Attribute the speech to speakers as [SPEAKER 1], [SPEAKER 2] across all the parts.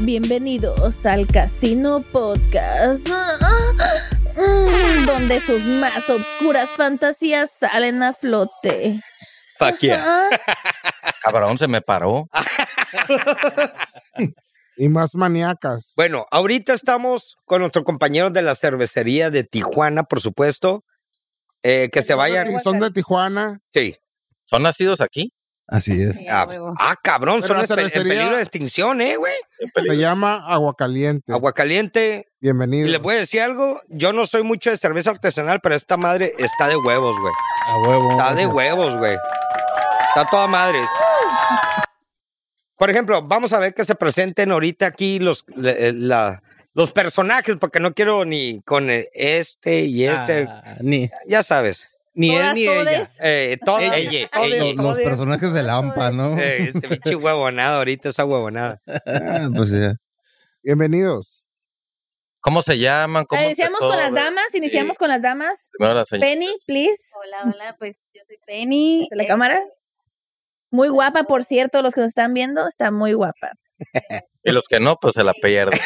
[SPEAKER 1] Bienvenidos al Casino Podcast, donde sus más obscuras fantasías salen a flote. Ah,
[SPEAKER 2] Fuck yeah.
[SPEAKER 3] Cabrón, se me paró.
[SPEAKER 2] Ah.
[SPEAKER 4] Y más maníacas.
[SPEAKER 2] Bueno, ahorita estamos con nuestros compañeros de la cervecería de Tijuana, por supuesto. Eh, que se
[SPEAKER 1] Son
[SPEAKER 2] vayan.
[SPEAKER 1] de-
[SPEAKER 4] Son de Tijuana.
[SPEAKER 2] Sí.
[SPEAKER 3] ¿Son nacidos aquí?
[SPEAKER 5] Así es.
[SPEAKER 2] Ah, ah, cabrón,
[SPEAKER 4] Pero
[SPEAKER 2] son
[SPEAKER 4] la
[SPEAKER 2] espe- en
[SPEAKER 4] cervecería-
[SPEAKER 2] peligro de extinción, ¿eh, güey?
[SPEAKER 3] Pues
[SPEAKER 4] Se llama Aguacaliente.
[SPEAKER 2] Aguacaliente. Y
[SPEAKER 4] Bienvenido.
[SPEAKER 2] les voy a decir algo. Yo no soy mucho de cerveza artesanal, pero esta madre está de huevos, güey.
[SPEAKER 5] A huevo.
[SPEAKER 2] Está de
[SPEAKER 5] gracias.
[SPEAKER 2] huevos, güey. Está toda madres. Por ejemplo, vamos a ver que se presenten ahorita aquí los, le- eh, la- los personajes, porque no quiero ni con eh, este y este.
[SPEAKER 5] Ah, ni,
[SPEAKER 2] Ya sabes.
[SPEAKER 5] ni él
[SPEAKER 1] Todas,
[SPEAKER 5] ni ella.
[SPEAKER 1] todes.
[SPEAKER 2] Eh, todos,
[SPEAKER 3] Ella,
[SPEAKER 2] todos,
[SPEAKER 3] ella.
[SPEAKER 5] Los, los
[SPEAKER 2] todos.
[SPEAKER 5] personajes de la AMPA, ¿no?
[SPEAKER 2] Eh, este pinche huevonada ahorita, esa huevonada.
[SPEAKER 5] Ah, pues ya.
[SPEAKER 4] Bienvenidos.
[SPEAKER 3] ¿Cómo se llaman? ¿Cómo
[SPEAKER 1] Ah, Iniciamos
[SPEAKER 3] empezó?
[SPEAKER 1] Eh, con las damas, iniciamos con las damas.
[SPEAKER 3] Primero la señora.
[SPEAKER 1] Penny, please.
[SPEAKER 6] Hola, hola, pues yo soy Penny.
[SPEAKER 1] ¿De la
[SPEAKER 6] Eh,
[SPEAKER 1] cámara? Muy guapa, por cierto, los que nos están viendo, está muy guapa.
[SPEAKER 3] Y los que no, pues se la pierden.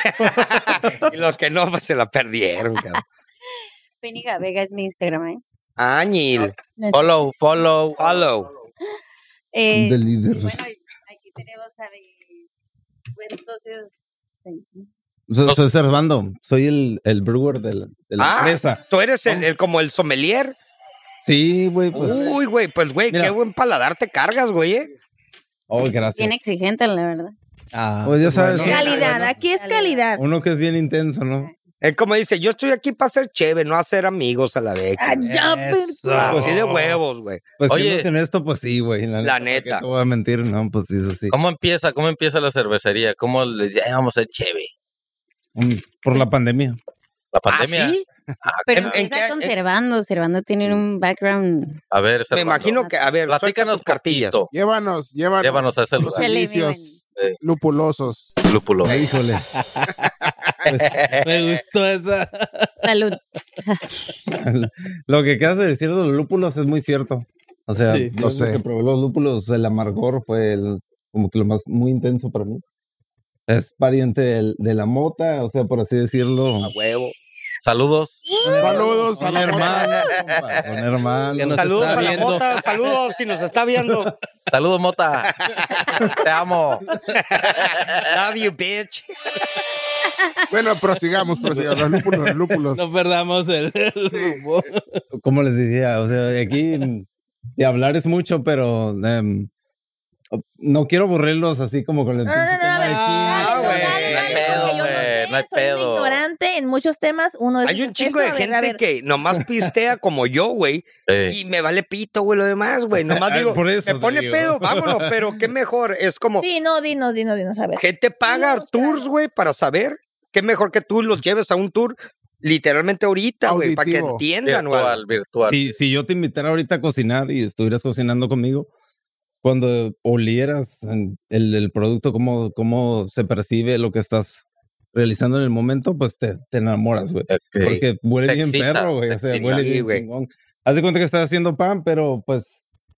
[SPEAKER 2] Y los que no, pues se la perdieron, cabrón.
[SPEAKER 6] Penny Gavega es mi Instagram, ¿eh?
[SPEAKER 2] Áñil,
[SPEAKER 3] Follow, follow.
[SPEAKER 2] follow.
[SPEAKER 6] Eh,
[SPEAKER 5] De
[SPEAKER 6] y
[SPEAKER 5] líderes.
[SPEAKER 6] bueno, y aquí tenemos a mis buenos socios.
[SPEAKER 5] So- soy Servando. Soy el, el brewer de la, de la
[SPEAKER 2] Ah.
[SPEAKER 5] empresa.
[SPEAKER 2] Tú eres el, el- como el sommelier.
[SPEAKER 5] Sí, güey, pues.
[SPEAKER 2] Uy, güey, pues, güey,
[SPEAKER 5] Mira.
[SPEAKER 2] qué buen paladar te cargas, güey. eh.
[SPEAKER 5] Oh, gracias.
[SPEAKER 6] Bien exigente, la verdad.
[SPEAKER 5] Pues ya sabes.
[SPEAKER 2] bueno.
[SPEAKER 1] Calidad, aquí es calidad.
[SPEAKER 5] Uno que es bien intenso, ¿no?
[SPEAKER 2] Él como dice, yo estoy aquí para ser chévere, no hacer amigos a la vez.
[SPEAKER 1] Ah, ya, pero-
[SPEAKER 2] Así de huevos, güey.
[SPEAKER 5] Pues
[SPEAKER 3] Oye.
[SPEAKER 5] siendo honesto, pues sí, güey. La,
[SPEAKER 2] La
[SPEAKER 5] ¿para
[SPEAKER 2] neta.
[SPEAKER 5] qué Te voy a mentir, no, pues sí, eso sí.
[SPEAKER 3] ¿Cómo empieza? ¿Cómo empieza la cervecería? ¿Cómo les ya vamos a ser chévere?
[SPEAKER 5] Mm, Por la pandemia.
[SPEAKER 3] La pandemia.
[SPEAKER 2] ¿Ah, sí?
[SPEAKER 6] Pero
[SPEAKER 2] ¿en- en
[SPEAKER 6] empieza
[SPEAKER 2] qué- en-
[SPEAKER 6] conservando. Servando tiene un background.
[SPEAKER 3] A ver,
[SPEAKER 2] Me
[SPEAKER 3] Servando,
[SPEAKER 2] imagino que, a ver,
[SPEAKER 3] Platícanos
[SPEAKER 2] cartillas.
[SPEAKER 3] cartillas.
[SPEAKER 4] Llévanos, llévanos.
[SPEAKER 3] Llévanos a ese
[SPEAKER 4] Los
[SPEAKER 3] lugar.
[SPEAKER 6] Chale,
[SPEAKER 4] delicios lupulosos.
[SPEAKER 3] Lúpulo.
[SPEAKER 5] Híjole. Pues, me gustó esa.
[SPEAKER 6] Salud.
[SPEAKER 5] Lo que acabas de decir de los lúpulos es muy cierto. O sea,
[SPEAKER 4] Sí.
[SPEAKER 5] yo
[SPEAKER 4] Lo
[SPEAKER 5] desde
[SPEAKER 4] sé.
[SPEAKER 5] que probé los lúpulos, el amargor fue el- como que lo más muy intenso para mí. Es pariente del- de la mota, o sea, por así decirlo.
[SPEAKER 2] A huevo.
[SPEAKER 3] Saludos.
[SPEAKER 4] Saludos pues, a
[SPEAKER 5] Son
[SPEAKER 4] la
[SPEAKER 5] hermanos, compa, son
[SPEAKER 7] Que
[SPEAKER 5] hermanos.
[SPEAKER 7] nos
[SPEAKER 2] Saludos
[SPEAKER 7] está
[SPEAKER 2] a la
[SPEAKER 7] viendo.
[SPEAKER 2] mota, saludos si nos está viendo.
[SPEAKER 3] Saludos, Mota. Te amo.
[SPEAKER 2] Love you, bitch.
[SPEAKER 1] Pues
[SPEAKER 4] Bueno, prosigamos, prosigamos. Los lúpulos, los
[SPEAKER 5] Pues
[SPEAKER 4] lúpulos.
[SPEAKER 7] No perdamos el, el rumbo.
[SPEAKER 5] Como les decía, o sea, aquí de hablar es mucho, pero em, no quiero aburrirlos así como con el
[SPEAKER 1] No, no, no,
[SPEAKER 5] pinche tema
[SPEAKER 1] no,
[SPEAKER 5] de aquí.
[SPEAKER 1] Dale,
[SPEAKER 2] güey,
[SPEAKER 1] dale,
[SPEAKER 2] no hay
[SPEAKER 1] dale,
[SPEAKER 3] pedo,
[SPEAKER 1] porque yo Ah, no
[SPEAKER 3] güey,
[SPEAKER 1] sé,
[SPEAKER 3] no hay
[SPEAKER 1] soy un
[SPEAKER 3] pedo.
[SPEAKER 1] ignorante en muchos temas. Uno de
[SPEAKER 2] Hay
[SPEAKER 1] esos
[SPEAKER 2] un
[SPEAKER 1] es eso.
[SPEAKER 2] chico de
[SPEAKER 1] A ver, a
[SPEAKER 2] gente
[SPEAKER 1] ver.
[SPEAKER 2] que nomás pistea como yo, güey,
[SPEAKER 3] Sí.
[SPEAKER 2] y me vale pito, güey, lo demás, güey. Nomás digo,
[SPEAKER 5] Por eso
[SPEAKER 2] me
[SPEAKER 5] te
[SPEAKER 2] pone
[SPEAKER 5] digo.
[SPEAKER 2] pedo, vámonos, pero qué mejor. Es como,
[SPEAKER 1] Sí, no, dinos, dinos, dinos, a ver.
[SPEAKER 2] ¿qué te paga
[SPEAKER 1] Unos
[SPEAKER 2] tours,
[SPEAKER 1] tragos.
[SPEAKER 2] güey, para saber? Qué mejor que tú los lleves a un tour literalmente ahorita, güey, para que
[SPEAKER 4] Auditivo.
[SPEAKER 2] entiendan, güey.
[SPEAKER 3] Virtual, virtual.
[SPEAKER 5] Si, si yo te invitara ahorita a cocinar y estuvieras cocinando conmigo, cuando olieras en el, el producto, cómo, cómo se percibe lo que estás realizando en el momento, pues te, te enamoras, güey.
[SPEAKER 3] Ok.
[SPEAKER 5] Porque huele
[SPEAKER 3] Te
[SPEAKER 5] bien
[SPEAKER 3] excita,
[SPEAKER 5] perro, güey.
[SPEAKER 3] te
[SPEAKER 5] O sea,
[SPEAKER 3] excita.
[SPEAKER 5] huele
[SPEAKER 2] Sí,
[SPEAKER 5] bien
[SPEAKER 2] güey.
[SPEAKER 5] chingón. Haz de cuenta que estás haciendo pan, pero pues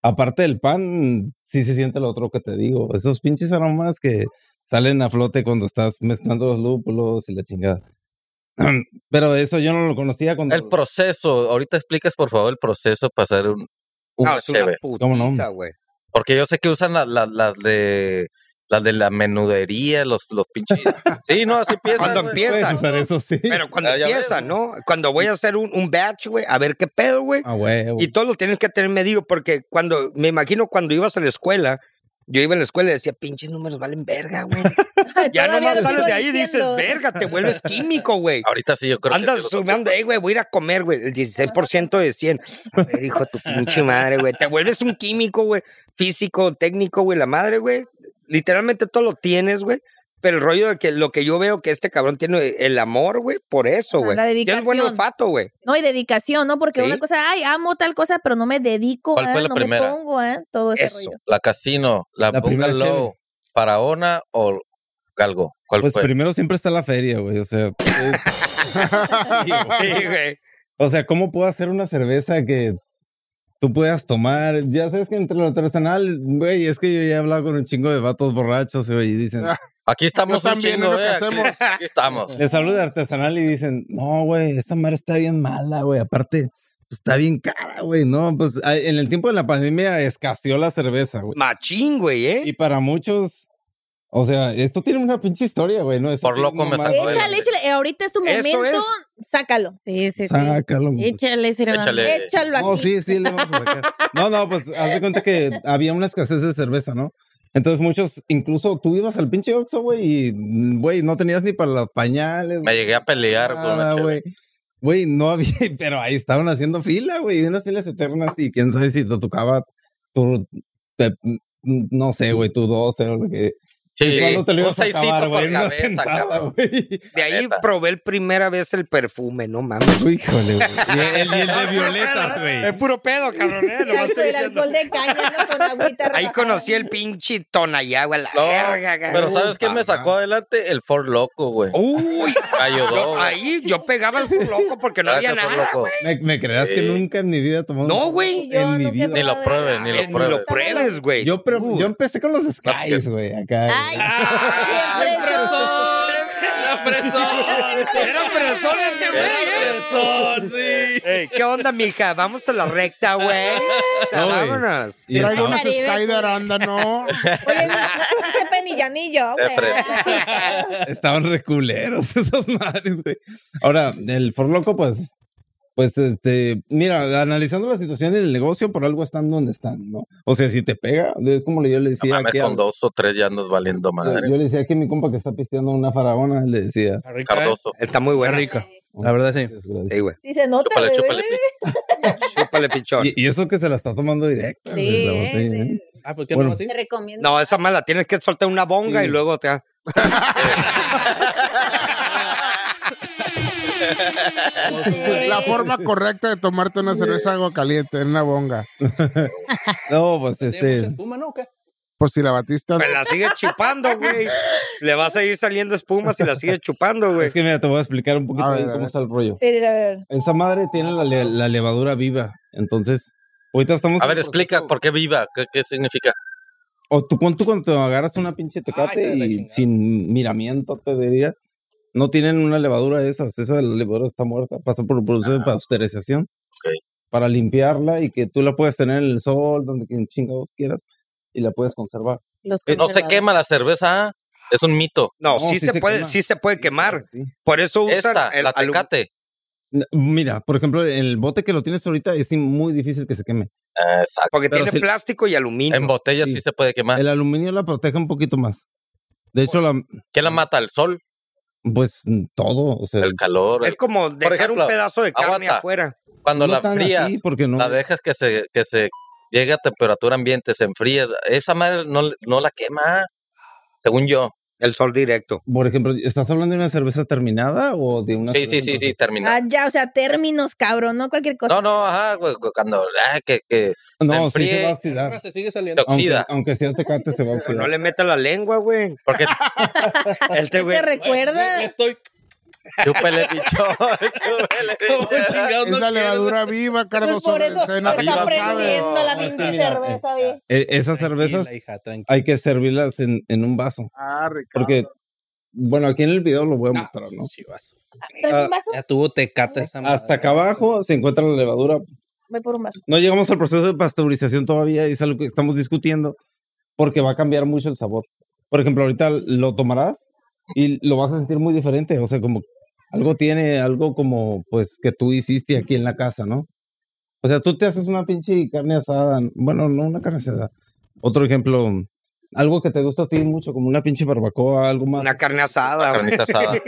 [SPEAKER 5] aparte del pan, sí se siente lo otro que te digo. Esos pinches aromas que salen a flote cuando estás mezclando los lúpulos y la chingada. Pero eso yo no lo conocía cuando...
[SPEAKER 3] El proceso. Ahorita explicas, por favor, el proceso para hacer un, un
[SPEAKER 2] No, es una
[SPEAKER 3] cheve.
[SPEAKER 5] ¿Cómo no?
[SPEAKER 2] putiza, güey.
[SPEAKER 3] Porque yo sé que usan las, las, las de las de la menudería, los, los pinches. Sí, no, así empiezan.
[SPEAKER 2] Cuando
[SPEAKER 3] güey.
[SPEAKER 2] empieza.
[SPEAKER 5] Puedes usar eso, sí.
[SPEAKER 2] Pero cuando
[SPEAKER 3] Ah, ya
[SPEAKER 2] empieza,
[SPEAKER 3] ves,
[SPEAKER 2] ¿no? Cuando voy a hacer un, un batch, güey, a ver qué pedo, güey.
[SPEAKER 5] Ah, huevo.
[SPEAKER 2] Y todo lo tienes que tener medido, porque cuando, me imagino cuando ibas a la escuela, yo iba a la escuela y decía, pinches números valen verga, güey. ya
[SPEAKER 1] Todavía
[SPEAKER 2] nomás
[SPEAKER 1] lo
[SPEAKER 2] sales
[SPEAKER 1] sigo
[SPEAKER 2] de ahí y dices,
[SPEAKER 1] diciendo.
[SPEAKER 2] verga, te vuelves químico, güey.
[SPEAKER 3] Ahorita sí, yo creo
[SPEAKER 2] Andas
[SPEAKER 3] que. sí los-
[SPEAKER 2] sumando, "Ey, güey, voy a ir a comer, güey, el 16% de 100. A ver, hijo de tu pinche madre, güey. Te vuelves un químico, güey, físico, técnico, güey, la madre, güey. Literalmente todo lo tienes, güey. Pero el rollo de que lo que yo veo que este cabrón tiene el amor, güey, por eso,
[SPEAKER 1] Ah,
[SPEAKER 2] güey.
[SPEAKER 1] la
[SPEAKER 2] Tiene el buen
[SPEAKER 1] dedicación.
[SPEAKER 2] olfato, güey.
[SPEAKER 1] No, y dedicación, ¿no? Porque
[SPEAKER 2] Sí.
[SPEAKER 1] una cosa, ay, amo tal cosa, pero no me dedico,
[SPEAKER 3] ¿Cuál
[SPEAKER 1] ¿eh?
[SPEAKER 3] fue la
[SPEAKER 1] no
[SPEAKER 3] primera?
[SPEAKER 1] me pongo, ¿eh? Todo ese
[SPEAKER 2] Eso.
[SPEAKER 1] rollo.
[SPEAKER 3] La casino, la,
[SPEAKER 5] La primera
[SPEAKER 3] bungalow, paraona o galgo. ¿Cuál
[SPEAKER 5] Pues
[SPEAKER 3] fue?
[SPEAKER 5] primero siempre está la feria, güey. O sea, eh,
[SPEAKER 2] Sí, güey.
[SPEAKER 5] o sea, ¿cómo puedo hacer una cerveza que tú puedas tomar? Ya sabes que entre lo artesanal, güey, es que yo ya he hablado con un chingo de vatos borrachos, güey, y dicen,
[SPEAKER 3] Aquí estamos
[SPEAKER 4] Yo
[SPEAKER 3] un
[SPEAKER 4] también,
[SPEAKER 3] chingo,
[SPEAKER 4] es lo
[SPEAKER 3] eh,
[SPEAKER 4] que
[SPEAKER 3] aquí-
[SPEAKER 4] hacemos.
[SPEAKER 3] Aquí estamos.
[SPEAKER 5] Les hablo de artesanal y dicen, no, güey, esa madre está bien mala, güey. Aparte, pues, está bien cara, güey. No, pues a- en el tiempo de la pandemia escaseó la cerveza, güey.
[SPEAKER 2] Machín, güey, ¿eh?
[SPEAKER 5] Y para muchos, o sea, esto tiene una pinche historia, güey. ¿no? Es
[SPEAKER 3] Por
[SPEAKER 5] así,
[SPEAKER 3] loco me
[SPEAKER 5] nomás,
[SPEAKER 3] sacó
[SPEAKER 5] güey.
[SPEAKER 1] Échale, échale. eh, Ahorita es tu
[SPEAKER 2] Ah, Eso
[SPEAKER 1] momento. Sácalo.
[SPEAKER 6] Sí, sí, sí.
[SPEAKER 5] Sácalo. güey.
[SPEAKER 6] Échale, Silvano.
[SPEAKER 3] Échale. Eh,
[SPEAKER 1] Échalo aquí.
[SPEAKER 5] No, sí, sí, le vamos a sacar. No, no, pues haz de cuenta que había una escasez de cerveza, ¿no? Entonces muchos, incluso tú ibas al pinche Oxxo, güey, y, mm, güey, no tenías ni para los pañales.
[SPEAKER 3] Me llegué a pelear con una
[SPEAKER 5] nada,
[SPEAKER 3] chela.
[SPEAKER 5] Ah, güey. Güey, no había, pero ahí estaban haciendo fila, güey, unas filas eternas y quién sabe si te tocaba tu, te- no sé, güey, tu 12 o lo que...
[SPEAKER 3] Sí,
[SPEAKER 5] ¿Cuándo te lo
[SPEAKER 3] un
[SPEAKER 5] ibas a
[SPEAKER 3] seisito
[SPEAKER 5] acabar,
[SPEAKER 3] por
[SPEAKER 5] güey? En Una
[SPEAKER 3] cabeza,
[SPEAKER 5] sentada,
[SPEAKER 3] cabrón.
[SPEAKER 5] güey.
[SPEAKER 2] De ahí
[SPEAKER 3] neta.
[SPEAKER 2] probé el primera vez el perfume, no mames.
[SPEAKER 5] Híjole, güey. Y el, y el de violetas, güey.
[SPEAKER 2] puro pedo, cabrón. ¿eh? Nomás
[SPEAKER 1] Ay, con
[SPEAKER 2] estoy
[SPEAKER 1] el
[SPEAKER 2] diciendo.
[SPEAKER 1] alcohol de caña, ¿no? Con agüita
[SPEAKER 2] Ahí
[SPEAKER 1] rebajada.
[SPEAKER 2] conocí el pinche Tonayagua, la
[SPEAKER 3] No,
[SPEAKER 2] verga,
[SPEAKER 3] pero
[SPEAKER 2] cabrón.
[SPEAKER 3] ¿sabes qué me sacó adelante? El Ford Loco, güey.
[SPEAKER 2] Uy,
[SPEAKER 3] Me ayudó.
[SPEAKER 2] yo-
[SPEAKER 3] güey.
[SPEAKER 2] ahí yo pegaba el Ford loco porque no
[SPEAKER 3] Gracias,
[SPEAKER 2] había
[SPEAKER 3] Ford
[SPEAKER 2] nada.
[SPEAKER 3] Loco.
[SPEAKER 5] Me, me creas que
[SPEAKER 3] Sí.
[SPEAKER 5] nunca en mi vida he tomado
[SPEAKER 2] No,
[SPEAKER 5] un-
[SPEAKER 2] güey. Eh,
[SPEAKER 1] Yo
[SPEAKER 5] En mi
[SPEAKER 1] nunca
[SPEAKER 5] vida.
[SPEAKER 1] probé.
[SPEAKER 3] Ni lo prueben, ni
[SPEAKER 2] Ni
[SPEAKER 3] lo
[SPEAKER 2] lo,
[SPEAKER 3] prueben.
[SPEAKER 2] pruebes, güey.
[SPEAKER 5] Yo, pero,
[SPEAKER 2] Uy.
[SPEAKER 5] yo empecé con los
[SPEAKER 3] que-
[SPEAKER 5] Skies, güey, acá.
[SPEAKER 1] Ay,
[SPEAKER 2] ¡Ah!
[SPEAKER 1] Siempre
[SPEAKER 2] Era presón este güey. ¿eh?
[SPEAKER 7] Oh,
[SPEAKER 2] Ey, ¿Qué onda, mija? Vamos a la recta, güey. O sea,
[SPEAKER 5] No, güey.
[SPEAKER 2] vámonos.
[SPEAKER 5] Y
[SPEAKER 4] Traigo
[SPEAKER 5] estaba-
[SPEAKER 4] unos
[SPEAKER 6] Caribe,
[SPEAKER 4] Sky de
[SPEAKER 6] güey.
[SPEAKER 4] arándano.
[SPEAKER 1] Oye, no, no sepan ni ya ni yo,
[SPEAKER 3] De
[SPEAKER 1] güey.
[SPEAKER 3] fresa.
[SPEAKER 5] Estaban reculeros esos madres, güey. Ahora, el Forloco, pues, pues, este, mira, analizando la situación en el negocio, por algo están donde están, ¿no? O sea, si te pega, de- como yo le
[SPEAKER 3] No
[SPEAKER 5] decía
[SPEAKER 3] mames,
[SPEAKER 5] que a-
[SPEAKER 3] con dos o tres ya andas valiendo madre.
[SPEAKER 5] yo le decía que mi compa que está pisteando una faraona, le decía. "Oh,
[SPEAKER 7] Rica,
[SPEAKER 3] Cardoso.
[SPEAKER 2] Está muy buena.
[SPEAKER 7] rica. La verdad, sí.
[SPEAKER 5] "Gracias, gracias".
[SPEAKER 2] Sí, güey.
[SPEAKER 1] Sí se nota,
[SPEAKER 3] Chúpale,
[SPEAKER 1] güey.
[SPEAKER 3] chúpale.
[SPEAKER 2] Chúpale, pichón.
[SPEAKER 5] Y, y eso que se la está tomando directa.
[SPEAKER 6] Sí,
[SPEAKER 5] desde la
[SPEAKER 6] eh,
[SPEAKER 5] botella, ¿eh?
[SPEAKER 6] te,
[SPEAKER 7] Ah, ¿por qué
[SPEAKER 5] Bueno.
[SPEAKER 7] no así?
[SPEAKER 6] te recomiendo.
[SPEAKER 2] No, esa mala tienes que soltar una bonga
[SPEAKER 5] Sí.
[SPEAKER 2] y luego te.
[SPEAKER 4] La forma correcta de tomarte una cerveza agua caliente en una bonga.
[SPEAKER 5] No, pues,
[SPEAKER 7] ¿Tiene mucha
[SPEAKER 5] este,
[SPEAKER 7] espuma, no? o qué?
[SPEAKER 4] Pues si la batista.
[SPEAKER 2] Me la sigues chupando, güey. Le vas a ir saliendo espuma si la sigues chupando, güey.
[SPEAKER 5] es que mira, te voy a explicar un poquito
[SPEAKER 4] A ver,
[SPEAKER 5] ahí
[SPEAKER 4] a
[SPEAKER 5] cómo
[SPEAKER 4] ver.
[SPEAKER 5] está el rollo.
[SPEAKER 1] Sí, a ver.
[SPEAKER 5] Esa madre tiene la, le- la levadura viva. Entonces, ahorita estamos.
[SPEAKER 3] A
[SPEAKER 5] en
[SPEAKER 3] ver,
[SPEAKER 5] un
[SPEAKER 3] explica
[SPEAKER 5] proceso-
[SPEAKER 3] por qué viva, qué, qué significa.
[SPEAKER 5] O tú, pon tú cuando te agarras una pinche tecate
[SPEAKER 7] Ay, la
[SPEAKER 5] y
[SPEAKER 7] chingada.
[SPEAKER 5] sin miramiento, te diría. No tienen una levadura de esas. Esa levadura está muerta. Pasa por un proceso de pasteurización.
[SPEAKER 3] Ok.
[SPEAKER 5] Para limpiarla y que tú la puedes tener en el sol, donde quien chingados quieras. Y la puedes conservar.
[SPEAKER 6] Los
[SPEAKER 3] eh, No se quema la cerveza, ¿ah? es un mito.
[SPEAKER 2] No,
[SPEAKER 5] No,
[SPEAKER 2] sí,
[SPEAKER 5] sí
[SPEAKER 2] se,
[SPEAKER 5] se
[SPEAKER 2] puede,
[SPEAKER 5] quema.
[SPEAKER 2] sí se puede quemar.
[SPEAKER 5] Sí.
[SPEAKER 2] Por eso usan
[SPEAKER 3] Esta,
[SPEAKER 2] el
[SPEAKER 3] la
[SPEAKER 2] alu-
[SPEAKER 3] tecate.
[SPEAKER 5] N- Mira, por ejemplo, el bote que lo tienes ahorita es muy difícil que se queme.
[SPEAKER 3] Ah, Exacto.
[SPEAKER 2] Porque
[SPEAKER 5] Pero
[SPEAKER 2] tiene
[SPEAKER 5] si-
[SPEAKER 2] plástico y aluminio.
[SPEAKER 3] En botellas sí.
[SPEAKER 5] Sí.
[SPEAKER 3] se puede quemar.
[SPEAKER 5] El aluminio la protege un poquito más. De hecho, la,
[SPEAKER 3] ¿Qué la mata? ¿El sol?
[SPEAKER 5] pues todo. O sea,
[SPEAKER 3] ¿El calor?
[SPEAKER 2] es como dejar
[SPEAKER 3] ejemplo,
[SPEAKER 2] un pedazo de carne
[SPEAKER 3] aguanta.
[SPEAKER 2] afuera.
[SPEAKER 3] Cuando
[SPEAKER 5] no
[SPEAKER 3] la
[SPEAKER 5] tan
[SPEAKER 3] frías,
[SPEAKER 5] así, porque no.
[SPEAKER 3] la dejas que se, que se llegue a temperatura ambiente, se enfría. Esa madre no, no la quema, ah, según yo.
[SPEAKER 2] El sol directo.
[SPEAKER 5] Por ejemplo, ¿estás hablando de una cerveza terminada o de una
[SPEAKER 3] Sí, sí,
[SPEAKER 5] cerveza
[SPEAKER 3] sí,
[SPEAKER 5] en
[SPEAKER 3] sí,
[SPEAKER 5] proceso?
[SPEAKER 3] termina.
[SPEAKER 1] Ah, ya, o sea, términos, cabrón, no cualquier cosa.
[SPEAKER 3] No, no, ajá, güey, cu- cuando ah, que, que
[SPEAKER 5] No, sí
[SPEAKER 3] enfríe.
[SPEAKER 5] se va a
[SPEAKER 7] Ahora
[SPEAKER 5] oxidar.
[SPEAKER 7] se sigue saliendo.
[SPEAKER 3] se
[SPEAKER 5] Aunque,
[SPEAKER 3] oxida.
[SPEAKER 5] aunque sea tecate, se va a
[SPEAKER 2] Pero no
[SPEAKER 5] oxidar.
[SPEAKER 2] le meta la lengua, güey.
[SPEAKER 3] Porque
[SPEAKER 2] Este güey.
[SPEAKER 1] ¿Te recuerda?
[SPEAKER 7] Ay, Estoy
[SPEAKER 3] chúpele, picho, chúpele.
[SPEAKER 7] como chingado.
[SPEAKER 4] Es la levadura viva,
[SPEAKER 1] Pues
[SPEAKER 4] Cardoso.
[SPEAKER 1] por eso
[SPEAKER 4] Se
[SPEAKER 1] está
[SPEAKER 4] nota que no sabes.
[SPEAKER 1] aprendiendo la
[SPEAKER 7] No, es que
[SPEAKER 1] pinche
[SPEAKER 5] Ah, mira,
[SPEAKER 1] cerveza, güey.
[SPEAKER 5] Eh, esas cervezas
[SPEAKER 7] Tranquila, hija, tranquila.
[SPEAKER 5] hay que servirlas en, en un vaso.
[SPEAKER 4] Ah, Ricardo.
[SPEAKER 5] Porque, bueno, aquí en el video lo
[SPEAKER 3] Ah,
[SPEAKER 5] voy a mostrar, Ah, ¿no?
[SPEAKER 7] Chivazo.
[SPEAKER 5] ah,
[SPEAKER 1] Trae un vaso,
[SPEAKER 7] Ya tuvo tecate esa madre.
[SPEAKER 5] Hasta acá abajo se encuentra la levadura.
[SPEAKER 1] voy por un vaso.
[SPEAKER 5] No llegamos al proceso de pasteurización todavía, y es algo que estamos discutiendo, porque va a cambiar mucho el sabor. Por ejemplo, ahorita lo tomarás y lo vas a sentir muy diferente, o sea, como algo tiene, algo como, pues, que tú hiciste aquí en la casa, ¿no? O sea, tú te haces una pinche carne asada, bueno, no una carne asada. Otro ejemplo, algo que te gusta a ti mucho, como una pinche barbacoa, algo más.
[SPEAKER 2] Una carne asada, güey.
[SPEAKER 3] Carnita asada.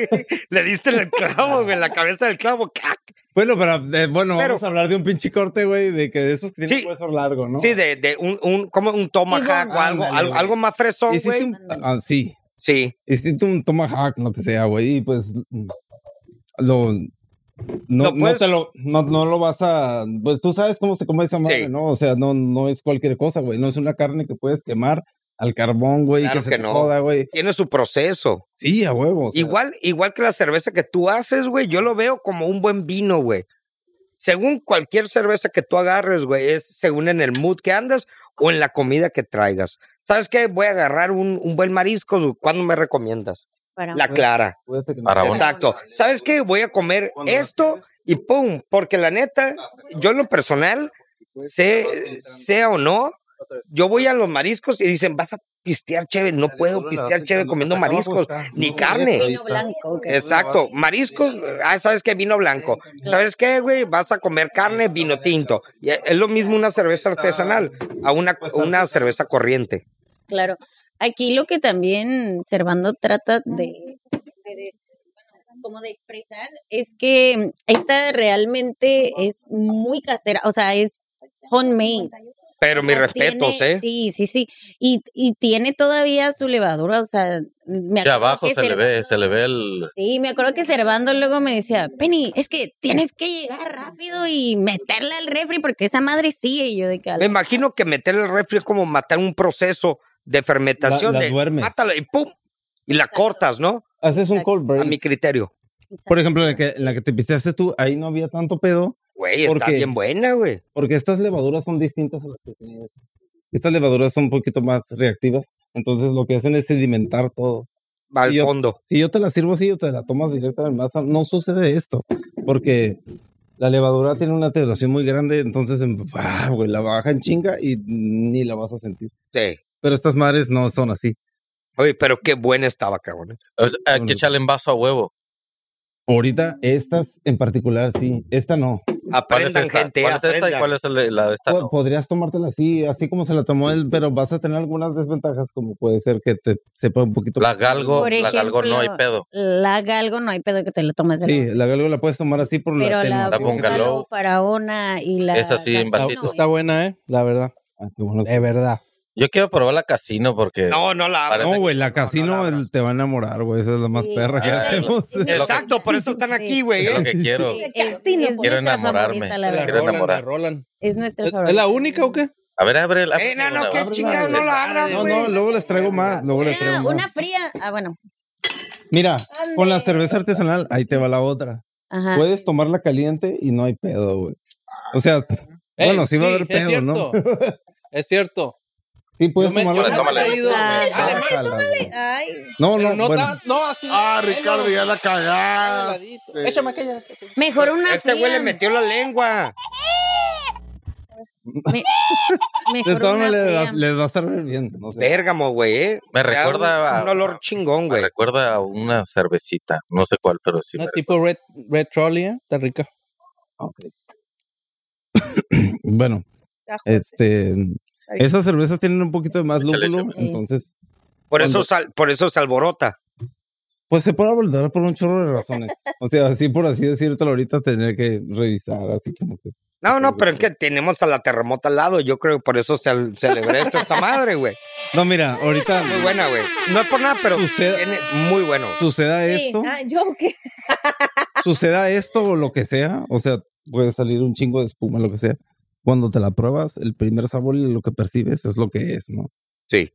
[SPEAKER 2] Le diste en el clavo, güey, en la cabeza del clavo. ¡Cac!
[SPEAKER 5] Bueno, pero, eh, bueno,
[SPEAKER 2] Pero-
[SPEAKER 5] vamos a hablar de un pinche corte, güey, de que de esos que tienen
[SPEAKER 2] Sí.
[SPEAKER 5] hueso largo, ¿no?
[SPEAKER 2] Sí, de, de un, un, como un tomahawk
[SPEAKER 1] Sí,
[SPEAKER 2] o algo,
[SPEAKER 5] ándale,
[SPEAKER 2] algo,
[SPEAKER 5] güey.
[SPEAKER 2] algo más fresón,
[SPEAKER 5] Hiciste
[SPEAKER 2] güey.
[SPEAKER 5] un- ah, sí,
[SPEAKER 2] Sí.
[SPEAKER 5] Hiciste un tomahawk, lo que sea, güey, y pues lo no,
[SPEAKER 2] Lo puedes-
[SPEAKER 5] no te lo no, no lo vas a pues tú sabes cómo se come esa madre,
[SPEAKER 2] Sí.
[SPEAKER 5] ¿no? O sea, no no es cualquier cosa, güey, no es una carne que puedes quemar al carbón, güey,
[SPEAKER 2] Claro
[SPEAKER 5] que se
[SPEAKER 2] que
[SPEAKER 5] te
[SPEAKER 2] no.
[SPEAKER 5] joda, güey.
[SPEAKER 2] Tiene su proceso.
[SPEAKER 5] Sí, a huevos.
[SPEAKER 2] igual, igual que la cerveza que tú haces, güey, yo lo veo como un buen vino, güey. Según cualquier cerveza que tú agarres, güey, es según en el mood que andas o en la comida que traigas. ¿Sabes qué? Voy a agarrar un, un buen marisco. du- ¿Cuándo me recomiendas?
[SPEAKER 6] Para
[SPEAKER 2] La clara.
[SPEAKER 5] Cuídate que no-
[SPEAKER 3] Para uno.
[SPEAKER 2] Exacto. ¿Sabes qué? Voy a comer
[SPEAKER 5] Cuando
[SPEAKER 2] esto y pum. Porque la neta, yo en lo personal, sé- sea o no, yo voy a los mariscos y dicen, vas a pistear chévere. No puedo pistear chévere comiendo mariscos. Ni carne.
[SPEAKER 6] vino blanco. ok.
[SPEAKER 2] Exacto. Mariscos, ah, ¿sabes qué? Vino blanco. ¿Sabes qué, güey? Vas a comer carne, vino tinto. Y es lo mismo una cerveza artesanal a una, una cerveza corriente.
[SPEAKER 6] Claro. Aquí lo que también Servando trata de, de des- bueno, como de expresar es que esta realmente es muy casera, o sea, es homemade.
[SPEAKER 2] Pero
[SPEAKER 6] O
[SPEAKER 2] mis
[SPEAKER 6] sea,
[SPEAKER 2] respetos,
[SPEAKER 6] tiene-
[SPEAKER 2] ¿eh?
[SPEAKER 6] Sí, sí, sí. Y, y tiene todavía su levadura, o sea, me
[SPEAKER 3] Sí,
[SPEAKER 6] acuerdo
[SPEAKER 3] abajo
[SPEAKER 6] que
[SPEAKER 3] se le
[SPEAKER 6] Cer-
[SPEAKER 3] ve, se le ve el...
[SPEAKER 6] Sí, me acuerdo que Servando luego me decía, Penny, es que tienes que llegar rápido y meterla al refri porque esa madre sigue. Y yo de que... a
[SPEAKER 2] Me
[SPEAKER 6] la-
[SPEAKER 2] imagino que meter el refri es como matar un proceso de fermentación.
[SPEAKER 5] La- la
[SPEAKER 2] de,
[SPEAKER 5] duermes.
[SPEAKER 2] Mátala y pum. Y la
[SPEAKER 6] Exacto.
[SPEAKER 2] cortas, ¿no?
[SPEAKER 5] Haces un cold
[SPEAKER 2] A
[SPEAKER 5] break.
[SPEAKER 2] mi criterio.
[SPEAKER 5] Por ejemplo, en la, que, en la que te pisteaste tú, ahí no había tanto pedo,
[SPEAKER 2] Güey, está
[SPEAKER 5] Porque-
[SPEAKER 2] bien buena, güey.
[SPEAKER 5] porque estas levaduras son distintas a las que tenías. Estas levaduras son un poquito más reactivas, entonces lo que hacen es sedimentar todo.
[SPEAKER 2] Va al
[SPEAKER 5] Y yo-
[SPEAKER 2] fondo.
[SPEAKER 5] Si yo te la sirvo así o te la tomas directa en masa, no sucede esto, porque la levadura tiene una alteración muy grande, entonces em, ah, güey, la baja en chinga y ni la vas a sentir.
[SPEAKER 2] Sí.
[SPEAKER 5] Pero estas madres no son así.
[SPEAKER 2] Oye, pero qué buena estaba, cabrón. ¿eh?
[SPEAKER 3] o sea, eh, Hay que echarle en vaso a huevo.
[SPEAKER 5] Ahorita, estas en particular sí, esta no.
[SPEAKER 3] ¿Cuál es
[SPEAKER 2] Aprendan,
[SPEAKER 3] esta?
[SPEAKER 2] gente.
[SPEAKER 3] ¿Cuál es esta y
[SPEAKER 2] aprendan.
[SPEAKER 3] cuál es el- la de esta?
[SPEAKER 5] Po-
[SPEAKER 3] no?
[SPEAKER 5] Podrías tomártela así, así como se la tomó él, pero vas a tener algunas desventajas, como puede ser que te sepa un poquito.
[SPEAKER 3] La galgo,
[SPEAKER 6] Por
[SPEAKER 3] la galgo no hay
[SPEAKER 6] ejemplo,
[SPEAKER 3] pedo.
[SPEAKER 6] La galgo no hay pedo que te lo tomes de
[SPEAKER 5] Sí, la galgo la puedes tomar así por
[SPEAKER 6] Pero la,
[SPEAKER 5] la
[SPEAKER 3] La
[SPEAKER 5] atenuación.
[SPEAKER 3] bungalow.
[SPEAKER 6] faraona y la.
[SPEAKER 3] Esa sí, en
[SPEAKER 6] casino,
[SPEAKER 3] vasito.
[SPEAKER 6] ¿eh?
[SPEAKER 7] Está buena, ¿eh? La verdad.
[SPEAKER 5] Ah, qué bueno.
[SPEAKER 7] De verdad.
[SPEAKER 3] Yo quiero probar la casino porque...
[SPEAKER 2] No, no la abran.
[SPEAKER 3] Parece-
[SPEAKER 5] No, güey, la casino
[SPEAKER 2] no, no, no.
[SPEAKER 5] el- te va a enamorar, güey. Esa es la más
[SPEAKER 6] Sí.
[SPEAKER 5] perra que
[SPEAKER 3] Ah,
[SPEAKER 5] hacemos.
[SPEAKER 6] sí, sí.
[SPEAKER 2] Exacto, por eso están aquí, güey.
[SPEAKER 3] Es lo
[SPEAKER 2] ¿eh?
[SPEAKER 3] que quiero.
[SPEAKER 6] Sí,
[SPEAKER 1] El casino,
[SPEAKER 6] es
[SPEAKER 3] Quiero
[SPEAKER 6] nuestra
[SPEAKER 3] enamorarme.
[SPEAKER 6] favorita, la
[SPEAKER 3] Me
[SPEAKER 6] verdad.
[SPEAKER 3] quiero enamorar.
[SPEAKER 7] me rolan.
[SPEAKER 6] Es nuestra
[SPEAKER 7] ¿Es,
[SPEAKER 6] favorita.
[SPEAKER 7] es la única o qué?
[SPEAKER 3] A ver, abre el...
[SPEAKER 2] Eh, no, no, qué
[SPEAKER 5] Ábrela,
[SPEAKER 2] chingados
[SPEAKER 5] güey.
[SPEAKER 2] no la abras,
[SPEAKER 5] Ah, No,
[SPEAKER 2] güey.
[SPEAKER 5] no, luego les traigo más. Luego les
[SPEAKER 6] Una,
[SPEAKER 5] traigo
[SPEAKER 6] Ah, una
[SPEAKER 5] más.
[SPEAKER 6] fría. Ah, bueno.
[SPEAKER 5] Mira, con la cerveza artesanal, ahí te va la otra.
[SPEAKER 6] Ajá.
[SPEAKER 5] Puedes tomarla caliente y no hay pedo, güey. O sea, bueno,
[SPEAKER 7] Ey,
[SPEAKER 5] sí va a haber
[SPEAKER 7] es
[SPEAKER 5] pedo, ¿no?
[SPEAKER 7] cierto. es cierto.
[SPEAKER 5] Sí, puedes
[SPEAKER 7] Yo me-
[SPEAKER 5] tomarla
[SPEAKER 3] Tómale,
[SPEAKER 7] yo me
[SPEAKER 3] tómale.
[SPEAKER 7] he ido-
[SPEAKER 6] Ah,
[SPEAKER 7] Dale,
[SPEAKER 5] Bájala, güey.
[SPEAKER 1] Ay.
[SPEAKER 5] No,
[SPEAKER 7] pero
[SPEAKER 5] no,
[SPEAKER 7] no
[SPEAKER 5] bueno.
[SPEAKER 7] tan- no, así. eh,
[SPEAKER 4] Ah,
[SPEAKER 7] Ay, no,
[SPEAKER 4] Ricardo, ya la cagaste.
[SPEAKER 7] ladito. Échame aquella.
[SPEAKER 6] Mejor una
[SPEAKER 2] Este güey
[SPEAKER 6] fría.
[SPEAKER 2] le metió la lengua.
[SPEAKER 6] Me-
[SPEAKER 5] De
[SPEAKER 6] mejor
[SPEAKER 5] todas
[SPEAKER 6] una
[SPEAKER 5] maneras,
[SPEAKER 6] fría.
[SPEAKER 5] les, va a estar bebiendo. No sé.
[SPEAKER 2] Bérgamo, güey. ¿eh?
[SPEAKER 3] Me
[SPEAKER 2] Te da
[SPEAKER 3] recuerda
[SPEAKER 2] un-
[SPEAKER 3] a-
[SPEAKER 2] Un olor chingón,
[SPEAKER 3] Me
[SPEAKER 2] güey.
[SPEAKER 3] recuerda a una cervecita, no sé cuál, pero sí.
[SPEAKER 7] Una
[SPEAKER 3] me-
[SPEAKER 7] tipo Red, red Trolley, ¿eh? Está rica.
[SPEAKER 5] Bueno, este, esas cervezas tienen un poquito de más
[SPEAKER 3] Échale,
[SPEAKER 5] lúpulo,
[SPEAKER 3] échale.
[SPEAKER 5] entonces,
[SPEAKER 2] Por eso,
[SPEAKER 5] Cuando-
[SPEAKER 2] sal- por eso se alborota.
[SPEAKER 5] pues se puede abordar por un chorro de razones. O sea, así por así decírtelo ahorita, tendría que revisar, así como que.
[SPEAKER 2] No, no, pero es que tenemos a la terremota al lado. Yo creo que por eso se al- celebré esto esta madre, güey.
[SPEAKER 5] No, mira, ahorita
[SPEAKER 2] Muy buena, güey. No es por nada, pero
[SPEAKER 5] Usted-
[SPEAKER 2] tiene muy bueno.
[SPEAKER 5] suceda
[SPEAKER 1] Sí.
[SPEAKER 5] esto,
[SPEAKER 1] Ah, yo qué.
[SPEAKER 5] suceda esto o lo que sea, o sea, puede salir un chingo de espuma, lo que sea. Cuando te la pruebas, el primer sabor y lo que percibes es lo que es, ¿no?
[SPEAKER 2] Sí.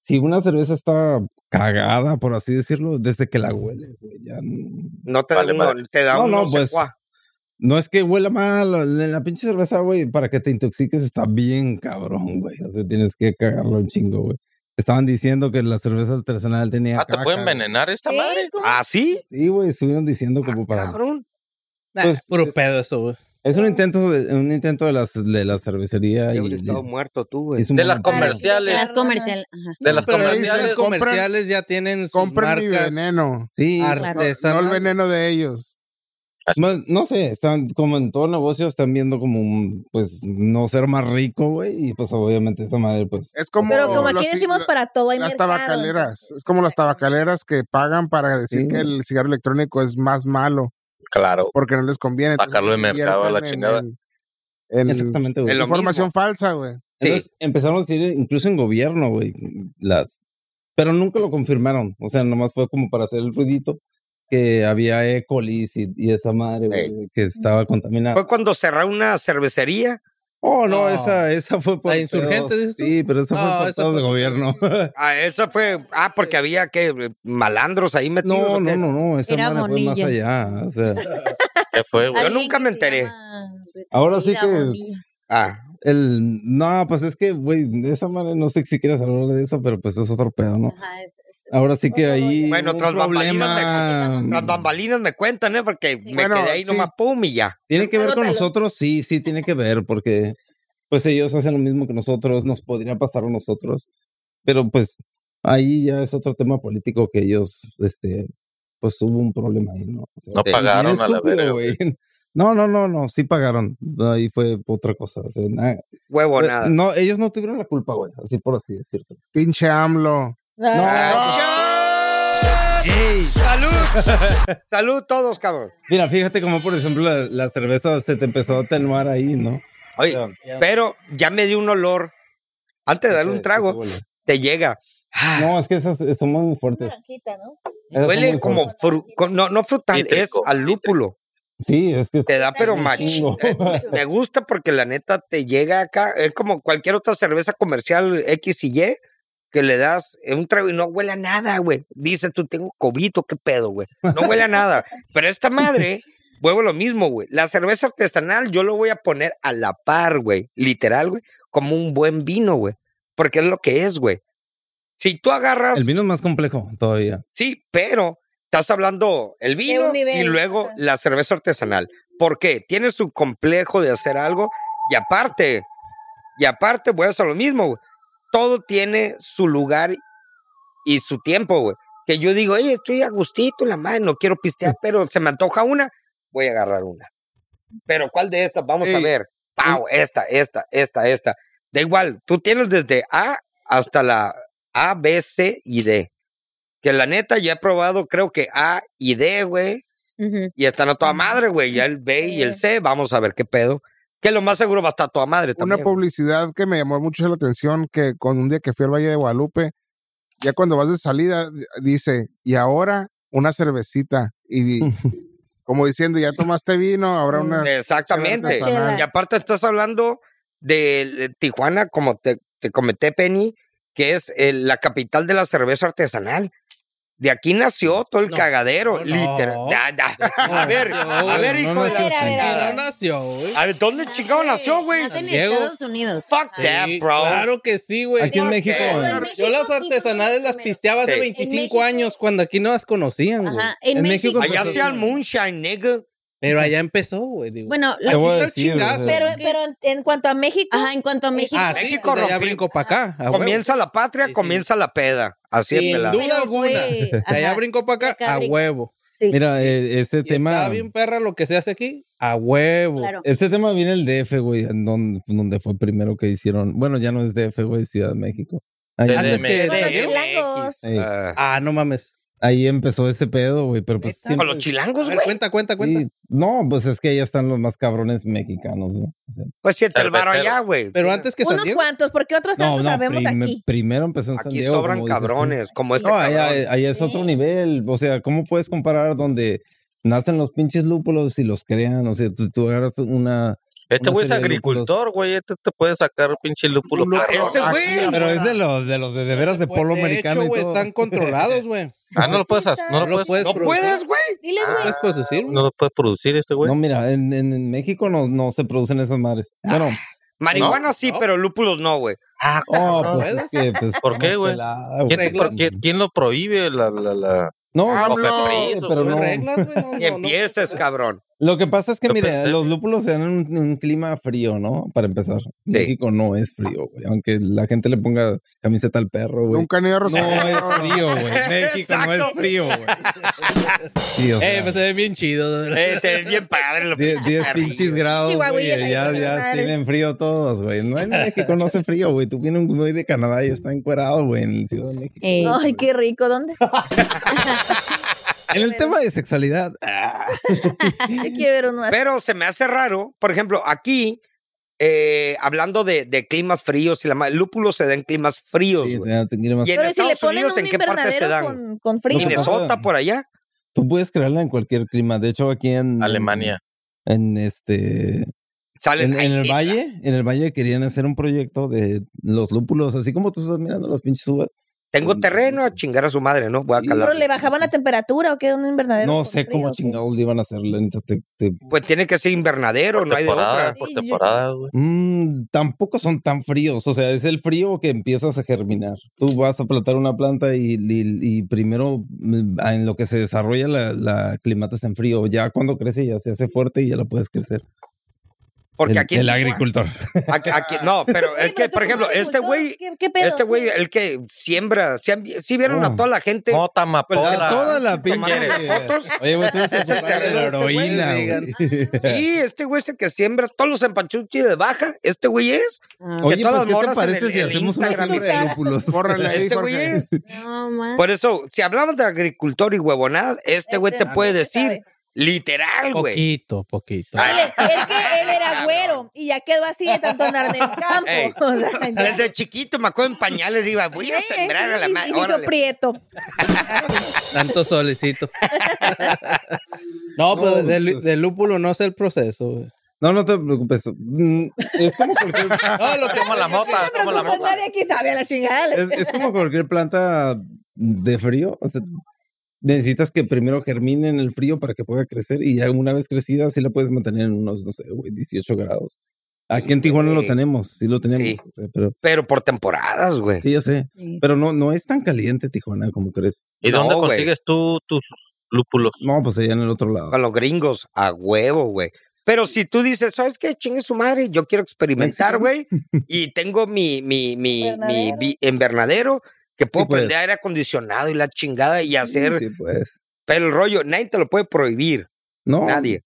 [SPEAKER 5] Si una cerveza está cagada, por así decirlo, desde que la hueles, güey, ya n-
[SPEAKER 2] No te
[SPEAKER 3] Vale,
[SPEAKER 2] da uno, te da
[SPEAKER 5] No,
[SPEAKER 2] uno
[SPEAKER 5] no, pues,
[SPEAKER 2] secuá.
[SPEAKER 5] No es que huela mal, la, la pinche cerveza, güey, para que te intoxiques está bien cabrón, güey. O sea, tienes que cagarlo un chingo, güey. Estaban diciendo que la cerveza artesanal tenía
[SPEAKER 3] Ah, ¿te
[SPEAKER 5] caca,
[SPEAKER 3] pueden
[SPEAKER 5] güey.
[SPEAKER 3] envenenar esta
[SPEAKER 1] ¿Qué?
[SPEAKER 3] madre?
[SPEAKER 1] ¿Cómo?
[SPEAKER 2] ¿Ah, sí?
[SPEAKER 5] Sí, güey, estuvieron diciendo como para...
[SPEAKER 2] Ah, Cabrón.
[SPEAKER 7] Nah,
[SPEAKER 5] Pues,
[SPEAKER 7] puro
[SPEAKER 5] es-
[SPEAKER 7] pedo eso, güey.
[SPEAKER 5] Es un intento de, un intento de, las, de la cervecería
[SPEAKER 2] Yo
[SPEAKER 5] y...
[SPEAKER 2] hubiera estado muerto tú, güey.
[SPEAKER 5] es un
[SPEAKER 3] De las
[SPEAKER 5] monopolio.
[SPEAKER 3] comerciales,
[SPEAKER 6] Las comerciales. Ajá.
[SPEAKER 3] de las
[SPEAKER 7] Pero
[SPEAKER 4] ahí
[SPEAKER 3] comerciales.
[SPEAKER 7] esas
[SPEAKER 4] dices, compren-
[SPEAKER 7] comerciales ya tienen sus
[SPEAKER 4] Compren mi
[SPEAKER 7] marcas
[SPEAKER 4] veneno.
[SPEAKER 5] Sí,
[SPEAKER 4] No
[SPEAKER 7] artesanales.
[SPEAKER 4] el veneno de ellos.
[SPEAKER 5] más- no sé, están como en todo negocio, están viendo como, un, pues, no ser más rico, güey, y pues obviamente esa madre, pues...
[SPEAKER 4] Es como.
[SPEAKER 1] Pero como
[SPEAKER 4] los
[SPEAKER 1] aquí
[SPEAKER 4] ci-
[SPEAKER 1] decimos para todo hay
[SPEAKER 4] Las
[SPEAKER 1] mercado,
[SPEAKER 4] tabacaleras.
[SPEAKER 1] entonces.
[SPEAKER 4] Es como las tabacaleras que pagan para decir
[SPEAKER 5] Sí.
[SPEAKER 4] que el cigarro electrónico es más malo
[SPEAKER 3] Claro.
[SPEAKER 4] porque no les conviene. Entonces,
[SPEAKER 3] Sacarlo de mercado a la
[SPEAKER 4] invierten
[SPEAKER 3] chingada.
[SPEAKER 4] En, en-
[SPEAKER 5] Exactamente, güey.
[SPEAKER 2] en
[SPEAKER 4] en
[SPEAKER 2] lo
[SPEAKER 4] información
[SPEAKER 2] mismo.
[SPEAKER 4] falsa, güey.
[SPEAKER 2] Sí.
[SPEAKER 5] Entonces empezaron a decir incluso en gobierno, güey, las... Pero nunca lo confirmaron, o sea, nomás fue como para hacer el ruidito que había E. coli y, y esa madre, güey, que estaba contaminada.
[SPEAKER 2] Fue cuando cerró una cervecería.
[SPEAKER 5] Oh, no,
[SPEAKER 7] No.
[SPEAKER 5] esa, esa fue por...
[SPEAKER 7] ¿La insurgente,
[SPEAKER 5] pedos.
[SPEAKER 7] dices tú?
[SPEAKER 5] Sí, pero esa fue
[SPEAKER 7] No,
[SPEAKER 5] por
[SPEAKER 7] esa
[SPEAKER 5] pedos de
[SPEAKER 7] fue-
[SPEAKER 5] gobierno.
[SPEAKER 2] Ah, eso fue. Ah, porque había que malandros ahí metidos.
[SPEAKER 5] no,
[SPEAKER 2] ¿o qué?
[SPEAKER 5] no, no, no, esa
[SPEAKER 6] Era
[SPEAKER 5] madre fue
[SPEAKER 6] Bonilla.
[SPEAKER 5] más allá, o sea...
[SPEAKER 3] ¿Qué fue, güey?
[SPEAKER 2] Ay.
[SPEAKER 6] Alguien
[SPEAKER 2] nunca
[SPEAKER 6] que
[SPEAKER 2] me
[SPEAKER 6] se
[SPEAKER 2] enteré.
[SPEAKER 6] llama, pues,
[SPEAKER 5] Ahora sí
[SPEAKER 6] Frida
[SPEAKER 5] que-
[SPEAKER 6] Bonilla.
[SPEAKER 2] Ah,
[SPEAKER 5] El, no, pues es que, güey, de esa manera no sé si quieres hablar de eso, pero pues es otro pedo, ¿no?
[SPEAKER 6] Ajá, es- es-
[SPEAKER 5] Ahora sí que ahí.
[SPEAKER 2] Bueno,
[SPEAKER 5] hubo
[SPEAKER 2] tras
[SPEAKER 5] un
[SPEAKER 2] bambalinas
[SPEAKER 5] problema.
[SPEAKER 2] Las bambalinas me cuentan, ¿eh? Porque me
[SPEAKER 4] Bueno,
[SPEAKER 2] quedé ahí
[SPEAKER 4] sí.
[SPEAKER 2] nomás, pum, y ya.
[SPEAKER 5] ¿Tiene que ver con
[SPEAKER 6] Anótalo.
[SPEAKER 5] nosotros? Sí, sí, tiene que ver, porque pues ellos hacen lo mismo que nosotros, nos podría pasar a nosotros, pero pues ahí ya es otro tema político que ellos, este, pues hubo un problema ahí, ¿no? O sea,
[SPEAKER 3] No
[SPEAKER 5] y bien
[SPEAKER 3] pagaron a la
[SPEAKER 5] estúpido,
[SPEAKER 3] verga,
[SPEAKER 5] güey. No, no, no, no, sí pagaron, ahí fue otra cosa, o sea, nada-
[SPEAKER 2] Huevo,
[SPEAKER 5] Pues,
[SPEAKER 2] nada.
[SPEAKER 5] No, ellos no tuvieron la culpa, güey, así por así decirlo.
[SPEAKER 4] Pinche AMLO.
[SPEAKER 2] ¡Ah! ¡Salud! ¡Salud todos, cabrón!
[SPEAKER 5] Mira, fíjate cómo, por ejemplo, la, la cerveza se te empezó a atenuar ahí, ¿no?
[SPEAKER 2] Oye, pero ya me dio un olor. Antes de darle un trago, te llega. Ah,
[SPEAKER 5] No, es que esas eh, son muy fuertes. Esas son
[SPEAKER 2] huele
[SPEAKER 5] muy
[SPEAKER 2] como
[SPEAKER 5] fuertes.
[SPEAKER 2] fru- con- no, no frutal, es
[SPEAKER 3] Cítrico,
[SPEAKER 2] al lúpulo.
[SPEAKER 5] Sí, es que...
[SPEAKER 2] Te da Ah, pero machín.
[SPEAKER 5] Chingo.
[SPEAKER 2] Eh, Me gusta porque la neta te llega acá. Es como cualquier otra cerveza comercial X y Y que le das un trago y no huele a nada, güey. Dice, tú tengo cobito, qué pedo, güey. No huele a nada. Pero esta madre, vuelvo a lo mismo, güey. La cerveza artesanal yo lo voy a poner a la par, güey. Literal, güey. Como un buen vino, güey. Porque es lo que es, güey. Si tú agarras
[SPEAKER 5] El vino es más complejo todavía.
[SPEAKER 2] Sí, pero estás hablando el vino
[SPEAKER 1] un nivel,
[SPEAKER 2] y luego
[SPEAKER 1] ajá.
[SPEAKER 2] la cerveza artesanal. ¿Por qué? Tiene su complejo de hacer algo y aparte, y aparte, voy a hacer lo mismo, güey. Todo tiene su lugar y su tiempo, güey. Que yo digo, oye, estoy a gustito, la madre, no quiero pistear, pero se me antoja una, voy a agarrar una. Pero ¿cuál de estas? Vamos a
[SPEAKER 4] Ey.
[SPEAKER 2] ver. Pau, esta, esta, esta, esta. Da igual, tú tienes desde A hasta la A, B, C y D. Que la neta, ya he probado, creo que A y D, güey.
[SPEAKER 6] ujú.
[SPEAKER 2] Y están a toda madre, güey. Ya el B y el C, vamos a ver qué pedo. Que lo más seguro va a estar a toda madre también.
[SPEAKER 4] Una publicidad que me llamó mucho la atención, que con un día que fui al Valle de Guadalupe, ya cuando vas de salida, d- dice, y ahora una cervecita. Y di- como diciendo, ya tomaste vino, ahora una...
[SPEAKER 5] Mm,
[SPEAKER 2] Exactamente.
[SPEAKER 4] Chela
[SPEAKER 2] Y aparte estás hablando de de Tijuana, como te, te comenté, Penny, que es el- la capital de la cerveza artesanal. De aquí nació todo el
[SPEAKER 7] No,
[SPEAKER 2] cagadero,
[SPEAKER 7] no,
[SPEAKER 2] literal.
[SPEAKER 7] no.
[SPEAKER 2] Ya, ya. A ver, a ver, Ah,
[SPEAKER 5] no,
[SPEAKER 2] hijo
[SPEAKER 5] no,
[SPEAKER 2] de la
[SPEAKER 5] sí, sí.
[SPEAKER 2] chingada.
[SPEAKER 7] No nació, güey.
[SPEAKER 2] A ver, ¿dónde chingado nació, güey?
[SPEAKER 6] Nace en
[SPEAKER 7] Diego.
[SPEAKER 6] Estados Unidos.
[SPEAKER 2] Fuck
[SPEAKER 6] Ajá.
[SPEAKER 2] that,
[SPEAKER 7] Sí,
[SPEAKER 2] bro.
[SPEAKER 7] Claro que sí, güey.
[SPEAKER 5] Aquí en México,
[SPEAKER 2] Yo
[SPEAKER 6] en
[SPEAKER 5] eh,
[SPEAKER 6] México
[SPEAKER 7] Yo las
[SPEAKER 6] sí fuimos
[SPEAKER 7] artesanales
[SPEAKER 6] los
[SPEAKER 7] las
[SPEAKER 6] primeros.
[SPEAKER 7] pisteaba hace
[SPEAKER 2] Sí.
[SPEAKER 7] 25
[SPEAKER 6] México-
[SPEAKER 7] años cuando aquí no las conocían, güey.
[SPEAKER 6] Ajá, en,
[SPEAKER 5] En
[SPEAKER 6] México.
[SPEAKER 5] México, pues,
[SPEAKER 2] Allá
[SPEAKER 5] sí.
[SPEAKER 2] hacían moonshine, nigga.
[SPEAKER 7] Pero allá empezó, güey. digo.
[SPEAKER 6] Bueno,
[SPEAKER 7] aquí
[SPEAKER 5] voy a
[SPEAKER 7] está el
[SPEAKER 5] decir, o sea,
[SPEAKER 7] chingazo.
[SPEAKER 1] Pero,
[SPEAKER 6] ¿Qué
[SPEAKER 1] pero en, en cuanto a México,
[SPEAKER 6] ajá, en cuanto a México.
[SPEAKER 7] ah, sí,
[SPEAKER 2] México
[SPEAKER 7] pues, de allá
[SPEAKER 2] rompió.
[SPEAKER 7] brinco para acá. a huevo.
[SPEAKER 2] Comienza la patria,
[SPEAKER 7] Sí, sí.
[SPEAKER 2] comienza la peda. Así es,
[SPEAKER 7] Sin
[SPEAKER 2] pelada.
[SPEAKER 7] duda
[SPEAKER 6] Pero
[SPEAKER 7] alguna.
[SPEAKER 6] pues, fue-
[SPEAKER 7] De allá
[SPEAKER 6] ajá.
[SPEAKER 7] brinco para
[SPEAKER 6] Acá
[SPEAKER 7] acá, a
[SPEAKER 6] brin-
[SPEAKER 7] huevo.
[SPEAKER 6] Sí,
[SPEAKER 5] Mira, eh, ese
[SPEAKER 7] Y Está
[SPEAKER 5] tema...
[SPEAKER 7] bien perra lo que se hace aquí, a huevo.
[SPEAKER 6] claro.
[SPEAKER 5] Este tema viene el DF, güey, en donde, donde fue primero que hicieron... Bueno, ya no es DF, güey, Ciudad de México. Ahí,
[SPEAKER 7] Antes que-
[SPEAKER 2] Con
[SPEAKER 1] Con
[SPEAKER 2] los
[SPEAKER 1] los
[SPEAKER 2] chilangos.
[SPEAKER 1] chilangos.
[SPEAKER 5] Ey.
[SPEAKER 2] Ah,
[SPEAKER 7] Ah, no mames.
[SPEAKER 5] ahí empezó ese pedo, güey, pero pues...
[SPEAKER 7] Neta.
[SPEAKER 5] siempre-
[SPEAKER 2] Con los
[SPEAKER 7] A
[SPEAKER 2] chilangos,
[SPEAKER 7] ver,
[SPEAKER 2] güey.
[SPEAKER 7] cuenta, cuenta,
[SPEAKER 5] sí.
[SPEAKER 7] cuenta.
[SPEAKER 5] No, pues es que ahí están los más cabrones mexicanos, ¿no? O sea,
[SPEAKER 2] Pues siente el bar
[SPEAKER 3] Cerveceros.
[SPEAKER 2] allá, güey.
[SPEAKER 7] Pero antes que San
[SPEAKER 1] unos
[SPEAKER 7] Diego,
[SPEAKER 1] cuantos, porque otros
[SPEAKER 5] no,
[SPEAKER 1] tantos
[SPEAKER 5] no,
[SPEAKER 1] sabemos
[SPEAKER 5] prim-
[SPEAKER 1] aquí.
[SPEAKER 5] primero empezó en San
[SPEAKER 2] Aquí
[SPEAKER 5] Diego,
[SPEAKER 2] sobran
[SPEAKER 5] como dices tú.
[SPEAKER 2] cabrones, como este
[SPEAKER 5] No, allá,
[SPEAKER 2] cabrón.
[SPEAKER 5] allá es otro nivel. O sea, ¿cómo puedes comparar donde nacen los pinches lúpulos y los crean? O sea, tú, tú agarras una...
[SPEAKER 3] Este
[SPEAKER 5] Una
[SPEAKER 3] güey es
[SPEAKER 5] serie de
[SPEAKER 3] agricultor, güey. Este te puede sacar pinche lúpulo. Ah,
[SPEAKER 4] Un lúpulo.
[SPEAKER 3] perro,
[SPEAKER 2] Este
[SPEAKER 3] ¿no?
[SPEAKER 2] güey.
[SPEAKER 4] Aquí,
[SPEAKER 5] Pero es de
[SPEAKER 4] afuera.
[SPEAKER 5] los de, los de, de veras de
[SPEAKER 7] Pues,
[SPEAKER 5] polo
[SPEAKER 7] de
[SPEAKER 5] americano
[SPEAKER 7] hecho,
[SPEAKER 5] y
[SPEAKER 7] güey,
[SPEAKER 5] todo.
[SPEAKER 7] están controlados, güey.
[SPEAKER 3] Ah, no lo puedes, hacer- no lo
[SPEAKER 7] No
[SPEAKER 3] puedes,
[SPEAKER 7] puedes
[SPEAKER 2] No
[SPEAKER 7] producir.
[SPEAKER 2] puedes, güey.
[SPEAKER 6] Diles,
[SPEAKER 7] No
[SPEAKER 6] güey.
[SPEAKER 7] puedes producir, güey.
[SPEAKER 3] no lo puedes producir este güey.
[SPEAKER 5] No, mira, en, en- en México no, no se producen esas madres. Bueno,
[SPEAKER 2] Marihuana sí,
[SPEAKER 7] No.
[SPEAKER 2] pero lúpulos no, güey.
[SPEAKER 3] Ah,
[SPEAKER 5] oh,
[SPEAKER 3] cabrón.
[SPEAKER 5] pues es que... Pues,
[SPEAKER 3] ¿Por qué,
[SPEAKER 5] más
[SPEAKER 3] güey?
[SPEAKER 5] pelada, güey.
[SPEAKER 3] ¿Quién, te- por qué- quién lo prohíbe? La, la, la...
[SPEAKER 5] No,
[SPEAKER 4] Ah,
[SPEAKER 5] no,
[SPEAKER 4] hablo.
[SPEAKER 5] sí, pero
[SPEAKER 7] Son
[SPEAKER 5] no.
[SPEAKER 7] reglas, güey, no,
[SPEAKER 2] Y
[SPEAKER 7] no, no.
[SPEAKER 2] empieces, cabrón.
[SPEAKER 5] Lo que pasa es que,
[SPEAKER 3] Yo
[SPEAKER 5] mira,
[SPEAKER 3] pensé.
[SPEAKER 5] los lúpulos se dan en un, un clima frío, ¿no? Para empezar. México no es frío, güey. Aunque la gente le ponga camiseta al perro, güey.
[SPEAKER 4] Nunca han ido a
[SPEAKER 5] No
[SPEAKER 4] Rosarito.
[SPEAKER 5] es frío, güey. México no es
[SPEAKER 2] Exacto.
[SPEAKER 5] frío, güey. Sí, o
[SPEAKER 7] Eh,
[SPEAKER 5] sea,
[SPEAKER 7] pues se ve bien chido.
[SPEAKER 2] Ese es bien padre. lo-
[SPEAKER 5] 10 10 pinches grados, güey.
[SPEAKER 1] Chihuahuillas ahí
[SPEAKER 5] Ya,
[SPEAKER 1] con
[SPEAKER 5] ya
[SPEAKER 1] las
[SPEAKER 2] ¿eh?
[SPEAKER 1] madres.
[SPEAKER 5] tienen frío todos, güey. No hay nadie que conoce frío, güey. Tú vienes un güey de Canadá y está encuerado, güey, en el Ciudad de México.
[SPEAKER 6] Eh,
[SPEAKER 1] Ay, qué rico, ¿dónde?
[SPEAKER 5] En el tema de sexualidad,
[SPEAKER 1] Yo quiero ver uno así.
[SPEAKER 2] Pero se me hace raro, por ejemplo, aquí, eh, hablando de, de climas fríos y la ma- el lúpulo se da en climas fríos,
[SPEAKER 5] sí, o
[SPEAKER 2] güey.
[SPEAKER 5] sea, te quiere más-
[SPEAKER 2] Y en
[SPEAKER 1] Pero si le
[SPEAKER 2] Estados
[SPEAKER 1] ponen
[SPEAKER 2] Unidos,
[SPEAKER 1] un
[SPEAKER 2] ¿en qué parte se
[SPEAKER 1] invernadero
[SPEAKER 2] dan?
[SPEAKER 1] con, con frío.
[SPEAKER 5] Lo que pasa-
[SPEAKER 2] Minnesota, por allá.
[SPEAKER 5] tú puedes crearla en cualquier clima. De hecho, aquí en
[SPEAKER 3] Alemania.
[SPEAKER 5] En este.
[SPEAKER 2] Salen
[SPEAKER 5] En, en el
[SPEAKER 2] ahí.
[SPEAKER 5] valle, en el valle querían hacer un proyecto de los lúpulos, así como tú estás mirando las pinches uvas,
[SPEAKER 2] Tengo terreno a chingar a su madre, ¿no? Voy a
[SPEAKER 5] Sí,
[SPEAKER 2] calar.
[SPEAKER 1] Pero le bajaban la temperatura o qué, un invernadero.
[SPEAKER 5] No
[SPEAKER 1] con
[SPEAKER 5] sé
[SPEAKER 1] frío,
[SPEAKER 5] cómo
[SPEAKER 1] ¿o qué?
[SPEAKER 5] chingados le iban a hacer lento. Te, te-
[SPEAKER 2] Pues tiene que ser invernadero, no hay de
[SPEAKER 3] temporada,
[SPEAKER 2] otra.
[SPEAKER 3] por
[SPEAKER 1] Sí, yo-
[SPEAKER 3] temporada, güey.
[SPEAKER 5] Mm, tampoco son tan fríos. O sea, es el frío que empiezas a germinar. Tú vas a plantar una planta y, y- y primero mm, en lo que se desarrolla la, la climatas en frío. Ya cuando crece ya se hace fuerte y ya la puedes crecer.
[SPEAKER 2] Porque
[SPEAKER 5] el,
[SPEAKER 2] aquí,
[SPEAKER 5] el
[SPEAKER 2] aquí-
[SPEAKER 5] agricultor.
[SPEAKER 2] aquí- no, pero
[SPEAKER 1] Oye,
[SPEAKER 2] es que,
[SPEAKER 1] tú
[SPEAKER 2] por
[SPEAKER 1] como
[SPEAKER 2] ejemplo, este
[SPEAKER 1] agricultor,
[SPEAKER 2] güey,
[SPEAKER 1] ¿qué- qué pedo?
[SPEAKER 2] este güey,
[SPEAKER 1] Sí.
[SPEAKER 2] el que siembra, si vieron
[SPEAKER 5] Oh.
[SPEAKER 2] a toda la gente.
[SPEAKER 3] Mota
[SPEAKER 2] Pues,
[SPEAKER 3] amapola.
[SPEAKER 5] Toda la pinche.
[SPEAKER 2] ¿Quieres fotos?
[SPEAKER 5] Oye, güey, tú vas a separar de la
[SPEAKER 2] Este güey,
[SPEAKER 5] heroína.
[SPEAKER 7] digan.
[SPEAKER 5] güey.
[SPEAKER 2] Sí, este güey es el que siembra todos los empachuchis de baja. Este güey es.
[SPEAKER 6] ah.
[SPEAKER 5] Oye,
[SPEAKER 2] todas las
[SPEAKER 5] pues, ¿qué te
[SPEAKER 2] morras en
[SPEAKER 5] parece
[SPEAKER 2] el-
[SPEAKER 5] si
[SPEAKER 2] el
[SPEAKER 5] hacemos una
[SPEAKER 2] Instagram
[SPEAKER 5] siembra de
[SPEAKER 1] están-
[SPEAKER 5] lúpulos?
[SPEAKER 4] Bórrale ahí,
[SPEAKER 2] Este güey
[SPEAKER 4] Jorge.
[SPEAKER 2] es.
[SPEAKER 6] No, man.
[SPEAKER 2] Por eso, si hablamos de agricultor y huevonada, este güey
[SPEAKER 1] Este
[SPEAKER 2] te puede
[SPEAKER 1] no, este
[SPEAKER 2] decir literal, güey.
[SPEAKER 7] Poquito, poquito.
[SPEAKER 2] Ah,
[SPEAKER 1] Dale, es que él era güero y ya quedó así de tanto andar en el campo.
[SPEAKER 2] Ey.
[SPEAKER 1] O sea, ya.
[SPEAKER 2] Desde chiquito me acuerdo en pañales, iba, voy a
[SPEAKER 1] Sí,
[SPEAKER 2] sembrar a la
[SPEAKER 1] y-
[SPEAKER 2] madre.
[SPEAKER 1] Y se hizo
[SPEAKER 2] Órale.
[SPEAKER 1] prieto.
[SPEAKER 7] Tanto solicito. no,
[SPEAKER 5] No,
[SPEAKER 7] pero de- de,
[SPEAKER 5] pues,
[SPEAKER 7] de lúpulo no es el proceso. güey.
[SPEAKER 5] No, no te preocupes. Mm, Es como cualquier,
[SPEAKER 7] No, lo que
[SPEAKER 3] Como la mota, como la
[SPEAKER 1] Pero pues
[SPEAKER 3] mota.
[SPEAKER 1] nadie aquí sabe a la chingada.
[SPEAKER 5] es, es como cualquier planta de frío. O sea, necesitas que primero germine en el frío para que pueda crecer y ya una vez crecida sí la puedes mantener en unos, no sé, güey, 18 grados. Aquí en Tijuana lo
[SPEAKER 2] Sí.
[SPEAKER 5] tenemos, sí lo tenemos.
[SPEAKER 2] Sí.
[SPEAKER 5] o sea, pero,
[SPEAKER 2] Pero por temporadas, güey.
[SPEAKER 5] sí, ya sé.
[SPEAKER 6] Sí.
[SPEAKER 5] Pero no, no es tan caliente Tijuana como crees.
[SPEAKER 3] ¿Y
[SPEAKER 2] No,
[SPEAKER 3] dónde
[SPEAKER 2] güey.
[SPEAKER 3] consigues tú tus lúpulos?
[SPEAKER 5] No, pues allá en el otro lado.
[SPEAKER 2] Con los gringos, a huevo, güey. Pero si tú dices, ¿sabes qué? Chingue su madre, yo
[SPEAKER 5] Pues
[SPEAKER 2] quiero experimentar, güey. Y tengo mi, mi, mi, mi
[SPEAKER 1] Invernadero.
[SPEAKER 2] vi- invernadero que puedo
[SPEAKER 5] pues.
[SPEAKER 2] prender aire acondicionado y la chingada y hacer.
[SPEAKER 5] Sí, pues.
[SPEAKER 2] Pero el rollo, nadie te lo puede prohibir.
[SPEAKER 5] No,
[SPEAKER 2] Nadie.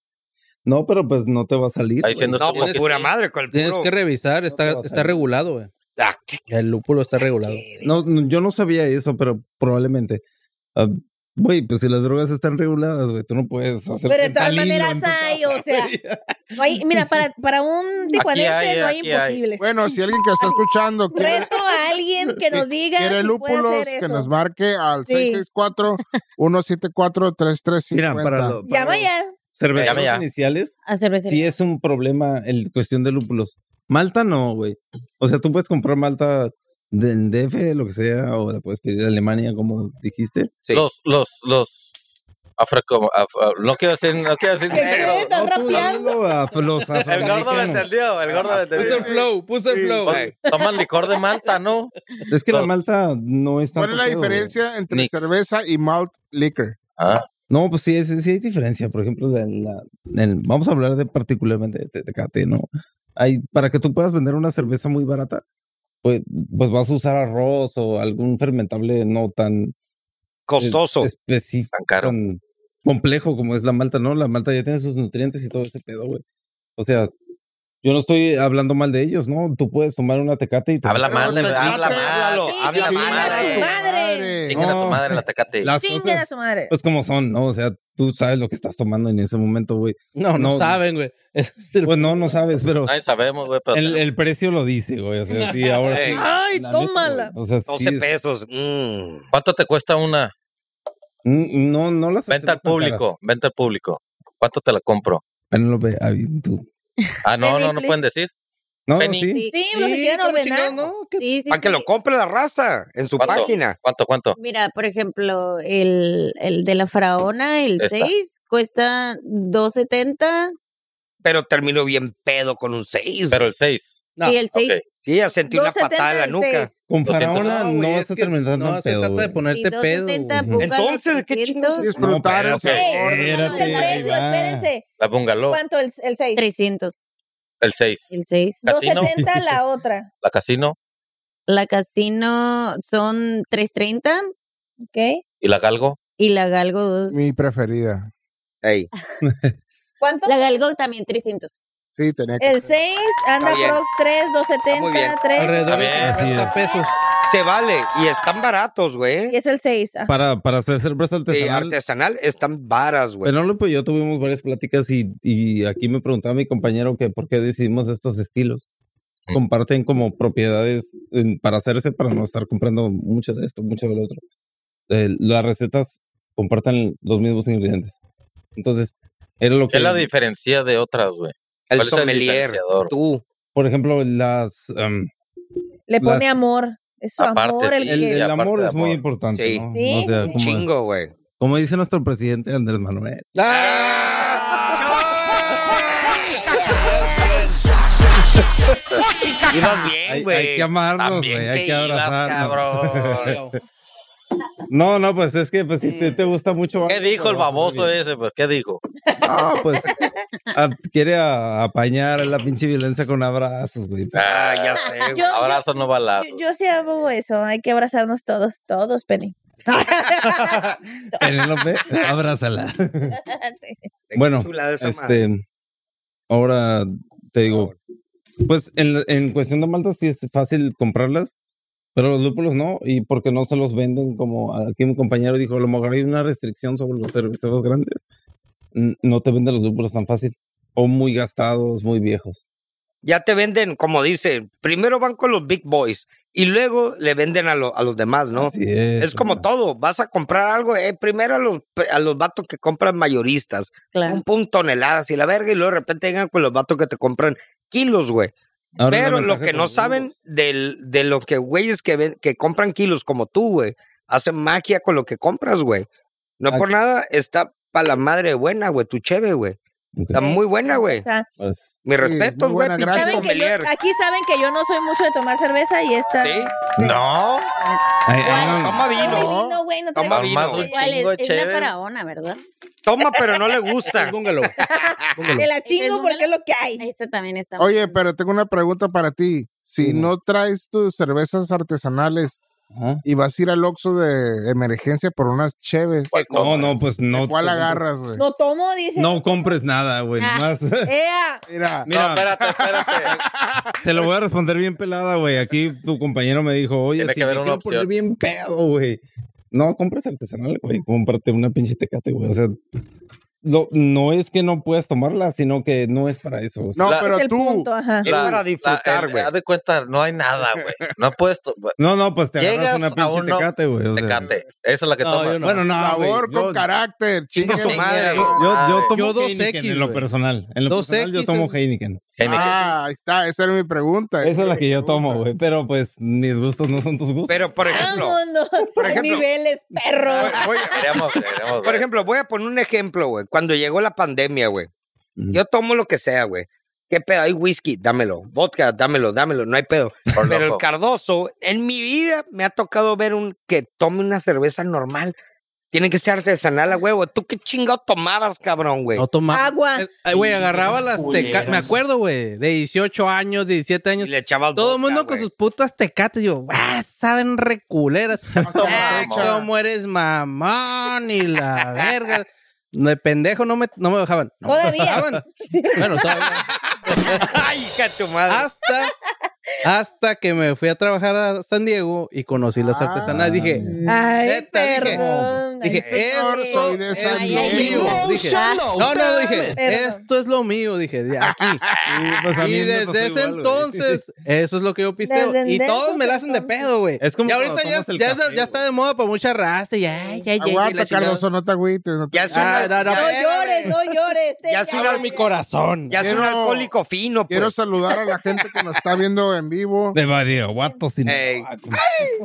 [SPEAKER 5] No, pero pues no te va a salir.
[SPEAKER 3] Ahí
[SPEAKER 5] güey.
[SPEAKER 3] siendo-
[SPEAKER 2] No,
[SPEAKER 3] como
[SPEAKER 2] con
[SPEAKER 3] que
[SPEAKER 2] pura
[SPEAKER 3] sí.
[SPEAKER 2] madre, con el
[SPEAKER 7] Tienes
[SPEAKER 2] puro-
[SPEAKER 7] que revisar, está,
[SPEAKER 5] No te vas a
[SPEAKER 7] está
[SPEAKER 5] ir.
[SPEAKER 7] regulado, güey.
[SPEAKER 2] Ah, qué-
[SPEAKER 7] El lúpulo está regulado.
[SPEAKER 5] No, no, yo no sabía eso, pero probablemente. Ah, Güey, pues si las drogas están reguladas, güey, tú no puedes hacer.
[SPEAKER 1] Pero de todas
[SPEAKER 5] fentanilo en
[SPEAKER 1] maneras
[SPEAKER 5] tu
[SPEAKER 1] hay,
[SPEAKER 5] casa,
[SPEAKER 1] o sea,
[SPEAKER 5] güey.
[SPEAKER 1] No hay- mira, para, para un tijuanense
[SPEAKER 3] hay,
[SPEAKER 1] no hay
[SPEAKER 3] aquí hay.
[SPEAKER 1] imposibles.
[SPEAKER 4] Bueno, si alguien que está escuchando quiere,
[SPEAKER 1] Reto a alguien que nos diga
[SPEAKER 4] quiere
[SPEAKER 1] si puede
[SPEAKER 4] lúpulos,
[SPEAKER 1] hacer
[SPEAKER 4] que
[SPEAKER 1] eso.
[SPEAKER 4] nos marque al
[SPEAKER 1] Sí.
[SPEAKER 4] 664-174-3350.
[SPEAKER 5] Mira, para, lo- para
[SPEAKER 1] Llama
[SPEAKER 5] los
[SPEAKER 1] ya.
[SPEAKER 5] cerveceros
[SPEAKER 3] Llama ya.
[SPEAKER 5] iniciales,
[SPEAKER 6] A cervecería.
[SPEAKER 5] sí es un problema en cuestión de lúpulos. Malta no, güey. O sea, tú puedes comprar malta del DF, lo que sea, o la puedes pedir a Alemania, como dijiste.
[SPEAKER 2] Sí.
[SPEAKER 3] Los, los, los. Afroco, af- af- no quiero decir, no quiero decir
[SPEAKER 1] ¿Qué
[SPEAKER 3] negro.
[SPEAKER 1] crees? Estás
[SPEAKER 5] No, tú
[SPEAKER 1] rapeando.
[SPEAKER 5] dilo a los
[SPEAKER 3] El gordo me
[SPEAKER 5] afroamericanos.
[SPEAKER 3] entendió, el gordo me entendió.
[SPEAKER 7] Puso
[SPEAKER 3] Pues,
[SPEAKER 7] el flow, puso el
[SPEAKER 4] Sí,
[SPEAKER 7] flow.
[SPEAKER 2] sí.
[SPEAKER 3] Toman licor de manta, ¿no?
[SPEAKER 5] Es que la
[SPEAKER 3] Los-
[SPEAKER 5] malta no es tan.
[SPEAKER 4] ¿Cuál es la diferencia entre
[SPEAKER 3] Nix.
[SPEAKER 4] cerveza y malt liquor?
[SPEAKER 3] Ah,
[SPEAKER 5] No, pues sí, sí, sí hay diferencia. Por ejemplo, la- la- el- vamos a hablar de particularmente de te- Tecate, ¿no? Hay, para que tú puedas vender una cerveza muy barata, pues, pues vas a usar arroz o algún fermentable no tan
[SPEAKER 2] costoso.
[SPEAKER 5] específico,
[SPEAKER 3] Tan caro.
[SPEAKER 5] tan complejo como es la malta, ¿no? La malta ya tiene sus nutrientes y todo ese pedo, güey. O sea, yo no estoy hablando mal de ellos, ¿no? Tú puedes tomar una Tecate y te
[SPEAKER 3] habla
[SPEAKER 5] vas a-
[SPEAKER 3] mal, de-
[SPEAKER 4] Pero
[SPEAKER 3] habla
[SPEAKER 4] Tecate,
[SPEAKER 3] mal.
[SPEAKER 2] háblalo, habla
[SPEAKER 1] Chinga
[SPEAKER 2] mal,
[SPEAKER 1] a su
[SPEAKER 2] eh.
[SPEAKER 1] madre.
[SPEAKER 3] Chinguen a su
[SPEAKER 5] No.
[SPEAKER 3] madre la tecate.
[SPEAKER 5] Las
[SPEAKER 1] Chinguen a
[SPEAKER 5] cosas,
[SPEAKER 1] su madre.
[SPEAKER 5] pues como son, ¿no? O sea, tú sabes lo que estás tomando en ese momento, güey.
[SPEAKER 7] No, no,
[SPEAKER 5] No.
[SPEAKER 7] saben, güey. Ese es el-
[SPEAKER 5] Pues no, no sabes, pero...
[SPEAKER 3] Ay, sabemos, güey, pero
[SPEAKER 5] El, el precio lo dice, güey. O sea, sí, ahora sí.
[SPEAKER 2] Ey.
[SPEAKER 1] Ay,
[SPEAKER 5] La neta,
[SPEAKER 1] tómala.
[SPEAKER 5] güey, o sea, sí
[SPEAKER 2] 12
[SPEAKER 5] es-
[SPEAKER 2] pesos. mm.
[SPEAKER 3] ¿cuánto te cuesta una?
[SPEAKER 5] N- Mm, No, no las
[SPEAKER 3] Venta al
[SPEAKER 5] hacemos tan
[SPEAKER 3] público,
[SPEAKER 5] caras.
[SPEAKER 3] venta al público. ¿Cuánto te la compro?
[SPEAKER 5] Penélope, ay, tú.
[SPEAKER 3] Ah, no,
[SPEAKER 6] Penny,
[SPEAKER 3] no, no
[SPEAKER 6] please.
[SPEAKER 3] pueden decir.
[SPEAKER 5] No,
[SPEAKER 3] Penny.
[SPEAKER 5] sí.
[SPEAKER 6] Sí,
[SPEAKER 1] Sí, los que
[SPEAKER 7] Sí,
[SPEAKER 1] quieren
[SPEAKER 7] ¿cómo
[SPEAKER 1] ordenar.
[SPEAKER 7] chingados, no? ¿Qué-
[SPEAKER 6] sí, sí,
[SPEAKER 2] Para que
[SPEAKER 6] sí.
[SPEAKER 2] lo compre la raza en su
[SPEAKER 3] ¿Cuánto?
[SPEAKER 2] página.
[SPEAKER 3] ¿Cuánto, cuánto?
[SPEAKER 6] Mira, por ejemplo, el, el de la faraona, el
[SPEAKER 3] Esta.
[SPEAKER 6] 6, cuesta 2.70
[SPEAKER 2] Pero terminó bien pedo con un 6.
[SPEAKER 3] Pero el 6.
[SPEAKER 7] No,
[SPEAKER 6] y el 6.
[SPEAKER 3] ok.
[SPEAKER 2] Sí, ya sentí una
[SPEAKER 1] 2.70
[SPEAKER 2] patada en la
[SPEAKER 1] el
[SPEAKER 2] nuca.
[SPEAKER 1] seis.
[SPEAKER 5] Con
[SPEAKER 3] Lo siento.
[SPEAKER 5] Faraona no,
[SPEAKER 7] güey, es
[SPEAKER 5] vas a
[SPEAKER 7] que
[SPEAKER 5] terminar
[SPEAKER 7] no,
[SPEAKER 5] tan
[SPEAKER 7] se
[SPEAKER 5] pedo,
[SPEAKER 7] trata de
[SPEAKER 5] güey.
[SPEAKER 7] ponerte
[SPEAKER 6] Y
[SPEAKER 7] Este pedo.
[SPEAKER 6] 270
[SPEAKER 7] güey.
[SPEAKER 6] Búcalo,
[SPEAKER 2] Entonces, ¿qué
[SPEAKER 6] 300.
[SPEAKER 2] chingados? es?
[SPEAKER 4] Disfrutar
[SPEAKER 3] pero
[SPEAKER 4] el
[SPEAKER 3] ok.
[SPEAKER 4] sabor.
[SPEAKER 1] Ey,
[SPEAKER 5] Espérate,
[SPEAKER 1] no, el
[SPEAKER 5] ahí
[SPEAKER 1] precio,
[SPEAKER 5] va.
[SPEAKER 1] espérense.
[SPEAKER 3] La bungalow,
[SPEAKER 1] ¿Cuánto el 6?
[SPEAKER 6] 300.
[SPEAKER 3] el 6.
[SPEAKER 6] El 6.
[SPEAKER 3] Casino.
[SPEAKER 1] 270 la otra.
[SPEAKER 3] La casino
[SPEAKER 6] La casino son 330
[SPEAKER 1] ¿Ok?
[SPEAKER 3] y la galgo.
[SPEAKER 6] y la galgo 2.
[SPEAKER 4] Mi preferida.
[SPEAKER 2] Ey,
[SPEAKER 1] ¿Cuánto?
[SPEAKER 6] La galgo también 300.
[SPEAKER 4] Sí, tenía que
[SPEAKER 1] El 6, anda
[SPEAKER 2] Está bien.
[SPEAKER 1] Prox 3,
[SPEAKER 2] Está muy bien.
[SPEAKER 1] 270, 3.
[SPEAKER 7] Eh, Alrededor de
[SPEAKER 3] Está
[SPEAKER 5] bien,
[SPEAKER 7] 50
[SPEAKER 5] así
[SPEAKER 1] es.
[SPEAKER 7] pesos.
[SPEAKER 2] se vale. Y están baratos,
[SPEAKER 1] Y
[SPEAKER 2] güey.
[SPEAKER 1] es el ah, 6.
[SPEAKER 5] Para, para hacer cerveza
[SPEAKER 2] Sí,
[SPEAKER 5] artesanal.
[SPEAKER 2] artesanal están varas, güey.
[SPEAKER 5] Penélope y yo pues, tuvimos varias pláticas y, y aquí me preguntaba mi compañero que por qué decidimos estos estilos.
[SPEAKER 3] Mm.
[SPEAKER 5] Comparten como propiedades en- para hacerse, para no estar comprando mucho de esto, mucho del otro. Eh, las recetas comparten los mismos ingredientes. Entonces, era lo
[SPEAKER 3] ¿Qué
[SPEAKER 5] que...
[SPEAKER 3] es la diferencia de otras, güey?
[SPEAKER 2] El
[SPEAKER 3] ¿Cuál es el
[SPEAKER 2] sommelier,
[SPEAKER 3] diferenciador?
[SPEAKER 2] tú.
[SPEAKER 5] Por ejemplo, las... em,
[SPEAKER 1] Le pone
[SPEAKER 5] Las-
[SPEAKER 1] amor. Es su
[SPEAKER 3] Aparte,
[SPEAKER 1] amor el
[SPEAKER 3] sí,
[SPEAKER 5] El,
[SPEAKER 1] que.
[SPEAKER 5] el
[SPEAKER 3] aparte
[SPEAKER 5] amor
[SPEAKER 3] de
[SPEAKER 5] es muy
[SPEAKER 3] amor.
[SPEAKER 5] importante.
[SPEAKER 2] Sí.
[SPEAKER 5] ¿no?
[SPEAKER 1] Sí,
[SPEAKER 5] O sea,
[SPEAKER 1] sí, sí.
[SPEAKER 5] como,
[SPEAKER 2] Chingo, güey.
[SPEAKER 5] como dice nuestro presidente Andrés Manuel.
[SPEAKER 7] Ah,
[SPEAKER 2] Ibas
[SPEAKER 5] Hay,
[SPEAKER 2] bien,
[SPEAKER 5] hay
[SPEAKER 2] güey.
[SPEAKER 5] que amarnos,
[SPEAKER 3] También
[SPEAKER 5] güey.
[SPEAKER 3] te
[SPEAKER 5] Hay que
[SPEAKER 3] ibas,
[SPEAKER 5] abrazarnos.
[SPEAKER 3] cabrón.
[SPEAKER 5] No, no, pues es que pues, si te, te gusta mucho.
[SPEAKER 3] ¿Qué
[SPEAKER 5] algo,
[SPEAKER 3] dijo el
[SPEAKER 5] lo vas a hacer
[SPEAKER 3] baboso
[SPEAKER 5] bien.
[SPEAKER 3] ese? Pues, ¿qué dijo?
[SPEAKER 5] Ah, pues a- quiere a- apañar la pinche violencia con abrazos, güey.
[SPEAKER 2] Ah, ya sé, güey.
[SPEAKER 1] Yo-
[SPEAKER 3] Abrazos, no balazos.
[SPEAKER 1] Yo, yo sí hago eso. Hay que abrazarnos todos, todos, Penny.
[SPEAKER 5] Penélope, abrázala.
[SPEAKER 1] Ah, Sí.
[SPEAKER 5] Bueno,
[SPEAKER 2] Qué chulada esa madre.
[SPEAKER 5] Este, ahora te digo, pues en, la- en cuestión de maltas sí es fácil comprarlas, pero los lúpulos no, y porque no se los venden como aquí mi compañero dijo, a lo mejor hay una restricción sobre los cerveceros grandes, n- no te venden los lúpulos tan fácil, o muy gastados, muy viejos.
[SPEAKER 2] ya te venden, como dice, primero van con los big boys y luego le venden a, lo- a los demás, ¿no?
[SPEAKER 5] Así es,
[SPEAKER 2] Es como
[SPEAKER 5] ¿verdad?
[SPEAKER 2] todo, vas a comprar algo, eh, primero a los, a los vatos que compran mayoristas,
[SPEAKER 6] Claro.
[SPEAKER 2] un pum toneladas y la verga, y luego de repente llegan con los vatos que te compran kilos, güey.
[SPEAKER 5] Ahora, la
[SPEAKER 2] Pero lo
[SPEAKER 5] ventaja
[SPEAKER 2] que
[SPEAKER 5] con
[SPEAKER 2] no
[SPEAKER 5] los
[SPEAKER 2] saben
[SPEAKER 5] lúpulos,
[SPEAKER 2] del, de lo que güeyes que, ven- que compran kilos como tú, güey, hacen magia con lo que compras, güey. No
[SPEAKER 5] Ah.
[SPEAKER 2] por nada está para la madre buena, güey, tu cheve, güey. Está
[SPEAKER 5] ok,
[SPEAKER 2] muy buena, güey.
[SPEAKER 1] Está-
[SPEAKER 5] pues,
[SPEAKER 2] Mis
[SPEAKER 4] Sí,
[SPEAKER 2] respetos,
[SPEAKER 4] muy
[SPEAKER 2] güey,
[SPEAKER 4] buena,
[SPEAKER 2] pinche
[SPEAKER 4] gracias.
[SPEAKER 1] ¿Saben que yo-
[SPEAKER 2] sommelier.
[SPEAKER 1] aquí saben que yo no soy mucho de tomar cerveza y esta.
[SPEAKER 2] Sí,
[SPEAKER 3] No,
[SPEAKER 5] ay, ay,
[SPEAKER 2] toma vino.
[SPEAKER 1] No, güey, no
[SPEAKER 2] Toma
[SPEAKER 1] traigo-
[SPEAKER 2] vino.
[SPEAKER 3] más un
[SPEAKER 2] güey.
[SPEAKER 6] ¿Cuál es?
[SPEAKER 3] chingo de
[SPEAKER 6] Es la
[SPEAKER 3] chévere.
[SPEAKER 6] faraona, ¿verdad?
[SPEAKER 2] Toma, pero no le gusta.
[SPEAKER 7] Es búngalo.
[SPEAKER 1] Te la
[SPEAKER 6] ¿Ese es
[SPEAKER 1] chingo porque es lo que hay.
[SPEAKER 6] Esta también está.
[SPEAKER 4] Oye, pero tengo una pregunta para ti. Si
[SPEAKER 5] Dime.
[SPEAKER 4] no traes tus cervezas artesanales
[SPEAKER 5] ajá.
[SPEAKER 4] y vas a ir al Oxxo de emergencia por unas cheves,
[SPEAKER 5] no, no, pues no.
[SPEAKER 4] ¿de ¿cuál
[SPEAKER 5] te-
[SPEAKER 4] agarras, güey? Eh,
[SPEAKER 1] No tomo, dice.
[SPEAKER 5] No compres nada, güey,
[SPEAKER 6] Ah.
[SPEAKER 5] nomás.
[SPEAKER 1] Ea,
[SPEAKER 4] Mira,
[SPEAKER 3] No,
[SPEAKER 5] Mira,
[SPEAKER 3] espérate, espérate.
[SPEAKER 5] Te lo voy a responder bien pelada, güey. Aquí tu compañero me dijo, oye,
[SPEAKER 3] Tiene
[SPEAKER 5] si
[SPEAKER 3] que
[SPEAKER 5] me
[SPEAKER 3] haber una
[SPEAKER 5] quiero poner
[SPEAKER 3] opción.
[SPEAKER 5] bien pedo, güey. No, compras artesanal, güey. Cómprate una pinche tecate, güey. O sea, lo- no es que no puedas tomarla, sino que no es para eso. o sea.
[SPEAKER 4] no,
[SPEAKER 3] la-
[SPEAKER 1] es
[SPEAKER 4] pero
[SPEAKER 1] el
[SPEAKER 4] tú,
[SPEAKER 1] punto, ajá.
[SPEAKER 3] eh,
[SPEAKER 2] Es para disfrutar,
[SPEAKER 3] el-
[SPEAKER 2] güey.
[SPEAKER 3] Haz de cuenta, no hay nada, güey. No puedes to-
[SPEAKER 5] no, no, pues te agarras
[SPEAKER 3] Llegas
[SPEAKER 5] una
[SPEAKER 3] a
[SPEAKER 5] pinche
[SPEAKER 3] uno-
[SPEAKER 5] tecate, güey. o sea.
[SPEAKER 3] tecate. Esa es la que
[SPEAKER 7] No,
[SPEAKER 3] toma.
[SPEAKER 7] yo no.
[SPEAKER 5] Bueno, no,
[SPEAKER 4] sabor
[SPEAKER 5] Ah, güey,
[SPEAKER 4] con
[SPEAKER 5] yo-
[SPEAKER 4] carácter,
[SPEAKER 2] Chinga
[SPEAKER 4] chinga
[SPEAKER 2] su
[SPEAKER 4] su madre.
[SPEAKER 2] madre.
[SPEAKER 5] Yo, yo tomo
[SPEAKER 7] Yo dos
[SPEAKER 5] Heineken
[SPEAKER 7] X,
[SPEAKER 5] en lo
[SPEAKER 7] güey.
[SPEAKER 5] personal. En lo
[SPEAKER 7] Dos
[SPEAKER 5] personal yo
[SPEAKER 7] X
[SPEAKER 5] tomo
[SPEAKER 7] es-
[SPEAKER 5] Heineken.
[SPEAKER 3] Heineken.
[SPEAKER 4] Ah, ahí está, esa era mi pregunta.
[SPEAKER 5] Esa es la que yo tomo, güey. Pero pues mis gustos no son tus gustos.
[SPEAKER 2] Pero, por ejemplo,
[SPEAKER 1] Vámonos.
[SPEAKER 2] por
[SPEAKER 1] Hay
[SPEAKER 2] ejemplo-
[SPEAKER 1] niveles, perro.
[SPEAKER 2] voy- voy-
[SPEAKER 3] Queremos, queremos,
[SPEAKER 2] por
[SPEAKER 3] güey.
[SPEAKER 2] ejemplo, voy a poner un ejemplo, güey. Cuando llegó la pandemia, güey.
[SPEAKER 5] Ujú.
[SPEAKER 2] Yo tomo lo que sea, güey. ¿Qué pedo? Hay whisky, dámelo. Vodka, dámelo, dámelo. No hay pedo.
[SPEAKER 3] Por
[SPEAKER 2] Pero el
[SPEAKER 3] loco.
[SPEAKER 2] Cardoso, en mi vida me ha tocado ver un que tome una cerveza normal. Tiene que ser artesanal a huevo. ¿Tú qué chingado tomabas, cabrón, güey?
[SPEAKER 7] No toma.
[SPEAKER 1] Agua.
[SPEAKER 7] Ay, Eh, Güey, agarraba las tecates. Me acuerdo, güey, de 18 años, 17
[SPEAKER 2] Y
[SPEAKER 7] años.
[SPEAKER 2] le echabas
[SPEAKER 7] Todo el
[SPEAKER 2] vodka,
[SPEAKER 7] mundo con
[SPEAKER 2] güey.
[SPEAKER 7] sus putas tecates. Yo, ah, saben reculeras.
[SPEAKER 4] la
[SPEAKER 7] Ah,
[SPEAKER 4] fecha.
[SPEAKER 7] ¿Cómo eres mamón y la verga? De pendejo no me, no me dejaban. No me
[SPEAKER 1] Todavía.
[SPEAKER 7] dejaban. Bueno, todavía.
[SPEAKER 2] ¡Ay, hija de tu madre!
[SPEAKER 7] Hasta, hasta que me fui a trabajar a San Diego y conocí las
[SPEAKER 4] Ah,
[SPEAKER 7] artesanas. Dije,
[SPEAKER 5] mira.
[SPEAKER 2] Ah.
[SPEAKER 1] Ay,
[SPEAKER 7] Neta, dije.
[SPEAKER 1] perdón.
[SPEAKER 7] dije,
[SPEAKER 1] Ay, sí,
[SPEAKER 4] señor,
[SPEAKER 1] sí.
[SPEAKER 4] soy de San
[SPEAKER 7] es
[SPEAKER 6] Diego".
[SPEAKER 7] lo mío. Dije,
[SPEAKER 6] Emotional,
[SPEAKER 7] no, no, dije,
[SPEAKER 1] espérame.
[SPEAKER 7] esto es lo mío. Dije, de aquí.
[SPEAKER 5] Sí, pues, a mí
[SPEAKER 7] Y
[SPEAKER 5] me pasó
[SPEAKER 7] desde ese
[SPEAKER 5] igual, güey.
[SPEAKER 7] entonces, eso es lo que yo pisteo.
[SPEAKER 1] Desde
[SPEAKER 7] y todos
[SPEAKER 1] esos
[SPEAKER 7] me la hacen de
[SPEAKER 1] entonces.
[SPEAKER 7] pedo, güey.
[SPEAKER 5] Es como
[SPEAKER 7] Y ahorita
[SPEAKER 5] cuando
[SPEAKER 7] ya,
[SPEAKER 5] tomas el
[SPEAKER 7] ya es de-
[SPEAKER 5] café,
[SPEAKER 7] ya está
[SPEAKER 5] güey.
[SPEAKER 7] de moda para mucha raza. Y ay, ya, ya, ya. y la
[SPEAKER 4] Aguanta,
[SPEAKER 7] chingada.
[SPEAKER 4] Cardoso, no te agüites. no te-
[SPEAKER 2] Ya es un,
[SPEAKER 7] Ah, no, no,
[SPEAKER 1] No
[SPEAKER 7] espérame.
[SPEAKER 1] llores, no llores. te-
[SPEAKER 2] Ya es una-
[SPEAKER 7] Abro mi corazón.
[SPEAKER 2] ya es un
[SPEAKER 4] Quiero-
[SPEAKER 2] alcohólico fino,
[SPEAKER 4] Quiero
[SPEAKER 2] pues.
[SPEAKER 4] saludar a la gente que nos está viendo en vivo.
[SPEAKER 5] De Badío, Guatos y
[SPEAKER 2] Ey. De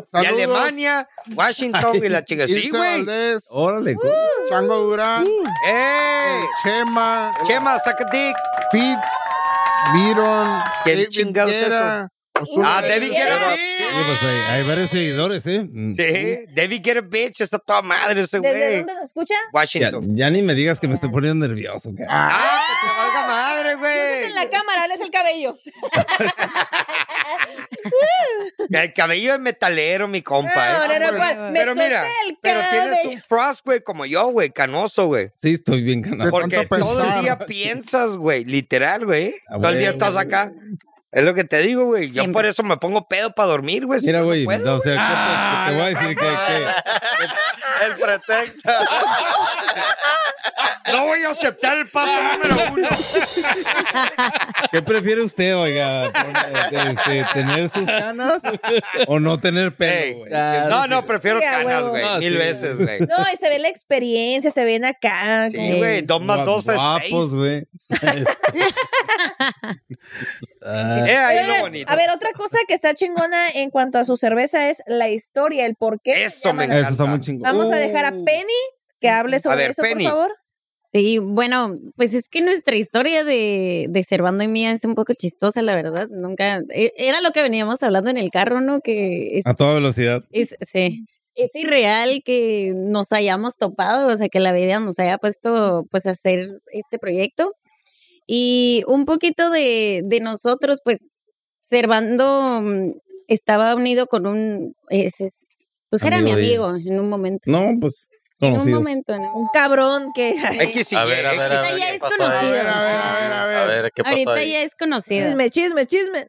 [SPEAKER 4] Saludos.
[SPEAKER 2] Alemania, Washington y la chinga. Sí,
[SPEAKER 4] Ilse
[SPEAKER 2] güey.
[SPEAKER 4] Valdés,
[SPEAKER 5] Órale, güey.
[SPEAKER 4] Chango Durán,
[SPEAKER 5] Uh.
[SPEAKER 2] ¡Ey!
[SPEAKER 4] Chema,
[SPEAKER 2] Chema, saca dick.
[SPEAKER 4] Fitz, Viron,
[SPEAKER 2] ¿Qué
[SPEAKER 4] David
[SPEAKER 2] chingados es
[SPEAKER 4] Guerra, Ozuna
[SPEAKER 2] Ah, David
[SPEAKER 4] Guerra.
[SPEAKER 2] Guerra,
[SPEAKER 5] Sí,
[SPEAKER 2] sí.
[SPEAKER 5] pues, hay, hay varios seguidores, ¿eh? Mm.
[SPEAKER 2] Sí, David Guerra, bitch, está toda madre ese
[SPEAKER 1] ¿Desde
[SPEAKER 2] güey.
[SPEAKER 1] dónde nos escucha?
[SPEAKER 5] Ya,
[SPEAKER 2] Washington.
[SPEAKER 5] ya ni me digas que me estoy poniendo nervioso. güey.
[SPEAKER 2] ¡Ah, que te valga madre,
[SPEAKER 1] En la
[SPEAKER 2] güey!
[SPEAKER 1] cámara, es el cabello.
[SPEAKER 2] El cabello de metalero, mi compa.
[SPEAKER 1] No,
[SPEAKER 2] ¿eh?
[SPEAKER 1] no, no,
[SPEAKER 2] Pues,
[SPEAKER 1] pues, me
[SPEAKER 2] pero mira,
[SPEAKER 1] solté el
[SPEAKER 2] pero tienes
[SPEAKER 1] cabello.
[SPEAKER 2] un frost, güey, como yo, güey, canoso, güey.
[SPEAKER 5] Sí, estoy bien ganado.
[SPEAKER 4] De
[SPEAKER 2] Porque
[SPEAKER 4] tanto
[SPEAKER 2] todo el
[SPEAKER 4] pensar.
[SPEAKER 2] día piensas, güey, literal, güey.
[SPEAKER 5] Ah,
[SPEAKER 2] Todo el día
[SPEAKER 5] güey.
[SPEAKER 2] estás acá. Es lo que te digo, güey. Yo
[SPEAKER 6] Siempre.
[SPEAKER 2] por eso me pongo pedo para dormir, güey. si
[SPEAKER 5] Mira,
[SPEAKER 2] no, no
[SPEAKER 5] güey,
[SPEAKER 2] puedo, Ah,
[SPEAKER 5] no, o sea, que te, te voy a decir que, que-
[SPEAKER 3] El pretexto.
[SPEAKER 2] No voy a aceptar el paso número uno.
[SPEAKER 5] ¿qué prefiere usted, oiga? Este, ¿Tener sus canas o no tener
[SPEAKER 2] Ey,
[SPEAKER 5] pelo, güey?
[SPEAKER 7] Ah,
[SPEAKER 2] No,
[SPEAKER 7] sí.
[SPEAKER 2] no, prefiero
[SPEAKER 1] Sí, a
[SPEAKER 2] canas,
[SPEAKER 1] huevo.
[SPEAKER 2] güey.
[SPEAKER 7] No,
[SPEAKER 2] mil
[SPEAKER 7] sí.
[SPEAKER 2] veces, güey.
[SPEAKER 1] No, y se ve la experiencia, se ven acá.
[SPEAKER 2] Sí,
[SPEAKER 1] como-
[SPEAKER 2] güey. Dos más
[SPEAKER 5] Guap-
[SPEAKER 2] dos es seis.
[SPEAKER 5] Guapos, güey.
[SPEAKER 7] Ah,
[SPEAKER 2] Eh, ahí lo
[SPEAKER 1] Oigan,
[SPEAKER 2] bonito.
[SPEAKER 1] A ver, otra cosa que está chingona en cuanto a su cerveza es la historia, el por qué.
[SPEAKER 2] Eso me
[SPEAKER 1] Llaman-
[SPEAKER 5] eso está
[SPEAKER 2] encanta. Uh.
[SPEAKER 5] muy chingón. Uh.
[SPEAKER 1] Vamos a dejar a Penny que hable sobre
[SPEAKER 2] ver,
[SPEAKER 1] eso,
[SPEAKER 2] Penny.
[SPEAKER 1] por favor.
[SPEAKER 6] Sí, bueno, pues es que nuestra historia de, de Servando y mía es un poco chistosa, la verdad. Nunca. e- Era lo que veníamos hablando en el carro, ¿no? Que es,
[SPEAKER 5] A toda velocidad.
[SPEAKER 6] es, sí, es irreal que nos hayamos topado, o sea, que la vida nos haya puesto pues a hacer este proyecto. Y un poquito de, de nosotros, pues, Servando mm, estaba unido con un. ese es- pues era mi
[SPEAKER 5] Amigo de ella.
[SPEAKER 6] amigo en un momento.
[SPEAKER 5] No, pues
[SPEAKER 6] En un
[SPEAKER 5] conocidos.
[SPEAKER 6] momento, en un
[SPEAKER 1] Un cabrón que
[SPEAKER 2] X y
[SPEAKER 3] A ver, a
[SPEAKER 2] Y,
[SPEAKER 3] ver,
[SPEAKER 2] X
[SPEAKER 3] a
[SPEAKER 2] y
[SPEAKER 6] Esa
[SPEAKER 3] ver.
[SPEAKER 6] ya
[SPEAKER 3] ¿qué
[SPEAKER 6] es
[SPEAKER 3] pasó ahí?
[SPEAKER 6] conocida.
[SPEAKER 4] A ver, a ver, a ver, a ver.
[SPEAKER 3] A ver, ¿qué pasó
[SPEAKER 6] Ahorita
[SPEAKER 3] ahí?
[SPEAKER 6] ya es conocida.
[SPEAKER 1] chisme, chisme, chisme.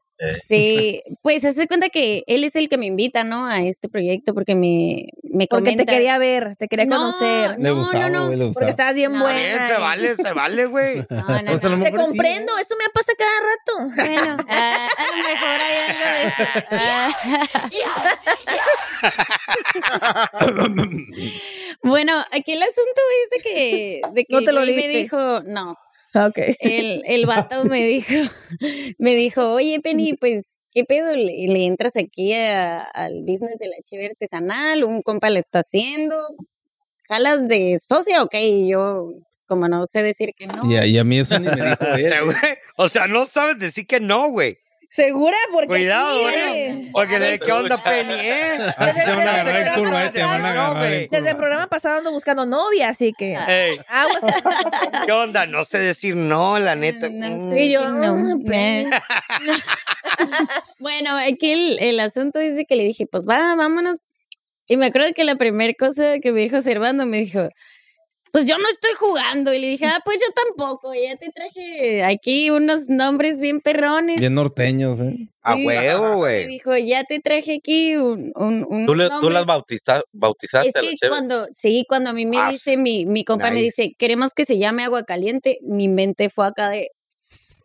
[SPEAKER 6] Sí, pues se hace cuenta que él es el que me invita, ¿no? A este proyecto porque me, me
[SPEAKER 1] Porque
[SPEAKER 6] comenta.
[SPEAKER 1] te quería ver, te quería
[SPEAKER 6] No,
[SPEAKER 1] conocer.
[SPEAKER 5] Le
[SPEAKER 6] No,
[SPEAKER 5] gustaba,
[SPEAKER 6] no, no,
[SPEAKER 5] güey, le
[SPEAKER 1] Porque
[SPEAKER 5] gustaba.
[SPEAKER 1] estabas bien
[SPEAKER 6] No.
[SPEAKER 2] Bien,
[SPEAKER 1] buena.
[SPEAKER 2] se
[SPEAKER 1] y-
[SPEAKER 2] vale, se vale, güey.
[SPEAKER 6] No, no, no.
[SPEAKER 5] O sea, a
[SPEAKER 1] Te
[SPEAKER 5] lo mejor sí. ¿eh?
[SPEAKER 1] comprendo, eso me pasa cada rato.
[SPEAKER 6] Bueno, ah, a lo mejor hay algo de eso. Ah. bueno, aquí el asunto es de que, de que
[SPEAKER 1] No te lo
[SPEAKER 6] él me
[SPEAKER 1] diste.
[SPEAKER 6] dijo, no,
[SPEAKER 1] Ok.
[SPEAKER 6] el, el vato me dijo, me dijo, oye Penny, pues, ¿qué pedo? ¿Le, le entras aquí a- al business de la chiva artesanal? Un compa la está haciendo. ¿Jalas de socia? Ok, y yo, pues, como no sé decir que no.
[SPEAKER 5] Y a, y a mí eso ni me dijo
[SPEAKER 2] O
[SPEAKER 5] él.
[SPEAKER 2] sea, güey, o sea, no sabes decir que no, güey.
[SPEAKER 1] ¿Segura? Porque
[SPEAKER 2] Cuidado,
[SPEAKER 1] aquí,
[SPEAKER 2] güey.
[SPEAKER 1] eh,
[SPEAKER 2] Porque
[SPEAKER 6] A
[SPEAKER 2] de
[SPEAKER 6] ver,
[SPEAKER 2] qué onda,
[SPEAKER 3] escucha.
[SPEAKER 2] Penny, ¿eh?
[SPEAKER 5] Ah, te van a agarrar en curva, eh, te van a
[SPEAKER 2] No,
[SPEAKER 5] agarrar en
[SPEAKER 2] güey.
[SPEAKER 5] curva.
[SPEAKER 1] Desde el programa pasado ando buscando novia, así que.
[SPEAKER 2] Ey,
[SPEAKER 1] Aguas.
[SPEAKER 2] ¿Qué onda? No sé decir no, la neta.
[SPEAKER 6] No
[SPEAKER 2] Mm.
[SPEAKER 6] sé.
[SPEAKER 1] Y yo,
[SPEAKER 6] no,
[SPEAKER 1] "Ah,
[SPEAKER 6] me-
[SPEAKER 1] Penny".
[SPEAKER 6] pues". Bueno, aquí el, el asunto es de que le dije, pues va, vámonos. Y me acuerdo que la primera cosa que me dijo Servando me dijo, pues yo no estoy jugando. Y le dije, ah, pues yo tampoco. Ya te traje aquí unos nombres bien perrones.
[SPEAKER 5] Bien norteños, ¿eh?
[SPEAKER 2] A
[SPEAKER 6] Sí.
[SPEAKER 2] huevo,
[SPEAKER 6] Me
[SPEAKER 2] güey.
[SPEAKER 6] dijo, ya te traje aquí un, un, unos
[SPEAKER 3] ¿Tú, le- tú
[SPEAKER 6] nombres".
[SPEAKER 3] las bautiza- bautizaste
[SPEAKER 6] Es
[SPEAKER 3] a las
[SPEAKER 6] que
[SPEAKER 3] cheves?
[SPEAKER 6] cuando, sí, cuando a mí me
[SPEAKER 2] Ah,
[SPEAKER 6] dice, mi, mi compa me
[SPEAKER 2] nice.
[SPEAKER 6] dice, queremos que se llame agua caliente, mi mente fue acá de...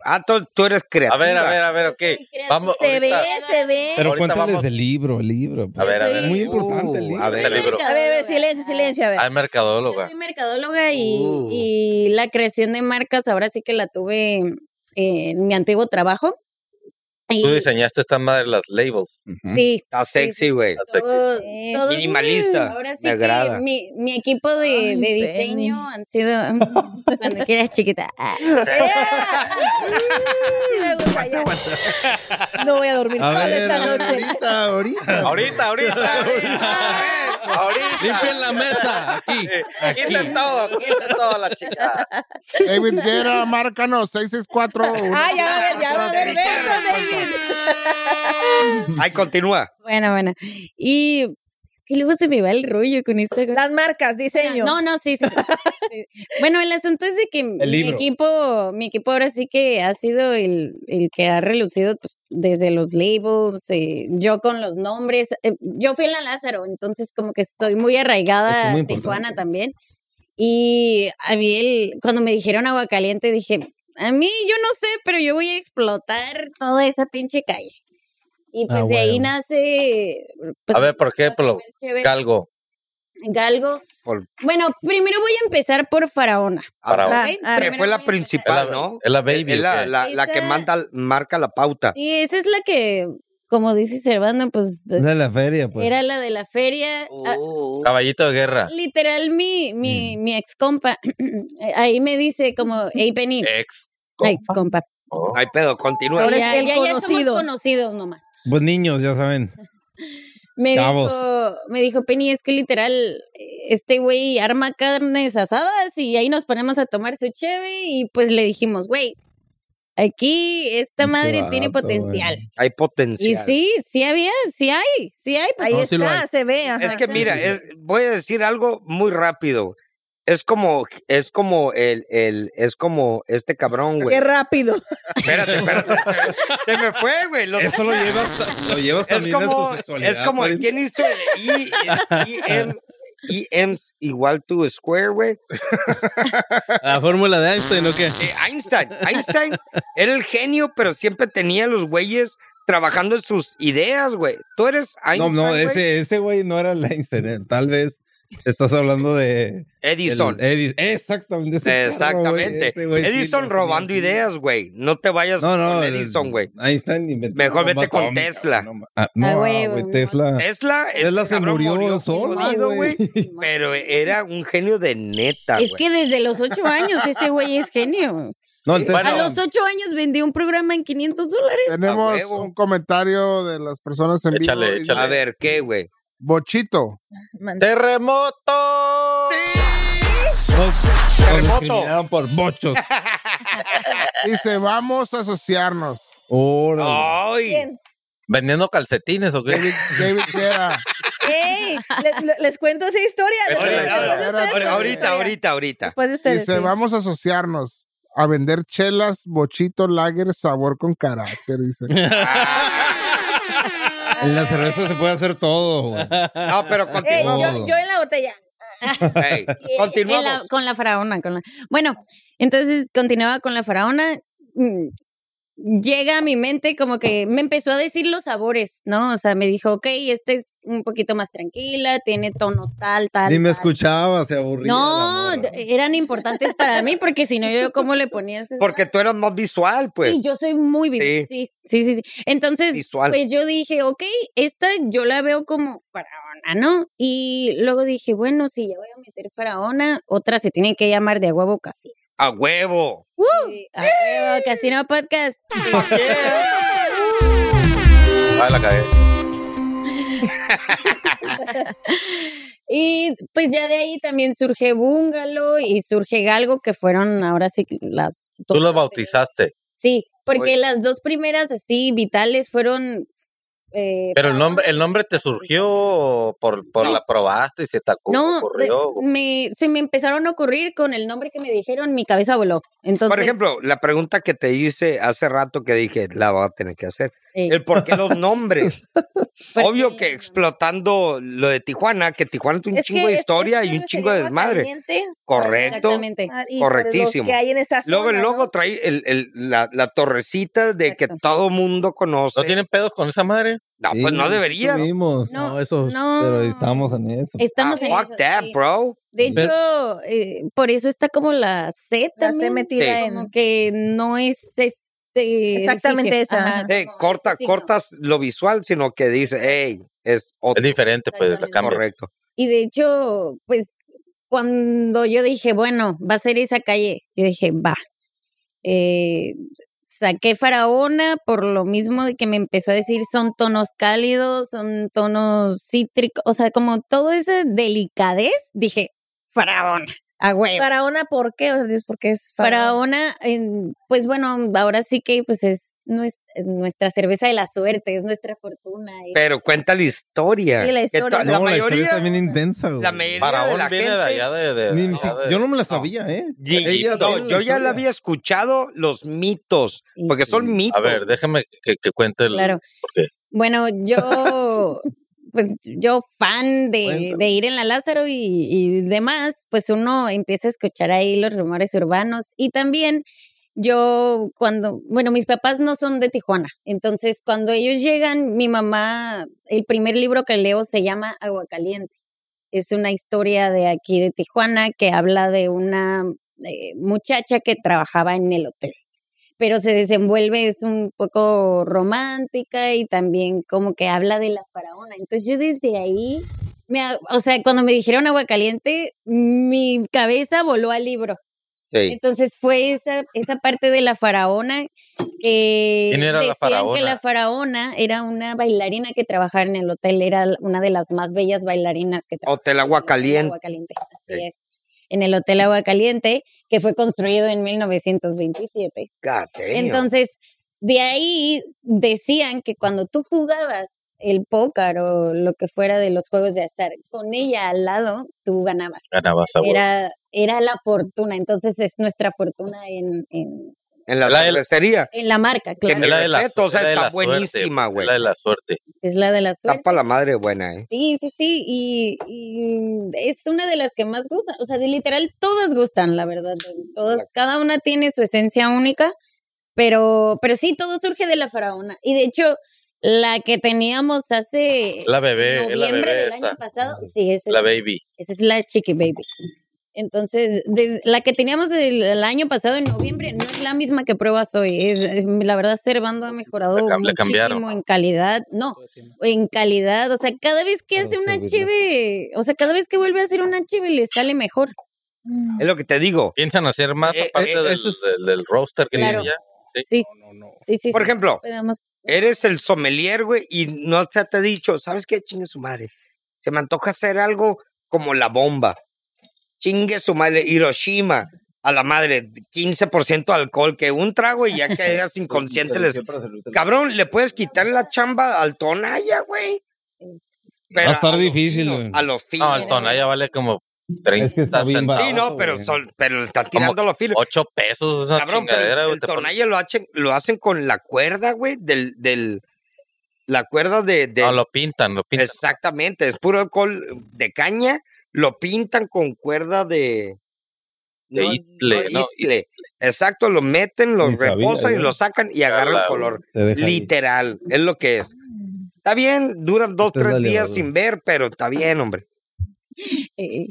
[SPEAKER 2] Ah, tú, tú eres
[SPEAKER 3] A
[SPEAKER 2] creativa.
[SPEAKER 3] ver, a ver, a ver, ok. Vamos,
[SPEAKER 1] Se ve,
[SPEAKER 3] ahorita-
[SPEAKER 1] se ve.
[SPEAKER 5] Pero
[SPEAKER 3] Ahorita
[SPEAKER 5] cuéntales
[SPEAKER 3] vamos-
[SPEAKER 5] del libro, el libro. pues.
[SPEAKER 3] A ver, a ver.
[SPEAKER 5] Muy
[SPEAKER 3] Uh,
[SPEAKER 5] importante el libro.
[SPEAKER 2] a
[SPEAKER 3] Este
[SPEAKER 2] ver.
[SPEAKER 3] libro.
[SPEAKER 1] A ver, a ver, silencio, silencio, a ver.
[SPEAKER 3] Al Ah, mercadóloga.
[SPEAKER 6] Yo soy mercadóloga y,
[SPEAKER 2] Uh.
[SPEAKER 6] y la creación de marcas ahora sí que la tuve eh, en mi antiguo trabajo. Y-
[SPEAKER 3] Tú diseñaste esta madre, las labels.
[SPEAKER 6] sí,
[SPEAKER 2] Está sexy, güey.
[SPEAKER 3] Las sexys.
[SPEAKER 6] todo-
[SPEAKER 1] Sí.
[SPEAKER 6] todo-
[SPEAKER 2] Minimalista.
[SPEAKER 6] Ahora sí
[SPEAKER 2] Me agrada.
[SPEAKER 6] que mi, mi equipo de,
[SPEAKER 1] Ay,
[SPEAKER 6] de diseño
[SPEAKER 1] Penny.
[SPEAKER 6] han sido cuando quieras chiquita. Ah.
[SPEAKER 1] Sí me gusta, ya. No voy a dormir
[SPEAKER 5] A
[SPEAKER 1] sola
[SPEAKER 5] ver,
[SPEAKER 1] esta noche.
[SPEAKER 5] ahorita, ahorita.
[SPEAKER 3] Ahorita, ahorita, ahorita. ahorita.
[SPEAKER 7] Limpien la mesa. Aquí.
[SPEAKER 3] Quiten todo, quiten todo la chica.
[SPEAKER 4] David Guerra, márcanos 664.
[SPEAKER 1] Ah, ya va a haber, ya va a haber besos, David.
[SPEAKER 2] Ay, continúa.
[SPEAKER 6] Bueno, bueno. Y es que luego se me va el rollo con esta cosa.
[SPEAKER 1] Las marcas, diseño.
[SPEAKER 6] No, no, sí, sí, sí. Bueno, el asunto es de que mi
[SPEAKER 5] libro.
[SPEAKER 6] equipo, mi equipo ahora sí que ha sido el, el que ha relucido pues, desde los labels, eh, yo con los nombres. eh, yo fui en la Lázaro, entonces como que estoy muy
[SPEAKER 5] Eso
[SPEAKER 6] arraigada
[SPEAKER 5] es muy
[SPEAKER 6] a
[SPEAKER 5] importante.
[SPEAKER 6] Tijuana también. Y a mí el- cuando me dijeron agua caliente dije, a mí yo no sé, pero yo voy a explotar toda esa pinche calle. Y pues
[SPEAKER 5] Ah,
[SPEAKER 6] de ahí
[SPEAKER 5] bueno.
[SPEAKER 6] nace... pues,
[SPEAKER 3] A ver, por ejemplo,
[SPEAKER 6] Chévere,
[SPEAKER 3] Galgo.
[SPEAKER 6] Galgo.
[SPEAKER 2] Por-
[SPEAKER 6] Bueno, primero voy a empezar por Faraona.
[SPEAKER 2] Ahora,
[SPEAKER 3] Para-
[SPEAKER 1] Va,
[SPEAKER 6] ¿ok?
[SPEAKER 1] arre.
[SPEAKER 2] Ah, que
[SPEAKER 6] Primero
[SPEAKER 2] fue la
[SPEAKER 6] voy a empezar.
[SPEAKER 3] Es la,
[SPEAKER 2] principal, ¿no?
[SPEAKER 3] es la baby.
[SPEAKER 2] es la,
[SPEAKER 3] ¿o qué?
[SPEAKER 2] la- la que
[SPEAKER 6] Esa-
[SPEAKER 2] manda, marca la pauta.
[SPEAKER 6] Sí, esa es la que, como dice Servando, pues
[SPEAKER 5] De la feria, pues.
[SPEAKER 6] era la de la feria. Ah,
[SPEAKER 3] Caballito de guerra.
[SPEAKER 6] literal, mi, mi, mi ex compa, ahí me dice como, hey Penny,
[SPEAKER 3] Ex.
[SPEAKER 6] ex compa.
[SPEAKER 2] No hay pedo, continúa.
[SPEAKER 1] Ahora es
[SPEAKER 6] Ya,
[SPEAKER 1] el
[SPEAKER 6] ya, ya somos
[SPEAKER 1] conocido.
[SPEAKER 6] conocidos nomás.
[SPEAKER 5] Pues niños, ya saben.
[SPEAKER 6] Me
[SPEAKER 5] Chavos.
[SPEAKER 6] dijo, me dijo, Penny, es que literal, este güey arma carnes asadas y ahí nos ponemos a tomar su cheve y pues le dijimos, güey, aquí esta
[SPEAKER 5] Pinche
[SPEAKER 6] madre tiene
[SPEAKER 5] vato, güey.
[SPEAKER 6] potencial.
[SPEAKER 2] Hay
[SPEAKER 6] Y
[SPEAKER 2] potencial.
[SPEAKER 6] sí, sí había, sí hay, sí hay. pues.
[SPEAKER 1] Ahí
[SPEAKER 7] No, sí lo
[SPEAKER 1] está,
[SPEAKER 7] hay.
[SPEAKER 1] se ve. ajá.
[SPEAKER 2] Es que mira, es- voy a decir algo muy rápido. Es como, es como el, el, es como este cabrón, güey.
[SPEAKER 1] Qué rápido.
[SPEAKER 2] Espérate, espérate. se, se me fue, güey. Lo-
[SPEAKER 5] Eso lo llevas, lo llevas
[SPEAKER 2] es
[SPEAKER 5] también a
[SPEAKER 2] como,
[SPEAKER 5] tu sexualidad.
[SPEAKER 2] es como,
[SPEAKER 5] güey.
[SPEAKER 2] ¿quién hizo el I, IM, IMs igual to square, güey?
[SPEAKER 7] La fórmula de Einstein, ¿o qué?
[SPEAKER 2] Eh, Einstein, Einstein era el genio, pero siempre tenía los güeyes trabajando en sus ideas, güey. Tú eres
[SPEAKER 5] No,
[SPEAKER 2] Einstein.
[SPEAKER 5] no,
[SPEAKER 2] güey?
[SPEAKER 5] ese, ese güey no era el Einstein, eh, tal vez. Estás hablando de.
[SPEAKER 2] Edison.
[SPEAKER 5] el Edis- Exactamente. ese perro, güey,
[SPEAKER 2] Exactamente.
[SPEAKER 5] ese güey sí
[SPEAKER 2] Edison
[SPEAKER 5] lo hacía
[SPEAKER 2] robando
[SPEAKER 5] así.
[SPEAKER 2] ideas, güey. No te vayas
[SPEAKER 5] No, no.
[SPEAKER 2] con
[SPEAKER 5] el-
[SPEAKER 2] Edison, güey.
[SPEAKER 5] Einstein inventó.
[SPEAKER 2] Mejor
[SPEAKER 5] la bomba
[SPEAKER 2] vete con
[SPEAKER 5] atómica,
[SPEAKER 2] Tesla.
[SPEAKER 5] güey, no, ah, no,
[SPEAKER 6] Ah, güey,
[SPEAKER 5] güey,
[SPEAKER 6] no.
[SPEAKER 5] Tesla.
[SPEAKER 2] Tesla, ese
[SPEAKER 5] Tesla se
[SPEAKER 2] cabrón
[SPEAKER 5] murió
[SPEAKER 2] fundido,
[SPEAKER 5] sola, güey.
[SPEAKER 2] Pero era un genio de neta,
[SPEAKER 6] Es
[SPEAKER 2] güey.
[SPEAKER 6] que desde los ocho años ese güey es genio.
[SPEAKER 5] No, el Tesla.
[SPEAKER 6] A los ocho años vendió un programa en 500 dólares.
[SPEAKER 2] A
[SPEAKER 4] Tenemos
[SPEAKER 2] huevo.
[SPEAKER 4] un comentario de las personas en
[SPEAKER 3] Échale,
[SPEAKER 4] vivo. y
[SPEAKER 3] échale.
[SPEAKER 2] A
[SPEAKER 4] dice,
[SPEAKER 2] ver, ¿qué, güey?
[SPEAKER 4] Bochito.
[SPEAKER 1] Mande.
[SPEAKER 3] ¡Terremoto!
[SPEAKER 5] Terremoto.
[SPEAKER 2] terremoto.
[SPEAKER 5] por bochos.
[SPEAKER 4] Dice, vamos a asociarnos.
[SPEAKER 5] Órale.
[SPEAKER 2] ¡Ay!
[SPEAKER 1] Bien.
[SPEAKER 3] ¿Vendiendo calcetines o qué?
[SPEAKER 4] David, David Guerra.
[SPEAKER 1] ¡Ey! le- le- les cuento esa historia.
[SPEAKER 2] Ahorita,
[SPEAKER 1] Después de ustedes
[SPEAKER 4] Espérate, espérate,
[SPEAKER 1] cuento
[SPEAKER 4] espérate.
[SPEAKER 1] la
[SPEAKER 2] Ahorita,
[SPEAKER 1] historia.
[SPEAKER 2] ahorita, ahorita.
[SPEAKER 1] Después de ustedes.
[SPEAKER 4] Dice,
[SPEAKER 1] sí.
[SPEAKER 4] vamos a asociarnos a vender chelas, bochito, lager, sabor con carácter. Dice,
[SPEAKER 5] En la cerveza se puede hacer todo, güey.
[SPEAKER 2] No, pero
[SPEAKER 6] Eh,
[SPEAKER 1] Ey,
[SPEAKER 2] continuamos.
[SPEAKER 1] yo, yo en la botella.
[SPEAKER 2] Ey,
[SPEAKER 6] En la-
[SPEAKER 2] continuamos.
[SPEAKER 6] con la faraona. Con la... Bueno, entonces continuaba con la faraona. mm, Llega a mi mente como que me empezó a decir los sabores, ¿no? O sea, me dijo, ok, este es un poquito más tranquila, tiene tonos tal, tal.
[SPEAKER 5] Ni me
[SPEAKER 6] tal".
[SPEAKER 5] escuchaba, se aburría.
[SPEAKER 6] No,
[SPEAKER 5] la morra.
[SPEAKER 6] eran importantes para mí porque si no, yo cómo le ponías. eso?
[SPEAKER 2] Porque tú eras más visual, pues.
[SPEAKER 6] Sí, yo soy muy
[SPEAKER 2] Sí.
[SPEAKER 6] visual. Sí, sí, sí. sí. Entonces,
[SPEAKER 2] Visual.
[SPEAKER 6] pues yo dije, ok, esta yo la veo como faraona, ¿no? Y luego dije, bueno, si ya voy a meter faraona, otra se tiene que llamar de agua Casino.
[SPEAKER 2] A huevo.
[SPEAKER 6] Sí, a huevo, Casino Podcast.
[SPEAKER 3] Ah, la cagué.
[SPEAKER 6] Y pues ya de ahí también surge Búngalo y surge Galgo, que fueron ahora sí las.
[SPEAKER 3] Tú
[SPEAKER 6] dos
[SPEAKER 3] lo bautizaste,
[SPEAKER 6] Sí, porque
[SPEAKER 2] Oye.
[SPEAKER 6] las dos primeras así vitales fueron. eh,
[SPEAKER 3] pero el
[SPEAKER 6] Faraona
[SPEAKER 3] nombre, el
[SPEAKER 6] y
[SPEAKER 3] nombre te surgió por, por
[SPEAKER 6] No.
[SPEAKER 3] la probaste y se te acu-
[SPEAKER 6] No,
[SPEAKER 3] ocurrió.
[SPEAKER 6] me- me, se me empezaron a ocurrir con el nombre que me dijeron, mi cabeza voló. Entonces,
[SPEAKER 2] Por ejemplo, la pregunta que te hice hace rato que dije, la voy a tener que hacer.
[SPEAKER 6] eh,
[SPEAKER 2] El por qué los nombres.
[SPEAKER 1] Pues
[SPEAKER 6] porque-
[SPEAKER 2] Obvio que explotando lo de Tijuana, que Tijuana tiene un
[SPEAKER 1] Es que
[SPEAKER 2] chingo de
[SPEAKER 1] es-
[SPEAKER 2] historia
[SPEAKER 1] es
[SPEAKER 2] y un
[SPEAKER 1] que
[SPEAKER 2] chingo de
[SPEAKER 1] se llama
[SPEAKER 2] desmadre.
[SPEAKER 1] Caliente,
[SPEAKER 2] Correcto.
[SPEAKER 6] Exactamente.
[SPEAKER 1] ah, y
[SPEAKER 2] Correctísimo.
[SPEAKER 1] los que hay en esa
[SPEAKER 2] Luego el
[SPEAKER 1] zona,
[SPEAKER 2] logo
[SPEAKER 1] ¿no?
[SPEAKER 2] trae el- el- la, la torrecita de que
[SPEAKER 6] Exacto.
[SPEAKER 2] todo mundo conoce.
[SPEAKER 3] ¿No tienen pedos con esa madre?
[SPEAKER 5] Ah,
[SPEAKER 2] No, pues no deberías.
[SPEAKER 5] Tuvimos,
[SPEAKER 6] No,
[SPEAKER 7] No, eso.
[SPEAKER 6] No,
[SPEAKER 5] Pero estamos en eso.
[SPEAKER 6] estamos
[SPEAKER 2] Ah,
[SPEAKER 6] en
[SPEAKER 2] fuck
[SPEAKER 6] eso,
[SPEAKER 2] that,
[SPEAKER 6] sí.
[SPEAKER 2] bro.
[SPEAKER 6] De hecho, eh, por eso está como la C
[SPEAKER 1] La
[SPEAKER 6] también.
[SPEAKER 1] C metida
[SPEAKER 2] Sí.
[SPEAKER 1] en.
[SPEAKER 6] Como que no es este ese
[SPEAKER 1] Exactamente
[SPEAKER 6] edificio.
[SPEAKER 1] esa, ajá.
[SPEAKER 2] Eh,
[SPEAKER 6] como
[SPEAKER 2] corta,
[SPEAKER 6] ese signo.
[SPEAKER 2] cortas lo visual, sino que dice, hey, es
[SPEAKER 3] Es
[SPEAKER 2] otro.
[SPEAKER 3] diferente, pues la
[SPEAKER 6] Exactamente.
[SPEAKER 3] cambias.
[SPEAKER 2] Correcto.
[SPEAKER 6] Y de hecho, pues cuando yo dije, bueno, va a ser esa calle, yo dije, va. Eh, saqué Faraona por lo mismo de que me empezó a decir son tonos cálidos, son tonos cítricos, o sea, como toda esa delicadez, dije, Faraona, a huevo.
[SPEAKER 1] Faraona, ¿por qué? O sea, dices, porque es
[SPEAKER 6] Faraona, en- pues bueno, ahora sí que pues es nues- nuestra cerveza de la suerte, es nuestra fortuna. es-
[SPEAKER 2] Pero cuenta la historia.
[SPEAKER 1] Sí, la
[SPEAKER 2] que
[SPEAKER 1] historia.
[SPEAKER 2] to-
[SPEAKER 1] No,
[SPEAKER 2] la
[SPEAKER 5] historia
[SPEAKER 2] mayoría,
[SPEAKER 5] está bien intensa, güey.
[SPEAKER 2] la mayoría de
[SPEAKER 3] Faraón
[SPEAKER 2] la
[SPEAKER 3] viene de
[SPEAKER 2] gente-
[SPEAKER 3] allá de. de-
[SPEAKER 5] Ni- ni
[SPEAKER 3] allá
[SPEAKER 5] si-
[SPEAKER 3] de-
[SPEAKER 5] yo no me la sabía, ¿eh?
[SPEAKER 2] Y- y-
[SPEAKER 5] Ella
[SPEAKER 2] no,
[SPEAKER 5] tiene la
[SPEAKER 2] yo ya
[SPEAKER 5] historia.
[SPEAKER 2] la había escuchado los mitos,
[SPEAKER 6] y-
[SPEAKER 2] porque son mitos.
[SPEAKER 3] A ver, déjame que, que cuente el.
[SPEAKER 6] Claro.
[SPEAKER 3] porque-
[SPEAKER 6] Bueno, yo, pues yo fan de,
[SPEAKER 5] Cuéntalo.
[SPEAKER 6] de ir en la Lázaro y, y demás, pues uno empieza a escuchar ahí los rumores urbanos y también yo cuando, bueno, mis papás no son de Tijuana, entonces cuando ellos llegan, mi mamá, el primer libro que leo se llama Agua Caliente. Es una historia de aquí de Tijuana que habla de una eh, muchacha que trabajaba en el hotel pero se desenvuelve, es un poco romántica y también como que habla de la faraona. Entonces yo desde ahí, me, a- o sea, cuando me dijeron agua caliente, mi cabeza voló al libro.
[SPEAKER 2] Sí.
[SPEAKER 6] Entonces fue esa, esa parte de la faraona que
[SPEAKER 3] ¿Quién era la
[SPEAKER 6] decían
[SPEAKER 3] faraona?
[SPEAKER 6] que la faraona era una bailarina que trabajaba en el hotel, era l- una de las más bellas bailarinas que trabajaba.
[SPEAKER 2] Hotel Agua
[SPEAKER 6] En el
[SPEAKER 2] Caliente.
[SPEAKER 6] Agua Caliente, así
[SPEAKER 2] Ok.
[SPEAKER 6] es. En el Hotel Agua Caliente, que fue construido en 1927.
[SPEAKER 2] God damn.
[SPEAKER 6] Entonces, de ahí decían que cuando tú jugabas el póker o lo que fuera de los juegos de azar, con ella al lado, tú ganabas.
[SPEAKER 3] Ganabas a huevo.
[SPEAKER 6] Era, era la fortuna, entonces es nuestra fortuna en, en,
[SPEAKER 2] en la
[SPEAKER 3] la de la-
[SPEAKER 2] cervecería.
[SPEAKER 6] en la marca,
[SPEAKER 2] Que
[SPEAKER 6] claro.
[SPEAKER 2] me
[SPEAKER 3] Es la de la,
[SPEAKER 2] respeto, o sea,
[SPEAKER 3] es la de
[SPEAKER 2] está
[SPEAKER 3] la suerte,
[SPEAKER 2] buenísima,
[SPEAKER 3] es
[SPEAKER 2] güey.
[SPEAKER 3] La de la suerte.
[SPEAKER 6] Es la de la
[SPEAKER 2] Está
[SPEAKER 6] suerte.
[SPEAKER 2] para la madre buena, ¿eh?
[SPEAKER 6] Sí, sí, sí, y, y es una de las que más gusta, o sea, de literal todas gustan, la verdad, de todas, cada una tiene su esencia única, pero, pero sí, todo surge de la faraona, y de hecho, La que teníamos hace
[SPEAKER 3] La bebé, es la
[SPEAKER 6] noviembre
[SPEAKER 3] bebé
[SPEAKER 6] del año
[SPEAKER 3] esta.
[SPEAKER 6] pasado. Sí, esa
[SPEAKER 3] La
[SPEAKER 6] es-
[SPEAKER 3] baby.
[SPEAKER 6] esa es la Chiqui Baby. Entonces, des- la que teníamos el, el año pasado en noviembre no es la misma que pruebas hoy. Es, es- la verdad, Cervando ha mejorado
[SPEAKER 3] Le cam- le cambiaron.
[SPEAKER 6] muchísimo en calidad. No, en calidad. O sea, cada vez que
[SPEAKER 5] Para
[SPEAKER 6] hace una
[SPEAKER 5] servirnos.
[SPEAKER 6] chive, o sea, cada vez que vuelve a hacer una chive le sale mejor.
[SPEAKER 2] Es lo que te digo.
[SPEAKER 3] ¿Piensan hacer más
[SPEAKER 2] Eh,
[SPEAKER 3] aparte
[SPEAKER 2] eh,
[SPEAKER 3] del,
[SPEAKER 2] eso es-
[SPEAKER 3] del- del roster que
[SPEAKER 6] Claro.
[SPEAKER 3] tiene ya?
[SPEAKER 6] Sí,
[SPEAKER 5] No, no.
[SPEAKER 6] sí, sí.
[SPEAKER 2] Por
[SPEAKER 6] sí.
[SPEAKER 2] ejemplo,
[SPEAKER 6] Podemos-
[SPEAKER 2] eres el sommelier, güey, y no se te ha dicho, ¿sabes qué? Chingue su madre. Se me antoja hacer algo como la bomba. Chingue su madre. Hiroshima, a la madre, 15% alcohol, que un trago y ya quedas inconsciente. les... Cabrón, le puedes quitar la chamba al tonalla, güey. Pero
[SPEAKER 5] Va a estar
[SPEAKER 2] lo
[SPEAKER 5] difícil,
[SPEAKER 2] fino,
[SPEAKER 5] güey.
[SPEAKER 2] A los finos.
[SPEAKER 3] No, el Tonaya vale como 30
[SPEAKER 5] Es que está bien
[SPEAKER 3] centavos,
[SPEAKER 5] barato.
[SPEAKER 2] Sí, no, pero,
[SPEAKER 5] güey.
[SPEAKER 2] sol- pero está
[SPEAKER 3] Como
[SPEAKER 2] tirando a los finos.
[SPEAKER 3] 8 pesos esa
[SPEAKER 2] Cabrón, pero
[SPEAKER 3] chingadera.
[SPEAKER 2] el,
[SPEAKER 3] güey, te pones-
[SPEAKER 2] tonalla lo hacen, lo hacen con la cuerda, güey, del, del, la cuerda de, de- Pues,
[SPEAKER 3] No, lo pintan, lo pintan.
[SPEAKER 2] exactamente, es puro alcohol de caña, lo pintan con cuerda de,
[SPEAKER 3] De
[SPEAKER 2] no,
[SPEAKER 3] isle,
[SPEAKER 2] no,
[SPEAKER 3] no,
[SPEAKER 2] isle. exacto, lo meten, lo
[SPEAKER 5] Ni sabía,
[SPEAKER 2] reposan y
[SPEAKER 5] yo.
[SPEAKER 2] lo sacan y agarran
[SPEAKER 3] Cala,
[SPEAKER 2] color,
[SPEAKER 5] Se deja ir.
[SPEAKER 2] literal, es lo que es. Está bien, duran dos,
[SPEAKER 5] Esta Este es la
[SPEAKER 2] tres días
[SPEAKER 5] levadura.
[SPEAKER 2] sin ver, pero está bien, hombre.
[SPEAKER 6] eh,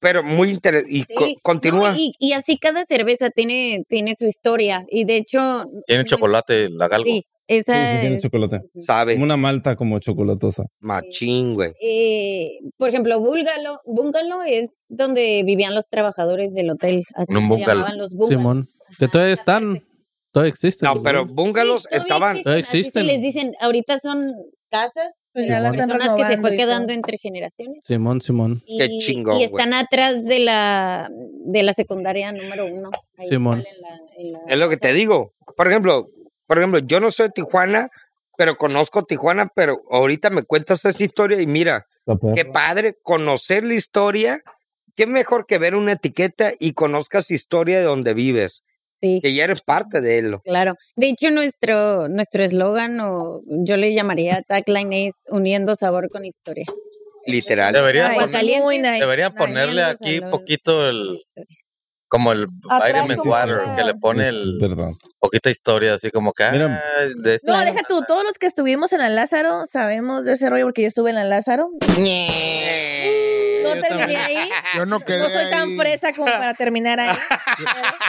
[SPEAKER 2] Pero muy interesante. Y
[SPEAKER 6] Sí,
[SPEAKER 2] co- continúa.
[SPEAKER 6] no, y, y así cada cerveza tiene, tiene su historia. Y de hecho.
[SPEAKER 3] Tiene chocolate, la galgo.
[SPEAKER 6] Sí, esa
[SPEAKER 5] Sí, sí, tiene
[SPEAKER 6] es-
[SPEAKER 5] chocolate.
[SPEAKER 2] Sabe,
[SPEAKER 5] Como una malta como chocolatosa.
[SPEAKER 2] machín, güey.
[SPEAKER 6] eh, por ejemplo, búlgalo, búngalo es donde vivían los trabajadores del hotel. Así
[SPEAKER 3] En un
[SPEAKER 6] se
[SPEAKER 3] búngalo.
[SPEAKER 6] llamaban los búngalos.
[SPEAKER 7] Simón. Que
[SPEAKER 6] Ajá,
[SPEAKER 7] todavía
[SPEAKER 6] esa
[SPEAKER 7] están,
[SPEAKER 6] parte.
[SPEAKER 7] todavía existen.
[SPEAKER 2] No,
[SPEAKER 7] los
[SPEAKER 2] pero
[SPEAKER 7] dos.
[SPEAKER 2] búngalos
[SPEAKER 6] Sí, todavía
[SPEAKER 2] estaban.
[SPEAKER 6] existen,
[SPEAKER 7] Todavía
[SPEAKER 6] así se
[SPEAKER 7] existen.
[SPEAKER 6] les dicen, ahorita son casas,
[SPEAKER 1] Pues ya las están
[SPEAKER 6] personas que se
[SPEAKER 1] renovando
[SPEAKER 6] fue
[SPEAKER 1] y todo.
[SPEAKER 6] quedando entre generaciones.
[SPEAKER 7] Simón, Simón.
[SPEAKER 6] Y,
[SPEAKER 2] Qué chingón,
[SPEAKER 6] y están atrás de la de la secundaria número uno. Ahí
[SPEAKER 7] Simón.
[SPEAKER 6] igual en la- en la-
[SPEAKER 2] Es lo que te digo. Por ejemplo, por ejemplo, yo no soy de Tijuana, pero conozco Tijuana, pero ahorita me cuentas esa historia y mira,
[SPEAKER 5] Está perro.
[SPEAKER 2] qué padre conocer la historia. Qué mejor que ver una etiqueta y conozcas historia de donde vives,
[SPEAKER 6] Sí.
[SPEAKER 2] que ya eres parte de él.
[SPEAKER 6] Claro. De hecho, nuestro nuestro eslogan, o yo le llamaría tagline, es uniendo sabor con historia.
[SPEAKER 2] Literal.
[SPEAKER 3] Debería,
[SPEAKER 1] Ay,
[SPEAKER 3] poner-
[SPEAKER 6] Aguacaliente.
[SPEAKER 1] muy nice.
[SPEAKER 3] debería
[SPEAKER 1] nice.
[SPEAKER 3] ponerle
[SPEAKER 6] Uniendo
[SPEAKER 3] aquí
[SPEAKER 6] sabor
[SPEAKER 3] poquito el-
[SPEAKER 6] con historia.
[SPEAKER 3] como el
[SPEAKER 1] Atrás
[SPEAKER 3] aire
[SPEAKER 1] como
[SPEAKER 3] Water,
[SPEAKER 1] una-
[SPEAKER 3] que le pone
[SPEAKER 5] Es
[SPEAKER 3] el
[SPEAKER 5] verdad.
[SPEAKER 3] poquita historia, así como que. ah,
[SPEAKER 5] Mira.
[SPEAKER 3] de ese-
[SPEAKER 1] No, deja tú, todos los que estuvimos en la Lázaro sabemos de ese rollo porque yo estuve en la Lázaro. No
[SPEAKER 7] yo
[SPEAKER 1] terminé
[SPEAKER 7] también.
[SPEAKER 1] ahí.
[SPEAKER 4] Yo no quedé
[SPEAKER 1] No soy tan
[SPEAKER 4] ahí.
[SPEAKER 1] fresa como para terminar ahí.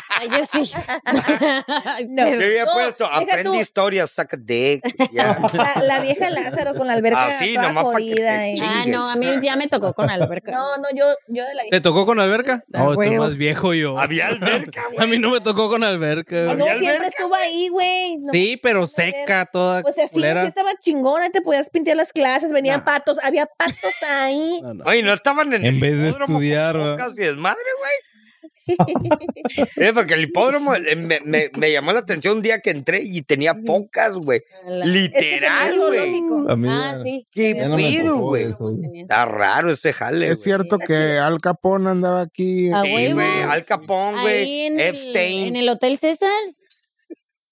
[SPEAKER 6] Ay, yo sí. Ay,
[SPEAKER 1] No.
[SPEAKER 2] Yo había
[SPEAKER 1] No,
[SPEAKER 2] puesto,
[SPEAKER 1] deja tú.
[SPEAKER 2] aprende historia, saca dick. ya.
[SPEAKER 1] La, la vieja Lázaro con la alberca
[SPEAKER 2] Ah, sí,
[SPEAKER 1] toda
[SPEAKER 2] nomás pa' que te
[SPEAKER 1] jodida. eh.
[SPEAKER 2] chingue.
[SPEAKER 6] Ah, no, a mí ya me tocó con alberca.
[SPEAKER 1] No, no, yo, yo de la
[SPEAKER 7] ¿Te
[SPEAKER 1] vieja.
[SPEAKER 7] tocó con alberca?
[SPEAKER 1] Ah,
[SPEAKER 7] No, tú eres
[SPEAKER 1] huevo.
[SPEAKER 7] más viejo yo. A
[SPEAKER 2] Había alberca, güey.
[SPEAKER 7] mí no me tocó con alberca.
[SPEAKER 1] Ah, No,
[SPEAKER 7] güey.
[SPEAKER 2] había
[SPEAKER 1] siempre
[SPEAKER 2] alberca,
[SPEAKER 1] estuvo ahí, güey. No,
[SPEAKER 7] Sí, pero
[SPEAKER 1] joder.
[SPEAKER 7] seca toda.
[SPEAKER 1] Pues así,
[SPEAKER 7] culera.
[SPEAKER 1] así estaba chingona, te podías pintar las clases, venían patos, había patos ahí.
[SPEAKER 7] No, no.
[SPEAKER 2] Oye, no estaban en,
[SPEAKER 5] En vez de
[SPEAKER 2] hipódromo con
[SPEAKER 5] estudiar, ¿verdad?
[SPEAKER 2] cubrebocas y desmadre, güey. es porque el hipódromo eh, me, me- me llamó la atención un día que entré y tenía pocas, güey.
[SPEAKER 6] A la-
[SPEAKER 1] Es que tenía
[SPEAKER 2] Literal, güey.
[SPEAKER 1] zoológico.
[SPEAKER 5] A mí
[SPEAKER 6] Ah,
[SPEAKER 5] ya-
[SPEAKER 6] sí.
[SPEAKER 2] Qué
[SPEAKER 5] ya no me
[SPEAKER 2] pedo,
[SPEAKER 5] tocó
[SPEAKER 2] güey.
[SPEAKER 5] eso, güey.
[SPEAKER 6] Tenías-
[SPEAKER 2] Está raro ese jale, güey.
[SPEAKER 4] Es cierto
[SPEAKER 1] Está
[SPEAKER 4] que Al Capone andaba aquí.
[SPEAKER 6] A
[SPEAKER 2] Sí,
[SPEAKER 6] huevo.
[SPEAKER 2] güey. Al Capón,
[SPEAKER 6] Ahí
[SPEAKER 2] güey.
[SPEAKER 6] en el,
[SPEAKER 2] Epstein.
[SPEAKER 6] en el Hotel César.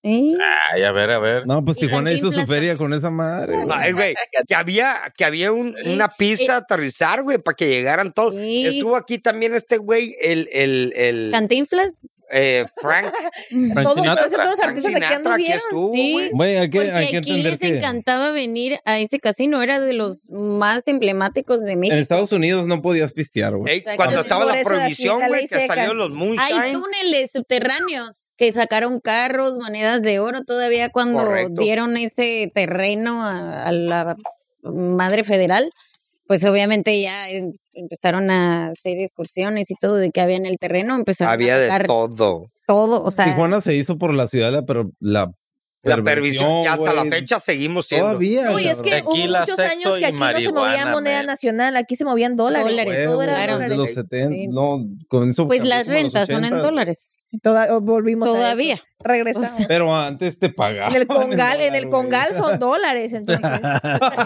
[SPEAKER 6] ¿Eh?
[SPEAKER 3] Ay, a ver, a ver.
[SPEAKER 5] No, pues
[SPEAKER 6] Y
[SPEAKER 5] Tijuana hizo su
[SPEAKER 6] Cantinflas
[SPEAKER 5] feria con esa madre. güey.
[SPEAKER 2] No, eh, güey, que había, que había un-
[SPEAKER 6] Sí.
[SPEAKER 2] una pista
[SPEAKER 6] Eh.
[SPEAKER 2] a aterrizar, güey, para que llegaran todos.
[SPEAKER 6] Sí.
[SPEAKER 2] Estuvo aquí también este güey, el, el, el
[SPEAKER 6] ¿Cantinflas?
[SPEAKER 2] eh, Frank,
[SPEAKER 7] Frank
[SPEAKER 1] Todos,
[SPEAKER 7] Sinatra.
[SPEAKER 1] todos los
[SPEAKER 2] Frank
[SPEAKER 1] artistas aquí
[SPEAKER 2] Sinatra, que
[SPEAKER 1] anduvieron.
[SPEAKER 2] estuvo,
[SPEAKER 6] Sí.
[SPEAKER 2] güey.
[SPEAKER 5] Güey, hay que,
[SPEAKER 6] Porque
[SPEAKER 5] hay que
[SPEAKER 6] aquí
[SPEAKER 5] entender
[SPEAKER 6] les
[SPEAKER 5] que en
[SPEAKER 6] encantaba venir a ese casino, era de los más emblemáticos de México.
[SPEAKER 5] Estados Unidos no podías pistear, güey.
[SPEAKER 2] Ey,
[SPEAKER 6] Exacto.
[SPEAKER 2] cuando
[SPEAKER 6] Yo
[SPEAKER 2] estaba
[SPEAKER 1] por
[SPEAKER 2] la
[SPEAKER 1] eso de aquí,
[SPEAKER 2] prohibición,
[SPEAKER 1] la
[SPEAKER 2] güey,
[SPEAKER 1] ley
[SPEAKER 2] que
[SPEAKER 1] seca.
[SPEAKER 2] salieron los
[SPEAKER 6] Hay
[SPEAKER 2] moonshine.
[SPEAKER 6] túneles subterráneos que sacaron carros, monedas de oro, todavía cuando
[SPEAKER 2] Correcto.
[SPEAKER 6] dieron ese terreno a, a la madre federal, pues obviamente ya em- empezaron a hacer excursiones y todo de que había en el terreno, empezaron
[SPEAKER 2] Había
[SPEAKER 6] a
[SPEAKER 2] de
[SPEAKER 6] sacar todo.
[SPEAKER 2] todo.
[SPEAKER 6] o sea,
[SPEAKER 5] Tijuana se hizo por la ciudad, la, pero la,
[SPEAKER 2] La perversión, y hasta la
[SPEAKER 5] güey,
[SPEAKER 2] fecha seguimos siendo.
[SPEAKER 5] Todavía.
[SPEAKER 1] Uy, es que hubo
[SPEAKER 3] Tequila,
[SPEAKER 1] muchos
[SPEAKER 3] sexo
[SPEAKER 1] años
[SPEAKER 3] y
[SPEAKER 1] que aquí no se movía
[SPEAKER 3] marihuana,
[SPEAKER 1] moneda
[SPEAKER 3] man.
[SPEAKER 1] nacional, aquí se movían dólares.
[SPEAKER 6] Dólares,
[SPEAKER 5] Güey,
[SPEAKER 1] todo
[SPEAKER 5] güey,
[SPEAKER 1] era
[SPEAKER 6] claro.
[SPEAKER 5] desde
[SPEAKER 1] dólares.
[SPEAKER 5] los 70,
[SPEAKER 6] Sí.
[SPEAKER 5] no, con eso
[SPEAKER 6] pues
[SPEAKER 5] cambió
[SPEAKER 6] las
[SPEAKER 5] como a los
[SPEAKER 6] rentas son en
[SPEAKER 5] 80.
[SPEAKER 6] dólares
[SPEAKER 1] Toda- o volvimos a eso.
[SPEAKER 6] todavía.
[SPEAKER 1] Regresamos.
[SPEAKER 5] Pero antes te pagaban.
[SPEAKER 1] En el Congal, en
[SPEAKER 5] dólar,
[SPEAKER 1] el
[SPEAKER 5] güey.
[SPEAKER 1] Congal son dólares, entonces.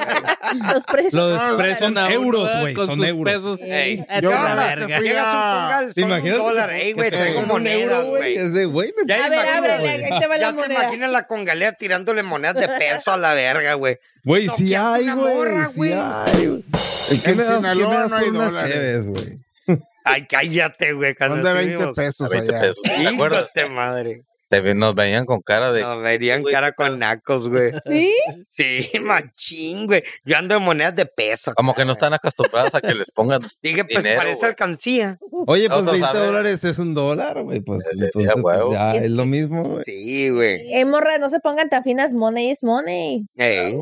[SPEAKER 1] los precios
[SPEAKER 7] Los
[SPEAKER 1] son
[SPEAKER 7] precios
[SPEAKER 1] dólares.
[SPEAKER 7] ahora,
[SPEAKER 5] euros,
[SPEAKER 7] ¿verdad?
[SPEAKER 5] güey,
[SPEAKER 7] Con
[SPEAKER 5] son
[SPEAKER 7] sus
[SPEAKER 5] euros.
[SPEAKER 7] pesos.
[SPEAKER 2] Ey,
[SPEAKER 7] Ah,
[SPEAKER 4] Yo
[SPEAKER 7] te
[SPEAKER 4] una
[SPEAKER 7] la
[SPEAKER 4] vez
[SPEAKER 7] verga.
[SPEAKER 4] te fui
[SPEAKER 2] Llegas a
[SPEAKER 4] a...
[SPEAKER 2] un
[SPEAKER 5] ¿Te
[SPEAKER 2] pongal, son
[SPEAKER 5] imaginas?
[SPEAKER 2] un dólar. Ey, güey,
[SPEAKER 5] Te
[SPEAKER 2] traigo
[SPEAKER 5] dan un
[SPEAKER 2] monedas,
[SPEAKER 5] euro,
[SPEAKER 2] güey.
[SPEAKER 5] Es de, güey, me
[SPEAKER 2] Ya
[SPEAKER 1] A ver,
[SPEAKER 2] imagino,
[SPEAKER 1] ábrele,
[SPEAKER 2] güey.
[SPEAKER 1] ahí te va la
[SPEAKER 2] Ya te
[SPEAKER 1] moneda.
[SPEAKER 2] imaginas la congalea tirándole monedas de peso a la verga, güey.
[SPEAKER 5] Güey, sí
[SPEAKER 2] Noqueaste
[SPEAKER 5] hay,
[SPEAKER 2] una
[SPEAKER 5] güey.
[SPEAKER 2] morra,
[SPEAKER 5] Sí
[SPEAKER 2] güey.
[SPEAKER 5] hay, güey. ¿Y ¿Qué
[SPEAKER 4] En
[SPEAKER 5] me das,
[SPEAKER 4] Sinaloa
[SPEAKER 5] qué me das
[SPEAKER 4] no hay
[SPEAKER 5] por unas
[SPEAKER 4] dólares.
[SPEAKER 5] cheves, güey?
[SPEAKER 2] Ay, cállate, güey. cuando
[SPEAKER 4] Son de
[SPEAKER 2] así
[SPEAKER 4] 20
[SPEAKER 2] vimos.
[SPEAKER 4] pesos
[SPEAKER 3] A 20
[SPEAKER 5] pues,
[SPEAKER 4] allá.
[SPEAKER 3] pesos. ¿Te acuerdas?
[SPEAKER 2] Híjate madre.
[SPEAKER 3] Te ve- nos veían con cara de.
[SPEAKER 2] pues. No, me harían
[SPEAKER 3] güey,
[SPEAKER 2] cara con nacos, güey.
[SPEAKER 6] ¿Sí?
[SPEAKER 2] Sí, machín, güey. Yo ando en monedas de peso.
[SPEAKER 3] Como
[SPEAKER 2] cara,
[SPEAKER 3] que no
[SPEAKER 2] güey.
[SPEAKER 3] están acostumbrados a que les pongan.
[SPEAKER 2] Dije, pues
[SPEAKER 3] dinero,
[SPEAKER 2] parece
[SPEAKER 3] güey.
[SPEAKER 2] alcancía.
[SPEAKER 5] Oye, pues
[SPEAKER 3] Nosotros
[SPEAKER 5] 20
[SPEAKER 3] sabemos.
[SPEAKER 5] dólares es un dólar, güey. Pues
[SPEAKER 3] Sí, sí,
[SPEAKER 5] entonces
[SPEAKER 3] a huevo.
[SPEAKER 5] pues, ya
[SPEAKER 6] Es
[SPEAKER 5] es lo mismo, güey.
[SPEAKER 2] Sí, güey.
[SPEAKER 1] Eh, morras, no se pongan tan finas. Money is money.
[SPEAKER 2] Ey.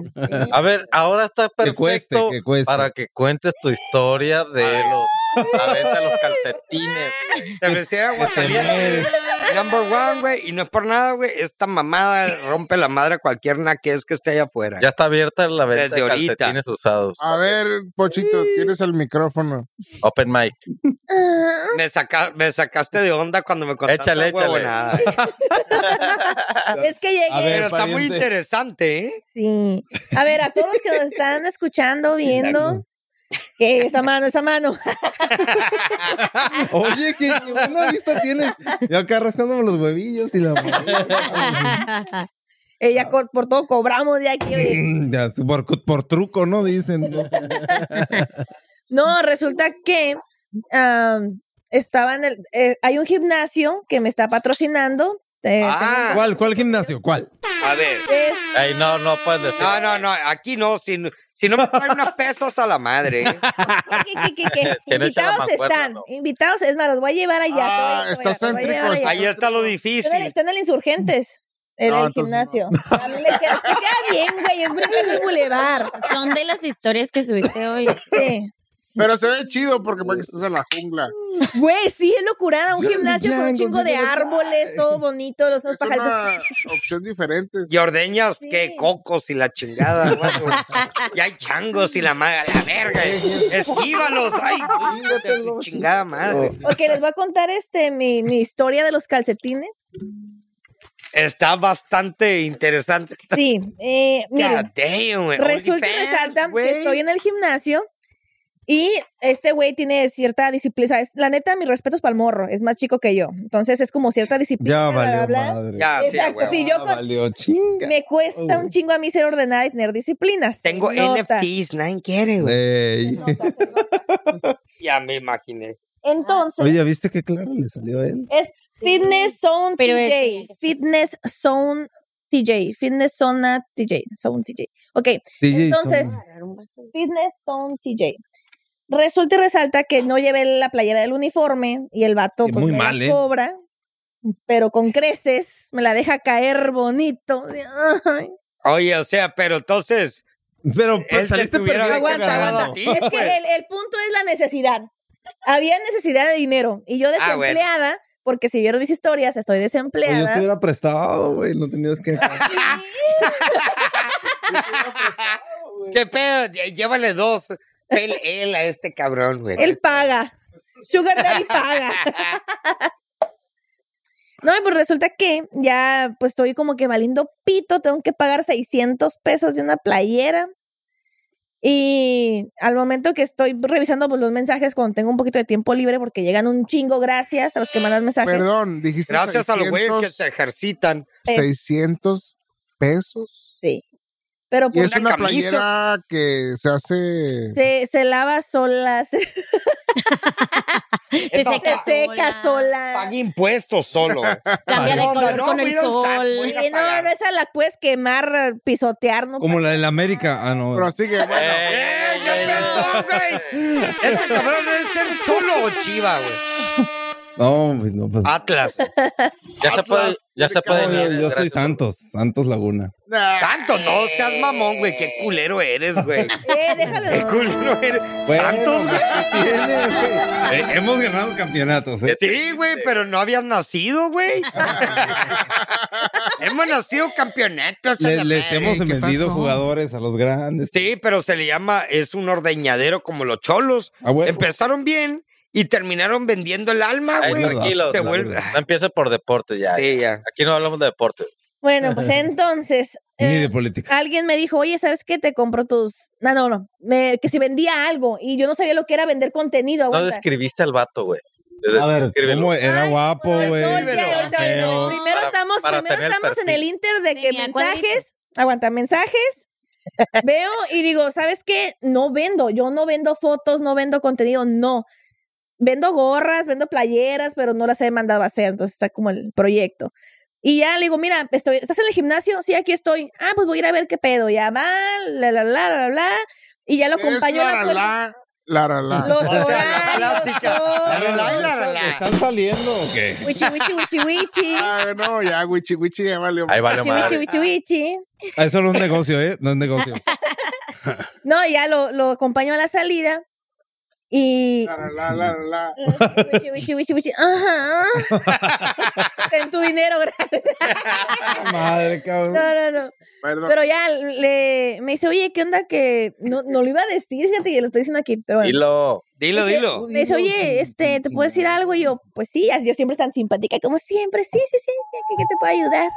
[SPEAKER 3] A ver, ahora está
[SPEAKER 5] Que
[SPEAKER 3] perfecto
[SPEAKER 5] cueste, que cueste.
[SPEAKER 3] para que cuentes tu historia de los. La venta de los calcetines.
[SPEAKER 2] Te ofreciera Aguascalientes. Number one, Este, güey. Y no es por nada, güey. Esta mamada rompe la madre a cualquier naquez que esté allá afuera.
[SPEAKER 3] Ya está abierta la venta
[SPEAKER 2] Desde
[SPEAKER 3] de
[SPEAKER 2] ahorita.
[SPEAKER 3] calcetines usados.
[SPEAKER 4] A ver, Pochito, tienes el micrófono.
[SPEAKER 3] Open mic.
[SPEAKER 2] Me, saca- me sacaste de onda cuando me contaste
[SPEAKER 3] Échale, échale.
[SPEAKER 2] huevonada.
[SPEAKER 1] Ah, Es que llegué.
[SPEAKER 5] A ver,
[SPEAKER 2] Pero está muy
[SPEAKER 5] pariente.
[SPEAKER 2] interesante, ¿eh?
[SPEAKER 1] Sí. A ver, a todos los que nos están escuchando, viendo. Que esa mano, esa mano.
[SPEAKER 5] Oye, qué qué buena vista tienes. Yo acá rascándome los huevillos y la
[SPEAKER 2] Ah.
[SPEAKER 1] Ella co- por todo cobramos de aquí. oye.
[SPEAKER 5] Mm, ya, por, por truco, ¿no? Dicen. no sé.
[SPEAKER 1] No, resulta que am, estaba en el. eh, hay un gimnasio que me está patrocinando. eh,
[SPEAKER 2] Ah,
[SPEAKER 5] ¿Cuál, cuál gimnasio? ¿Cuál?
[SPEAKER 2] a ver.
[SPEAKER 1] tengo- es-
[SPEAKER 3] Ey, no, no puedes decir.
[SPEAKER 2] Ah, No, no, no. Aquí no. Si, no- si no me ponen unos pesos a la madre. ¿eh?
[SPEAKER 1] ¿qué, qué, qué, qué?
[SPEAKER 3] Si no echa la
[SPEAKER 1] Invitados
[SPEAKER 3] mancuerna,
[SPEAKER 1] están.
[SPEAKER 3] no.
[SPEAKER 1] Invitados, es más, los voy a llevar allá.
[SPEAKER 2] Ah,
[SPEAKER 1] te voy a-
[SPEAKER 4] estás
[SPEAKER 1] te voy a
[SPEAKER 4] céntrico,
[SPEAKER 1] llevar allá.
[SPEAKER 4] estás
[SPEAKER 2] Ahí está lo
[SPEAKER 1] Está en el-
[SPEAKER 2] difícil.
[SPEAKER 1] Está en el Insurgentes. En
[SPEAKER 4] No,
[SPEAKER 1] el
[SPEAKER 4] entonces
[SPEAKER 1] gimnasio. A mí me queda, me queda bien, güey. Es brincando el bulevar.
[SPEAKER 6] Son de las historias que subiste hoy.
[SPEAKER 1] Sí.
[SPEAKER 4] Pero se ve chido porque para que estás en la jungla.
[SPEAKER 1] Güey, sí, es locurada. Un
[SPEAKER 5] Yo-
[SPEAKER 1] gimnasio con un
[SPEAKER 5] Django,
[SPEAKER 1] chingo de
[SPEAKER 5] Django,
[SPEAKER 1] árboles, todo bonito, los unos
[SPEAKER 4] Es
[SPEAKER 1] pajaritos.
[SPEAKER 4] una opción diferente.
[SPEAKER 2] Y ordeñas
[SPEAKER 1] Sí.
[SPEAKER 2] que cocos y la chingada, güey. y hay changos y la madre, la verga. Esquívalos, ay, de su chingada madre.
[SPEAKER 1] Ok, les voy a contar este mi, mi historia de los calcetines.
[SPEAKER 2] Está bastante interesante.
[SPEAKER 1] Sí, eh,
[SPEAKER 2] God
[SPEAKER 1] miren,
[SPEAKER 2] damn, güey.
[SPEAKER 1] resulta y
[SPEAKER 2] OnlyFans,
[SPEAKER 1] resalta
[SPEAKER 2] güey.
[SPEAKER 1] que estoy en el gimnasio y este güey tiene cierta disciplina. o sea, es- La neta, mis respetos para el morro, es más chico que yo. Entonces es como cierta disciplina.
[SPEAKER 5] Ya
[SPEAKER 1] bla, bla,
[SPEAKER 5] valió
[SPEAKER 1] bla.
[SPEAKER 5] madre.
[SPEAKER 2] Ya, sí,
[SPEAKER 1] Exacto,
[SPEAKER 2] güey.
[SPEAKER 1] sí, yo
[SPEAKER 5] Ya
[SPEAKER 1] con-
[SPEAKER 5] valió chinga.
[SPEAKER 1] Me cuesta un
[SPEAKER 5] güey.
[SPEAKER 1] chingo a mí ser ordenada y tener disciplinas. Se
[SPEAKER 2] Tengo
[SPEAKER 1] nota.
[SPEAKER 2] NFTs, nadie quiere, güey.
[SPEAKER 5] Ey.
[SPEAKER 1] nota, se nota.
[SPEAKER 2] Ya me imaginé.
[SPEAKER 1] Entonces,
[SPEAKER 5] Oye, ¿viste qué claro le salió a él?
[SPEAKER 1] es Fitness Zone
[SPEAKER 6] Pero él tenía
[SPEAKER 1] TJ.
[SPEAKER 6] que-
[SPEAKER 1] Fitness Zone TJ. Fitness Zona TJ. Zone TJ. Ok,
[SPEAKER 5] DJ
[SPEAKER 1] Entonces,
[SPEAKER 5] Zone.
[SPEAKER 1] Fitness Zone TJ. Resulta y resalta que no llevé la playera del uniforme y el vato
[SPEAKER 5] Sí,
[SPEAKER 1] pues,
[SPEAKER 5] muy
[SPEAKER 1] me la
[SPEAKER 5] mal, ¿eh?
[SPEAKER 1] cobra, pero con creces me la deja caer bonito. Ay.
[SPEAKER 2] Oye, o sea, pero entonces.
[SPEAKER 5] Pero pues,
[SPEAKER 2] él te
[SPEAKER 5] saliste
[SPEAKER 2] tuviera
[SPEAKER 5] perdiendo.
[SPEAKER 1] Aguanta,
[SPEAKER 5] cagado.
[SPEAKER 2] aguanta. Sí,
[SPEAKER 1] Es
[SPEAKER 2] pues.
[SPEAKER 1] que el, el punto es la necesidad. Había necesidad de dinero y yo
[SPEAKER 2] Ah, bueno.
[SPEAKER 1] desempleada, porque si vieron mis historias, estoy
[SPEAKER 5] Oye, yo te
[SPEAKER 1] desempleada.
[SPEAKER 5] hubiera prestado, güey. No tenías que.
[SPEAKER 2] ¿Qué pedo? Lle- Llévale dos. Él, él a este cabrón, güey.
[SPEAKER 1] Él paga. Sugar Daddy paga. No, y pues resulta que ya pues estoy como que valiendo pito, tengo que pagar 600 pesos de una playera. Y al momento que estoy revisando pues, los mensajes, cuando tengo un poquito de tiempo libre, porque llegan un chingo, gracias a los que mandan mensajes.
[SPEAKER 4] Perdón, dijiste
[SPEAKER 2] Gracias a los güeyes que
[SPEAKER 4] 600,
[SPEAKER 2] se ejercitan.
[SPEAKER 1] Es-
[SPEAKER 4] 600 pesos.
[SPEAKER 1] Sí. Pero
[SPEAKER 4] Y
[SPEAKER 1] pues
[SPEAKER 4] es una
[SPEAKER 2] camisa.
[SPEAKER 4] playera que se hace.
[SPEAKER 1] se, se lava sola, se,
[SPEAKER 6] Se
[SPEAKER 1] se
[SPEAKER 6] seca,
[SPEAKER 1] seca sola.
[SPEAKER 2] Pague impuestos solo.
[SPEAKER 6] Cambia de
[SPEAKER 2] No,
[SPEAKER 6] color
[SPEAKER 2] no,
[SPEAKER 6] con el
[SPEAKER 2] mira el saco,
[SPEAKER 6] sol.
[SPEAKER 2] güey.
[SPEAKER 1] Sí, no, no, esa la puedes quemar, pisotear, no
[SPEAKER 5] Como la del América. Ah, no.
[SPEAKER 4] Pero así que, bueno,
[SPEAKER 2] ¡Eh, ya empezó, güey! Este cabrón debe ser chulo o chiva, güey.
[SPEAKER 5] No, pues no. Pues,
[SPEAKER 2] Atlas.
[SPEAKER 3] Ya se puede, ya se
[SPEAKER 5] no,
[SPEAKER 3] puede.
[SPEAKER 5] yo, yo soy Santos. Santos Laguna.
[SPEAKER 2] Santo, no seas mamón, güey. Qué culero eres, güey.
[SPEAKER 1] Eh, déjalo.
[SPEAKER 2] Qué culero eres.
[SPEAKER 5] Bueno,
[SPEAKER 2] Santos, güey.
[SPEAKER 5] ¿qué tiene, güey? Eh, hemos ganado campeonatos. ¿eh?
[SPEAKER 2] Sí, güey, pero no habías nacido, güey. Hemos nacido campeonatos. a la
[SPEAKER 5] Le- les
[SPEAKER 2] madre.
[SPEAKER 5] hemos
[SPEAKER 8] ¿qué
[SPEAKER 5] vendido
[SPEAKER 8] pasó?
[SPEAKER 5] jugadores a los grandes.
[SPEAKER 2] Sí, pero se le llama, es un ordeñadero como los cholos.
[SPEAKER 5] Ah, güey.
[SPEAKER 2] Empezaron bien y terminaron vendiendo el alma,
[SPEAKER 5] Es
[SPEAKER 2] güey.
[SPEAKER 5] verdad.
[SPEAKER 3] tranquilo.
[SPEAKER 2] Se
[SPEAKER 5] es
[SPEAKER 2] vuelve. Ah,
[SPEAKER 5] verdad.
[SPEAKER 3] No empieces por deporte ya.
[SPEAKER 2] Sí, ya.
[SPEAKER 3] Aquí no hablamos de deporte.
[SPEAKER 1] Bueno, pues entonces.
[SPEAKER 5] Ni
[SPEAKER 1] eh,
[SPEAKER 5] de política.
[SPEAKER 1] alguien me dijo, oye, ¿sabes qué? Te compro tus... No, no, no. Me- que si vendía algo y yo no sabía lo que era vender contenido.
[SPEAKER 3] No
[SPEAKER 1] aguanta.
[SPEAKER 3] describiste al vato, güey. Desde-
[SPEAKER 5] A ver,
[SPEAKER 3] descríbelo.
[SPEAKER 5] ¿cómo era
[SPEAKER 1] Ay, pues,
[SPEAKER 5] guapo,
[SPEAKER 1] Bueno,
[SPEAKER 5] güey?
[SPEAKER 1] eso ya,
[SPEAKER 2] Escríbelo,
[SPEAKER 1] ahorita,
[SPEAKER 5] feo.
[SPEAKER 1] Primero
[SPEAKER 3] Pues, Para-
[SPEAKER 1] estamos,
[SPEAKER 3] para
[SPEAKER 1] primero
[SPEAKER 3] tener el
[SPEAKER 1] estamos en
[SPEAKER 3] perfil.
[SPEAKER 1] el inter de que
[SPEAKER 6] Tenía
[SPEAKER 1] mensajes, aguanta, mensajes, veo y digo, ¿sabes qué? No vendo, yo no vendo fotos, no vendo contenido, no. Vendo gorras, vendo playeras, pero no las he mandado a hacer, entonces está como el proyecto. Y ya le digo, mira, estoy, ¿estás en el gimnasio? Sí, aquí estoy. Ah, pues voy a ir a ver qué pedo. Ya va, la, la, la, la, la. Y ya lo acompaño. a la col-
[SPEAKER 4] la, la, la, la.
[SPEAKER 1] Los
[SPEAKER 2] O sea, la
[SPEAKER 1] horarios.
[SPEAKER 2] plástica.
[SPEAKER 1] todo.
[SPEAKER 5] ¿Están saliendo o qué?
[SPEAKER 6] Wichi, wichi, wichi, wichi.
[SPEAKER 4] Ah, no, ya, Wichi Wichi ya valió.
[SPEAKER 3] Ahí vale
[SPEAKER 1] Wichi,
[SPEAKER 3] madre.
[SPEAKER 1] wichi, wichi, wichi.
[SPEAKER 5] Eso no es negocio, ¿eh? No es negocio.
[SPEAKER 1] No, y ya lo, lo acompaño a la salida. Y.
[SPEAKER 4] La, la, la, la, la.
[SPEAKER 1] Wichi, wichi, wichi, wichi. Ajá. Ten tu dinero, gracias.
[SPEAKER 5] Ah, Madre, cabrón.
[SPEAKER 1] No, no, no.
[SPEAKER 4] Perdón.
[SPEAKER 1] Pero ya le, me dice, oye, ¿qué onda? Que no, no lo iba a decir, fíjate, que lo estoy diciendo aquí. Pero bueno.
[SPEAKER 3] Y
[SPEAKER 5] Oh.
[SPEAKER 3] lo.
[SPEAKER 2] Dilo,
[SPEAKER 1] Dice-
[SPEAKER 2] dilo.
[SPEAKER 1] Me dice, oye, este, ¿te puedo decir algo? Y yo, pues sí, as- yo siempre tan simpática como siempre. Sí, sí, sí, ¿qué, qué- qué te puedo ayudar?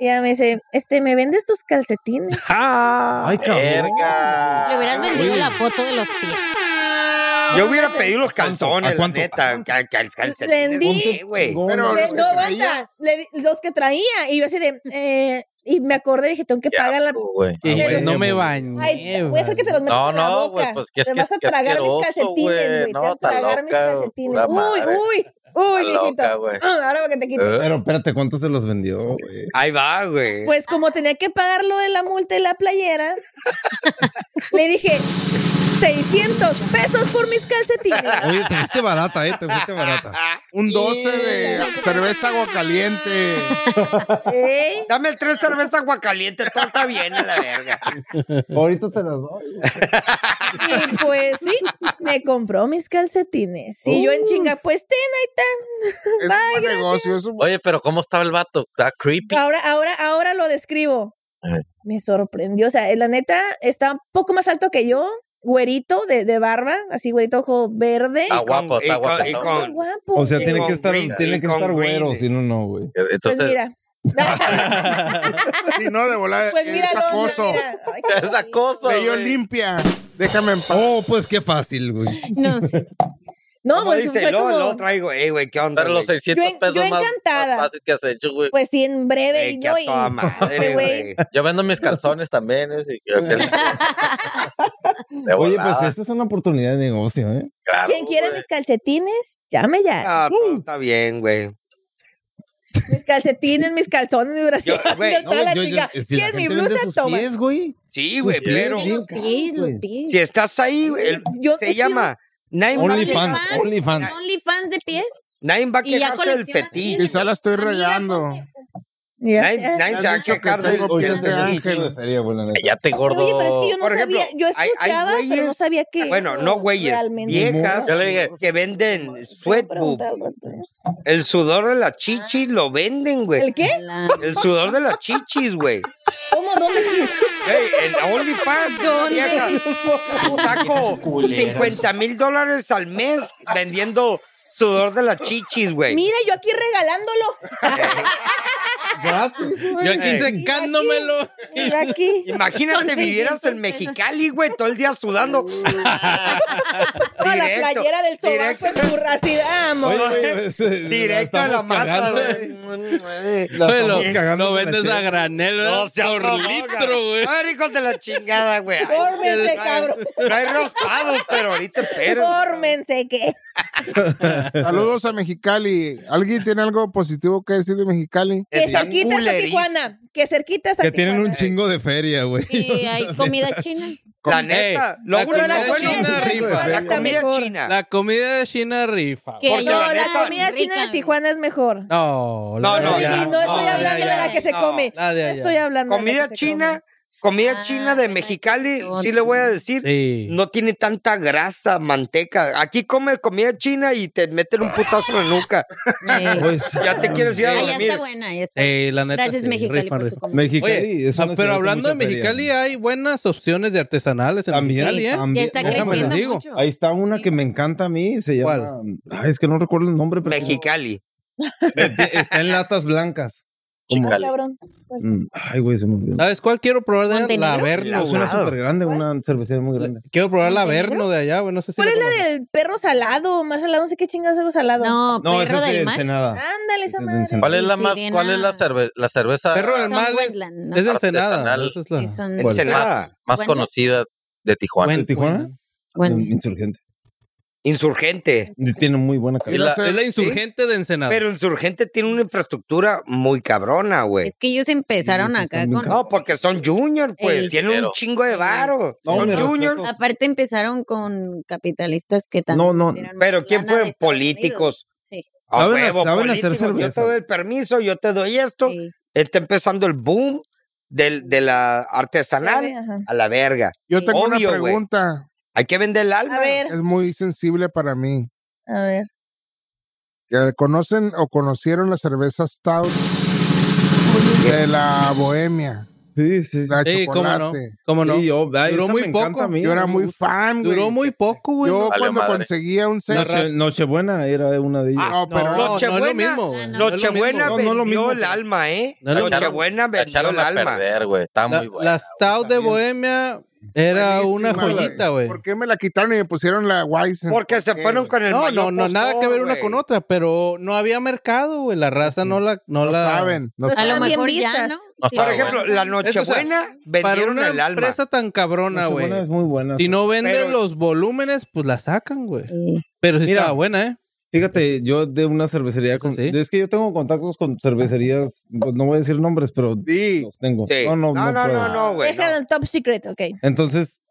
[SPEAKER 1] Y ella me dice, este, ¿me vendes tus calcetines?
[SPEAKER 5] Ay, cabrón.
[SPEAKER 3] Verga.
[SPEAKER 6] Le hubieras vendido la foto de los pies.
[SPEAKER 2] "Oh". Yo hubiera pedido los
[SPEAKER 5] ¿A
[SPEAKER 2] calzones, la
[SPEAKER 5] cuánto?
[SPEAKER 2] neta. cal- cal- calcetines,
[SPEAKER 1] Vendí.
[SPEAKER 2] sí, güey.
[SPEAKER 4] Pero
[SPEAKER 1] Le-
[SPEAKER 4] los que
[SPEAKER 1] no,
[SPEAKER 4] traías,
[SPEAKER 1] banda, le di- los que traía. Y yo así de, eh, y me acordé, dije, tengo que
[SPEAKER 3] Qué
[SPEAKER 1] pagar la...
[SPEAKER 3] asco, güey.
[SPEAKER 7] Que
[SPEAKER 1] güey,
[SPEAKER 7] no me
[SPEAKER 5] güey.
[SPEAKER 7] bañé.
[SPEAKER 1] Ay, puede ser que te los metas
[SPEAKER 3] No,
[SPEAKER 1] en la
[SPEAKER 3] no,
[SPEAKER 1] boca.
[SPEAKER 3] güey, pues que es
[SPEAKER 1] te
[SPEAKER 3] que
[SPEAKER 1] vas a
[SPEAKER 3] que es
[SPEAKER 1] tragar mis
[SPEAKER 3] asqueroso,
[SPEAKER 1] calcetines,
[SPEAKER 3] güey.
[SPEAKER 1] güey. te
[SPEAKER 3] No,
[SPEAKER 1] vas a
[SPEAKER 3] está
[SPEAKER 1] tragar mis
[SPEAKER 3] loca,
[SPEAKER 1] calcetines.
[SPEAKER 3] pura
[SPEAKER 1] Uy,
[SPEAKER 3] madre.
[SPEAKER 1] uy, uy,
[SPEAKER 3] Está
[SPEAKER 1] mijito.
[SPEAKER 3] loca, güey. Eh.
[SPEAKER 1] Ah, Ahora que te quito.
[SPEAKER 5] Pero espérate, ¿cuánto se los vendió, güey?
[SPEAKER 2] Ahí va, güey.
[SPEAKER 1] Pues como tenía que pagar lo de la multa y la playera, le dije 600 pesos por mis calcetines.
[SPEAKER 5] Oye, te fuiste barata, ¿eh? Te fuiste barata.
[SPEAKER 2] Ah,
[SPEAKER 4] Un 12 de cerveza agua caliente.
[SPEAKER 1] ¿Eh?
[SPEAKER 2] Dame tres cervezas aguacaliente, todo está bien a la verga.
[SPEAKER 5] Ahorita te las doy.
[SPEAKER 1] Y pues sí, me compró mis calcetines. Y yo en chinga, pues ten ahí tan.
[SPEAKER 4] Es un buen negocio. Es un...
[SPEAKER 3] Oye, pero ¿cómo estaba el vato? Está creepy. Eh,
[SPEAKER 1] Ahora, ahora, ahora lo describo.
[SPEAKER 3] Ajá.
[SPEAKER 1] Me sorprendió. O sea, la neta está un poco más alto que yo, güerito de, de barba, así güerito ojo verde.
[SPEAKER 3] Está guapo,
[SPEAKER 2] Y
[SPEAKER 3] está
[SPEAKER 2] con-
[SPEAKER 3] guapo.
[SPEAKER 2] y
[SPEAKER 3] está
[SPEAKER 2] con-
[SPEAKER 1] Muy guapo.
[SPEAKER 5] O sea,
[SPEAKER 1] Sí.
[SPEAKER 5] tiene
[SPEAKER 2] con
[SPEAKER 5] que estar,
[SPEAKER 2] green,
[SPEAKER 5] tiene
[SPEAKER 2] y
[SPEAKER 5] que
[SPEAKER 2] con
[SPEAKER 5] estar
[SPEAKER 2] green.
[SPEAKER 5] güero, si no, no, güey.
[SPEAKER 3] guapo.
[SPEAKER 1] Pues
[SPEAKER 3] Entonces,
[SPEAKER 1] mira.
[SPEAKER 4] Si no, de volada eh,
[SPEAKER 1] Pues mira,
[SPEAKER 4] es
[SPEAKER 1] Londra,
[SPEAKER 4] acoso.
[SPEAKER 1] mira. Ay, qué
[SPEAKER 3] es acoso.
[SPEAKER 4] De yo
[SPEAKER 3] güey.
[SPEAKER 4] limpia. Déjame en paz.
[SPEAKER 5] Oh, pues qué fácil, güey.
[SPEAKER 6] No sé.
[SPEAKER 1] No,
[SPEAKER 2] Como
[SPEAKER 1] pues
[SPEAKER 2] dice,
[SPEAKER 1] fue
[SPEAKER 2] luego
[SPEAKER 1] como-
[SPEAKER 2] luego traigo, eh, güey, ¿qué onda?
[SPEAKER 3] Pero los
[SPEAKER 2] güey?
[SPEAKER 3] 600
[SPEAKER 1] Yo en-
[SPEAKER 3] pesos
[SPEAKER 1] yo
[SPEAKER 3] más,
[SPEAKER 1] encantada.
[SPEAKER 3] más fácil que has hecho, güey.
[SPEAKER 1] Pues sí, en breve.
[SPEAKER 2] Eh,
[SPEAKER 1] y
[SPEAKER 2] que a
[SPEAKER 1] no, y-
[SPEAKER 2] toda
[SPEAKER 1] ese
[SPEAKER 2] madre,
[SPEAKER 1] güey.
[SPEAKER 2] güey.
[SPEAKER 3] Yo vendo mis calzones también. ¿eh? Sí, yo- De
[SPEAKER 5] Oye, pues
[SPEAKER 3] volada,
[SPEAKER 5] esta es una oportunidad de negocio, ¿eh?
[SPEAKER 3] claro,
[SPEAKER 1] Quien quiera
[SPEAKER 3] güey.
[SPEAKER 1] mis calcetines, llame ya.
[SPEAKER 2] Ah, todo está bien, güey.
[SPEAKER 1] Mis calcetines, mis calzones, mi brasier.
[SPEAKER 2] Yo- güey,
[SPEAKER 1] yo
[SPEAKER 5] No,
[SPEAKER 1] estaba la
[SPEAKER 5] yo- yo-
[SPEAKER 1] chica,
[SPEAKER 5] si la
[SPEAKER 1] "¿Quieres mi
[SPEAKER 5] gente vende
[SPEAKER 1] blusa?
[SPEAKER 5] sus
[SPEAKER 1] Toma".
[SPEAKER 5] pies, güey.
[SPEAKER 2] Sí, güey,
[SPEAKER 5] pies.
[SPEAKER 2] pero
[SPEAKER 5] bien
[SPEAKER 6] Los pies,
[SPEAKER 5] caro,
[SPEAKER 6] los
[SPEAKER 5] güey.
[SPEAKER 6] pies.
[SPEAKER 2] si estás ahí, güey, el-
[SPEAKER 1] Yo-
[SPEAKER 2] se
[SPEAKER 1] es que yo-
[SPEAKER 2] llama Nine va-
[SPEAKER 5] Only fans,
[SPEAKER 6] OnlyFans.
[SPEAKER 5] only fans.
[SPEAKER 6] Only fans de pies.
[SPEAKER 2] Nine va a
[SPEAKER 6] Y ya
[SPEAKER 2] quejarse del
[SPEAKER 6] coleccionas
[SPEAKER 2] fetiche.
[SPEAKER 6] pies.
[SPEAKER 4] Quizá la estoy
[SPEAKER 6] Amiga,
[SPEAKER 4] regando.
[SPEAKER 1] Ya.
[SPEAKER 2] Nine,
[SPEAKER 4] Ya
[SPEAKER 2] Nine se va a
[SPEAKER 4] han dicho que
[SPEAKER 2] quejar del
[SPEAKER 5] pues,
[SPEAKER 4] tengo pies de
[SPEAKER 2] fetiche.
[SPEAKER 4] ángel.
[SPEAKER 3] Cállate, gordo.
[SPEAKER 1] Oye, pero es que yo no
[SPEAKER 2] Por ejemplo,
[SPEAKER 1] sabía, yo
[SPEAKER 2] hay- hay
[SPEAKER 1] escuchaba, pero no
[SPEAKER 2] güeyes-
[SPEAKER 1] sabía que
[SPEAKER 2] Bueno,
[SPEAKER 1] eso
[SPEAKER 2] no güeyes,
[SPEAKER 1] realmente-
[SPEAKER 2] viejas
[SPEAKER 3] Yo le dije,
[SPEAKER 2] que venden
[SPEAKER 1] Voy a
[SPEAKER 2] sweatbook.
[SPEAKER 1] preguntar al rato.
[SPEAKER 2] El sudor de las chichis lo venden, güey.
[SPEAKER 1] ¿El qué?
[SPEAKER 6] La-
[SPEAKER 2] El sudor de las chichis, güey.
[SPEAKER 1] ¿Cómo? ¿Dónde?
[SPEAKER 2] Güey, en OnlyFans,
[SPEAKER 1] ¿Dónde?
[SPEAKER 2] vieja, saco 50 mil dólares al mes vendiendo sudor de las chichis, güey.
[SPEAKER 1] Mira, yo aquí regalándolo.
[SPEAKER 7] Yo aquí
[SPEAKER 2] Ey.
[SPEAKER 7] secándomelo.
[SPEAKER 1] Y yo aquí.
[SPEAKER 2] Imagínate,
[SPEAKER 1] Con
[SPEAKER 2] vivieras
[SPEAKER 6] 600
[SPEAKER 2] en Mexicali, güey, todo el día sudando.
[SPEAKER 1] No, la
[SPEAKER 2] Directo,
[SPEAKER 1] playera del pues, sobaco
[SPEAKER 2] directo.
[SPEAKER 1] es curracidad, ah, amor.
[SPEAKER 2] Directo a la mata, güey.
[SPEAKER 7] Oye, lo,
[SPEAKER 5] estamos cagando
[SPEAKER 7] lo
[SPEAKER 5] con la
[SPEAKER 7] vendes a
[SPEAKER 5] chela.
[SPEAKER 7] granel,
[SPEAKER 2] No
[SPEAKER 7] ¿verdad?
[SPEAKER 2] seas
[SPEAKER 7] ¿Eh? por
[SPEAKER 2] mamón,
[SPEAKER 7] litro,
[SPEAKER 2] cabrón.
[SPEAKER 7] güey.
[SPEAKER 1] Ah.
[SPEAKER 2] A ver, hijos de la chingada, güey. Ay,
[SPEAKER 1] Fórmense,
[SPEAKER 2] no hay-
[SPEAKER 1] cabrón.
[SPEAKER 2] No hay raspados, pero ahorita espero.
[SPEAKER 1] Fórmense, que.
[SPEAKER 4] Saludos a Mexicali. ¿Alguien tiene algo positivo que decir de Mexicali?
[SPEAKER 1] Que
[SPEAKER 2] Están
[SPEAKER 1] cerquita a
[SPEAKER 2] culerísimos.
[SPEAKER 1] Tijuana. Que cerquita a
[SPEAKER 5] Que
[SPEAKER 1] Tijuana.
[SPEAKER 5] tienen un chingo de feria, güey.
[SPEAKER 6] Y hay comida china.
[SPEAKER 2] La neta, lo
[SPEAKER 7] la
[SPEAKER 2] único
[SPEAKER 1] Pero la
[SPEAKER 7] Comida
[SPEAKER 1] comida
[SPEAKER 7] china
[SPEAKER 1] de
[SPEAKER 7] rifa.
[SPEAKER 1] Tijuana
[SPEAKER 2] La
[SPEAKER 1] está
[SPEAKER 2] comida
[SPEAKER 1] mejor.
[SPEAKER 2] china.
[SPEAKER 7] La comida de China rifa.
[SPEAKER 6] Que
[SPEAKER 2] Porque
[SPEAKER 6] yo-
[SPEAKER 1] No, la Eh,
[SPEAKER 2] neta-
[SPEAKER 1] comida china de
[SPEAKER 6] rica.
[SPEAKER 1] Tijuana es mejor.
[SPEAKER 7] No,
[SPEAKER 2] No,
[SPEAKER 7] la
[SPEAKER 2] no,
[SPEAKER 1] Y
[SPEAKER 2] ya,
[SPEAKER 1] no estoy
[SPEAKER 6] no,
[SPEAKER 1] hablando
[SPEAKER 6] ya,
[SPEAKER 1] de la
[SPEAKER 6] ya.
[SPEAKER 1] que se
[SPEAKER 2] No,
[SPEAKER 1] come.
[SPEAKER 7] la de
[SPEAKER 1] No
[SPEAKER 7] allá.
[SPEAKER 1] estoy hablando de la
[SPEAKER 2] Comida
[SPEAKER 1] que se
[SPEAKER 2] china,
[SPEAKER 1] come.
[SPEAKER 2] comida
[SPEAKER 6] Ah,
[SPEAKER 2] china de
[SPEAKER 6] bueno,
[SPEAKER 2] Mexicali,
[SPEAKER 6] esa es
[SPEAKER 2] sí le voy a
[SPEAKER 6] otra.
[SPEAKER 2] decir,
[SPEAKER 7] Sí.
[SPEAKER 2] no tiene tanta grasa, manteca. Aquí comes comida china y te meten un putazo en la nuca.
[SPEAKER 6] Eh,
[SPEAKER 5] Pues,
[SPEAKER 2] Ya
[SPEAKER 7] Ah,
[SPEAKER 2] te quieres ir a
[SPEAKER 6] allá
[SPEAKER 2] dormir.
[SPEAKER 6] Ah, está buena. allá está.
[SPEAKER 7] Sí, Eh, la neta.
[SPEAKER 6] Gracias,
[SPEAKER 7] sí,
[SPEAKER 6] Mexicali,
[SPEAKER 7] rifan,
[SPEAKER 6] por tu
[SPEAKER 7] rifan.
[SPEAKER 6] comida.
[SPEAKER 5] Mexicali
[SPEAKER 7] Oye,
[SPEAKER 5] es una
[SPEAKER 7] ah,
[SPEAKER 5] ciudad
[SPEAKER 7] pero
[SPEAKER 5] con
[SPEAKER 7] hablando de
[SPEAKER 5] mucha feria.
[SPEAKER 7] Mexicali, hay buenas opciones de artesanales en
[SPEAKER 5] También, ah.
[SPEAKER 7] Mexicali, ¿eh?
[SPEAKER 5] también.
[SPEAKER 6] Ya está
[SPEAKER 5] Déjame
[SPEAKER 6] creciendo
[SPEAKER 5] les
[SPEAKER 7] digo.
[SPEAKER 6] mucho.
[SPEAKER 5] Ahí está una que me encanta a mí, se llama... Ay, es que no recuerdo el nombre, pero...
[SPEAKER 2] Mexicali.
[SPEAKER 5] Está en latas blancas. Como-
[SPEAKER 1] Ay, cabrón.
[SPEAKER 5] Mm, Ay, güey, se me olvidó.
[SPEAKER 7] ¿Sabes cuál quiero probar de allá?
[SPEAKER 6] ¿Montenegro?
[SPEAKER 7] La
[SPEAKER 2] La
[SPEAKER 7] Averno,
[SPEAKER 5] Es una
[SPEAKER 7] güey.
[SPEAKER 2] azul.
[SPEAKER 5] súper grande, una cervecería muy grande.
[SPEAKER 7] Quiero probar la
[SPEAKER 6] ¿Montenegro?
[SPEAKER 7] Averno de allá, güey. No sé si
[SPEAKER 1] ¿Cuál
[SPEAKER 7] la
[SPEAKER 1] es la
[SPEAKER 7] conoces.
[SPEAKER 1] del perro salado? Más salado, no sé qué chingados es algo salado.
[SPEAKER 6] No,
[SPEAKER 5] No,
[SPEAKER 6] perro
[SPEAKER 5] esa es de
[SPEAKER 6] del mar. Ah,
[SPEAKER 5] Ensenada.
[SPEAKER 1] Ándale, esa
[SPEAKER 5] Es de
[SPEAKER 1] madre.
[SPEAKER 5] Ensenada.
[SPEAKER 3] ¿Cuál es la
[SPEAKER 6] Y
[SPEAKER 3] más,
[SPEAKER 6] sirena-
[SPEAKER 3] cuál es la, cerve- la cerveza
[SPEAKER 7] Perro del
[SPEAKER 6] Son
[SPEAKER 7] mal es,
[SPEAKER 6] Westland, ¿no?
[SPEAKER 7] es de Ensenada.
[SPEAKER 3] Artesanal.
[SPEAKER 7] Esa es la-
[SPEAKER 6] Sí, son-
[SPEAKER 2] Pues,
[SPEAKER 5] ¿Cuál?
[SPEAKER 7] Ah.
[SPEAKER 2] Ensenada.
[SPEAKER 3] más
[SPEAKER 6] Bueno.
[SPEAKER 3] conocida de Tijuana?
[SPEAKER 7] Buen-
[SPEAKER 5] ¿De Tijuana?
[SPEAKER 7] buen-
[SPEAKER 6] Bueno,
[SPEAKER 5] Insurgente.
[SPEAKER 2] Insurgente.
[SPEAKER 5] Y Tiene muy buena
[SPEAKER 7] Es
[SPEAKER 5] calidad.
[SPEAKER 7] la,
[SPEAKER 4] no sé,
[SPEAKER 7] es la insurgente de Ensenada.
[SPEAKER 2] Pero Insurgente tiene una infraestructura muy cabrona, güey.
[SPEAKER 6] Es que ellos empezaron
[SPEAKER 5] Sí, sí,
[SPEAKER 6] acá
[SPEAKER 5] están bien
[SPEAKER 6] con...
[SPEAKER 2] No, porque son junior, pues.
[SPEAKER 6] El Ah,
[SPEAKER 2] Tienen un
[SPEAKER 3] dinero.
[SPEAKER 2] chingo de varo.
[SPEAKER 5] No,
[SPEAKER 2] son
[SPEAKER 5] mi
[SPEAKER 2] junior.
[SPEAKER 5] respeto.
[SPEAKER 6] Aparte empezaron con capitalistas que también...
[SPEAKER 5] No, no.
[SPEAKER 6] eran
[SPEAKER 2] Pero ¿quién
[SPEAKER 6] lana pues, de
[SPEAKER 2] fueron?
[SPEAKER 6] Estados
[SPEAKER 2] Políticos.
[SPEAKER 6] Unidos. Sí,
[SPEAKER 2] A
[SPEAKER 5] Saben- saben hacer
[SPEAKER 2] Yo te
[SPEAKER 5] cerveza.
[SPEAKER 2] doy el permiso, yo te doy esto.
[SPEAKER 6] sí.
[SPEAKER 2] Está empezando el boom del, de la artesanal
[SPEAKER 1] Ajá.
[SPEAKER 2] a la verga.
[SPEAKER 4] Yo tengo
[SPEAKER 2] Obvio,
[SPEAKER 4] una
[SPEAKER 2] güey.
[SPEAKER 4] pregunta.
[SPEAKER 2] Hay que vender el alma.
[SPEAKER 1] A ver,
[SPEAKER 4] Es muy sensible para mí.
[SPEAKER 1] a ver.
[SPEAKER 4] que conocen o conocieron la cerveza Stout de la Bohemia,
[SPEAKER 5] Sí, sí.
[SPEAKER 4] la
[SPEAKER 7] Sí, cómo no.
[SPEAKER 4] chocolate.
[SPEAKER 7] Cómo no.
[SPEAKER 5] Sí, yo- ay,
[SPEAKER 7] Duró
[SPEAKER 5] esa
[SPEAKER 7] muy
[SPEAKER 5] me
[SPEAKER 7] poco.
[SPEAKER 5] encanta a mí,
[SPEAKER 4] Yo era
[SPEAKER 5] me
[SPEAKER 4] muy
[SPEAKER 5] gusta.
[SPEAKER 4] fan, güey.
[SPEAKER 7] Duró muy poco, güey.
[SPEAKER 4] Yo
[SPEAKER 3] Valió
[SPEAKER 4] cuando
[SPEAKER 3] madre.
[SPEAKER 4] conseguía un set,
[SPEAKER 5] Noche- Ah, Nochebuena era una de ellas.
[SPEAKER 4] no, pero
[SPEAKER 7] no, no es
[SPEAKER 2] Nochebuena,
[SPEAKER 7] lo mismo. güey.
[SPEAKER 6] no,
[SPEAKER 7] No es lo
[SPEAKER 2] Nochebuena pues,
[SPEAKER 7] mismo.
[SPEAKER 5] No, no es lo
[SPEAKER 2] vendió
[SPEAKER 5] mismo,
[SPEAKER 2] el
[SPEAKER 5] pero-
[SPEAKER 2] alma, ¿eh?
[SPEAKER 7] No es lo mismo.
[SPEAKER 2] Nochebuena
[SPEAKER 3] La
[SPEAKER 2] vendió
[SPEAKER 3] echaron
[SPEAKER 2] el
[SPEAKER 3] a
[SPEAKER 2] alma.
[SPEAKER 3] perder, güey. Está
[SPEAKER 7] La,
[SPEAKER 3] muy buena.
[SPEAKER 7] la Stout de
[SPEAKER 4] bien.
[SPEAKER 7] Bohemia era
[SPEAKER 4] buenísima,
[SPEAKER 7] una joyita, güey.
[SPEAKER 4] ¿Por qué me la quitaron y me pusieron la Weizen?
[SPEAKER 2] Porque se
[SPEAKER 4] ¿Por qué,
[SPEAKER 2] fueron
[SPEAKER 4] güey?
[SPEAKER 2] con el
[SPEAKER 7] No,
[SPEAKER 2] mayor
[SPEAKER 7] no, no, nada que ver una
[SPEAKER 2] postor,
[SPEAKER 7] con
[SPEAKER 2] güey.
[SPEAKER 7] otra, pero no había mercado, güey. La raza no la. No,
[SPEAKER 4] No
[SPEAKER 7] la
[SPEAKER 4] saben.
[SPEAKER 1] No
[SPEAKER 4] no
[SPEAKER 6] A
[SPEAKER 4] saben.
[SPEAKER 6] lo
[SPEAKER 1] Pues, Estaban bien
[SPEAKER 6] mejor ya,
[SPEAKER 1] vistas.
[SPEAKER 6] ¿no?
[SPEAKER 3] No,
[SPEAKER 6] Sí,
[SPEAKER 2] Por
[SPEAKER 3] Ah,
[SPEAKER 2] ejemplo,
[SPEAKER 6] bueno.
[SPEAKER 2] la
[SPEAKER 7] Es que, o sea,
[SPEAKER 2] Nochebuena
[SPEAKER 7] Para
[SPEAKER 2] vendieron
[SPEAKER 7] una
[SPEAKER 2] el alma.
[SPEAKER 7] empresa tan cabrona, güey.
[SPEAKER 5] Nochebuena es muy buena.
[SPEAKER 7] Si no vende
[SPEAKER 2] Pero-
[SPEAKER 7] los volúmenes, pues la sacan, güey.
[SPEAKER 6] Sí.
[SPEAKER 7] Pero sí
[SPEAKER 5] Mira.
[SPEAKER 7] estaba buena, ¿eh?
[SPEAKER 5] Fíjate, yo de una cervecería.
[SPEAKER 7] Eso
[SPEAKER 5] Con,
[SPEAKER 7] sí.
[SPEAKER 5] Es que yo tengo contactos con cervecerías. pues, no voy a decir nombres, pero
[SPEAKER 4] Sí,
[SPEAKER 5] los tengo.
[SPEAKER 2] Sí.
[SPEAKER 5] No, no, no.
[SPEAKER 2] no,
[SPEAKER 5] puedo.
[SPEAKER 2] no, güey.
[SPEAKER 1] Déjalo
[SPEAKER 2] Pues no.
[SPEAKER 1] en top secret, ok. Pues
[SPEAKER 5] Entonces,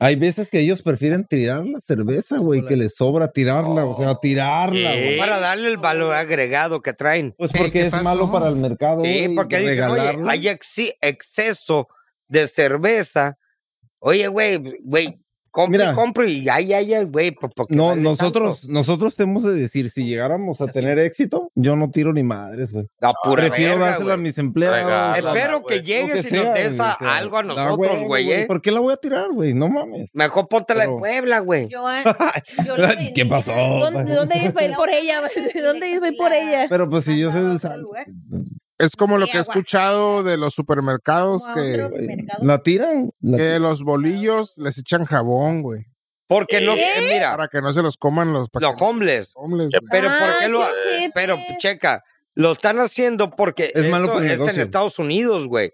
[SPEAKER 5] hay veces que ellos prefieren tirar la cerveza, güey, que les sobra tirarla, o sea, tirarla,
[SPEAKER 2] Oh, ¿Qué?
[SPEAKER 5] güey.
[SPEAKER 2] Para darle el valor agregado que traen.
[SPEAKER 5] Pues
[SPEAKER 7] ¿Qué-
[SPEAKER 5] porque
[SPEAKER 7] qué
[SPEAKER 5] es
[SPEAKER 7] pasó?
[SPEAKER 5] malo para el mercado.
[SPEAKER 2] Sí,
[SPEAKER 5] güey,
[SPEAKER 2] porque dicen, oye,
[SPEAKER 5] regalarla.
[SPEAKER 2] hay exi- exceso de cerveza. Oye, güey, güey, compro,
[SPEAKER 5] Mira.
[SPEAKER 2] y compro y ay, ay, ay, güey. pues, ¿por qué
[SPEAKER 5] No,
[SPEAKER 2] vale
[SPEAKER 5] nosotros, nosotros tenemos de decir, si llegáramos a tener éxito, yo no tiro ni madres, güey.
[SPEAKER 2] tanto? La pura
[SPEAKER 5] Prefiero
[SPEAKER 2] verga,
[SPEAKER 5] dársela a
[SPEAKER 2] güey.
[SPEAKER 5] mis empleados.
[SPEAKER 3] Regala,
[SPEAKER 5] a-
[SPEAKER 2] Espero
[SPEAKER 3] güey.
[SPEAKER 2] que
[SPEAKER 3] Lo
[SPEAKER 5] lo que
[SPEAKER 2] llegues y
[SPEAKER 5] sea,
[SPEAKER 2] nos des
[SPEAKER 5] güey,
[SPEAKER 2] a-
[SPEAKER 5] o sea,
[SPEAKER 2] algo a
[SPEAKER 5] da
[SPEAKER 2] nosotros,
[SPEAKER 5] huevo,
[SPEAKER 2] güey, ¿eh?
[SPEAKER 5] ¿Por qué la voy a tirar, güey? No mames.
[SPEAKER 2] Mejor póntela en
[SPEAKER 5] Pero-
[SPEAKER 2] Puebla, güey.
[SPEAKER 6] Yo, yo la vendí
[SPEAKER 5] ¿Qué pasó?
[SPEAKER 6] en-
[SPEAKER 1] ¿Dónde, dónde ibas para ir por ella? ¿Dónde ibas para ir por ella?
[SPEAKER 5] Pero pues si yo soy
[SPEAKER 6] Pasaba a
[SPEAKER 5] del pues,
[SPEAKER 6] otro
[SPEAKER 5] San-
[SPEAKER 6] lugar.
[SPEAKER 4] es como lo
[SPEAKER 6] Sí,
[SPEAKER 4] que he
[SPEAKER 6] agua.
[SPEAKER 4] escuchado de los supermercados
[SPEAKER 6] Como a
[SPEAKER 4] que,
[SPEAKER 6] otro mercado.
[SPEAKER 5] La tiran. La
[SPEAKER 2] Eh,
[SPEAKER 4] que
[SPEAKER 5] tiran.
[SPEAKER 4] los bolillos les echan jabón, güey.
[SPEAKER 2] Porque no, eh, mira,
[SPEAKER 4] Para que no se los coman los, para
[SPEAKER 2] los
[SPEAKER 4] que no
[SPEAKER 2] homeless.
[SPEAKER 4] se homeless,
[SPEAKER 3] Qué
[SPEAKER 4] güey.
[SPEAKER 2] Pero ¿por qué
[SPEAKER 1] Ay,
[SPEAKER 2] lo
[SPEAKER 1] ojetes.
[SPEAKER 2] Pero checa, lo están haciendo porque
[SPEAKER 5] Es malo
[SPEAKER 2] eso
[SPEAKER 5] para el
[SPEAKER 2] es en
[SPEAKER 5] negocio.
[SPEAKER 2] Estados Unidos, güey.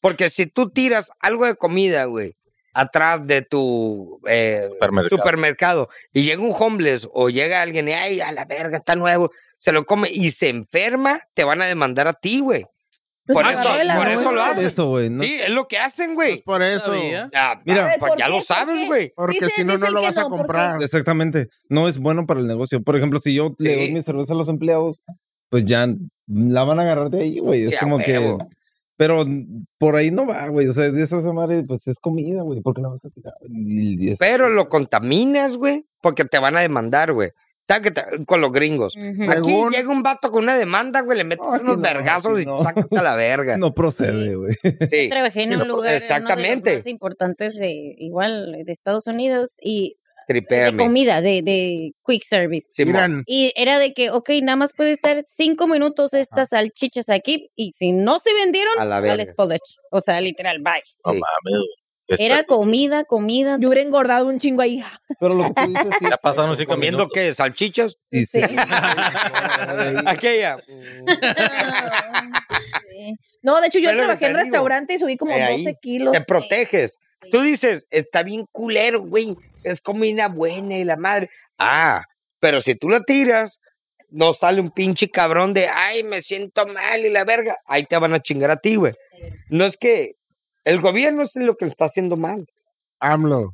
[SPEAKER 2] Porque si tú tiras algo de comida, güey, atrás de tu eh,
[SPEAKER 3] Supermercado.
[SPEAKER 2] supermercado y llega un homeless o llega alguien y, ay, a la verga, está nuevo, se lo come y se enferma, te van a demandar a ti, güey.
[SPEAKER 1] Pues
[SPEAKER 2] por
[SPEAKER 1] la
[SPEAKER 2] eso-
[SPEAKER 1] abuela,
[SPEAKER 2] por
[SPEAKER 1] ¿no?
[SPEAKER 5] No,
[SPEAKER 2] eso lo
[SPEAKER 5] es por
[SPEAKER 2] hacen.
[SPEAKER 5] Eso, güey. no-
[SPEAKER 2] Sí, es lo que hacen, güey.
[SPEAKER 4] Pues por eso.
[SPEAKER 7] Sabía.
[SPEAKER 2] Ah,
[SPEAKER 5] Mira.
[SPEAKER 1] A ver,
[SPEAKER 2] pues
[SPEAKER 1] ¿por
[SPEAKER 2] ya
[SPEAKER 1] qué?
[SPEAKER 2] lo
[SPEAKER 1] ¿Por qué?
[SPEAKER 2] sabes, güey.
[SPEAKER 4] Porque
[SPEAKER 1] Dice-
[SPEAKER 4] si no, no
[SPEAKER 1] dicen
[SPEAKER 4] lo
[SPEAKER 1] que
[SPEAKER 4] vas
[SPEAKER 1] no,
[SPEAKER 4] a
[SPEAKER 1] ¿por qué?
[SPEAKER 4] comprar.
[SPEAKER 5] Exactamente. No es bueno para el negocio. Por ejemplo, si yo le doy
[SPEAKER 2] Sí.
[SPEAKER 5] mi cerveza a los empleados, pues ya la van a agarrar de ahí, güey. Es
[SPEAKER 2] Sí, a
[SPEAKER 5] como que.
[SPEAKER 2] huevo.
[SPEAKER 5] Pero por ahí no va, güey. O sea, de esa madre, pues es comida, güey. ¿Por qué la vas a tirar? Y- y es-
[SPEAKER 2] Pero lo contaminas, güey, porque te van a demandar, güey. Está que te- Con los gringos.
[SPEAKER 6] Ujú.
[SPEAKER 2] Aquí
[SPEAKER 4] Según-
[SPEAKER 2] llega un vato con una demanda, güey, le metes
[SPEAKER 5] No, aquí
[SPEAKER 2] unos
[SPEAKER 5] no,
[SPEAKER 2] vergazos
[SPEAKER 5] aquí
[SPEAKER 2] y
[SPEAKER 5] no.
[SPEAKER 2] sácate a la verga.
[SPEAKER 5] no procede, güey.
[SPEAKER 2] Sí.
[SPEAKER 6] Trabajé en
[SPEAKER 2] Sí,
[SPEAKER 6] un
[SPEAKER 2] lo-
[SPEAKER 6] lugar uno de
[SPEAKER 2] exactamente.
[SPEAKER 6] los más importantes de igual de Estados Unidos y de
[SPEAKER 2] Tripéame.
[SPEAKER 6] comida, de, de quick service.
[SPEAKER 2] Simón.
[SPEAKER 4] Miran,
[SPEAKER 6] Y era de que, ok, nada más puede estar cinco minutos estas salchichas aquí y si no se vendieron,
[SPEAKER 2] A la
[SPEAKER 6] al
[SPEAKER 2] Ah, verga.
[SPEAKER 6] spoilage. O sea, literal, bye.
[SPEAKER 3] No
[SPEAKER 2] Sí.
[SPEAKER 3] mames, güey. Qué
[SPEAKER 6] Era
[SPEAKER 3] desperdicio.
[SPEAKER 6] comida, comida.
[SPEAKER 1] Yo hubiera engordado un chingo ahí.
[SPEAKER 5] Pero lo que tú dices sí.
[SPEAKER 3] Ya pasaron cinco
[SPEAKER 2] ¿Comiendo
[SPEAKER 3] minutos.
[SPEAKER 2] qué? ¿Salchichas?
[SPEAKER 5] Sí, sí.
[SPEAKER 2] Aquella.
[SPEAKER 6] Sí.
[SPEAKER 1] No, de hecho, yo
[SPEAKER 2] Es lo que
[SPEAKER 1] trabajé
[SPEAKER 2] te
[SPEAKER 1] en
[SPEAKER 2] digo.
[SPEAKER 1] restaurante y subí como
[SPEAKER 2] Eh,
[SPEAKER 1] 12
[SPEAKER 2] ahí
[SPEAKER 1] kilos.
[SPEAKER 2] Te proteges.
[SPEAKER 6] Sí.
[SPEAKER 2] Tú dices, está bien culero, güey. Es comida buena y la madre. Ah, pero si tú la tiras, no sale un pinche cabrón de, ay, me siento mal y la verga. Ahí te van a chingar a ti, güey. No es que el gobierno es lo que está haciendo mal.
[SPEAKER 4] AMLO.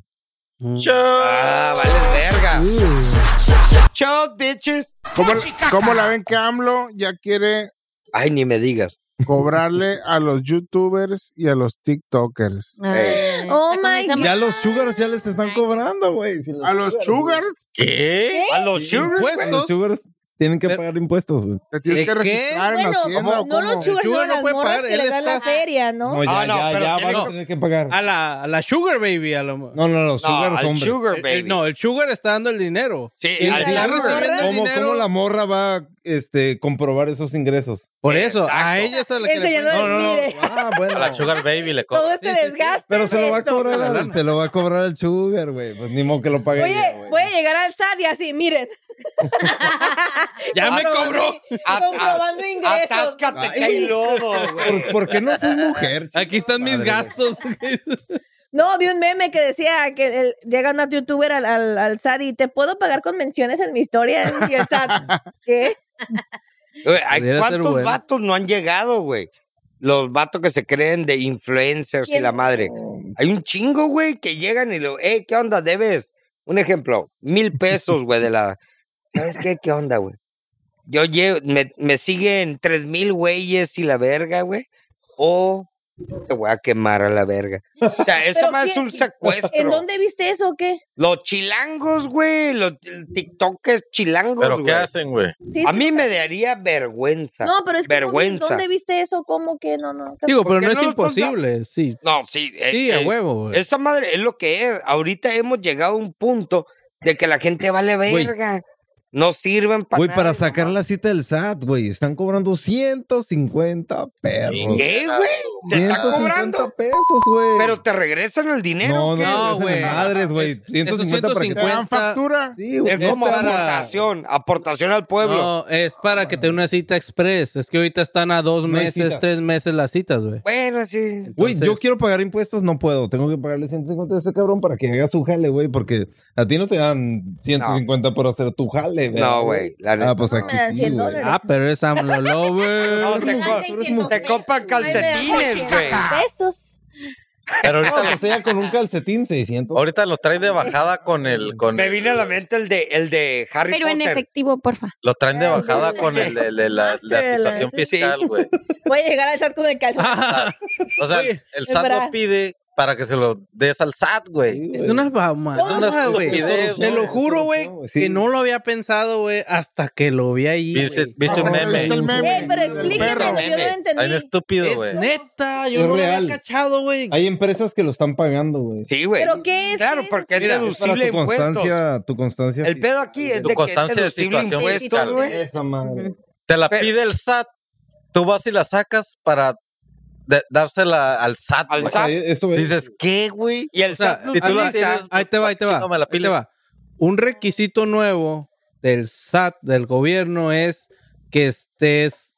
[SPEAKER 5] Mm.
[SPEAKER 2] Ah, vale, verga. Shot, bitches.
[SPEAKER 4] ¿Cómo, cómo la ven que AMLO ya quiere
[SPEAKER 2] Ay, ni me digas.
[SPEAKER 4] cobrarle a los youtubers y a los tiktokers?
[SPEAKER 6] Ay,
[SPEAKER 1] Oh
[SPEAKER 6] Ah, está con
[SPEAKER 1] my
[SPEAKER 6] esa
[SPEAKER 1] God.
[SPEAKER 5] Ya los sugars ya les están cobrando, güey. Si
[SPEAKER 4] ¿A los
[SPEAKER 5] güey.
[SPEAKER 4] sugars?
[SPEAKER 2] ¿Qué? ¿Eh? ¿A los sugars?
[SPEAKER 5] A los
[SPEAKER 7] Impuestos.
[SPEAKER 5] sugars tienen que
[SPEAKER 7] Pero-
[SPEAKER 5] pagar impuestos, güey.
[SPEAKER 4] Te tienes
[SPEAKER 7] ¿De
[SPEAKER 4] que
[SPEAKER 7] qué?
[SPEAKER 4] registrar en
[SPEAKER 1] Bueno,
[SPEAKER 4] Hacienda. ¿o
[SPEAKER 1] no
[SPEAKER 4] cómo?
[SPEAKER 1] los chugas,
[SPEAKER 7] El
[SPEAKER 1] no
[SPEAKER 7] sugar no
[SPEAKER 1] las
[SPEAKER 7] puede
[SPEAKER 1] morras
[SPEAKER 7] pagar,
[SPEAKER 1] que
[SPEAKER 7] él
[SPEAKER 1] les dan la
[SPEAKER 7] está-
[SPEAKER 1] feria, ¿no?
[SPEAKER 5] No, ya,
[SPEAKER 2] Ah, no,
[SPEAKER 5] ya,
[SPEAKER 2] pero
[SPEAKER 5] ya
[SPEAKER 2] tiene
[SPEAKER 5] van a
[SPEAKER 2] que-
[SPEAKER 5] tener que pagar.
[SPEAKER 7] A la, a la Sugar Baby, a lo mejor.
[SPEAKER 5] No, no, los
[SPEAKER 2] No,
[SPEAKER 5] sugars
[SPEAKER 2] al
[SPEAKER 5] hombres.
[SPEAKER 2] sugar
[SPEAKER 7] El- el-
[SPEAKER 2] baby.
[SPEAKER 7] eh, no, el Sugar está dando el dinero.
[SPEAKER 2] Sí,
[SPEAKER 7] El
[SPEAKER 2] al
[SPEAKER 7] está
[SPEAKER 1] sugar
[SPEAKER 7] recibiendo el
[SPEAKER 1] baby.
[SPEAKER 5] ¿Cómo,
[SPEAKER 7] dinero.
[SPEAKER 5] ¿Cómo la morra va a este, comprobar esos ingresos?
[SPEAKER 7] Por eso, a
[SPEAKER 2] Exacto.
[SPEAKER 7] ella es a la que le
[SPEAKER 1] Enseñando-
[SPEAKER 7] cuesta.
[SPEAKER 5] No, no, no.
[SPEAKER 1] Mire.
[SPEAKER 5] Ah, bueno.
[SPEAKER 3] A la Sugar Baby le
[SPEAKER 1] Todo
[SPEAKER 3] cobra.
[SPEAKER 1] este
[SPEAKER 7] sí, sí, sí.
[SPEAKER 1] desgaste.
[SPEAKER 5] Pero se lo va a
[SPEAKER 1] eso.
[SPEAKER 5] cobrar,
[SPEAKER 7] la
[SPEAKER 5] al-
[SPEAKER 7] lana.
[SPEAKER 5] se lo va a cobrar el sugar, güey. Pues ni modo que lo pague. ella,
[SPEAKER 1] Oye,
[SPEAKER 5] güey.
[SPEAKER 1] voy a llegar al SAT y así, miren.
[SPEAKER 7] Ya me
[SPEAKER 1] Comprobando-
[SPEAKER 7] cobró.
[SPEAKER 2] A- a-
[SPEAKER 1] Comprobando ingresos.
[SPEAKER 2] Atáscate
[SPEAKER 5] Ay,
[SPEAKER 2] que hay lodo, güey.
[SPEAKER 5] ¿Por, por qué no fui mujer? chico?
[SPEAKER 7] Aquí están mis
[SPEAKER 5] Madre,
[SPEAKER 7] gastos.
[SPEAKER 1] No, vi un meme que decía que el- llega una youtuber al, al, al SAT y te puedo pagar con menciones en mi historia. Y el SAT, ¿qué?
[SPEAKER 2] Güey, hay-
[SPEAKER 7] Pudiera ser
[SPEAKER 2] ¿Cuántos
[SPEAKER 7] bueno.
[SPEAKER 2] vatos no han llegado, güey? Los vatos que se creen de influencers y
[SPEAKER 1] ¿Quién?
[SPEAKER 2] Pues la madre. Hay un chingo, güey, que llegan y lo, eh, ¿qué onda? Debes, un ejemplo, mil pesos, güey, de la. ¿Sabes qué? ¿Qué onda, güey? Yo llevo, me, me siguen tres mil güeyes y la verga, güey. O te voy a quemar a la verga. O sea, esa
[SPEAKER 1] ¿Pero
[SPEAKER 2] más es
[SPEAKER 1] qué?
[SPEAKER 2] un secuestro.
[SPEAKER 1] ¿En dónde viste eso o qué?
[SPEAKER 2] Los chilangos, güey, los TikTokers chilangos,
[SPEAKER 3] ¿Pero
[SPEAKER 2] güey.
[SPEAKER 3] qué hacen, güey?
[SPEAKER 1] Sí,
[SPEAKER 2] A
[SPEAKER 1] sí.
[SPEAKER 2] mí me daría vergüenza.
[SPEAKER 1] No, pero es que no vi-
[SPEAKER 2] vergüenza.
[SPEAKER 1] ¿dónde viste eso? ¿Cómo que no? no
[SPEAKER 7] Digo, pero
[SPEAKER 2] qué
[SPEAKER 7] no es
[SPEAKER 2] no lo
[SPEAKER 7] imposible, sí.
[SPEAKER 2] No, sí. eh,
[SPEAKER 7] Sí, a
[SPEAKER 2] eh,
[SPEAKER 7] huevo, güey.
[SPEAKER 2] Esa madre es lo que es. Ahorita hemos llegado a un punto de que la gente vale
[SPEAKER 5] Güey.
[SPEAKER 2] verga. No sirven para.
[SPEAKER 5] Güey, para sacar la cita del SAT, güey, están cobrando 150 perros.
[SPEAKER 2] ¿Qué, güey? Se está
[SPEAKER 5] 150
[SPEAKER 2] cobrando.
[SPEAKER 5] pesos, güey.
[SPEAKER 2] Pero te regresan el dinero.
[SPEAKER 5] no, no,
[SPEAKER 2] ¿qué?
[SPEAKER 7] No,
[SPEAKER 5] no,
[SPEAKER 7] güey.
[SPEAKER 5] güey. Madres, güey.
[SPEAKER 7] Es-
[SPEAKER 5] 150 para que te hagan
[SPEAKER 7] 150.
[SPEAKER 5] factura. Sí, güey.
[SPEAKER 2] es como
[SPEAKER 7] para-
[SPEAKER 2] aportación. Aportación al pueblo.
[SPEAKER 7] No, es para que te den una cita express. Es que ahorita están a dos
[SPEAKER 5] No hay
[SPEAKER 7] meses,
[SPEAKER 5] citas.
[SPEAKER 7] tres meses las citas, güey.
[SPEAKER 2] Bueno, sí.
[SPEAKER 5] Güey, yo
[SPEAKER 7] Entonces-
[SPEAKER 5] quiero pagar impuestos, no puedo. Tengo que pagarle 150 a este cabrón para que haga su jale, güey, porque a ti no te dan 150 por hacer tu jale, güey.
[SPEAKER 2] No, güey. la neta.
[SPEAKER 5] Ah, pues
[SPEAKER 1] No,
[SPEAKER 5] aquí
[SPEAKER 1] me dan
[SPEAKER 5] sí,
[SPEAKER 1] 100
[SPEAKER 5] güey. Ah,
[SPEAKER 1] dólares.
[SPEAKER 7] Ah, pero es AMLO
[SPEAKER 2] No,
[SPEAKER 7] Lover.
[SPEAKER 2] te, co- te copan calcetines, güey. Ah.
[SPEAKER 1] Pesos.
[SPEAKER 3] Pero
[SPEAKER 5] Ah,
[SPEAKER 3] ahorita,
[SPEAKER 5] pues ella con un calcetín 600.
[SPEAKER 3] ahorita los traen de bajada con el... Con
[SPEAKER 2] Me vino a la mente el de, el de Harry
[SPEAKER 6] Pero en
[SPEAKER 2] Potter.
[SPEAKER 6] efectivo, porfa.
[SPEAKER 3] Los traen de bajada con el, el- el- la, la
[SPEAKER 1] Sí, la-
[SPEAKER 3] situación
[SPEAKER 2] sí.
[SPEAKER 3] fiscal, güey.
[SPEAKER 1] Voy a llegar al SAT con el calzón.
[SPEAKER 2] Ah,
[SPEAKER 3] O sea,
[SPEAKER 7] Oye,
[SPEAKER 3] el SAT
[SPEAKER 1] espera.
[SPEAKER 3] lo pide para que se lo des al SAT, güey.
[SPEAKER 7] Es una mamada,
[SPEAKER 3] unas
[SPEAKER 7] güey.
[SPEAKER 3] estupidez,
[SPEAKER 7] Te lo
[SPEAKER 5] güey.
[SPEAKER 7] juro, güey,
[SPEAKER 5] Sí.
[SPEAKER 7] que no lo había pensado, güey, hasta que lo vi ahí. güey.
[SPEAKER 3] ¿Viste, viste un
[SPEAKER 4] Hasta que
[SPEAKER 3] meme?
[SPEAKER 4] viste el meme.
[SPEAKER 1] Güey, Eh, pero
[SPEAKER 4] del perro.
[SPEAKER 1] explíquenmelo, yo no lo
[SPEAKER 2] Meme.
[SPEAKER 3] Hay un
[SPEAKER 1] entendí.
[SPEAKER 3] estúpido,
[SPEAKER 7] Es
[SPEAKER 3] güey.
[SPEAKER 7] neta, yo no
[SPEAKER 5] Es
[SPEAKER 7] lo
[SPEAKER 5] real.
[SPEAKER 7] había cachado, güey.
[SPEAKER 5] Hay empresas que lo están pagando, güey.
[SPEAKER 2] Sí, güey.
[SPEAKER 1] ¿Pero qué es?
[SPEAKER 2] Claro,
[SPEAKER 1] ¿Qué es?
[SPEAKER 2] porque es
[SPEAKER 7] Mira,
[SPEAKER 5] Para
[SPEAKER 2] deducible
[SPEAKER 5] tu
[SPEAKER 2] impuestos.
[SPEAKER 5] constancia, tu constancia.
[SPEAKER 2] El pedo aquí es de
[SPEAKER 3] Tu
[SPEAKER 2] que es
[SPEAKER 3] constancia de
[SPEAKER 2] deducible
[SPEAKER 3] situación
[SPEAKER 2] impuestos,
[SPEAKER 3] fiscal.
[SPEAKER 2] güey.
[SPEAKER 5] Esa madre.
[SPEAKER 3] Te la
[SPEAKER 2] Pero-
[SPEAKER 3] pide el SAT. Tú vas y la sacas para de- dársela al SAT.
[SPEAKER 2] Al
[SPEAKER 3] güey.
[SPEAKER 2] SAT.
[SPEAKER 5] Eso es.
[SPEAKER 3] Dices, ¿qué, güey?
[SPEAKER 2] Y el
[SPEAKER 7] O sea,
[SPEAKER 2] SAT no
[SPEAKER 7] si tú lo
[SPEAKER 2] utiliza-
[SPEAKER 7] tienes- ahí te va, ahí te va.
[SPEAKER 3] Chíngame la
[SPEAKER 7] ahí te
[SPEAKER 3] pila.
[SPEAKER 7] va. Un requisito nuevo del SAT, del gobierno, es que estés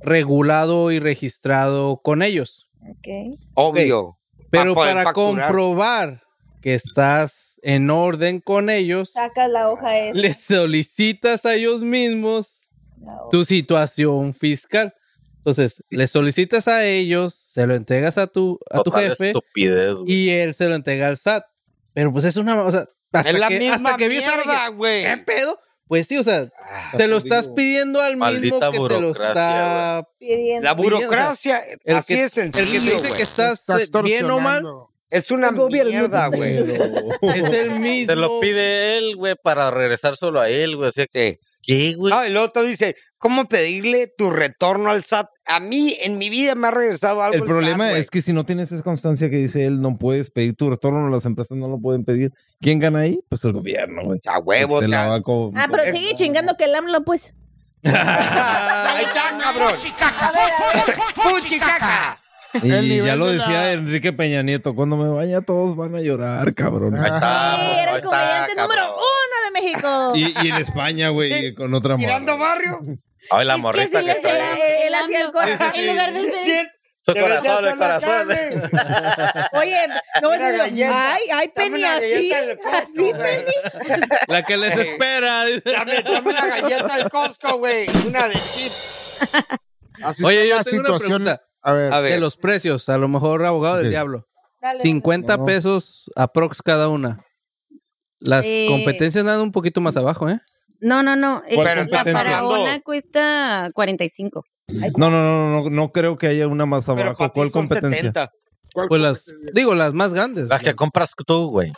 [SPEAKER 7] regulado y registrado con ellos.
[SPEAKER 1] Ok.
[SPEAKER 2] Obvio.
[SPEAKER 7] Pero
[SPEAKER 2] poder
[SPEAKER 7] para
[SPEAKER 2] facturar.
[SPEAKER 7] comprobar que estás en orden con ellos,
[SPEAKER 1] Sacas la hoja esa.
[SPEAKER 7] les solicitas a ellos mismos
[SPEAKER 1] la hoja.
[SPEAKER 7] tu situación fiscal. Entonces, le solicitas a ellos, se lo entregas a tu, a tu
[SPEAKER 3] Total
[SPEAKER 7] jefe
[SPEAKER 3] estupidez, güey.
[SPEAKER 7] y él se lo entrega al SAT. Pero pues es una... O sea, hasta
[SPEAKER 2] Es la
[SPEAKER 7] que,
[SPEAKER 2] misma
[SPEAKER 7] hasta que vi esa-
[SPEAKER 2] mierda, güey.
[SPEAKER 7] ¿Qué pedo? Pues sí, o sea, te lo estás pidiendo al mismo
[SPEAKER 3] Maldita
[SPEAKER 7] que te lo
[SPEAKER 3] burocracia,
[SPEAKER 7] está...
[SPEAKER 1] Pidiendo.
[SPEAKER 2] La burocracia,
[SPEAKER 7] El
[SPEAKER 2] así
[SPEAKER 7] que-
[SPEAKER 2] es
[SPEAKER 7] El que te
[SPEAKER 2] sencillo,
[SPEAKER 7] dice que
[SPEAKER 2] güey.
[SPEAKER 7] estás eh, bien o mal,
[SPEAKER 4] extorsionando.
[SPEAKER 2] Es una
[SPEAKER 1] El gobierno te está
[SPEAKER 2] mierda, "Ah, güey.
[SPEAKER 7] es el mismo.
[SPEAKER 3] Te lo pide él, güey, para regresárselo a él, güey. O sea,
[SPEAKER 2] Sí. Ah,
[SPEAKER 3] ¿qué, güey?
[SPEAKER 2] No, el otro dice, ¿cómo pedirle tu retorno al SAT? A mí, en mi vida me ha regresado algo
[SPEAKER 5] El
[SPEAKER 2] SAT,
[SPEAKER 5] problema
[SPEAKER 2] güey.
[SPEAKER 5] es que si no tienes esa constancia que dice él, no puedes pedir tu retorno, las empresas no lo pueden pedir. ¿Quién gana ahí? Pues el gobierno, güey.
[SPEAKER 2] A huevo,
[SPEAKER 5] Te Este, la
[SPEAKER 2] ca-
[SPEAKER 5] va a co-
[SPEAKER 1] Ah, pero sigue chingando que el AMLO, pues.
[SPEAKER 2] Ahí está, cabrón. ¡Puchicaca!
[SPEAKER 5] Y
[SPEAKER 4] El nivel
[SPEAKER 5] ya lo
[SPEAKER 4] de la-
[SPEAKER 5] decía Enrique Peña Nieto, cuando me vaya todos van a llorar, cabrón.
[SPEAKER 3] Ahí
[SPEAKER 4] Ah.
[SPEAKER 3] está,
[SPEAKER 1] Sí,
[SPEAKER 3] ahí
[SPEAKER 1] era el
[SPEAKER 3] está,
[SPEAKER 1] comediante
[SPEAKER 3] cabrón.
[SPEAKER 1] número uno de México.
[SPEAKER 5] Y, y en España, güey, con otra
[SPEAKER 2] Tirando
[SPEAKER 5] mano.
[SPEAKER 2] barrio.
[SPEAKER 3] Ay, la
[SPEAKER 1] Es que
[SPEAKER 3] morrita
[SPEAKER 1] sí
[SPEAKER 3] que
[SPEAKER 1] le
[SPEAKER 3] trae.
[SPEAKER 1] hacía- Él hacía el coro.
[SPEAKER 6] Sí, sí, sí.
[SPEAKER 1] En lugar de ser-
[SPEAKER 3] Su
[SPEAKER 2] Te venden
[SPEAKER 3] corazón, el
[SPEAKER 2] solo
[SPEAKER 3] corazón.
[SPEAKER 2] carne.
[SPEAKER 1] Oye, no vas
[SPEAKER 2] Una
[SPEAKER 1] a decir,
[SPEAKER 2] galleta.
[SPEAKER 1] ay, ay,
[SPEAKER 2] Dame
[SPEAKER 1] Penny,
[SPEAKER 2] una
[SPEAKER 1] así.
[SPEAKER 2] galleta del Costco,
[SPEAKER 1] Así,
[SPEAKER 2] güey.
[SPEAKER 1] Penny.
[SPEAKER 7] La que les espera.
[SPEAKER 2] Dame, dame una galleta del Costco, güey. Una de chips.
[SPEAKER 4] Así
[SPEAKER 7] Oye,
[SPEAKER 4] está
[SPEAKER 7] yo
[SPEAKER 4] la
[SPEAKER 7] tengo una
[SPEAKER 4] situación.
[SPEAKER 7] pregunta
[SPEAKER 4] a ver,
[SPEAKER 2] A
[SPEAKER 7] de
[SPEAKER 2] ver,
[SPEAKER 7] los precios. A lo mejor abogado del
[SPEAKER 5] Ok.
[SPEAKER 7] diablo.
[SPEAKER 1] Dale,
[SPEAKER 7] 50
[SPEAKER 4] No.
[SPEAKER 7] pesos aprox cada una. Las
[SPEAKER 6] Eh.
[SPEAKER 7] competencias andan un poquito más abajo, ¿eh?
[SPEAKER 6] No, no, no. eh,
[SPEAKER 5] ¿Cuál
[SPEAKER 6] la
[SPEAKER 5] competencia?
[SPEAKER 6] faraona cuesta 45.
[SPEAKER 5] No, no, no, no, no creo que haya una más
[SPEAKER 2] pero
[SPEAKER 5] abajo.
[SPEAKER 2] para ti
[SPEAKER 5] ¿Cuál
[SPEAKER 2] son
[SPEAKER 5] competencia?
[SPEAKER 2] 70.
[SPEAKER 4] ¿cuál-
[SPEAKER 7] Pues las, digo, las más grandes.
[SPEAKER 3] Las que compras tú, güey.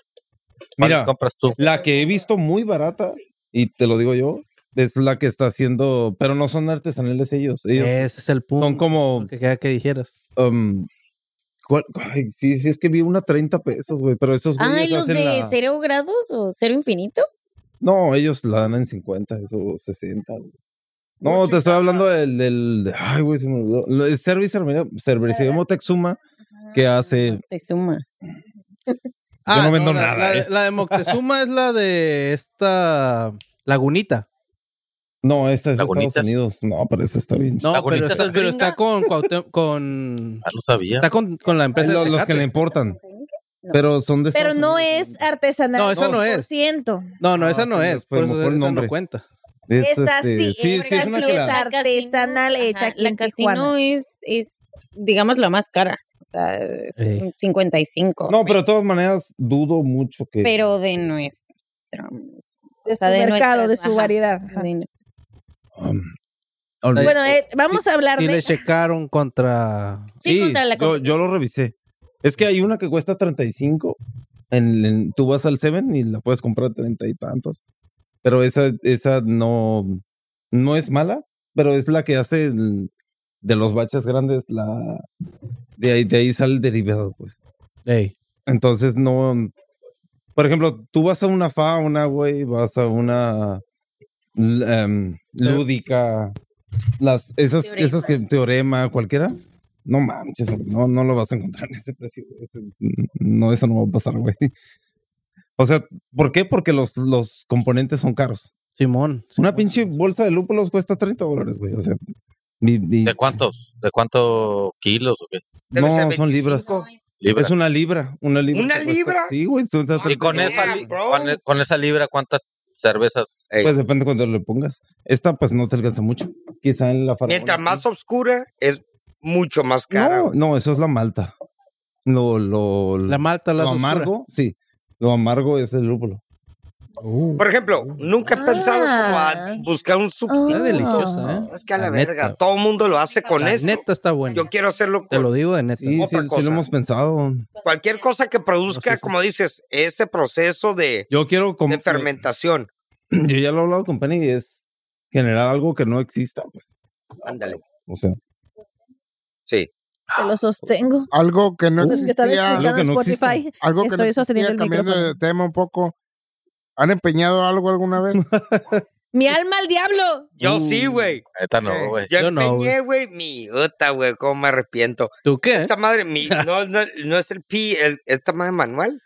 [SPEAKER 3] Mira.
[SPEAKER 5] Mira,
[SPEAKER 3] compras tú.
[SPEAKER 5] la que he visto muy barata, y te lo digo yo, es la que está haciendo, pero no son artesanales ellos. Ellos
[SPEAKER 4] Eh,
[SPEAKER 7] Ese es el punto.
[SPEAKER 5] son como
[SPEAKER 7] que quería que dijeras.
[SPEAKER 5] um, ¿cuál- ay, sí, sí, es que vi una 30 pesos, Pues güey, pero esos
[SPEAKER 6] Ah,
[SPEAKER 5] güeyes
[SPEAKER 6] ¿y los
[SPEAKER 5] hacen
[SPEAKER 6] de
[SPEAKER 5] la-
[SPEAKER 6] cero grados o cero infinito?
[SPEAKER 5] No, ellos la dan en 50, eso 60, güey. No, te estoy hablando del, del de- ay, güey, se me olvidó. Lo- El Service Cervecería- Cervecería Moctezuma que hace
[SPEAKER 6] Te suma.
[SPEAKER 5] no vendo
[SPEAKER 7] Ah, la,
[SPEAKER 5] nada,
[SPEAKER 7] La,
[SPEAKER 5] eh.
[SPEAKER 7] la de Moctezuma es la de esta lagunita.
[SPEAKER 5] No, esta es de Estados
[SPEAKER 3] Lagunitas.
[SPEAKER 5] Unidos. No, pero esa está bien.
[SPEAKER 7] No, pero
[SPEAKER 3] ¿Lagunita
[SPEAKER 7] está,
[SPEAKER 3] es
[SPEAKER 7] pero
[SPEAKER 3] gringa?
[SPEAKER 7] está con, Cuauhté- con
[SPEAKER 3] Ah, no sabía.
[SPEAKER 7] está con, con la
[SPEAKER 5] Los,
[SPEAKER 7] empresa de
[SPEAKER 5] los que
[SPEAKER 7] Tecate.
[SPEAKER 5] le importan.
[SPEAKER 6] No.
[SPEAKER 5] Pero son de
[SPEAKER 1] Pero
[SPEAKER 5] Estados
[SPEAKER 1] no
[SPEAKER 5] Unidos.
[SPEAKER 1] es artesanal.
[SPEAKER 7] No, esa no es.
[SPEAKER 1] 2%.
[SPEAKER 7] No, no,
[SPEAKER 5] Ah,
[SPEAKER 7] esa no
[SPEAKER 5] se me
[SPEAKER 7] es.
[SPEAKER 5] fue,
[SPEAKER 7] Por
[SPEAKER 5] me
[SPEAKER 7] eso
[SPEAKER 5] fue el
[SPEAKER 7] esa
[SPEAKER 5] nombre.
[SPEAKER 7] no cuenta.
[SPEAKER 5] Es,
[SPEAKER 1] Esta
[SPEAKER 5] este,
[SPEAKER 1] sí,
[SPEAKER 5] sí,
[SPEAKER 1] es
[SPEAKER 5] sí, es una
[SPEAKER 1] casino.
[SPEAKER 5] que la-
[SPEAKER 1] Esa- artesanal hecha aquí
[SPEAKER 6] La
[SPEAKER 1] en
[SPEAKER 6] casino
[SPEAKER 1] Tijuana.
[SPEAKER 6] es, es, digamos, la más cara. O sea, es
[SPEAKER 7] Sí.
[SPEAKER 6] un 55.
[SPEAKER 5] No, pero de todas maneras dudo mucho que...
[SPEAKER 6] Pero de nuestro.
[SPEAKER 1] De
[SPEAKER 6] O sea,
[SPEAKER 1] su
[SPEAKER 6] de
[SPEAKER 1] mercado,
[SPEAKER 6] nuestras,
[SPEAKER 1] de su
[SPEAKER 6] ajá.
[SPEAKER 1] variedad. Ajá.
[SPEAKER 6] de nuestro.
[SPEAKER 5] Um, olvi-
[SPEAKER 1] Bueno, eh, vamos a hablar
[SPEAKER 7] Y
[SPEAKER 1] de.
[SPEAKER 7] le checaron contra.
[SPEAKER 6] Sí, contra la
[SPEAKER 5] yo, yo lo revisé. Es que hay una que cuesta 35. En, en- tú vas al Seven y la puedes comprar a 30 y tantos. Pero esa, esa no, no es mala, pero es la que hace el- de los baches grandes. La, de, ahí, de ahí sale el derivado, pues.
[SPEAKER 7] Ey.
[SPEAKER 5] Entonces no. Por ejemplo, tú vas a una fauna, güey, vas a una l- em, lúdica, las, esas,
[SPEAKER 6] Teorema.
[SPEAKER 5] esas que teorema, cualquiera. No manches, güey, no, no lo vas a encontrar en ese precio. güey, ese- no, eso no va a pasar, güey. O sea, ¿por qué? Porque los, los componentes son caros.
[SPEAKER 7] Simón.
[SPEAKER 5] Una
[SPEAKER 7] Simón.
[SPEAKER 5] pinche bolsa de lúpulos cuesta 30 dólares, güey. O sea, ni- ni-
[SPEAKER 3] ¿De cuántos? ¿De cuántos kilos o qué?
[SPEAKER 2] Debe ser
[SPEAKER 5] no, son libras.
[SPEAKER 2] 25.
[SPEAKER 3] Libra.
[SPEAKER 5] Es una libra, una libra.
[SPEAKER 2] ¿Una
[SPEAKER 5] te cuesta-
[SPEAKER 2] libra?
[SPEAKER 5] Sí, güey. son- son
[SPEAKER 3] Y con
[SPEAKER 5] 30
[SPEAKER 3] esa, li-
[SPEAKER 2] bro.
[SPEAKER 3] con, e- con esa libra, ¿cuántas cervezas?
[SPEAKER 2] Ey,
[SPEAKER 5] Pues depende cuando le pongas. Esta pues no te alcanza mucho. Quizá en la faraona.
[SPEAKER 2] mientras
[SPEAKER 5] sí.
[SPEAKER 2] más oscura, es mucho más cara.
[SPEAKER 5] No,
[SPEAKER 2] güey.
[SPEAKER 5] no, eso es la malta. Lo, lo,
[SPEAKER 7] La malta, la
[SPEAKER 5] lo
[SPEAKER 7] oscura.
[SPEAKER 5] amargo, sí. Lo amargo es el lúpulo.
[SPEAKER 7] Uh,
[SPEAKER 2] Por ejemplo, nunca he pensado como a buscar un
[SPEAKER 7] Está
[SPEAKER 2] subsidio.
[SPEAKER 7] deliciosa, ¿eh?
[SPEAKER 2] Es que a la,
[SPEAKER 7] La neta.
[SPEAKER 2] verga, todo el mundo lo hace con
[SPEAKER 7] La
[SPEAKER 2] esto.
[SPEAKER 7] neta está buena.
[SPEAKER 2] Yo quiero hacerlo
[SPEAKER 7] Te
[SPEAKER 2] con
[SPEAKER 7] lo digo de neta.
[SPEAKER 5] Sí, sí,
[SPEAKER 2] Otra
[SPEAKER 5] sí
[SPEAKER 2] cosa.
[SPEAKER 5] lo hemos pensado.
[SPEAKER 2] cualquier cosa que produzca,
[SPEAKER 7] No, sí, sí.
[SPEAKER 2] como dices, ese proceso de,
[SPEAKER 5] Yo quiero com- eh,
[SPEAKER 2] de fermentación.
[SPEAKER 5] Yo ya lo he hablado con Penny y es generar algo que no exista, pues.
[SPEAKER 2] Ándale.
[SPEAKER 5] O sea,
[SPEAKER 2] Sí.
[SPEAKER 1] Te lo sostengo.
[SPEAKER 4] Algo que no
[SPEAKER 1] Los que están
[SPEAKER 4] existía,
[SPEAKER 1] escuchando
[SPEAKER 5] algo que no existe.
[SPEAKER 1] Spotify.
[SPEAKER 4] algo que no
[SPEAKER 1] Estoy sosteniendo
[SPEAKER 4] existía,
[SPEAKER 1] el
[SPEAKER 4] cambiando de
[SPEAKER 1] micrófono.
[SPEAKER 4] tema un poco. ¿Han empeñado algo alguna vez?
[SPEAKER 1] ¡Mi alma al diablo!
[SPEAKER 2] Yo sí, güey.
[SPEAKER 3] Esta no,
[SPEAKER 4] Ok.
[SPEAKER 3] güey.
[SPEAKER 2] Yo,
[SPEAKER 7] Mm. Yo no,
[SPEAKER 2] empeñé, güey, mi puta, güey, cómo me arrepiento.
[SPEAKER 7] ¿Tú qué?
[SPEAKER 2] Esta madre, mi, no, no, no es el P, el- esta madre manual.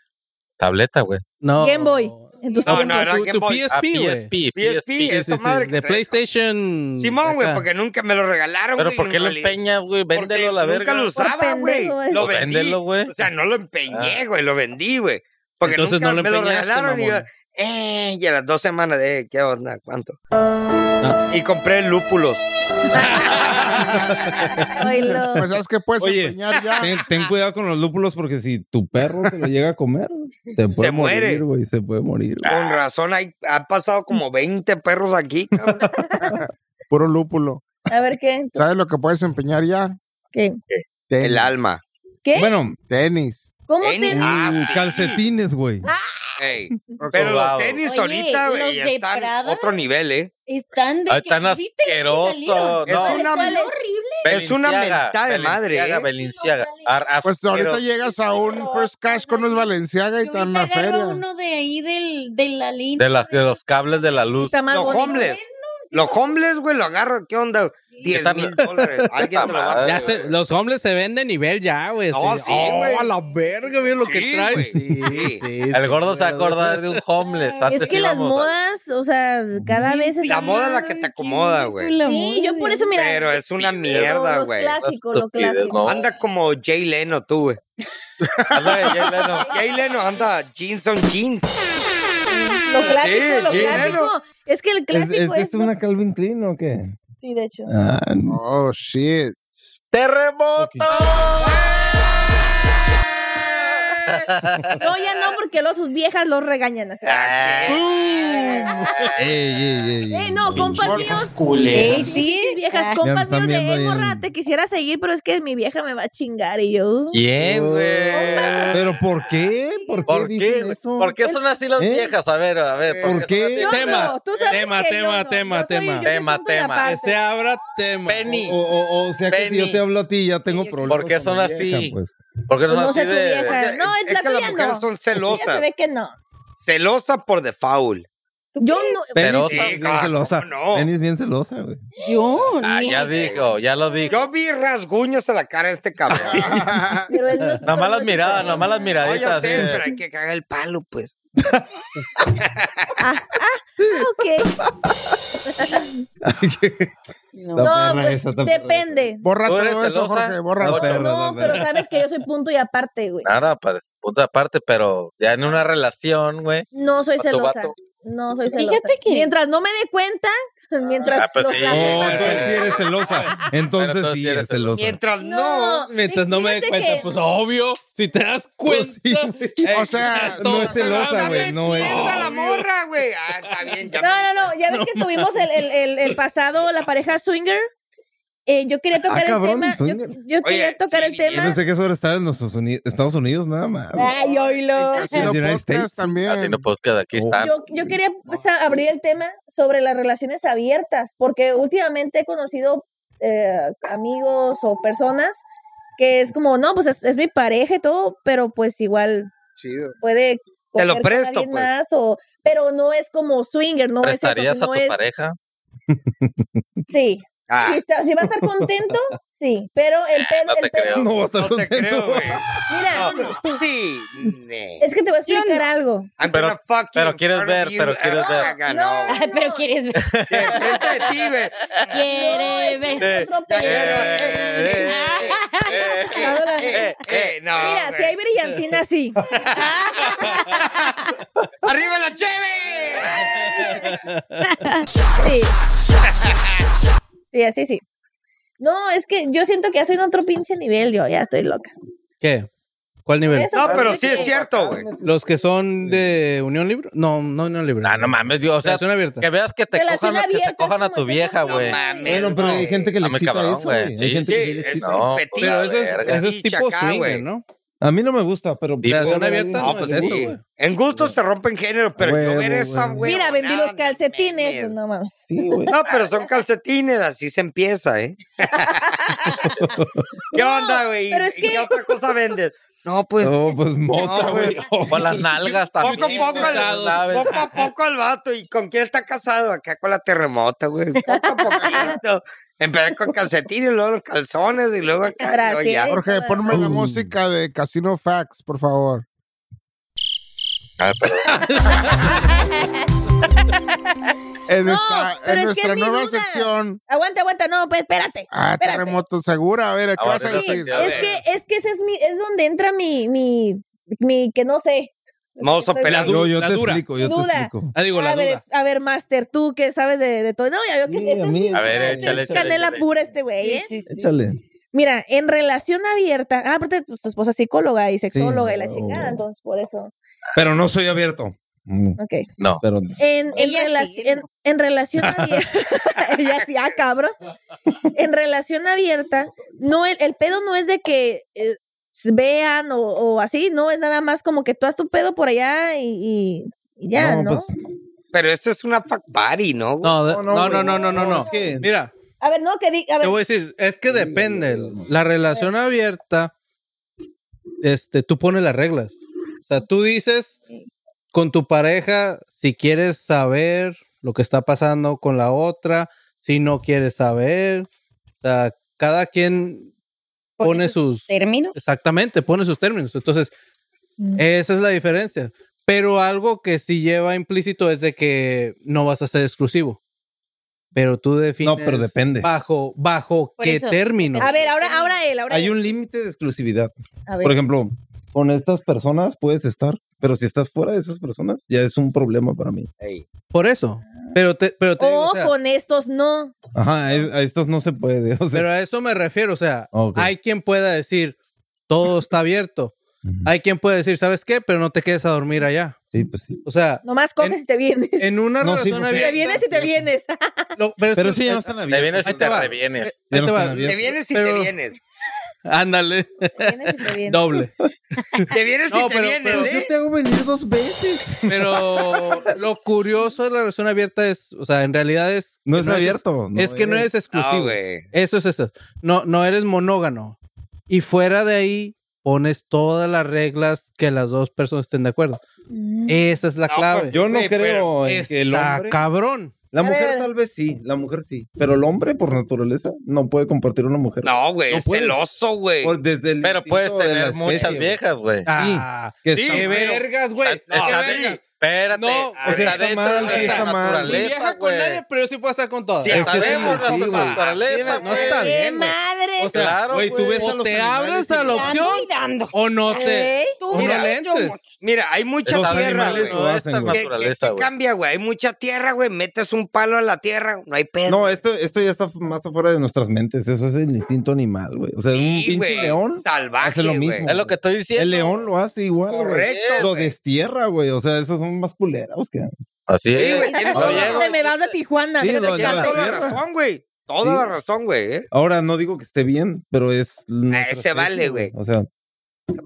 [SPEAKER 3] Tableta, güey.
[SPEAKER 7] No.
[SPEAKER 1] Game Boy. En tus
[SPEAKER 2] No,
[SPEAKER 1] tiempos.
[SPEAKER 2] no, era
[SPEAKER 7] tu,
[SPEAKER 2] Game
[SPEAKER 7] tu
[SPEAKER 2] Boy.
[SPEAKER 3] Ah,
[SPEAKER 7] PSP, güey.
[SPEAKER 3] PSP,
[SPEAKER 2] PSP,
[SPEAKER 3] PSP.
[SPEAKER 7] Sí,
[SPEAKER 2] esa
[SPEAKER 7] sí,
[SPEAKER 2] madre
[SPEAKER 7] sí,
[SPEAKER 2] que
[SPEAKER 7] De
[SPEAKER 2] trae-
[SPEAKER 7] PlayStation.
[SPEAKER 2] Simón, güey,
[SPEAKER 7] acá.
[SPEAKER 2] porque nunca me lo regalaron,
[SPEAKER 3] Pero
[SPEAKER 2] güey,
[SPEAKER 3] ¿por
[SPEAKER 2] en
[SPEAKER 3] qué lo
[SPEAKER 2] realidad.
[SPEAKER 3] empeñas, güey?
[SPEAKER 2] Porque
[SPEAKER 3] Véndelo a la verga.
[SPEAKER 2] Nunca
[SPEAKER 3] Pues,
[SPEAKER 2] lo usaba, güey.
[SPEAKER 1] pendejo, es.
[SPEAKER 2] Lo vendí.
[SPEAKER 3] Véndelo, güey.
[SPEAKER 2] O sea, no lo empeñé, güey, lo vendí, güey. Porque
[SPEAKER 7] Entonces
[SPEAKER 2] nunca
[SPEAKER 7] no lo
[SPEAKER 2] me lo
[SPEAKER 7] empeñaste,
[SPEAKER 2] regalaron y yo,
[SPEAKER 7] mamón.
[SPEAKER 2] eh, y a las dos semanas de, eh, qué onda, cuánto.
[SPEAKER 7] Ah.
[SPEAKER 2] Y compré lúpulos.
[SPEAKER 1] Oílo.
[SPEAKER 4] Pues sabes que puedes
[SPEAKER 5] Oye.
[SPEAKER 4] empeñar ya.
[SPEAKER 5] ten, ten cuidado con los lúpulos porque si tu perro se lo llega a comer, se puede morir,
[SPEAKER 2] muere.
[SPEAKER 5] güey. Se puede morir. güey.
[SPEAKER 2] Con razón, hay, han pasado como 20 perros aquí, cabrón.
[SPEAKER 4] Puro lúpulo.
[SPEAKER 1] A ver qué.
[SPEAKER 4] ¿Sabes lo que puedes empeñar ya?
[SPEAKER 1] ¿Qué?
[SPEAKER 4] Tenis.
[SPEAKER 2] El alma.
[SPEAKER 1] ¿qué?
[SPEAKER 5] Bueno,
[SPEAKER 4] Tenis.
[SPEAKER 1] ¿Cómo
[SPEAKER 2] Tenis.
[SPEAKER 1] te.?
[SPEAKER 2] Ah,
[SPEAKER 5] mm,
[SPEAKER 2] sí.
[SPEAKER 5] calcetines, güey.
[SPEAKER 2] Ey, Pero los
[SPEAKER 3] Wow.
[SPEAKER 2] tenis
[SPEAKER 6] Oye,
[SPEAKER 2] ahorita, güey,
[SPEAKER 6] ¿los de
[SPEAKER 2] están
[SPEAKER 6] Prada?
[SPEAKER 2] otro nivel, ¿eh?
[SPEAKER 6] Están de
[SPEAKER 3] Ah, están
[SPEAKER 6] ¿viste los que
[SPEAKER 3] asquerosos.
[SPEAKER 6] salieron?
[SPEAKER 2] Es
[SPEAKER 3] No,
[SPEAKER 2] una-
[SPEAKER 6] ¿Cuál horrible.
[SPEAKER 2] Es una
[SPEAKER 3] Balenciaga,
[SPEAKER 2] mentada de madre,
[SPEAKER 3] Balenciaga,
[SPEAKER 2] ¿eh?
[SPEAKER 3] Balenciaga. Ar-
[SPEAKER 4] Pues ahorita
[SPEAKER 3] asqueroso.
[SPEAKER 4] llegas a un First Cash con los Valenciaga y
[SPEAKER 6] Yo
[SPEAKER 4] tan la
[SPEAKER 6] ahorita agarro
[SPEAKER 4] feria.
[SPEAKER 6] uno de ahí del, de la línea.
[SPEAKER 3] De, las, de los cables de la luz.
[SPEAKER 1] Está más
[SPEAKER 2] Los
[SPEAKER 1] bonito.
[SPEAKER 2] homeless. Los homeless, güey, lo agarro. ¿Qué onda? 10
[SPEAKER 3] Están-
[SPEAKER 2] mil dólares. Alguien te lo va a...
[SPEAKER 7] Ya se- los hombres se ven de nivel ya, güey.
[SPEAKER 2] No, sí, güey.
[SPEAKER 7] Oh, a la verga, mira lo
[SPEAKER 2] Sí,
[SPEAKER 7] que trae.
[SPEAKER 2] güey. Sí.
[SPEAKER 3] El gordo se va a acordar de un homeless. Antes
[SPEAKER 1] Es que las
[SPEAKER 3] íbamos a-
[SPEAKER 1] modas, o sea, cada vez
[SPEAKER 2] La
[SPEAKER 1] están.
[SPEAKER 2] moda es la que te acomoda, güey.
[SPEAKER 1] Sí, yo por eso, mira.
[SPEAKER 2] Pero es una mierda,
[SPEAKER 1] Los
[SPEAKER 2] güey.
[SPEAKER 1] clásicos, lo
[SPEAKER 3] Estupidez,
[SPEAKER 1] clásico.
[SPEAKER 3] ¿no?
[SPEAKER 2] Anda como Jay Leno, tú, güey.
[SPEAKER 3] Ándale, Jay Leno.
[SPEAKER 2] Jay Leno anda jeans on jeans.
[SPEAKER 1] Lo clásico, lo
[SPEAKER 2] sí,
[SPEAKER 1] clásico. Es que el
[SPEAKER 5] ¿Es,
[SPEAKER 1] clásico
[SPEAKER 5] es-
[SPEAKER 1] es.
[SPEAKER 5] es una Calvin Klein o qué?
[SPEAKER 1] Sí, de hecho.
[SPEAKER 5] Ah, no.
[SPEAKER 4] Oh, shit.
[SPEAKER 3] ¡Terremoto!
[SPEAKER 1] No, ya no, porque luego sus viejas los regañan. así.
[SPEAKER 3] Ah, Eh,
[SPEAKER 5] Ey, ey, ey, ey.
[SPEAKER 1] Eh, no, compas míos.
[SPEAKER 6] Ey,
[SPEAKER 1] Sí,
[SPEAKER 6] sí.
[SPEAKER 1] viejas
[SPEAKER 6] Ah,
[SPEAKER 5] me
[SPEAKER 1] compas míos
[SPEAKER 5] están
[SPEAKER 1] de
[SPEAKER 5] viendo
[SPEAKER 1] "Eh,
[SPEAKER 5] ahí
[SPEAKER 1] morra,
[SPEAKER 5] en-
[SPEAKER 1] te quisiera seguir, pero es que mi vieja me va a chingar y yo. uh,
[SPEAKER 3] ¿Quién, güey?
[SPEAKER 5] ¿Pero por qué? ¿Por qué?
[SPEAKER 3] ¿Por qué?
[SPEAKER 5] dicen
[SPEAKER 3] güey?
[SPEAKER 5] eso?
[SPEAKER 3] ¿Por qué son así las
[SPEAKER 5] ¿Eh?
[SPEAKER 3] viejas? A ver, a ver.
[SPEAKER 5] ¿Por qué?
[SPEAKER 1] Yo
[SPEAKER 3] son así?
[SPEAKER 7] Tema,
[SPEAKER 1] no, tú sabes
[SPEAKER 7] tema,
[SPEAKER 1] que yo
[SPEAKER 7] tema,
[SPEAKER 1] no,
[SPEAKER 7] tema,
[SPEAKER 1] yo soy-
[SPEAKER 7] tema.
[SPEAKER 1] yo soy
[SPEAKER 3] Tema,
[SPEAKER 1] punto y
[SPEAKER 3] tema.
[SPEAKER 1] aparte.
[SPEAKER 7] Que se abra tema.
[SPEAKER 3] Penny.
[SPEAKER 5] O, o- o sea que si
[SPEAKER 3] Benny.
[SPEAKER 5] yo te hablo a ti ya tengo
[SPEAKER 6] yo-
[SPEAKER 5] problemas.
[SPEAKER 3] ¿Por qué
[SPEAKER 5] con
[SPEAKER 3] son
[SPEAKER 5] mi
[SPEAKER 3] así?
[SPEAKER 5] vieja, pues?
[SPEAKER 3] ¿Por qué no
[SPEAKER 1] Pues no
[SPEAKER 3] son
[SPEAKER 1] sé
[SPEAKER 3] así
[SPEAKER 1] tu
[SPEAKER 3] de...?
[SPEAKER 1] vieja. No,
[SPEAKER 2] es
[SPEAKER 1] la
[SPEAKER 2] que las
[SPEAKER 1] tuya
[SPEAKER 2] mujeres
[SPEAKER 1] no.
[SPEAKER 2] son
[SPEAKER 1] Ya se
[SPEAKER 2] celosas.
[SPEAKER 1] ve que no.
[SPEAKER 2] Celosa por default.
[SPEAKER 1] Yo no.
[SPEAKER 5] Benny
[SPEAKER 3] Sí,
[SPEAKER 5] sí, es bien
[SPEAKER 2] claro,
[SPEAKER 5] celosa.
[SPEAKER 2] no.
[SPEAKER 5] Benny es bien celosa, güey.
[SPEAKER 6] Yo.
[SPEAKER 3] Ah,
[SPEAKER 6] ni-
[SPEAKER 3] ya dijo, ya lo dijo.
[SPEAKER 2] Yo vi rasguños a la cara de este cabrón.
[SPEAKER 1] Pero es no
[SPEAKER 3] Nomás las miradas, nomás las
[SPEAKER 2] no, ya
[SPEAKER 3] miraditas.
[SPEAKER 2] sé,
[SPEAKER 3] así de-
[SPEAKER 2] pero hay que cagar el palo, pues.
[SPEAKER 1] Ah, Ok.
[SPEAKER 6] No.
[SPEAKER 5] Está
[SPEAKER 1] No,
[SPEAKER 5] perra
[SPEAKER 1] pues,
[SPEAKER 5] esa, está perra
[SPEAKER 1] depende.
[SPEAKER 4] Borra
[SPEAKER 3] ¿Tú eres
[SPEAKER 4] todo eso,
[SPEAKER 3] celosa?
[SPEAKER 4] Jorge, borra
[SPEAKER 3] No,
[SPEAKER 5] Está
[SPEAKER 1] No,
[SPEAKER 5] perra, está
[SPEAKER 1] pero
[SPEAKER 5] perra.
[SPEAKER 1] sabes que yo soy punto y aparte, güey.
[SPEAKER 3] Nada, pues, puta aparte, pero ya en una relación, güey.
[SPEAKER 1] No soy
[SPEAKER 3] Vato,
[SPEAKER 1] celosa.
[SPEAKER 3] vato.
[SPEAKER 1] No soy celosa.
[SPEAKER 6] Fíjate que-
[SPEAKER 1] Mientras no me dé cuenta, mientras
[SPEAKER 3] Ah, pues
[SPEAKER 1] los
[SPEAKER 3] sí.
[SPEAKER 1] placeres-
[SPEAKER 5] Oh, entonces sí eres celosa. Entonces
[SPEAKER 3] Pero tú
[SPEAKER 5] sí
[SPEAKER 3] sí eres
[SPEAKER 5] eres celosa.
[SPEAKER 2] Mientras
[SPEAKER 1] No,
[SPEAKER 2] no.
[SPEAKER 7] Mientras no me dé
[SPEAKER 1] fíjate
[SPEAKER 7] cuenta,
[SPEAKER 1] que-
[SPEAKER 7] pues obvio, si te das
[SPEAKER 2] Pues
[SPEAKER 7] cuenta.
[SPEAKER 4] O sea,
[SPEAKER 5] No
[SPEAKER 4] no
[SPEAKER 5] es
[SPEAKER 4] es
[SPEAKER 5] celosa, güey. No es.
[SPEAKER 2] ¡Mierda la morra, güey! Ah, está bien, ya.
[SPEAKER 1] No,
[SPEAKER 2] me-
[SPEAKER 1] no, no. Ya ves que tuvimos el, el, el, el pasado, la pareja swinger. Eh, yo
[SPEAKER 6] Ah,
[SPEAKER 1] quería tocar el
[SPEAKER 5] cabrón,
[SPEAKER 1] tema. Yo,
[SPEAKER 5] swingers.
[SPEAKER 1] yo quería
[SPEAKER 2] Oye,
[SPEAKER 1] tocar
[SPEAKER 2] sí,
[SPEAKER 1] el
[SPEAKER 5] Yo
[SPEAKER 1] tema.
[SPEAKER 5] pensé que eso era estar en los Estados Unidos, Estados Unidos nada más.
[SPEAKER 1] Ay, oílo.
[SPEAKER 4] Casino
[SPEAKER 5] United States.
[SPEAKER 4] Podcast
[SPEAKER 3] Así
[SPEAKER 4] también.
[SPEAKER 3] no puedo quedar aquí
[SPEAKER 5] Oh.
[SPEAKER 3] están.
[SPEAKER 1] Yo, yo quería sa- abrir el tema sobre las relaciones abiertas, porque últimamente he conocido eh, amigos o personas que es como, no, pues es, es mi pareja y todo, pero pues igual
[SPEAKER 4] Chido.
[SPEAKER 1] puede...
[SPEAKER 2] Te
[SPEAKER 1] coger
[SPEAKER 2] lo
[SPEAKER 1] con
[SPEAKER 2] presto,
[SPEAKER 1] alguien
[SPEAKER 2] pues.
[SPEAKER 1] más o- pero no es como swinger, no es eso,
[SPEAKER 3] ¿Prestarías a
[SPEAKER 1] no
[SPEAKER 3] tu
[SPEAKER 1] es...
[SPEAKER 3] pareja?
[SPEAKER 1] Sí,
[SPEAKER 2] Ah,
[SPEAKER 1] si, está- si va a estar contento, sí, pero el pedo...
[SPEAKER 3] Ah, no
[SPEAKER 1] el
[SPEAKER 3] te
[SPEAKER 1] pedo-
[SPEAKER 3] creo.
[SPEAKER 5] Eh, No va a estar
[SPEAKER 2] no te creo,
[SPEAKER 5] contento.
[SPEAKER 2] güey.
[SPEAKER 1] Mira,
[SPEAKER 2] No, Sí. ne.
[SPEAKER 1] es que te voy a explicar algo.
[SPEAKER 2] I'm
[SPEAKER 3] Pero-
[SPEAKER 2] gonna fuck you
[SPEAKER 3] pero
[SPEAKER 2] in
[SPEAKER 3] quieres
[SPEAKER 2] front of
[SPEAKER 3] ver,
[SPEAKER 2] you.
[SPEAKER 3] pero quieres ver.
[SPEAKER 2] Ah,
[SPEAKER 1] No,
[SPEAKER 2] No,
[SPEAKER 6] Ay, pero quieres ver.
[SPEAKER 2] Sí, enfrente de ti, güey.
[SPEAKER 6] Quiere
[SPEAKER 1] No, es
[SPEAKER 6] ver.
[SPEAKER 1] que es otro
[SPEAKER 2] Ya
[SPEAKER 1] pedo.
[SPEAKER 2] quiero, eh, eh, eh, eh, eh, eh, eh, no,
[SPEAKER 1] Mira,
[SPEAKER 2] güey.
[SPEAKER 1] si hay brillantina, sí.
[SPEAKER 2] ¡Arriba la cheve!
[SPEAKER 1] Sí. Sí, así sí. No, es que yo siento que ya soy en otro pinche nivel, yo ya estoy loca.
[SPEAKER 7] ¿Qué? ¿Cuál nivel?
[SPEAKER 1] Eso
[SPEAKER 2] No,
[SPEAKER 1] fue
[SPEAKER 2] pero
[SPEAKER 1] lo
[SPEAKER 2] sí
[SPEAKER 1] que-
[SPEAKER 2] es cierto, güey.
[SPEAKER 7] ¿Los que son de Unión Libre? No, no Unión Libre.
[SPEAKER 3] Ah, no mames, Dios. O sea,
[SPEAKER 7] Relación abierta.
[SPEAKER 3] que veas que te
[SPEAKER 1] Relación
[SPEAKER 3] cojan, que se
[SPEAKER 1] abierta,
[SPEAKER 3] cojan a
[SPEAKER 1] es como
[SPEAKER 3] tu
[SPEAKER 1] que-
[SPEAKER 3] vieja,
[SPEAKER 1] no
[SPEAKER 3] güey.
[SPEAKER 1] mames.
[SPEAKER 5] Bueno, pero hay gente que
[SPEAKER 3] Está
[SPEAKER 5] le
[SPEAKER 3] Ah, muy
[SPEAKER 5] excita
[SPEAKER 3] cabrón,
[SPEAKER 5] eso,
[SPEAKER 3] güey.
[SPEAKER 5] güey.
[SPEAKER 3] Sí,
[SPEAKER 5] Hay gente
[SPEAKER 2] Sí,
[SPEAKER 5] que sí le
[SPEAKER 2] es
[SPEAKER 5] excita.
[SPEAKER 3] no,
[SPEAKER 2] un
[SPEAKER 3] pues,
[SPEAKER 2] petiche,
[SPEAKER 7] Pero eso es,
[SPEAKER 3] verga.
[SPEAKER 7] eso es
[SPEAKER 2] Pinche
[SPEAKER 7] tipo
[SPEAKER 2] acá,
[SPEAKER 7] swinger,
[SPEAKER 2] güey.
[SPEAKER 7] ¿no?
[SPEAKER 5] A mí no me gusta, pero.
[SPEAKER 3] Tipo-
[SPEAKER 5] pero
[SPEAKER 7] Relación
[SPEAKER 5] a
[SPEAKER 7] abierta no,
[SPEAKER 5] alguien le
[SPEAKER 7] pues
[SPEAKER 2] pues sí.
[SPEAKER 7] sí.
[SPEAKER 5] gusta, güey.
[SPEAKER 2] En gustos se rompen género, pero yo
[SPEAKER 5] Huevo,
[SPEAKER 2] ver esa,
[SPEAKER 5] güey.
[SPEAKER 2] güey.
[SPEAKER 1] Mira, vendí
[SPEAKER 2] no,
[SPEAKER 1] los calcetines. pues,
[SPEAKER 2] mames.
[SPEAKER 1] No mames.
[SPEAKER 5] Sí, güey.
[SPEAKER 2] No, pero son calcetines, así se empieza, ¿eh? ¿Qué
[SPEAKER 1] No,
[SPEAKER 2] onda, güey?
[SPEAKER 1] pero es
[SPEAKER 2] ¿Y
[SPEAKER 1] que-
[SPEAKER 2] qué otra cosa vendes? No, pues.
[SPEAKER 5] No, pues mota,
[SPEAKER 2] No,
[SPEAKER 5] güey.
[SPEAKER 2] güey.
[SPEAKER 3] Con las nalgas también.
[SPEAKER 2] Poco a poco, el,
[SPEAKER 7] usados.
[SPEAKER 3] ¿sabes?
[SPEAKER 2] poco a poco el vato. ¿Y con quién está casado? Acá con la terremota, güey. Poco a poquito. Empezar con calcetines, luego los calzones y luego acá. y luego ya.
[SPEAKER 1] Brasier.
[SPEAKER 4] Jorge, ponme la
[SPEAKER 5] Uh.
[SPEAKER 4] música de Casino Facts, por favor.
[SPEAKER 3] Ah, perdón.
[SPEAKER 4] En,
[SPEAKER 1] No,
[SPEAKER 4] esta,
[SPEAKER 1] pero
[SPEAKER 4] en
[SPEAKER 1] es que
[SPEAKER 4] nuestra
[SPEAKER 1] es mi
[SPEAKER 4] nueva
[SPEAKER 1] duda.
[SPEAKER 4] sección.
[SPEAKER 1] Aguanta, aguanta, no, pues espérate.
[SPEAKER 4] Ah,
[SPEAKER 1] Espérate. Ah,
[SPEAKER 4] terremoto segura. A ver, ¿qué
[SPEAKER 3] Ahora
[SPEAKER 4] vas a
[SPEAKER 3] sí,
[SPEAKER 4] decir?
[SPEAKER 3] Ah, pues, sí, a
[SPEAKER 1] Es
[SPEAKER 3] ver.
[SPEAKER 1] que, es que ese es mi, es donde entra mi, mi, mi, que no sé.
[SPEAKER 2] Vamos a
[SPEAKER 1] Estoy
[SPEAKER 2] operar.
[SPEAKER 5] Yo, yo
[SPEAKER 7] La
[SPEAKER 5] te
[SPEAKER 7] dura.
[SPEAKER 5] explico, yo te
[SPEAKER 1] Duda.
[SPEAKER 5] explico.
[SPEAKER 7] Ah, digo, la
[SPEAKER 1] a ver,
[SPEAKER 7] duda.
[SPEAKER 1] es- a ver, Master, tú que sabes de, de todo. No, ya veo que
[SPEAKER 5] Sí,
[SPEAKER 1] este
[SPEAKER 5] a
[SPEAKER 1] es
[SPEAKER 5] mí-
[SPEAKER 1] mi-
[SPEAKER 3] A ver,
[SPEAKER 1] este
[SPEAKER 3] échale,
[SPEAKER 1] es
[SPEAKER 3] échale,
[SPEAKER 1] canela
[SPEAKER 3] échale.
[SPEAKER 1] pura este güey, ¿eh?
[SPEAKER 6] Sí, sí, sí.
[SPEAKER 5] Échale.
[SPEAKER 1] Mira, en relación abierta, ah, aparte pues, tu esposa es psicóloga y sexóloga y la
[SPEAKER 5] no.
[SPEAKER 1] chingada, entonces por eso.
[SPEAKER 5] Pero no soy abierto. Mm,
[SPEAKER 1] Ok.
[SPEAKER 3] No.
[SPEAKER 5] Pero
[SPEAKER 1] En, en,
[SPEAKER 6] Ella
[SPEAKER 1] relac-
[SPEAKER 6] sí,
[SPEAKER 1] en,
[SPEAKER 6] ¿no?
[SPEAKER 1] en relación abierta, ella sí, ah, cabrón. En relación abierta, no el, el pedo no es de que eh, s- vean o, o así, no es nada más como que tú haz tu pedo por allá y, y- y ya, ¿no?
[SPEAKER 5] pues,
[SPEAKER 2] Pero esto es una fuck party, ¿no? güey?
[SPEAKER 7] No, de-
[SPEAKER 5] no,
[SPEAKER 7] no, no,
[SPEAKER 5] güey,
[SPEAKER 7] no, no, no,
[SPEAKER 5] no,
[SPEAKER 7] no.
[SPEAKER 5] es que-
[SPEAKER 7] Mira,
[SPEAKER 1] A ver, no, que diga, a
[SPEAKER 7] te
[SPEAKER 1] ver,
[SPEAKER 7] voy a decir, es que depende. La relación abierta, este, tú pones las reglas. O sea, tú dices con tu pareja si quieres saber lo que está pasando con la otra, si no quieres saber. O sea, cada quien pone sus,
[SPEAKER 6] Término.
[SPEAKER 7] Exactamente, pone sus términos. Entonces,
[SPEAKER 6] Mm.
[SPEAKER 7] esa es la diferencia. Pero algo que sí lleva implícito es de que no vas a ser exclusivo. Pero tú defines.
[SPEAKER 5] pero depende.
[SPEAKER 7] Bajo, bajo
[SPEAKER 6] Por
[SPEAKER 7] qué
[SPEAKER 6] eso, ah.
[SPEAKER 7] término.
[SPEAKER 1] a ver, ahora, ahora él, ahora
[SPEAKER 5] hay
[SPEAKER 1] él.
[SPEAKER 5] un límite de exclusividad.
[SPEAKER 1] A ver.
[SPEAKER 5] Por ejemplo, con estas personas puedes estar, pero si estás fuera de esas personas, ya es un problema para mí.
[SPEAKER 2] Ey.
[SPEAKER 7] Por eso. Pero te, pero te digo,
[SPEAKER 1] o
[SPEAKER 7] o sea,
[SPEAKER 1] con estos no.
[SPEAKER 5] Ajá, a a estos no se puede. O sea,
[SPEAKER 7] pero a eso me refiero. O sea,
[SPEAKER 5] Ok.
[SPEAKER 7] hay quien pueda decir todo está abierto. Hay quien puede decir, ¿sabes qué? Pero no te quedes a dormir allá.
[SPEAKER 5] sí, pues sí.
[SPEAKER 7] O sea,
[SPEAKER 1] Nomás coges
[SPEAKER 7] En-
[SPEAKER 1] y te vienes.
[SPEAKER 7] en una
[SPEAKER 5] No, sí,
[SPEAKER 7] relación
[SPEAKER 5] pues, sí.
[SPEAKER 1] te
[SPEAKER 7] abierta.
[SPEAKER 1] vienes y te vienes.
[SPEAKER 7] Lo- pero es
[SPEAKER 5] Pero
[SPEAKER 7] que-
[SPEAKER 5] sí, ya no están
[SPEAKER 3] Te
[SPEAKER 5] abiertos.
[SPEAKER 3] vienes
[SPEAKER 7] Ahí
[SPEAKER 3] y
[SPEAKER 7] te
[SPEAKER 3] te
[SPEAKER 7] va.
[SPEAKER 3] revienes.
[SPEAKER 5] Ya
[SPEAKER 7] Ahí
[SPEAKER 5] no
[SPEAKER 7] te va.
[SPEAKER 5] están
[SPEAKER 2] Te
[SPEAKER 5] abiertos.
[SPEAKER 2] vienes y te
[SPEAKER 7] Pero-
[SPEAKER 2] vienes.
[SPEAKER 7] Ándale.
[SPEAKER 6] Te vienes y te vienes.
[SPEAKER 7] Doble.
[SPEAKER 2] Te vienes
[SPEAKER 7] No,
[SPEAKER 2] y te
[SPEAKER 7] pero-
[SPEAKER 2] vienes,
[SPEAKER 7] pero
[SPEAKER 2] ¿eh?
[SPEAKER 7] sí
[SPEAKER 5] te hago venir dos veces.
[SPEAKER 7] Pero lo curioso de la relación abierta es, o sea, en realidad es.
[SPEAKER 5] No
[SPEAKER 7] que
[SPEAKER 5] es
[SPEAKER 7] eres-
[SPEAKER 5] abierto.
[SPEAKER 7] es que no
[SPEAKER 5] ah,
[SPEAKER 7] es
[SPEAKER 2] No,
[SPEAKER 7] exclusivo.
[SPEAKER 2] güey.
[SPEAKER 7] eso es eso. No, no eres monógano. Y fuera de ahí pones todas las reglas que las dos personas estén de acuerdo.
[SPEAKER 1] Mm.
[SPEAKER 7] Esa es la
[SPEAKER 2] No,
[SPEAKER 7] clave.
[SPEAKER 5] Yo no
[SPEAKER 2] Güey,
[SPEAKER 5] creo
[SPEAKER 2] pero
[SPEAKER 5] en que el
[SPEAKER 7] Está
[SPEAKER 5] hombre.
[SPEAKER 7] cabrón.
[SPEAKER 5] La
[SPEAKER 1] A
[SPEAKER 5] mujer
[SPEAKER 1] ver.
[SPEAKER 5] tal vez sí, la mujer sí. Pero el hombre, por naturaleza, no puede compartir una mujer.
[SPEAKER 2] No, güey.
[SPEAKER 5] No
[SPEAKER 2] es
[SPEAKER 5] puedes. Pues,
[SPEAKER 2] celoso, güey.
[SPEAKER 5] Por- desde el
[SPEAKER 3] Pero
[SPEAKER 5] instinto
[SPEAKER 3] puedes
[SPEAKER 5] de la
[SPEAKER 3] tener
[SPEAKER 5] especie,
[SPEAKER 3] muchas
[SPEAKER 5] güey.
[SPEAKER 3] viejas, güey.
[SPEAKER 7] Ah,
[SPEAKER 5] Que
[SPEAKER 2] Sí,
[SPEAKER 5] está-
[SPEAKER 7] qué
[SPEAKER 2] pero-
[SPEAKER 7] vergas, güey.
[SPEAKER 3] Ah,
[SPEAKER 7] Qué
[SPEAKER 3] ah,
[SPEAKER 7] vergas.
[SPEAKER 3] sí. Espérate.
[SPEAKER 7] No,
[SPEAKER 3] No,
[SPEAKER 5] o sea, pues, está mal, sí está mal.
[SPEAKER 7] Ni vieja con nadie, pero yo sí puedo estar con todas.
[SPEAKER 3] Sí,
[SPEAKER 5] Es que sí,
[SPEAKER 3] sabemos la
[SPEAKER 5] sí, güey.
[SPEAKER 3] naturaleza,
[SPEAKER 7] No está
[SPEAKER 3] güey.
[SPEAKER 7] bien,
[SPEAKER 1] ¡Qué madre!
[SPEAKER 7] O sea,
[SPEAKER 3] Claro,
[SPEAKER 5] Güey, tú
[SPEAKER 3] güey.
[SPEAKER 5] ves a
[SPEAKER 7] o
[SPEAKER 5] los
[SPEAKER 7] te
[SPEAKER 5] animales
[SPEAKER 7] abres
[SPEAKER 5] y-
[SPEAKER 7] a la
[SPEAKER 8] Dando
[SPEAKER 7] opción
[SPEAKER 8] y dando.
[SPEAKER 7] o no te.
[SPEAKER 1] ¿Eh?
[SPEAKER 8] Tú,
[SPEAKER 7] O no
[SPEAKER 2] Mira,
[SPEAKER 7] le
[SPEAKER 8] yo
[SPEAKER 7] entres.
[SPEAKER 2] Mira, hay mucha
[SPEAKER 5] Los
[SPEAKER 2] tierra,
[SPEAKER 5] animales
[SPEAKER 2] güey.
[SPEAKER 5] no
[SPEAKER 3] es
[SPEAKER 5] hacen,
[SPEAKER 3] tan
[SPEAKER 5] güey.
[SPEAKER 2] ¿Qué- ¿Qué,
[SPEAKER 3] naturaleza,
[SPEAKER 2] qué
[SPEAKER 3] güey.
[SPEAKER 2] cambia, güey? Hay mucha tierra, güey. Metes un palo a la tierra, no hay pedo.
[SPEAKER 5] No, esto, esto ya está más afuera de nuestras mentes. Eso es el instinto animal, güey. O sea, un
[SPEAKER 2] Sí,
[SPEAKER 5] pinche
[SPEAKER 2] güey,
[SPEAKER 5] león.
[SPEAKER 2] Salvaje.
[SPEAKER 5] hace lo
[SPEAKER 2] güey.
[SPEAKER 5] mismo.
[SPEAKER 3] Es lo que estoy diciendo.
[SPEAKER 5] El león lo hace igual. güey.
[SPEAKER 2] Correcto,
[SPEAKER 5] Lo
[SPEAKER 2] güey.
[SPEAKER 5] destierra, güey. O sea, esos son más culeros que.
[SPEAKER 3] Así
[SPEAKER 2] Sí,
[SPEAKER 3] es.
[SPEAKER 2] güey, tienes
[SPEAKER 3] No
[SPEAKER 2] toda
[SPEAKER 1] ¿Dónde
[SPEAKER 2] la
[SPEAKER 3] llego.
[SPEAKER 1] me vas a Tijuana?
[SPEAKER 5] Sí,
[SPEAKER 1] Pero te
[SPEAKER 5] no, Pues, ya
[SPEAKER 2] Tienes
[SPEAKER 1] canto.
[SPEAKER 5] la
[SPEAKER 2] toda la
[SPEAKER 5] tierra.
[SPEAKER 2] razón, güey. Toda
[SPEAKER 5] Sí.
[SPEAKER 2] la razón, güey. ¿eh?
[SPEAKER 5] Ahora no digo que esté bien, pero es. nuestra
[SPEAKER 2] se
[SPEAKER 5] especie,
[SPEAKER 2] vale, güey.
[SPEAKER 5] O sea,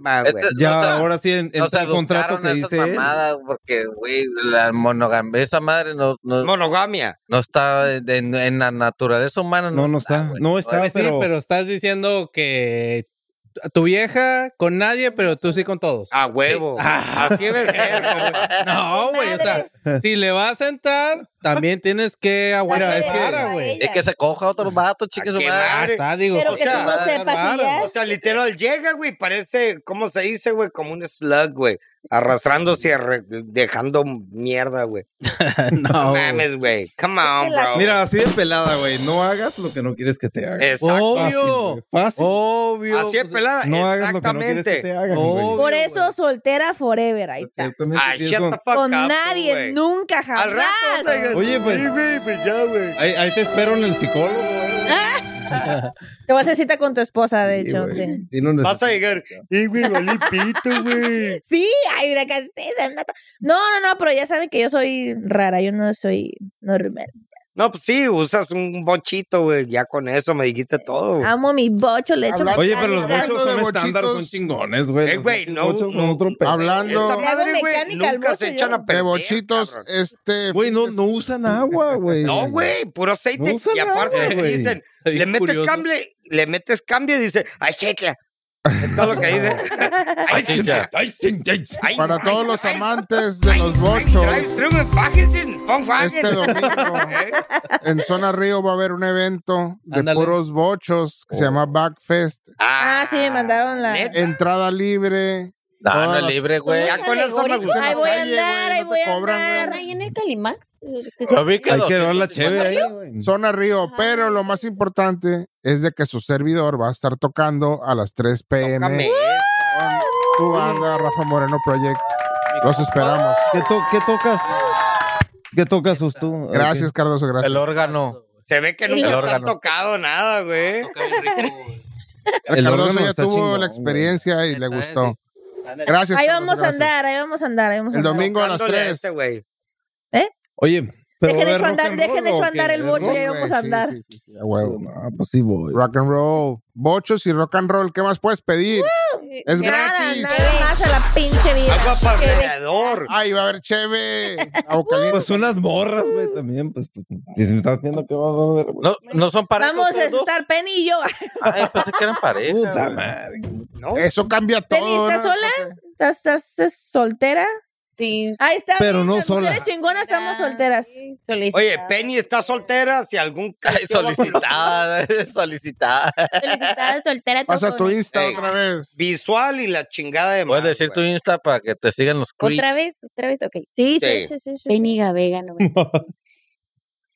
[SPEAKER 2] Va, güey.
[SPEAKER 3] Este-
[SPEAKER 5] ya
[SPEAKER 3] o sea,
[SPEAKER 5] ahora sí en,
[SPEAKER 3] Nos
[SPEAKER 5] entra el contrato
[SPEAKER 3] educaron
[SPEAKER 5] que
[SPEAKER 3] a
[SPEAKER 5] dice.
[SPEAKER 3] esas
[SPEAKER 5] él.
[SPEAKER 3] mamadas porque, güey, la monogamia, esa madre no, no,
[SPEAKER 2] Monogamia.
[SPEAKER 3] no está en, en la naturaleza humana.
[SPEAKER 5] No, no está.
[SPEAKER 3] güey.
[SPEAKER 5] No está,
[SPEAKER 7] Pues sí,
[SPEAKER 5] pero.
[SPEAKER 7] pero estás diciendo que t- tu vieja con nadie, pero tú sí con todos.
[SPEAKER 2] A huevo. Así debe ser, compa.
[SPEAKER 7] No, Oh, güey, o sea, si le vas a entrar, también tienes que aguantar,
[SPEAKER 5] es que-
[SPEAKER 7] vara, güey.
[SPEAKER 3] Es que se coja otro vato, chicas,
[SPEAKER 2] ¿A qué
[SPEAKER 7] Ah,
[SPEAKER 2] madre?
[SPEAKER 7] está, digo,
[SPEAKER 1] Pero
[SPEAKER 2] que tú no
[SPEAKER 1] sepas si
[SPEAKER 7] vara,
[SPEAKER 1] ya-
[SPEAKER 7] güey.
[SPEAKER 2] O sea, literal llega, güey. Parece, ¿cómo se dice, güey? Como un slug, güey. Arrastrándose, arre- dejando mierda, güey. No
[SPEAKER 7] No, güey.
[SPEAKER 2] mames, güey. Come on,
[SPEAKER 1] que la-
[SPEAKER 2] bro.
[SPEAKER 5] Ah, oh. Mira, así de pelada, güey. No hagas lo que no quieres que te hagan.
[SPEAKER 2] Exacto.
[SPEAKER 7] Obvio.
[SPEAKER 5] güey. Fácil.
[SPEAKER 7] Obvio.
[SPEAKER 2] Así es
[SPEAKER 7] pues,
[SPEAKER 2] pelada.
[SPEAKER 5] No hagas lo que no quieres que
[SPEAKER 2] Exactamente.
[SPEAKER 5] te hagan. güey.
[SPEAKER 7] Obvio,
[SPEAKER 1] Por
[SPEAKER 7] güey.
[SPEAKER 1] eso, soltera forever,
[SPEAKER 7] Pues
[SPEAKER 1] ahí está.
[SPEAKER 5] Exactamente,
[SPEAKER 2] Ay,
[SPEAKER 5] sí,
[SPEAKER 2] shut
[SPEAKER 5] eso-
[SPEAKER 2] the fuck
[SPEAKER 1] Con
[SPEAKER 2] up,
[SPEAKER 1] nadie,
[SPEAKER 2] güey.
[SPEAKER 1] nunca, jamás.
[SPEAKER 2] Al rato vas a llegar.
[SPEAKER 5] Oye, pues.
[SPEAKER 2] Sí, güey, pues ya, güey.
[SPEAKER 5] Ahí, ahí te espero en el psicólogo. güey.
[SPEAKER 1] Te vas a hacer cita con tu esposa, de
[SPEAKER 5] Sí,
[SPEAKER 1] hecho,
[SPEAKER 5] güey.
[SPEAKER 1] sí.
[SPEAKER 5] Sí, no
[SPEAKER 2] Vas a
[SPEAKER 5] necesitas,
[SPEAKER 2] llegar. Y, güey, valí pito, güey.
[SPEAKER 1] Sí, ay, mira, casi se nota. No, no, no, pero ya saben que yo soy rara, yo no soy normal.
[SPEAKER 2] No, pues sí, usas un bochito, güey. Ya con eso me dijiste todo, güey.
[SPEAKER 1] Amo mi bocho, le echo
[SPEAKER 5] Oye, pero los
[SPEAKER 1] mecánica.
[SPEAKER 5] bochos
[SPEAKER 4] Hablando de
[SPEAKER 5] son
[SPEAKER 4] bochitos-
[SPEAKER 5] estándar, son chingones, güey.
[SPEAKER 2] Eh,
[SPEAKER 5] Los
[SPEAKER 2] güey, no, Ah,
[SPEAKER 5] bochos son
[SPEAKER 2] no,
[SPEAKER 5] otro pedo.
[SPEAKER 4] Hablando
[SPEAKER 2] Esa
[SPEAKER 1] Le hago
[SPEAKER 2] madre, güey,
[SPEAKER 1] mecánica al
[SPEAKER 2] nunca
[SPEAKER 1] bocho
[SPEAKER 2] se
[SPEAKER 1] yo.
[SPEAKER 2] echan a perder,
[SPEAKER 4] de bochitos,
[SPEAKER 2] cabrón.
[SPEAKER 4] este.
[SPEAKER 5] Güey, no,
[SPEAKER 4] fin
[SPEAKER 5] no
[SPEAKER 4] de-
[SPEAKER 5] usan agua, güey.
[SPEAKER 2] No, güey, puro aceite.
[SPEAKER 5] No usa
[SPEAKER 2] y aparte
[SPEAKER 5] nada,
[SPEAKER 2] te
[SPEAKER 5] güey.
[SPEAKER 2] dicen,
[SPEAKER 7] Está
[SPEAKER 2] le
[SPEAKER 7] bien
[SPEAKER 2] metes
[SPEAKER 7] curioso.
[SPEAKER 2] cambio, le metes cambio y dice, ay, jecla. Es todo lo que dice. ay,
[SPEAKER 3] Chicha.
[SPEAKER 2] ay,
[SPEAKER 4] Para
[SPEAKER 2] ay,
[SPEAKER 4] todos los
[SPEAKER 2] ay,
[SPEAKER 4] amantes de los
[SPEAKER 2] ay,
[SPEAKER 4] bochos,
[SPEAKER 2] drive-thru, güey, bájense, pon bájense.
[SPEAKER 4] Este domingo.
[SPEAKER 2] ¿Eh?
[SPEAKER 4] en Zona Río va a haber un evento de
[SPEAKER 7] Ándale.
[SPEAKER 4] puros bochos que se
[SPEAKER 5] Oh.
[SPEAKER 4] llama Backfest.
[SPEAKER 1] Ah, sí, me mandaron la-
[SPEAKER 2] neta.
[SPEAKER 4] Entrada libre.
[SPEAKER 3] No, no
[SPEAKER 4] Todas
[SPEAKER 3] es
[SPEAKER 4] las-
[SPEAKER 3] libre, güey.
[SPEAKER 2] Ya con eso me
[SPEAKER 6] Alegórico.
[SPEAKER 2] gustó.
[SPEAKER 1] Ahí voy a
[SPEAKER 4] calle,
[SPEAKER 1] andar, ahí
[SPEAKER 4] güey, no te
[SPEAKER 1] voy a
[SPEAKER 4] cobran,
[SPEAKER 1] andar.
[SPEAKER 6] Ahí en el Calimax. Este,
[SPEAKER 3] Yo vi que
[SPEAKER 5] Hay que dar la
[SPEAKER 3] 250
[SPEAKER 5] chévere ahí, güey.
[SPEAKER 4] Zona Río,
[SPEAKER 6] Ajá.
[SPEAKER 4] pero lo más importante es de que su servidor va a estar tocando a las 3
[SPEAKER 2] Tócame
[SPEAKER 4] pm
[SPEAKER 2] esta.
[SPEAKER 4] con su banda Rafa Moreno Project. Los esperamos.
[SPEAKER 5] ¿Qué, to- qué tocas? ¿Qué tocas sus tú?
[SPEAKER 4] Gracias, Cardoso, gracias.
[SPEAKER 3] El órgano.
[SPEAKER 2] Se ve que nunca
[SPEAKER 3] El
[SPEAKER 2] te ha
[SPEAKER 3] órgano.
[SPEAKER 2] tocado nada, güey.
[SPEAKER 4] Ah,
[SPEAKER 5] El
[SPEAKER 4] Cardoso
[SPEAKER 5] órgano
[SPEAKER 4] ya
[SPEAKER 5] está
[SPEAKER 4] tuvo
[SPEAKER 5] chingón,
[SPEAKER 4] la experiencia y le gustó. Gracias.
[SPEAKER 1] Ahí
[SPEAKER 4] Cardoso,
[SPEAKER 1] vamos a
[SPEAKER 4] gracias.
[SPEAKER 1] andar, ahí vamos a andar, ahí vamos a
[SPEAKER 4] El
[SPEAKER 1] andar.
[SPEAKER 4] domingo a las
[SPEAKER 2] Tocándole
[SPEAKER 4] 3.
[SPEAKER 2] este, güey.
[SPEAKER 5] Oye, pero
[SPEAKER 1] Dejen
[SPEAKER 5] va a haber
[SPEAKER 1] hecho andar-
[SPEAKER 5] rock and roll,
[SPEAKER 1] dejen hecho
[SPEAKER 5] ¿o
[SPEAKER 1] andar
[SPEAKER 5] qué?
[SPEAKER 1] el
[SPEAKER 5] ¿Es
[SPEAKER 1] bocho,
[SPEAKER 5] rock?
[SPEAKER 1] ya vamos a andar.
[SPEAKER 4] A huevo.
[SPEAKER 5] Ah, pues sí, voy.
[SPEAKER 4] Rock and roll. Bochos y rock and roll. ¿Qué más puedes pedir?
[SPEAKER 6] eh,
[SPEAKER 4] Es
[SPEAKER 1] Nada,
[SPEAKER 4] gratis.
[SPEAKER 1] nada más a la pinche vida.
[SPEAKER 2] Agua para
[SPEAKER 1] Que- Ah,
[SPEAKER 2] radiador.
[SPEAKER 4] Ay, va a haber cheve. Agua caliente.
[SPEAKER 5] Pues unas morras, güey, también. Pues, si me estás viendo que va a haber, güey.
[SPEAKER 3] No, no son parejas.
[SPEAKER 1] Vamos a
[SPEAKER 3] todos dos?
[SPEAKER 1] estar Penny y yo.
[SPEAKER 3] Ay, pensé que eran parejas.
[SPEAKER 5] Puta
[SPEAKER 3] güey.
[SPEAKER 5] madre.
[SPEAKER 1] Oh.
[SPEAKER 4] Eso cambia
[SPEAKER 1] Penny,
[SPEAKER 4] todo.
[SPEAKER 1] ¿estás
[SPEAKER 4] ¿no?
[SPEAKER 1] sola? ¿Estás, estás, estás soltera?
[SPEAKER 6] Sí.
[SPEAKER 1] Ahí está.
[SPEAKER 5] Pero
[SPEAKER 1] bien,
[SPEAKER 5] no
[SPEAKER 1] las
[SPEAKER 5] sola.
[SPEAKER 1] mujeres chingonas Ah, estamos solteras.
[SPEAKER 6] Ah, Sí, solicitadas.
[SPEAKER 2] Oye, Penny está soltera. Si algún
[SPEAKER 3] Ay, solicitada, solicitada.
[SPEAKER 6] Solicitada, soltera.
[SPEAKER 4] Pasa
[SPEAKER 6] todo
[SPEAKER 4] tu
[SPEAKER 6] joven.
[SPEAKER 4] Insta
[SPEAKER 2] Ey.
[SPEAKER 4] otra vez.
[SPEAKER 2] visual y la chingada de
[SPEAKER 3] Puedes
[SPEAKER 2] madre,
[SPEAKER 3] decir tu
[SPEAKER 2] güey.
[SPEAKER 3] Insta para que te sigan los creeps.
[SPEAKER 6] Otra vez, otra vez, ok.
[SPEAKER 1] Sí,
[SPEAKER 2] Sí.
[SPEAKER 1] sí, sí, sí. sí.
[SPEAKER 6] Penny Gavega, no me-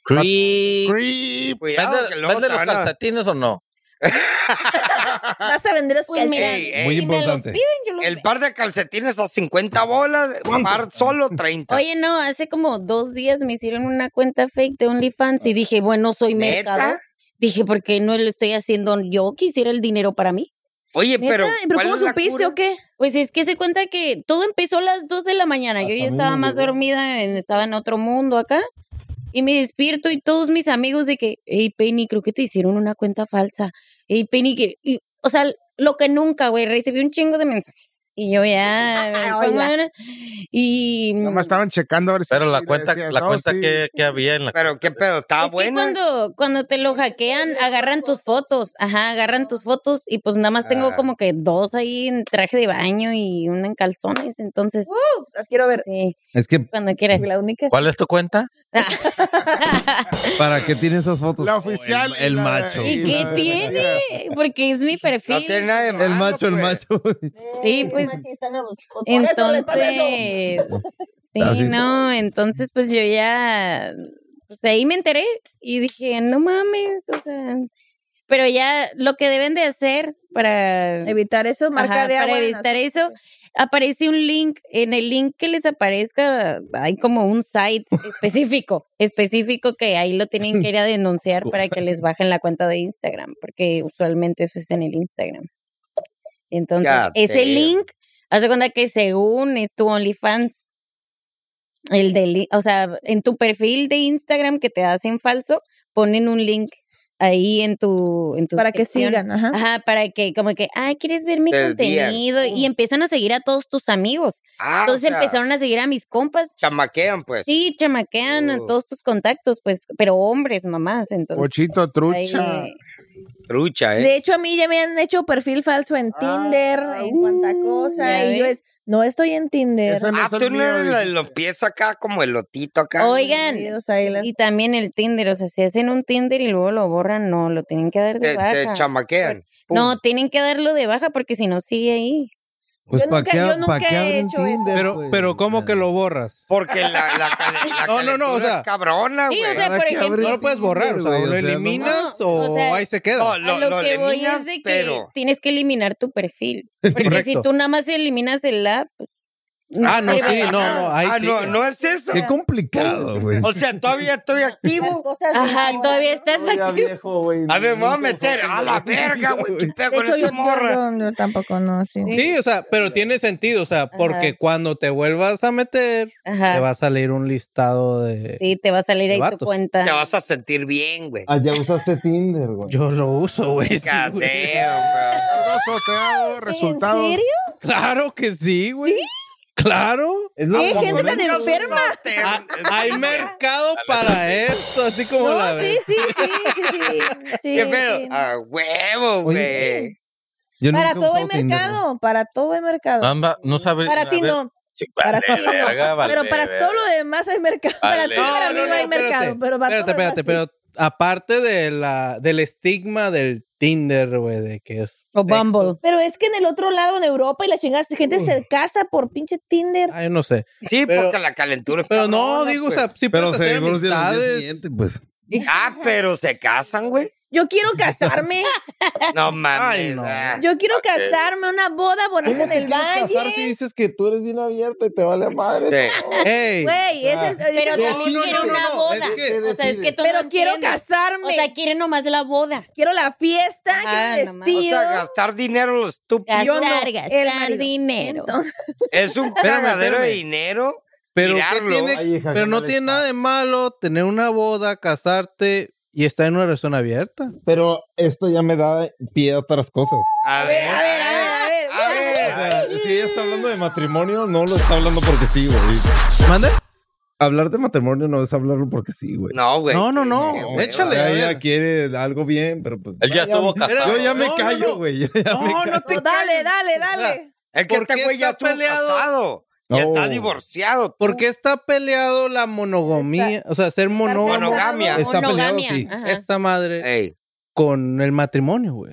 [SPEAKER 3] Creeps.
[SPEAKER 4] Creep.
[SPEAKER 2] Cuidado, que
[SPEAKER 3] ¿Vende,
[SPEAKER 2] luego
[SPEAKER 3] vende
[SPEAKER 2] te
[SPEAKER 3] los
[SPEAKER 2] van a-
[SPEAKER 3] calcetines o no?
[SPEAKER 1] Vas a vender los
[SPEAKER 6] Pues mira,
[SPEAKER 2] Ey,
[SPEAKER 6] si
[SPEAKER 5] Muy
[SPEAKER 2] ey,
[SPEAKER 6] me los
[SPEAKER 5] importante.
[SPEAKER 6] piden, yo los
[SPEAKER 2] El par de calcetines a 50 bolas, un par solo 30.
[SPEAKER 6] Oye, no, hace como dos días me hicieron una cuenta fake de OnlyFans y dije, bueno, soy
[SPEAKER 2] ¿Neta?
[SPEAKER 6] mercado. Dije, ¿por qué no lo estoy haciendo yo? Quisiera el dinero para mí.
[SPEAKER 2] Oye,
[SPEAKER 1] ¿Neta?
[SPEAKER 2] pero.
[SPEAKER 1] ¿Pero
[SPEAKER 2] ¿cuál
[SPEAKER 1] cómo
[SPEAKER 2] es la
[SPEAKER 1] supiste
[SPEAKER 2] cura?
[SPEAKER 1] o qué?
[SPEAKER 6] Pues es que se cuenta que todo empezó a las 2 de la mañana.
[SPEAKER 5] Hasta
[SPEAKER 6] yo
[SPEAKER 5] a
[SPEAKER 6] ya
[SPEAKER 5] mí
[SPEAKER 6] estaba
[SPEAKER 5] me
[SPEAKER 6] más
[SPEAKER 5] llegó.
[SPEAKER 6] dormida, en- estaba en otro mundo acá. Y me despierto y todos mis amigos de que, hey Penny, creo que te hicieron una cuenta falsa. Hey Penny, que... y- o sea, lo que nunca, güey, recibí un chingo de mensajes. Y yo ya... me
[SPEAKER 1] Hola.
[SPEAKER 6] pongo en- y...
[SPEAKER 1] Mm.
[SPEAKER 4] Nada más estaban checando a ver si.
[SPEAKER 3] Pero la
[SPEAKER 4] sí,
[SPEAKER 3] cuenta,
[SPEAKER 4] decías,
[SPEAKER 3] la
[SPEAKER 4] oh,
[SPEAKER 3] cuenta
[SPEAKER 4] sí.
[SPEAKER 3] que, que había en la
[SPEAKER 2] Pero qué pedo, estaba
[SPEAKER 6] es que
[SPEAKER 2] buena.
[SPEAKER 6] cuando, cuando te lo hackean, agarran tus fotos, ajá, agarran tus fotos y pues nada más tengo
[SPEAKER 2] Ah.
[SPEAKER 6] como que dos ahí en traje de baño y una en calzones, entonces
[SPEAKER 1] Las quiero ver.
[SPEAKER 6] sí,
[SPEAKER 5] Es que,
[SPEAKER 6] cuando quieras.
[SPEAKER 1] La única.
[SPEAKER 3] ¿Cuál es tu cuenta?
[SPEAKER 5] ¿para qué tiene esas fotos?
[SPEAKER 4] La oficial.
[SPEAKER 5] Oh,
[SPEAKER 4] y
[SPEAKER 5] El, el
[SPEAKER 4] la-
[SPEAKER 5] macho.
[SPEAKER 6] ¿Y
[SPEAKER 4] la-
[SPEAKER 6] qué
[SPEAKER 4] la-
[SPEAKER 6] tiene? Porque es mi perfil.
[SPEAKER 2] No tiene nada de malo,
[SPEAKER 5] El macho, el
[SPEAKER 2] pues.
[SPEAKER 5] macho.
[SPEAKER 6] Sí, pues
[SPEAKER 1] Por eso les pasa eso.
[SPEAKER 6] entonces Sí,
[SPEAKER 5] Así es.
[SPEAKER 6] no, entonces pues yo ya, pues ahí me enteré y dije, no mames, o sea, pero ya lo que deben de hacer para,
[SPEAKER 1] Evitar eso, marca
[SPEAKER 6] ajá,
[SPEAKER 1] de agua.
[SPEAKER 6] para
[SPEAKER 1] en
[SPEAKER 6] evitar
[SPEAKER 1] las-
[SPEAKER 6] eso, aparece un link, en el link que les aparezca hay como un site específico, específico que ahí lo tienen que ir a denunciar para que les bajen la cuenta de Instagram, porque usualmente eso es en el Instagram. Entonces,
[SPEAKER 2] God
[SPEAKER 6] ese
[SPEAKER 2] damn.
[SPEAKER 6] link, hace cuenta que según es tu OnlyFans, el del, i- o sea, en tu perfil de Instagram que te hacen falso, ponen un link ahí en tu en tu
[SPEAKER 1] Para que
[SPEAKER 6] descripción.
[SPEAKER 1] sigan,
[SPEAKER 2] ¿Ah?
[SPEAKER 1] ajá.
[SPEAKER 6] Ajá, para que como que, ay, ¿quieres ver mi
[SPEAKER 2] Te desvían.
[SPEAKER 6] contenido? Y empiezan a seguir a todos tus amigos.
[SPEAKER 2] mm. Ah,
[SPEAKER 6] Entonces
[SPEAKER 2] o sea,
[SPEAKER 6] empezaron a seguir a mis compas.
[SPEAKER 2] Chamaquean, pues.
[SPEAKER 6] Sí, chamaquean a
[SPEAKER 2] Oh.
[SPEAKER 6] todos tus contactos, pues, pero hombres nomás,
[SPEAKER 1] Pues,
[SPEAKER 6] entonces.
[SPEAKER 4] Ochito,
[SPEAKER 6] ahí-
[SPEAKER 4] trucha.
[SPEAKER 2] Trucha, ¿eh?
[SPEAKER 1] De hecho, a mí ya me han hecho perfil falso en Tinder, en cuanta
[SPEAKER 4] uh,
[SPEAKER 1] cosa.
[SPEAKER 6] ya
[SPEAKER 1] Y yo
[SPEAKER 6] ves.
[SPEAKER 1] es, no estoy en Tinder.
[SPEAKER 4] Ese no
[SPEAKER 2] Ah,
[SPEAKER 4] es el
[SPEAKER 2] tú no
[SPEAKER 4] mío,
[SPEAKER 2] eres la de
[SPEAKER 4] dijiste.
[SPEAKER 2] los pies acá como elotito acá.
[SPEAKER 6] Oye,
[SPEAKER 2] güey.
[SPEAKER 6] Oigan,
[SPEAKER 1] Perdidos ahí las-
[SPEAKER 6] Y también el Tinder, o sea, si hacen un Tinder y luego lo borran, no, lo tienen que dar de
[SPEAKER 2] te, te
[SPEAKER 6] baja.
[SPEAKER 2] chamaquean. Pum.
[SPEAKER 6] no, tienen que darlo de baja porque si no sigue ahí.
[SPEAKER 5] Pues
[SPEAKER 1] Yo
[SPEAKER 5] ¿pa'
[SPEAKER 1] nunca-
[SPEAKER 5] qué-
[SPEAKER 1] yo nunca
[SPEAKER 5] pa' qué
[SPEAKER 1] he
[SPEAKER 5] abren
[SPEAKER 1] hecho eso.
[SPEAKER 5] Tinder,
[SPEAKER 7] Pero,
[SPEAKER 5] pues?
[SPEAKER 7] pero ¿cómo que lo borras?
[SPEAKER 2] Porque la, la, cale- la
[SPEAKER 7] No, no, no, o
[SPEAKER 2] calentura
[SPEAKER 7] sea-
[SPEAKER 2] es cabrona,
[SPEAKER 6] Sí,
[SPEAKER 2] güey.
[SPEAKER 6] o sea,
[SPEAKER 5] Cada
[SPEAKER 6] por
[SPEAKER 5] que abren
[SPEAKER 6] ejemplo-
[SPEAKER 7] No lo puedes borrar, o sea,
[SPEAKER 5] güey,
[SPEAKER 7] o lo
[SPEAKER 5] no
[SPEAKER 7] eliminas
[SPEAKER 6] No,
[SPEAKER 7] o,
[SPEAKER 6] o sea,
[SPEAKER 7] ahí se queda.
[SPEAKER 2] No,
[SPEAKER 6] a lo, que voy
[SPEAKER 2] eliminas,
[SPEAKER 6] es de que
[SPEAKER 2] pero...
[SPEAKER 6] tienes que eliminar tu perfil. Porque si
[SPEAKER 5] Correcto.
[SPEAKER 6] tú nada más eliminas el app. pues,
[SPEAKER 7] ah, no,
[SPEAKER 6] sirve
[SPEAKER 7] sí,
[SPEAKER 6] de
[SPEAKER 7] no,
[SPEAKER 6] nada.
[SPEAKER 7] no, ahí
[SPEAKER 2] ah,
[SPEAKER 7] sí.
[SPEAKER 2] no, no es eso.
[SPEAKER 5] Qué complicado, güey.
[SPEAKER 2] O sea, todavía estoy
[SPEAKER 1] Las
[SPEAKER 2] activo.
[SPEAKER 1] cosas de
[SPEAKER 6] Ajá,
[SPEAKER 1] Tinder.
[SPEAKER 6] todavía estás activo.
[SPEAKER 2] A ver, me voy a meter a la verga, güey. ¿Qué pedo
[SPEAKER 1] De
[SPEAKER 2] con este
[SPEAKER 1] hecho, yo,
[SPEAKER 2] esta morra?
[SPEAKER 1] yo- yo tampoco no, sí.
[SPEAKER 7] Sí, o sea, pero tiene sentido, o sea, porque
[SPEAKER 6] Ajá.
[SPEAKER 7] cuando te vuelvas a meter, te
[SPEAKER 6] Ajá.
[SPEAKER 7] va a salir un listado de...
[SPEAKER 6] Sí, te va a salir
[SPEAKER 7] de
[SPEAKER 6] ahí tu
[SPEAKER 7] vatos.
[SPEAKER 6] cuenta.
[SPEAKER 2] Te vas a sentir bien, güey.
[SPEAKER 5] Allá Ah, usaste Tinder, güey.
[SPEAKER 7] Yo lo uso, güey. sí,
[SPEAKER 2] Cadeo,
[SPEAKER 7] güey.
[SPEAKER 2] bro.
[SPEAKER 4] Cardoso, te hago resultados.
[SPEAKER 6] serio?
[SPEAKER 7] Claro que sí, güey. Claro.
[SPEAKER 5] Es lo
[SPEAKER 1] ¿Qué
[SPEAKER 5] que
[SPEAKER 1] gente tan
[SPEAKER 5] comento.
[SPEAKER 2] Dios,
[SPEAKER 1] enferma?
[SPEAKER 2] te-
[SPEAKER 7] Hay mercado para esto, así como la
[SPEAKER 1] No, sí,
[SPEAKER 7] ves.
[SPEAKER 1] sí, sí, sí, sí. sí,
[SPEAKER 2] ¿Qué pedo?
[SPEAKER 1] sí.
[SPEAKER 2] A huevo,
[SPEAKER 5] Oye,
[SPEAKER 2] güey.
[SPEAKER 5] Yo
[SPEAKER 1] Para
[SPEAKER 5] nunca he
[SPEAKER 1] todo hay
[SPEAKER 5] usado Tinder,
[SPEAKER 1] mercado, para todo hay mercado.
[SPEAKER 3] No, no, no sabría-
[SPEAKER 1] para
[SPEAKER 3] Ah, pues, a
[SPEAKER 1] ti
[SPEAKER 3] ver,
[SPEAKER 1] no,
[SPEAKER 3] sí,
[SPEAKER 1] para
[SPEAKER 3] vale,
[SPEAKER 1] ti no.
[SPEAKER 3] verga, vale,
[SPEAKER 1] pero para
[SPEAKER 3] verga.
[SPEAKER 1] todo lo demás hay mercado. Para
[SPEAKER 3] Vale.
[SPEAKER 1] todo
[SPEAKER 3] No,
[SPEAKER 1] para mí
[SPEAKER 3] no,
[SPEAKER 1] no hay mercado, pero para
[SPEAKER 7] espérate,
[SPEAKER 1] todo lo demás
[SPEAKER 7] espérate,
[SPEAKER 1] sí.
[SPEAKER 7] pero aparte de la, del estigma del Tinder, güey, de que es...
[SPEAKER 6] O
[SPEAKER 7] sexo.
[SPEAKER 6] Bumble.
[SPEAKER 1] Pero es que en el otro lado, en Europa y la chingada, gente se casa por pinche Tinder.
[SPEAKER 7] Ay, no sé.
[SPEAKER 2] Sí,
[SPEAKER 7] Pero-
[SPEAKER 2] porque la calentura es
[SPEAKER 7] Pero no,
[SPEAKER 2] cabrona,
[SPEAKER 7] digo,
[SPEAKER 2] pues.
[SPEAKER 7] o sea, sí
[SPEAKER 5] Pero
[SPEAKER 7] puedes hacer
[SPEAKER 5] se divorcian al día
[SPEAKER 7] amistades.
[SPEAKER 5] siguiente, pues.
[SPEAKER 2] Ah, pero se casan, güey.
[SPEAKER 1] Yo quiero casarme,
[SPEAKER 2] No mames.
[SPEAKER 7] Ay, no.
[SPEAKER 2] ah.
[SPEAKER 1] yo quiero
[SPEAKER 3] Ok.
[SPEAKER 1] casarme, una boda bonita en el valle.
[SPEAKER 5] dices que tú eres bien abierta y te vale madre?
[SPEAKER 2] Sí.
[SPEAKER 7] Ey,
[SPEAKER 1] Güey, es
[SPEAKER 5] Ah.
[SPEAKER 1] el- es
[SPEAKER 6] Pero
[SPEAKER 1] el-
[SPEAKER 7] No,
[SPEAKER 6] también
[SPEAKER 7] no,
[SPEAKER 6] quiere
[SPEAKER 7] no, no,
[SPEAKER 6] una
[SPEAKER 7] no,
[SPEAKER 6] boda.
[SPEAKER 7] es que-
[SPEAKER 6] O sea, es que tú
[SPEAKER 1] pero
[SPEAKER 6] no
[SPEAKER 1] quiero
[SPEAKER 6] entiendes.
[SPEAKER 1] casarme.
[SPEAKER 6] O sea, Ah, quiere nomás la boda.
[SPEAKER 1] quiero la fiesta,
[SPEAKER 6] Ajá,
[SPEAKER 1] quiero el
[SPEAKER 6] nomás.
[SPEAKER 2] O
[SPEAKER 1] vestido.
[SPEAKER 2] sea, gastar dinero estúpido.
[SPEAKER 1] Yo no,
[SPEAKER 6] Gastar,
[SPEAKER 1] el
[SPEAKER 6] gastar
[SPEAKER 1] marido.
[SPEAKER 6] dinero.
[SPEAKER 1] Entonces,
[SPEAKER 2] Es un
[SPEAKER 7] Espérame,
[SPEAKER 2] cagadero de
[SPEAKER 7] espérame.
[SPEAKER 2] dinero.
[SPEAKER 7] pero ¿qué
[SPEAKER 2] Mirarlo.
[SPEAKER 7] tiene- pero no tiene nada de malo tener una boda, casarte y estar en una relación abierta.
[SPEAKER 5] Pero esto ya me da pie a otras cosas.
[SPEAKER 2] A ver,
[SPEAKER 1] a ver, a ver, a ver.
[SPEAKER 2] A ver.
[SPEAKER 5] O sea, si ella está hablando de matrimonio, no lo está hablando porque sí, güey.
[SPEAKER 7] ¿Mande?
[SPEAKER 5] Hablar de matrimonio no es hablarlo porque sí, güey.
[SPEAKER 2] No, güey.
[SPEAKER 7] No, no, no.
[SPEAKER 5] Oh,
[SPEAKER 2] Sí, güey.
[SPEAKER 7] Échale.
[SPEAKER 5] Ya
[SPEAKER 7] a
[SPEAKER 5] ella
[SPEAKER 7] ver.
[SPEAKER 5] quiere algo bien, pero pues.
[SPEAKER 3] Él ya
[SPEAKER 5] Yo
[SPEAKER 3] estuvo casado.
[SPEAKER 5] Yo ya me
[SPEAKER 7] No, no,
[SPEAKER 5] callo,
[SPEAKER 7] no.
[SPEAKER 5] güey. yo ya me
[SPEAKER 7] No,
[SPEAKER 5] callo.
[SPEAKER 7] no te
[SPEAKER 1] no, dale,
[SPEAKER 7] calles.
[SPEAKER 1] dale,
[SPEAKER 7] O
[SPEAKER 1] dale.
[SPEAKER 7] sea,
[SPEAKER 2] Es que
[SPEAKER 7] ¿Por
[SPEAKER 2] este
[SPEAKER 7] qué
[SPEAKER 2] güey ya
[SPEAKER 7] está
[SPEAKER 2] estuvo
[SPEAKER 7] peleado?
[SPEAKER 2] casado. Ya está
[SPEAKER 5] No.
[SPEAKER 2] divorciado.
[SPEAKER 7] ¿Por qué está peleado la monogamia? O sea, ser monógamo.
[SPEAKER 2] Monogamia.
[SPEAKER 5] Está peleado,
[SPEAKER 6] Monogamia.
[SPEAKER 5] sí.
[SPEAKER 6] ajá.
[SPEAKER 7] Esta madre
[SPEAKER 5] Eh.
[SPEAKER 2] Ey,
[SPEAKER 7] con el matrimonio, güey.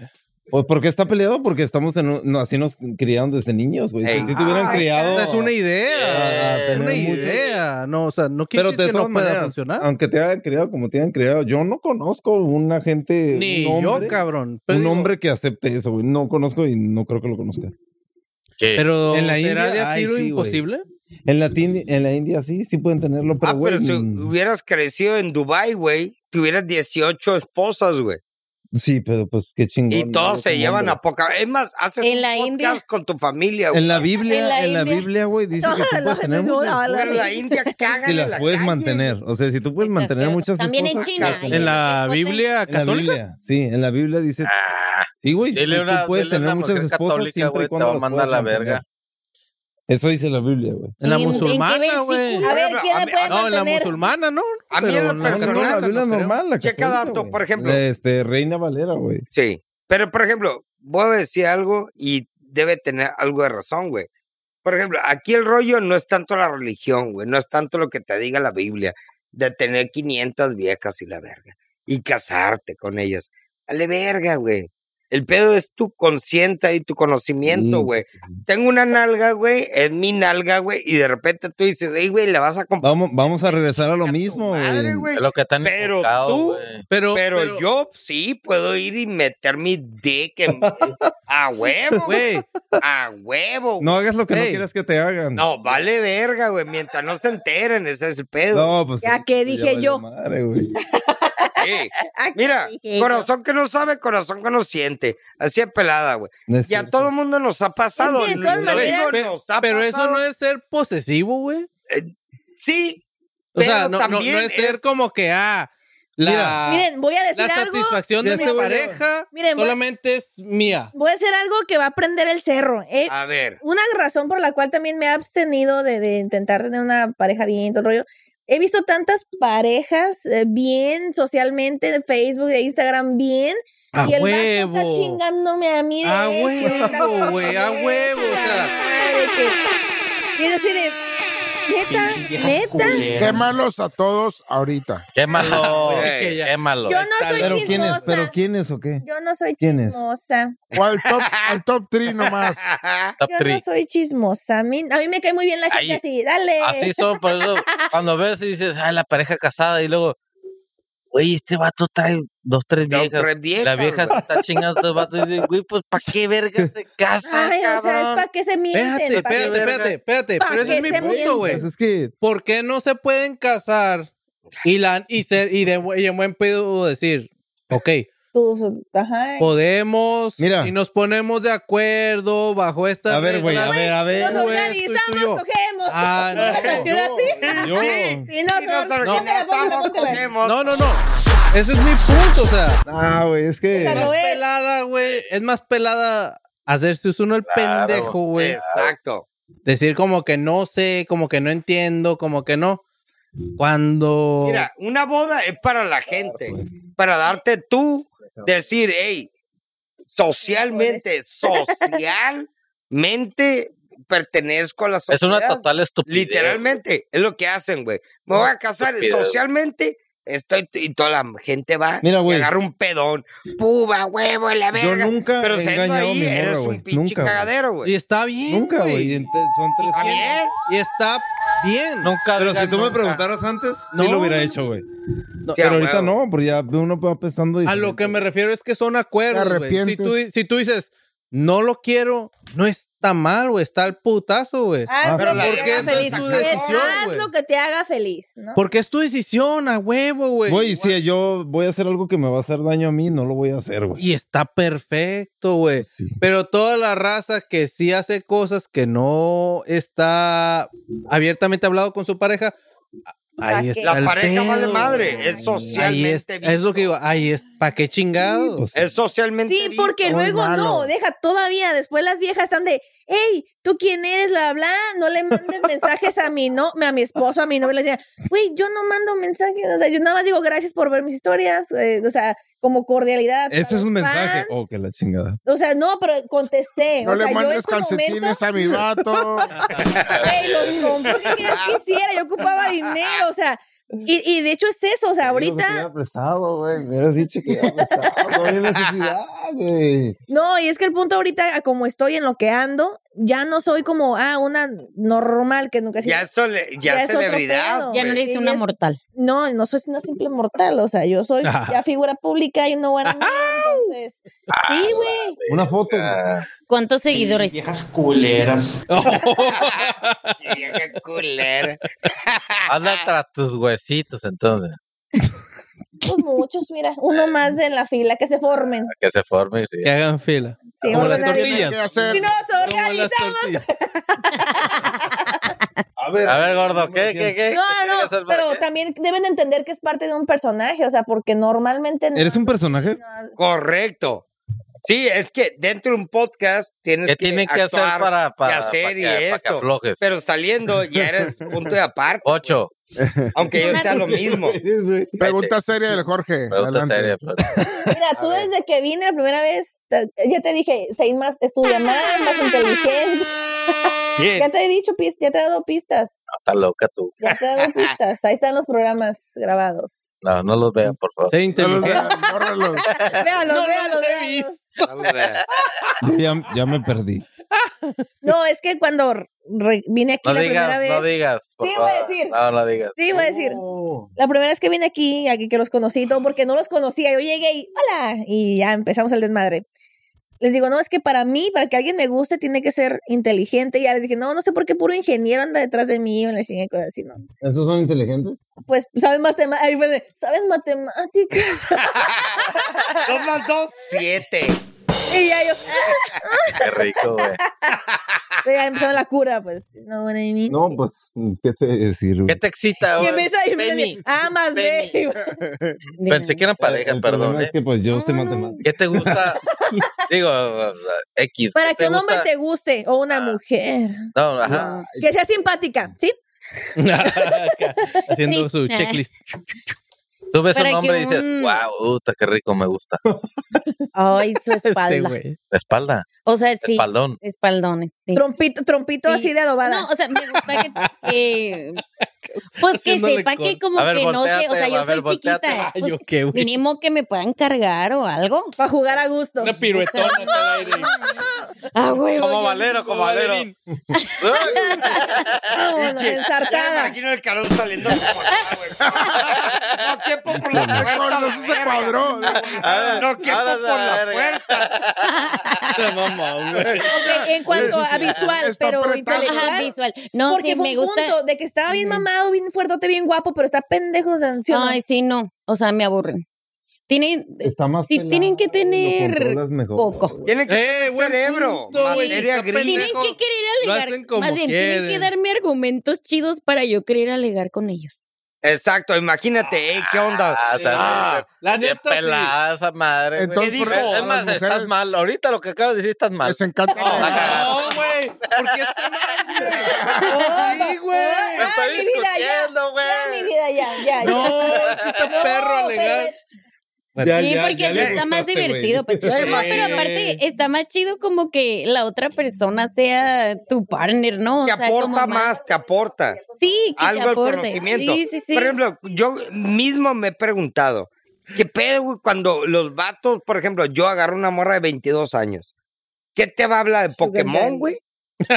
[SPEAKER 5] Pues porque está peleado, porque estamos en un- no, así nos criaron desde niños, güey.
[SPEAKER 2] Ey.
[SPEAKER 5] Si te hubieran
[SPEAKER 1] Ah,
[SPEAKER 7] O
[SPEAKER 5] criado.
[SPEAKER 7] sea, es una idea.
[SPEAKER 5] Yeah.
[SPEAKER 7] Es una
[SPEAKER 5] Eh, Tener mucho-
[SPEAKER 7] idea. No, o sea, no quiere
[SPEAKER 5] Pero
[SPEAKER 7] decir
[SPEAKER 5] de
[SPEAKER 7] que no
[SPEAKER 5] todas
[SPEAKER 7] pueda
[SPEAKER 5] maneras,
[SPEAKER 7] funcionar.
[SPEAKER 5] aunque te hayan criado como te hayan criado, yo no conozco una gente.
[SPEAKER 7] Ni
[SPEAKER 5] un hombre,
[SPEAKER 7] yo, cabrón. Pero
[SPEAKER 5] Un
[SPEAKER 7] digo,
[SPEAKER 5] hombre que acepte eso, güey. No conozco y no creo que lo conozca.
[SPEAKER 3] ¿Qué?
[SPEAKER 7] Pero
[SPEAKER 5] En la
[SPEAKER 7] ¿será
[SPEAKER 5] India,
[SPEAKER 7] de a
[SPEAKER 5] ay,
[SPEAKER 7] tiro
[SPEAKER 5] sí, güey.
[SPEAKER 7] imposible?
[SPEAKER 5] En la, tin- en la India sí, sí pueden tenerlo, pero
[SPEAKER 2] ah,
[SPEAKER 5] güey.
[SPEAKER 2] pero si
[SPEAKER 5] mm,
[SPEAKER 2] hubieras crecido en Dubai, güey, tuvieras 18 esposas, güey.
[SPEAKER 5] Sí, pero pues qué chingón.
[SPEAKER 2] Y
[SPEAKER 5] ¿no?
[SPEAKER 2] todos
[SPEAKER 5] Yo
[SPEAKER 2] se
[SPEAKER 5] como
[SPEAKER 2] llevan
[SPEAKER 5] hombre.
[SPEAKER 2] a poca. Es más, haces
[SPEAKER 6] En
[SPEAKER 2] un
[SPEAKER 6] la
[SPEAKER 2] podcast
[SPEAKER 6] India.
[SPEAKER 2] con tu familia, güey.
[SPEAKER 5] En la
[SPEAKER 6] En la
[SPEAKER 5] Biblia, en la
[SPEAKER 6] India.
[SPEAKER 5] Biblia, güey, dice que tú puedes tener
[SPEAKER 1] No,
[SPEAKER 5] muchas
[SPEAKER 1] no,
[SPEAKER 2] Güey,
[SPEAKER 1] no,
[SPEAKER 2] en la India cagan
[SPEAKER 5] si
[SPEAKER 2] en
[SPEAKER 5] las
[SPEAKER 2] la
[SPEAKER 5] puedes
[SPEAKER 2] calle,
[SPEAKER 5] mantener. O sea, si tú puedes mantener muchas
[SPEAKER 6] También en
[SPEAKER 5] esposas,
[SPEAKER 6] China.
[SPEAKER 5] cágatelas.
[SPEAKER 6] ahí
[SPEAKER 7] En la
[SPEAKER 6] es-
[SPEAKER 7] Biblia
[SPEAKER 5] En la
[SPEAKER 7] católica.
[SPEAKER 5] Biblia, sí, en la Biblia dice,
[SPEAKER 3] Ah,
[SPEAKER 5] sí, güey,
[SPEAKER 3] dile
[SPEAKER 5] sí,
[SPEAKER 3] una-
[SPEAKER 5] tú puedes
[SPEAKER 3] dile
[SPEAKER 5] tener
[SPEAKER 3] una
[SPEAKER 5] muchas
[SPEAKER 3] mujer
[SPEAKER 5] esposas
[SPEAKER 3] católica,
[SPEAKER 5] siempre
[SPEAKER 3] güey,
[SPEAKER 5] y
[SPEAKER 3] te
[SPEAKER 5] cuando
[SPEAKER 3] va a
[SPEAKER 5] las
[SPEAKER 3] mandar
[SPEAKER 5] puedas
[SPEAKER 3] la
[SPEAKER 5] mantener.
[SPEAKER 3] verga.
[SPEAKER 5] Eso dice la Biblia, güey.
[SPEAKER 7] En la
[SPEAKER 6] ¿En- en qué
[SPEAKER 7] musulmana, güey.
[SPEAKER 6] versículo?
[SPEAKER 1] A ver,
[SPEAKER 2] Bueno,
[SPEAKER 1] ¿quién
[SPEAKER 2] a
[SPEAKER 1] le
[SPEAKER 2] mí-
[SPEAKER 1] puede
[SPEAKER 7] No, en la
[SPEAKER 1] mantener?
[SPEAKER 7] musulmana, ¿no?
[SPEAKER 2] A mí en
[SPEAKER 7] Pero
[SPEAKER 2] lo
[SPEAKER 7] la
[SPEAKER 5] No, no,
[SPEAKER 2] personal,
[SPEAKER 5] la
[SPEAKER 7] católica
[SPEAKER 5] Biblia
[SPEAKER 7] no creo.
[SPEAKER 5] normal, la
[SPEAKER 2] Checa
[SPEAKER 5] católica,
[SPEAKER 2] dato,
[SPEAKER 5] güey.
[SPEAKER 2] por ejemplo.
[SPEAKER 5] Este, Reina Valera, güey.
[SPEAKER 2] Sí. Pero, por ejemplo, voy a decir algo y debe tener algo de razón, güey. Por ejemplo, aquí el rollo no es tanto la religión, güey, no es tanto lo que te diga la Biblia, de tener 500 viejas y la verga, y casarte con ellas. Dale verga, güey. El pedo es tu consciente y tu conocimiento,
[SPEAKER 5] Sí,
[SPEAKER 2] güey. Tengo una nalga, güey, es mi nalga, güey, y de repente tú dices, ey, güey, la vas a comprar.
[SPEAKER 5] Vamos, vamos a regresar a lo mismo,
[SPEAKER 2] madre,
[SPEAKER 5] güey.
[SPEAKER 2] güey.
[SPEAKER 3] Es lo que están
[SPEAKER 2] Pero
[SPEAKER 3] enfocados,
[SPEAKER 2] tú-
[SPEAKER 3] güey.
[SPEAKER 7] Pero,
[SPEAKER 2] Pero, yo sí puedo ir y meter mi dick en- a huevo, güey.
[SPEAKER 7] Güey,
[SPEAKER 2] A huevo.
[SPEAKER 5] No hagas lo que no
[SPEAKER 7] Ey.
[SPEAKER 5] quieras que te hagan.
[SPEAKER 2] No, vale verga, güey. Mientras no se enteren, ese es el pedo.
[SPEAKER 5] No, pues.
[SPEAKER 1] Ya
[SPEAKER 5] ahí
[SPEAKER 1] que
[SPEAKER 5] sí,
[SPEAKER 1] dije
[SPEAKER 5] valió
[SPEAKER 1] yo.
[SPEAKER 5] madre, güey.
[SPEAKER 2] Sí.
[SPEAKER 1] Ah,
[SPEAKER 2] Mira,
[SPEAKER 1] dije yo.
[SPEAKER 2] corazón que no sabe, corazón que no siente. Así es pelada, güey.
[SPEAKER 5] No es
[SPEAKER 2] Y a
[SPEAKER 5] cierto.
[SPEAKER 2] todo mundo nos ha pasado.
[SPEAKER 1] Es que de todas
[SPEAKER 2] Lo
[SPEAKER 1] maneras-
[SPEAKER 2] digo, nos ha
[SPEAKER 7] pero eso
[SPEAKER 2] pasado.
[SPEAKER 7] no es ser posesivo, güey.
[SPEAKER 2] Sí.
[SPEAKER 7] O sea,
[SPEAKER 2] Pero
[SPEAKER 7] no, no- no
[SPEAKER 2] también
[SPEAKER 7] es ser
[SPEAKER 2] es-
[SPEAKER 7] como que, ah, la,
[SPEAKER 5] Mira.
[SPEAKER 1] Miren, voy a
[SPEAKER 7] la
[SPEAKER 1] decir algo.
[SPEAKER 7] satisfacción
[SPEAKER 5] Ya
[SPEAKER 7] de mi
[SPEAKER 5] este güey-
[SPEAKER 7] pareja
[SPEAKER 1] Miren, voy-
[SPEAKER 7] solamente es mía.
[SPEAKER 1] Voy a hacer algo que va a prender el cerro.
[SPEAKER 7] Ah.
[SPEAKER 1] eh.
[SPEAKER 2] A ver.
[SPEAKER 1] Una razón por la cual también me he abstenido de, de intentar tener una pareja bien, todo el rollo. He visto tantas parejas eh, bien socialmente de Facebook, de Instagram, bien.
[SPEAKER 7] A
[SPEAKER 1] y el vato
[SPEAKER 7] huevo.
[SPEAKER 1] está chingándome a mí. de,
[SPEAKER 7] A
[SPEAKER 1] "Eh,
[SPEAKER 7] huevo,
[SPEAKER 1] cuéntame,
[SPEAKER 7] güey, a
[SPEAKER 1] eh,
[SPEAKER 7] huevo, o
[SPEAKER 1] la
[SPEAKER 7] sea.
[SPEAKER 1] madre que- Y es así de. Neta, neta.
[SPEAKER 4] Quémalos a todos ahorita.
[SPEAKER 3] Quémalo,
[SPEAKER 2] Oye,
[SPEAKER 7] Ah, que ya-
[SPEAKER 3] quémalo.
[SPEAKER 1] Yo no soy
[SPEAKER 5] Pero quién es,
[SPEAKER 1] chismosa.
[SPEAKER 5] pero quién es o qué?
[SPEAKER 1] Yo no soy
[SPEAKER 5] ¿Quién es?
[SPEAKER 1] chismosa.
[SPEAKER 4] O al top, al top 3 nomás.
[SPEAKER 3] Top
[SPEAKER 1] Yo no
[SPEAKER 3] three.
[SPEAKER 1] soy chismosa. A mí, a mí me cae muy bien la gente
[SPEAKER 3] Ay,
[SPEAKER 1] así. Dale.
[SPEAKER 3] Así son, por eso cuando ves y dices, ay, la pareja casada, y luego, oye, este vato trae dos, tres
[SPEAKER 2] Dos,
[SPEAKER 3] viejas.
[SPEAKER 2] tres viejas,
[SPEAKER 3] la vieja
[SPEAKER 2] güey.
[SPEAKER 3] se está chingando a dos vatos y dice, güey, pues, ¿para qué verga se casan,
[SPEAKER 1] Ay, o sea, es
[SPEAKER 3] cabrón?
[SPEAKER 1] para que se mienten.
[SPEAKER 7] Espérate,
[SPEAKER 1] pa' que
[SPEAKER 7] espérate,
[SPEAKER 1] se-
[SPEAKER 7] espérate, espérate.
[SPEAKER 1] ¿Pa'
[SPEAKER 7] Pero ese
[SPEAKER 1] qué
[SPEAKER 7] es mi
[SPEAKER 1] se mienten?
[SPEAKER 7] punto, güey.
[SPEAKER 5] Pues es que
[SPEAKER 7] ¿Por qué no se pueden casar y, la, y, ser, y, de, bu- y en buen pedo decir, ok,
[SPEAKER 1] Tú, ajá.
[SPEAKER 7] podemos
[SPEAKER 5] Mira.
[SPEAKER 7] y nos ponemos de acuerdo bajo esta.
[SPEAKER 5] A ver, güey, a ver, a ver.
[SPEAKER 1] Nos
[SPEAKER 7] esto y
[SPEAKER 1] organizamos,
[SPEAKER 7] yo.
[SPEAKER 1] cogemos.
[SPEAKER 7] Ah, no.
[SPEAKER 1] ¿Una canción así?
[SPEAKER 5] Yo.
[SPEAKER 1] Sí, sí, no,
[SPEAKER 2] Si nos
[SPEAKER 1] no, póntela,
[SPEAKER 2] organizamos,
[SPEAKER 1] póntela, póntela.
[SPEAKER 2] cogemos.
[SPEAKER 7] No, no, no. Ese es mi punto, o sea.
[SPEAKER 5] Ah, güey, es que
[SPEAKER 1] O sea, no
[SPEAKER 7] Es
[SPEAKER 1] es-
[SPEAKER 7] pelada, güey. Es más pelada hacerse uno el
[SPEAKER 3] Claro,
[SPEAKER 7] pendejo, güey.
[SPEAKER 2] Exacto.
[SPEAKER 7] Decir como que no sé, como que no entiendo, como que no. Cuando.
[SPEAKER 2] Mira, una boda es para la gente,
[SPEAKER 5] pues.
[SPEAKER 2] para darte tú, decir, hey, socialmente, socialmente pertenezco a la
[SPEAKER 3] Es
[SPEAKER 2] sociedad.
[SPEAKER 3] una total estupidez.
[SPEAKER 2] Literalmente, es lo que hacen, güey. Me voy a casar
[SPEAKER 3] Estupidez.
[SPEAKER 2] socialmente. Estoy, y toda la gente va
[SPEAKER 5] Mira,
[SPEAKER 2] y
[SPEAKER 5] güey.
[SPEAKER 2] agarra un pedón. Puba, huevo, la
[SPEAKER 5] yo
[SPEAKER 2] verga.
[SPEAKER 5] nunca
[SPEAKER 2] Pero
[SPEAKER 5] he
[SPEAKER 2] siendo
[SPEAKER 5] engañado a
[SPEAKER 2] ahí,
[SPEAKER 5] mi
[SPEAKER 2] eres
[SPEAKER 5] morra,
[SPEAKER 2] un
[SPEAKER 5] güey.
[SPEAKER 2] pinche
[SPEAKER 5] Nunca. güey.
[SPEAKER 2] cagadero,
[SPEAKER 7] Y
[SPEAKER 2] güey.
[SPEAKER 7] está bien.
[SPEAKER 5] Nunca, güey. Ente- Son tres
[SPEAKER 2] Está
[SPEAKER 5] cosas.
[SPEAKER 2] bien.
[SPEAKER 7] Y está bien.
[SPEAKER 3] Nunca
[SPEAKER 5] Pero
[SPEAKER 3] digan
[SPEAKER 5] si tú me
[SPEAKER 3] nunca.
[SPEAKER 5] preguntaras antes, sí
[SPEAKER 7] No.
[SPEAKER 5] lo hubiera hecho, güey.
[SPEAKER 7] No,
[SPEAKER 2] Sí, a
[SPEAKER 5] Pero ahorita
[SPEAKER 2] huevo.
[SPEAKER 5] no, porque ya uno va pensando.
[SPEAKER 7] A lo que me refiero es que son acuerdos, güey. Si tú,
[SPEAKER 4] arrepientes.
[SPEAKER 7] si tú dices, no lo quiero, no está mal, güey. Está el putazo, güey.
[SPEAKER 1] Haz
[SPEAKER 5] Ah,
[SPEAKER 1] lo
[SPEAKER 5] pero
[SPEAKER 1] que
[SPEAKER 2] la-
[SPEAKER 1] te haga
[SPEAKER 2] porque esa es
[SPEAKER 1] feliz.
[SPEAKER 2] tu
[SPEAKER 7] decisión,
[SPEAKER 1] Haz
[SPEAKER 7] güey.
[SPEAKER 1] lo que te haga feliz, ¿no?
[SPEAKER 7] Porque es tu decisión, a huevo, güey.
[SPEAKER 5] Güey, si yo voy a hacer algo que me va a hacer daño a mí, no lo voy a hacer, güey.
[SPEAKER 7] Y está perfecto, güey.
[SPEAKER 5] Sí.
[SPEAKER 7] Pero toda la raza que sí hace cosas que no está abiertamente hablado con su pareja, a- ahí
[SPEAKER 1] qué?
[SPEAKER 7] está.
[SPEAKER 2] La
[SPEAKER 7] el
[SPEAKER 2] pareja
[SPEAKER 7] pedo,
[SPEAKER 2] vale madre.
[SPEAKER 7] güey.
[SPEAKER 2] Es
[SPEAKER 7] Ahí
[SPEAKER 2] socialmente
[SPEAKER 7] es, es lo que digo, ahí es, ¿para qué chingados?
[SPEAKER 5] pues,
[SPEAKER 2] Es socialmente
[SPEAKER 1] Sí,
[SPEAKER 2] visto.
[SPEAKER 1] porque
[SPEAKER 4] muy
[SPEAKER 1] luego no,
[SPEAKER 4] malo.
[SPEAKER 1] deja todavía. Después las viejas están de, hey, ¿tú quién eres? Bla, bla, bla, no le mandes mensajes a mi, no, a mi esposo, a mi novio. Le decía, güey, yo no mando mensajes. O sea, yo nada más digo gracias por ver mis historias. eh, o sea, como cordialidad.
[SPEAKER 5] Ese
[SPEAKER 1] para
[SPEAKER 5] es un
[SPEAKER 1] los
[SPEAKER 5] mensaje.
[SPEAKER 1] fans.
[SPEAKER 5] Oh, que la chingada.
[SPEAKER 1] O sea, no, pero contesté.
[SPEAKER 4] No
[SPEAKER 1] o sea,
[SPEAKER 4] le
[SPEAKER 1] yo en
[SPEAKER 4] mandes
[SPEAKER 1] su momento-
[SPEAKER 4] calcetines a mi vato.
[SPEAKER 6] pues.
[SPEAKER 1] Güey, los compré, ¿qué querías que hiciera? Yo ocupaba dinero, o sea, y, y de hecho es eso, o sea, ahorita,
[SPEAKER 5] prestado, güey. Me hubieras dicho que era prestado. No había necesidad, "Ah, güey.
[SPEAKER 1] no, y es que el punto ahorita, a como estoy en lo que ando, ya no soy como, ah, una normal que nunca he sido.
[SPEAKER 2] Ya, es sole- ya,
[SPEAKER 1] Ya es otro
[SPEAKER 2] celebridad.
[SPEAKER 1] pedo.
[SPEAKER 6] Ya no
[SPEAKER 2] güey.
[SPEAKER 6] eres
[SPEAKER 1] Sí,
[SPEAKER 6] una
[SPEAKER 1] es-
[SPEAKER 6] mortal.
[SPEAKER 1] No, no soy una simple mortal, o sea, yo soy ya figura pública y no buena mía, entonces, sí, güey,
[SPEAKER 5] Una foto. güey.
[SPEAKER 3] Ah,
[SPEAKER 6] ¿Cuántos seguidores?
[SPEAKER 8] Viejas culeras.
[SPEAKER 7] Oh,
[SPEAKER 2] Qué vieja culera.
[SPEAKER 3] Hazla tras tus huesitos, entonces.
[SPEAKER 1] pues muchos, mira, uno más en la fila, que se formen,
[SPEAKER 3] para Que se forme, sí.
[SPEAKER 7] Que hagan fila.
[SPEAKER 1] sí,
[SPEAKER 7] Como las
[SPEAKER 1] organizamos.
[SPEAKER 7] tortillas.
[SPEAKER 4] Tienen que hacer-
[SPEAKER 1] Si nos
[SPEAKER 7] Como las
[SPEAKER 1] organizamos,
[SPEAKER 7] tortillas.
[SPEAKER 5] A ver,
[SPEAKER 3] A ver, gordo, ¿qué, qué, qué?
[SPEAKER 1] No,
[SPEAKER 3] ¿Qué
[SPEAKER 1] no,
[SPEAKER 3] hacer
[SPEAKER 1] no,
[SPEAKER 3] para
[SPEAKER 1] pero
[SPEAKER 3] qué?
[SPEAKER 1] también deben de entender que es parte de un personaje, o sea, porque normalmente no-
[SPEAKER 5] ¿Eres un personaje?
[SPEAKER 1] no-
[SPEAKER 2] Correcto. Sí, es que dentro de un podcast tienes
[SPEAKER 3] ¿Qué
[SPEAKER 2] que
[SPEAKER 3] tienen que hacer
[SPEAKER 2] actuar,
[SPEAKER 3] para, para,
[SPEAKER 2] y hacer
[SPEAKER 3] para
[SPEAKER 2] y
[SPEAKER 3] que, para que
[SPEAKER 2] esto?
[SPEAKER 3] aflojes?
[SPEAKER 2] Pero saliendo ya eres punto de aparte,
[SPEAKER 3] Ocho.
[SPEAKER 2] aunque yo sea lo mismo.
[SPEAKER 4] Pregunta seria del Jorge.
[SPEAKER 3] Pregunta
[SPEAKER 4] Adelante.
[SPEAKER 3] seria. pregunta-
[SPEAKER 1] Mira, tú desde que vine la primera vez, te- ya te dije, seis más, estudia más, más inteligente. Ya te he dicho, pis- ya te he dado pistas.
[SPEAKER 3] Está loca tú.
[SPEAKER 1] Ya te he dado pistas. Ahí están los programas grabados.
[SPEAKER 3] No, no los vean, por favor.
[SPEAKER 7] Se
[SPEAKER 4] No los
[SPEAKER 7] intentó.
[SPEAKER 4] vean, bórralos.
[SPEAKER 1] Véalos, véalos, véalos.
[SPEAKER 5] Ya, ya me perdí.
[SPEAKER 1] No, es que cuando re- vine aquí
[SPEAKER 3] No
[SPEAKER 1] la
[SPEAKER 3] digas,
[SPEAKER 1] primera vez.
[SPEAKER 3] no digas. por
[SPEAKER 1] Sí, voy a
[SPEAKER 3] favor.
[SPEAKER 1] decir.
[SPEAKER 3] No, no digas.
[SPEAKER 1] Sí, voy a decir.
[SPEAKER 2] Oh.
[SPEAKER 1] La primera vez que vine aquí, aquí que los conocí, y todo porque no los conocía, yo llegué y hola, y ya empezamos el desmadre. Les digo, no, es que para mí, para que alguien me guste, tiene que ser inteligente. Y ya les dije, no, no sé por qué puro ingeniero anda detrás de mí, me la chingué cosas así, ¿no?
[SPEAKER 5] ¿Esos son inteligentes?
[SPEAKER 1] Pues, ¿saben matemáticas? ¿Saben matemáticas?
[SPEAKER 2] Dos más dos, siete.
[SPEAKER 1] y ya yo, "Ah".
[SPEAKER 3] Qué rico, güey.
[SPEAKER 1] Y ya empezó la cura, pues, no, bueno, y mí,
[SPEAKER 5] No,
[SPEAKER 1] sí.
[SPEAKER 5] pues, ¿qué te decir?
[SPEAKER 3] ¿Qué te excita?
[SPEAKER 1] Y
[SPEAKER 3] güey?
[SPEAKER 1] empieza, y empieza,
[SPEAKER 3] Penny.
[SPEAKER 1] ah, más
[SPEAKER 3] Penny.
[SPEAKER 1] B.
[SPEAKER 3] Pensé que eran pareja,
[SPEAKER 5] El problema
[SPEAKER 3] perdón.
[SPEAKER 5] es
[SPEAKER 3] ¿eh?
[SPEAKER 5] que, pues, yo sé
[SPEAKER 1] No, no, no.
[SPEAKER 5] matemáticas.
[SPEAKER 3] ¿Qué te gusta? Digo, X.
[SPEAKER 1] Para
[SPEAKER 3] ¿qué
[SPEAKER 1] que
[SPEAKER 3] te
[SPEAKER 1] un hombre
[SPEAKER 3] gusta?
[SPEAKER 1] te guste o una mujer.
[SPEAKER 3] No,
[SPEAKER 2] Ah.
[SPEAKER 3] ajá.
[SPEAKER 1] Que sea simpática, ¿sí?
[SPEAKER 7] Acá, Haciendo
[SPEAKER 6] Sí. Eh,
[SPEAKER 7] su checklist.
[SPEAKER 3] Tú ves
[SPEAKER 6] Para
[SPEAKER 3] un hombre y
[SPEAKER 6] que
[SPEAKER 3] dices,
[SPEAKER 6] un-
[SPEAKER 3] wow, puta, qué rico, me gusta.
[SPEAKER 6] Ay, su
[SPEAKER 7] Este
[SPEAKER 6] espalda. Eh,
[SPEAKER 7] güey.
[SPEAKER 3] La espalda,
[SPEAKER 6] o sea, sí.
[SPEAKER 3] espaldón.
[SPEAKER 6] Espaldones, sí.
[SPEAKER 1] Trompito, trompito
[SPEAKER 6] Sí.
[SPEAKER 1] así de adobada.
[SPEAKER 6] No, o sea, me gusta que. que- pues que
[SPEAKER 7] Haciéndole
[SPEAKER 6] sepa que
[SPEAKER 7] con-
[SPEAKER 6] como
[SPEAKER 3] A ver,
[SPEAKER 6] que no sé. O sea,
[SPEAKER 3] volteate,
[SPEAKER 6] yo
[SPEAKER 3] a ver,
[SPEAKER 6] soy
[SPEAKER 3] volteate.
[SPEAKER 6] chiquita.
[SPEAKER 7] Ay,
[SPEAKER 6] pues,
[SPEAKER 7] yo qué, güey.
[SPEAKER 6] mínimo que me puedan cargar o algo.
[SPEAKER 1] Para jugar a gusto.
[SPEAKER 7] Una piruetona al aire.
[SPEAKER 6] Ah, güey.
[SPEAKER 3] Como Valero, como Valero.
[SPEAKER 7] Valerín.
[SPEAKER 1] Vámonos,
[SPEAKER 2] Pinche, Ya me
[SPEAKER 1] ensartada.
[SPEAKER 2] imagino el calor saliendo por acá, güey. No quepo por la puerta.
[SPEAKER 4] No
[SPEAKER 2] la
[SPEAKER 4] se
[SPEAKER 2] verga.
[SPEAKER 4] cuadró.
[SPEAKER 2] Ah, No quepo
[SPEAKER 3] Ahora
[SPEAKER 2] por
[SPEAKER 3] es Ah, la
[SPEAKER 2] la
[SPEAKER 3] verga.
[SPEAKER 2] puerta.
[SPEAKER 7] Esa mamá, güey.
[SPEAKER 1] Ok, en cuanto a visual,
[SPEAKER 4] Está
[SPEAKER 1] pero
[SPEAKER 4] apretado.
[SPEAKER 6] Ajá,
[SPEAKER 1] intelectual.
[SPEAKER 6] visual. No,
[SPEAKER 1] porque
[SPEAKER 6] sí,
[SPEAKER 1] fue
[SPEAKER 6] me
[SPEAKER 1] un
[SPEAKER 6] gusta.
[SPEAKER 1] punto de que estaba bien
[SPEAKER 6] Ujú.
[SPEAKER 1] mamado, bien fuertote, bien guapo, pero está pendejo, o sea, ¿sí o no?
[SPEAKER 6] Ay, sí, no. O sea, me aburren. Tienen.
[SPEAKER 5] Está más
[SPEAKER 6] Sí, tienen que
[SPEAKER 5] pelado y lo
[SPEAKER 6] tener
[SPEAKER 5] controlas mejor,
[SPEAKER 6] coco.
[SPEAKER 5] güey.
[SPEAKER 2] Tiene que
[SPEAKER 7] Eh,
[SPEAKER 2] tener
[SPEAKER 7] buen
[SPEAKER 2] cerebro.
[SPEAKER 7] punto, güey.
[SPEAKER 2] materia
[SPEAKER 7] Está
[SPEAKER 2] gris.
[SPEAKER 6] Tienen
[SPEAKER 7] pendejo.
[SPEAKER 6] que querer
[SPEAKER 7] Lo
[SPEAKER 6] alegar.
[SPEAKER 7] hacen como
[SPEAKER 6] Más bien, tienen que
[SPEAKER 7] quieren.
[SPEAKER 6] darme argumentos chidos para yo querer alegar con ellos.
[SPEAKER 2] Exacto, imagínate, eh, ¿qué onda?
[SPEAKER 3] Ah,
[SPEAKER 7] Sí.
[SPEAKER 3] también.
[SPEAKER 7] La
[SPEAKER 3] Qué
[SPEAKER 7] neta, sí.
[SPEAKER 3] pelada esa madre.
[SPEAKER 4] Entonces,
[SPEAKER 3] güey.
[SPEAKER 4] por
[SPEAKER 3] Es-
[SPEAKER 4] eso
[SPEAKER 3] es
[SPEAKER 4] las
[SPEAKER 3] más, estás
[SPEAKER 4] mujeres-
[SPEAKER 3] mal. Ahorita lo que acabas de decir, estás mal.
[SPEAKER 4] Les encanta.
[SPEAKER 7] No, güey. este ¿Por qué está mal, güey? Sí,
[SPEAKER 3] Me
[SPEAKER 7] güey.
[SPEAKER 3] estoy
[SPEAKER 1] mi vida, ya.
[SPEAKER 3] discutiendo,
[SPEAKER 1] Ya, mi
[SPEAKER 3] güey.
[SPEAKER 1] vida, ya, ya.
[SPEAKER 7] No, es que está perro alegar.
[SPEAKER 5] Ya,
[SPEAKER 6] sí,
[SPEAKER 5] ya,
[SPEAKER 6] porque
[SPEAKER 5] ya
[SPEAKER 6] así
[SPEAKER 5] le
[SPEAKER 6] está más
[SPEAKER 5] gustaste, güey.
[SPEAKER 6] divertido. pues. No, pero aparte está más chido como que la otra persona sea tu partner, ¿no? O
[SPEAKER 2] Te
[SPEAKER 6] sea, como
[SPEAKER 2] aporta más, te aporta.
[SPEAKER 6] Sí, que
[SPEAKER 2] algo
[SPEAKER 6] te
[SPEAKER 2] al
[SPEAKER 6] aporte.
[SPEAKER 2] conocimiento.
[SPEAKER 6] Sí, sí, sí.
[SPEAKER 2] Por ejemplo, yo mismo me he preguntado, ¿qué pedo, güey, cuando los vatos, por ejemplo, yo agarro una morra de 22 años? ¿Qué te va a hablar de
[SPEAKER 1] daddy.
[SPEAKER 2] Pokémon, güey?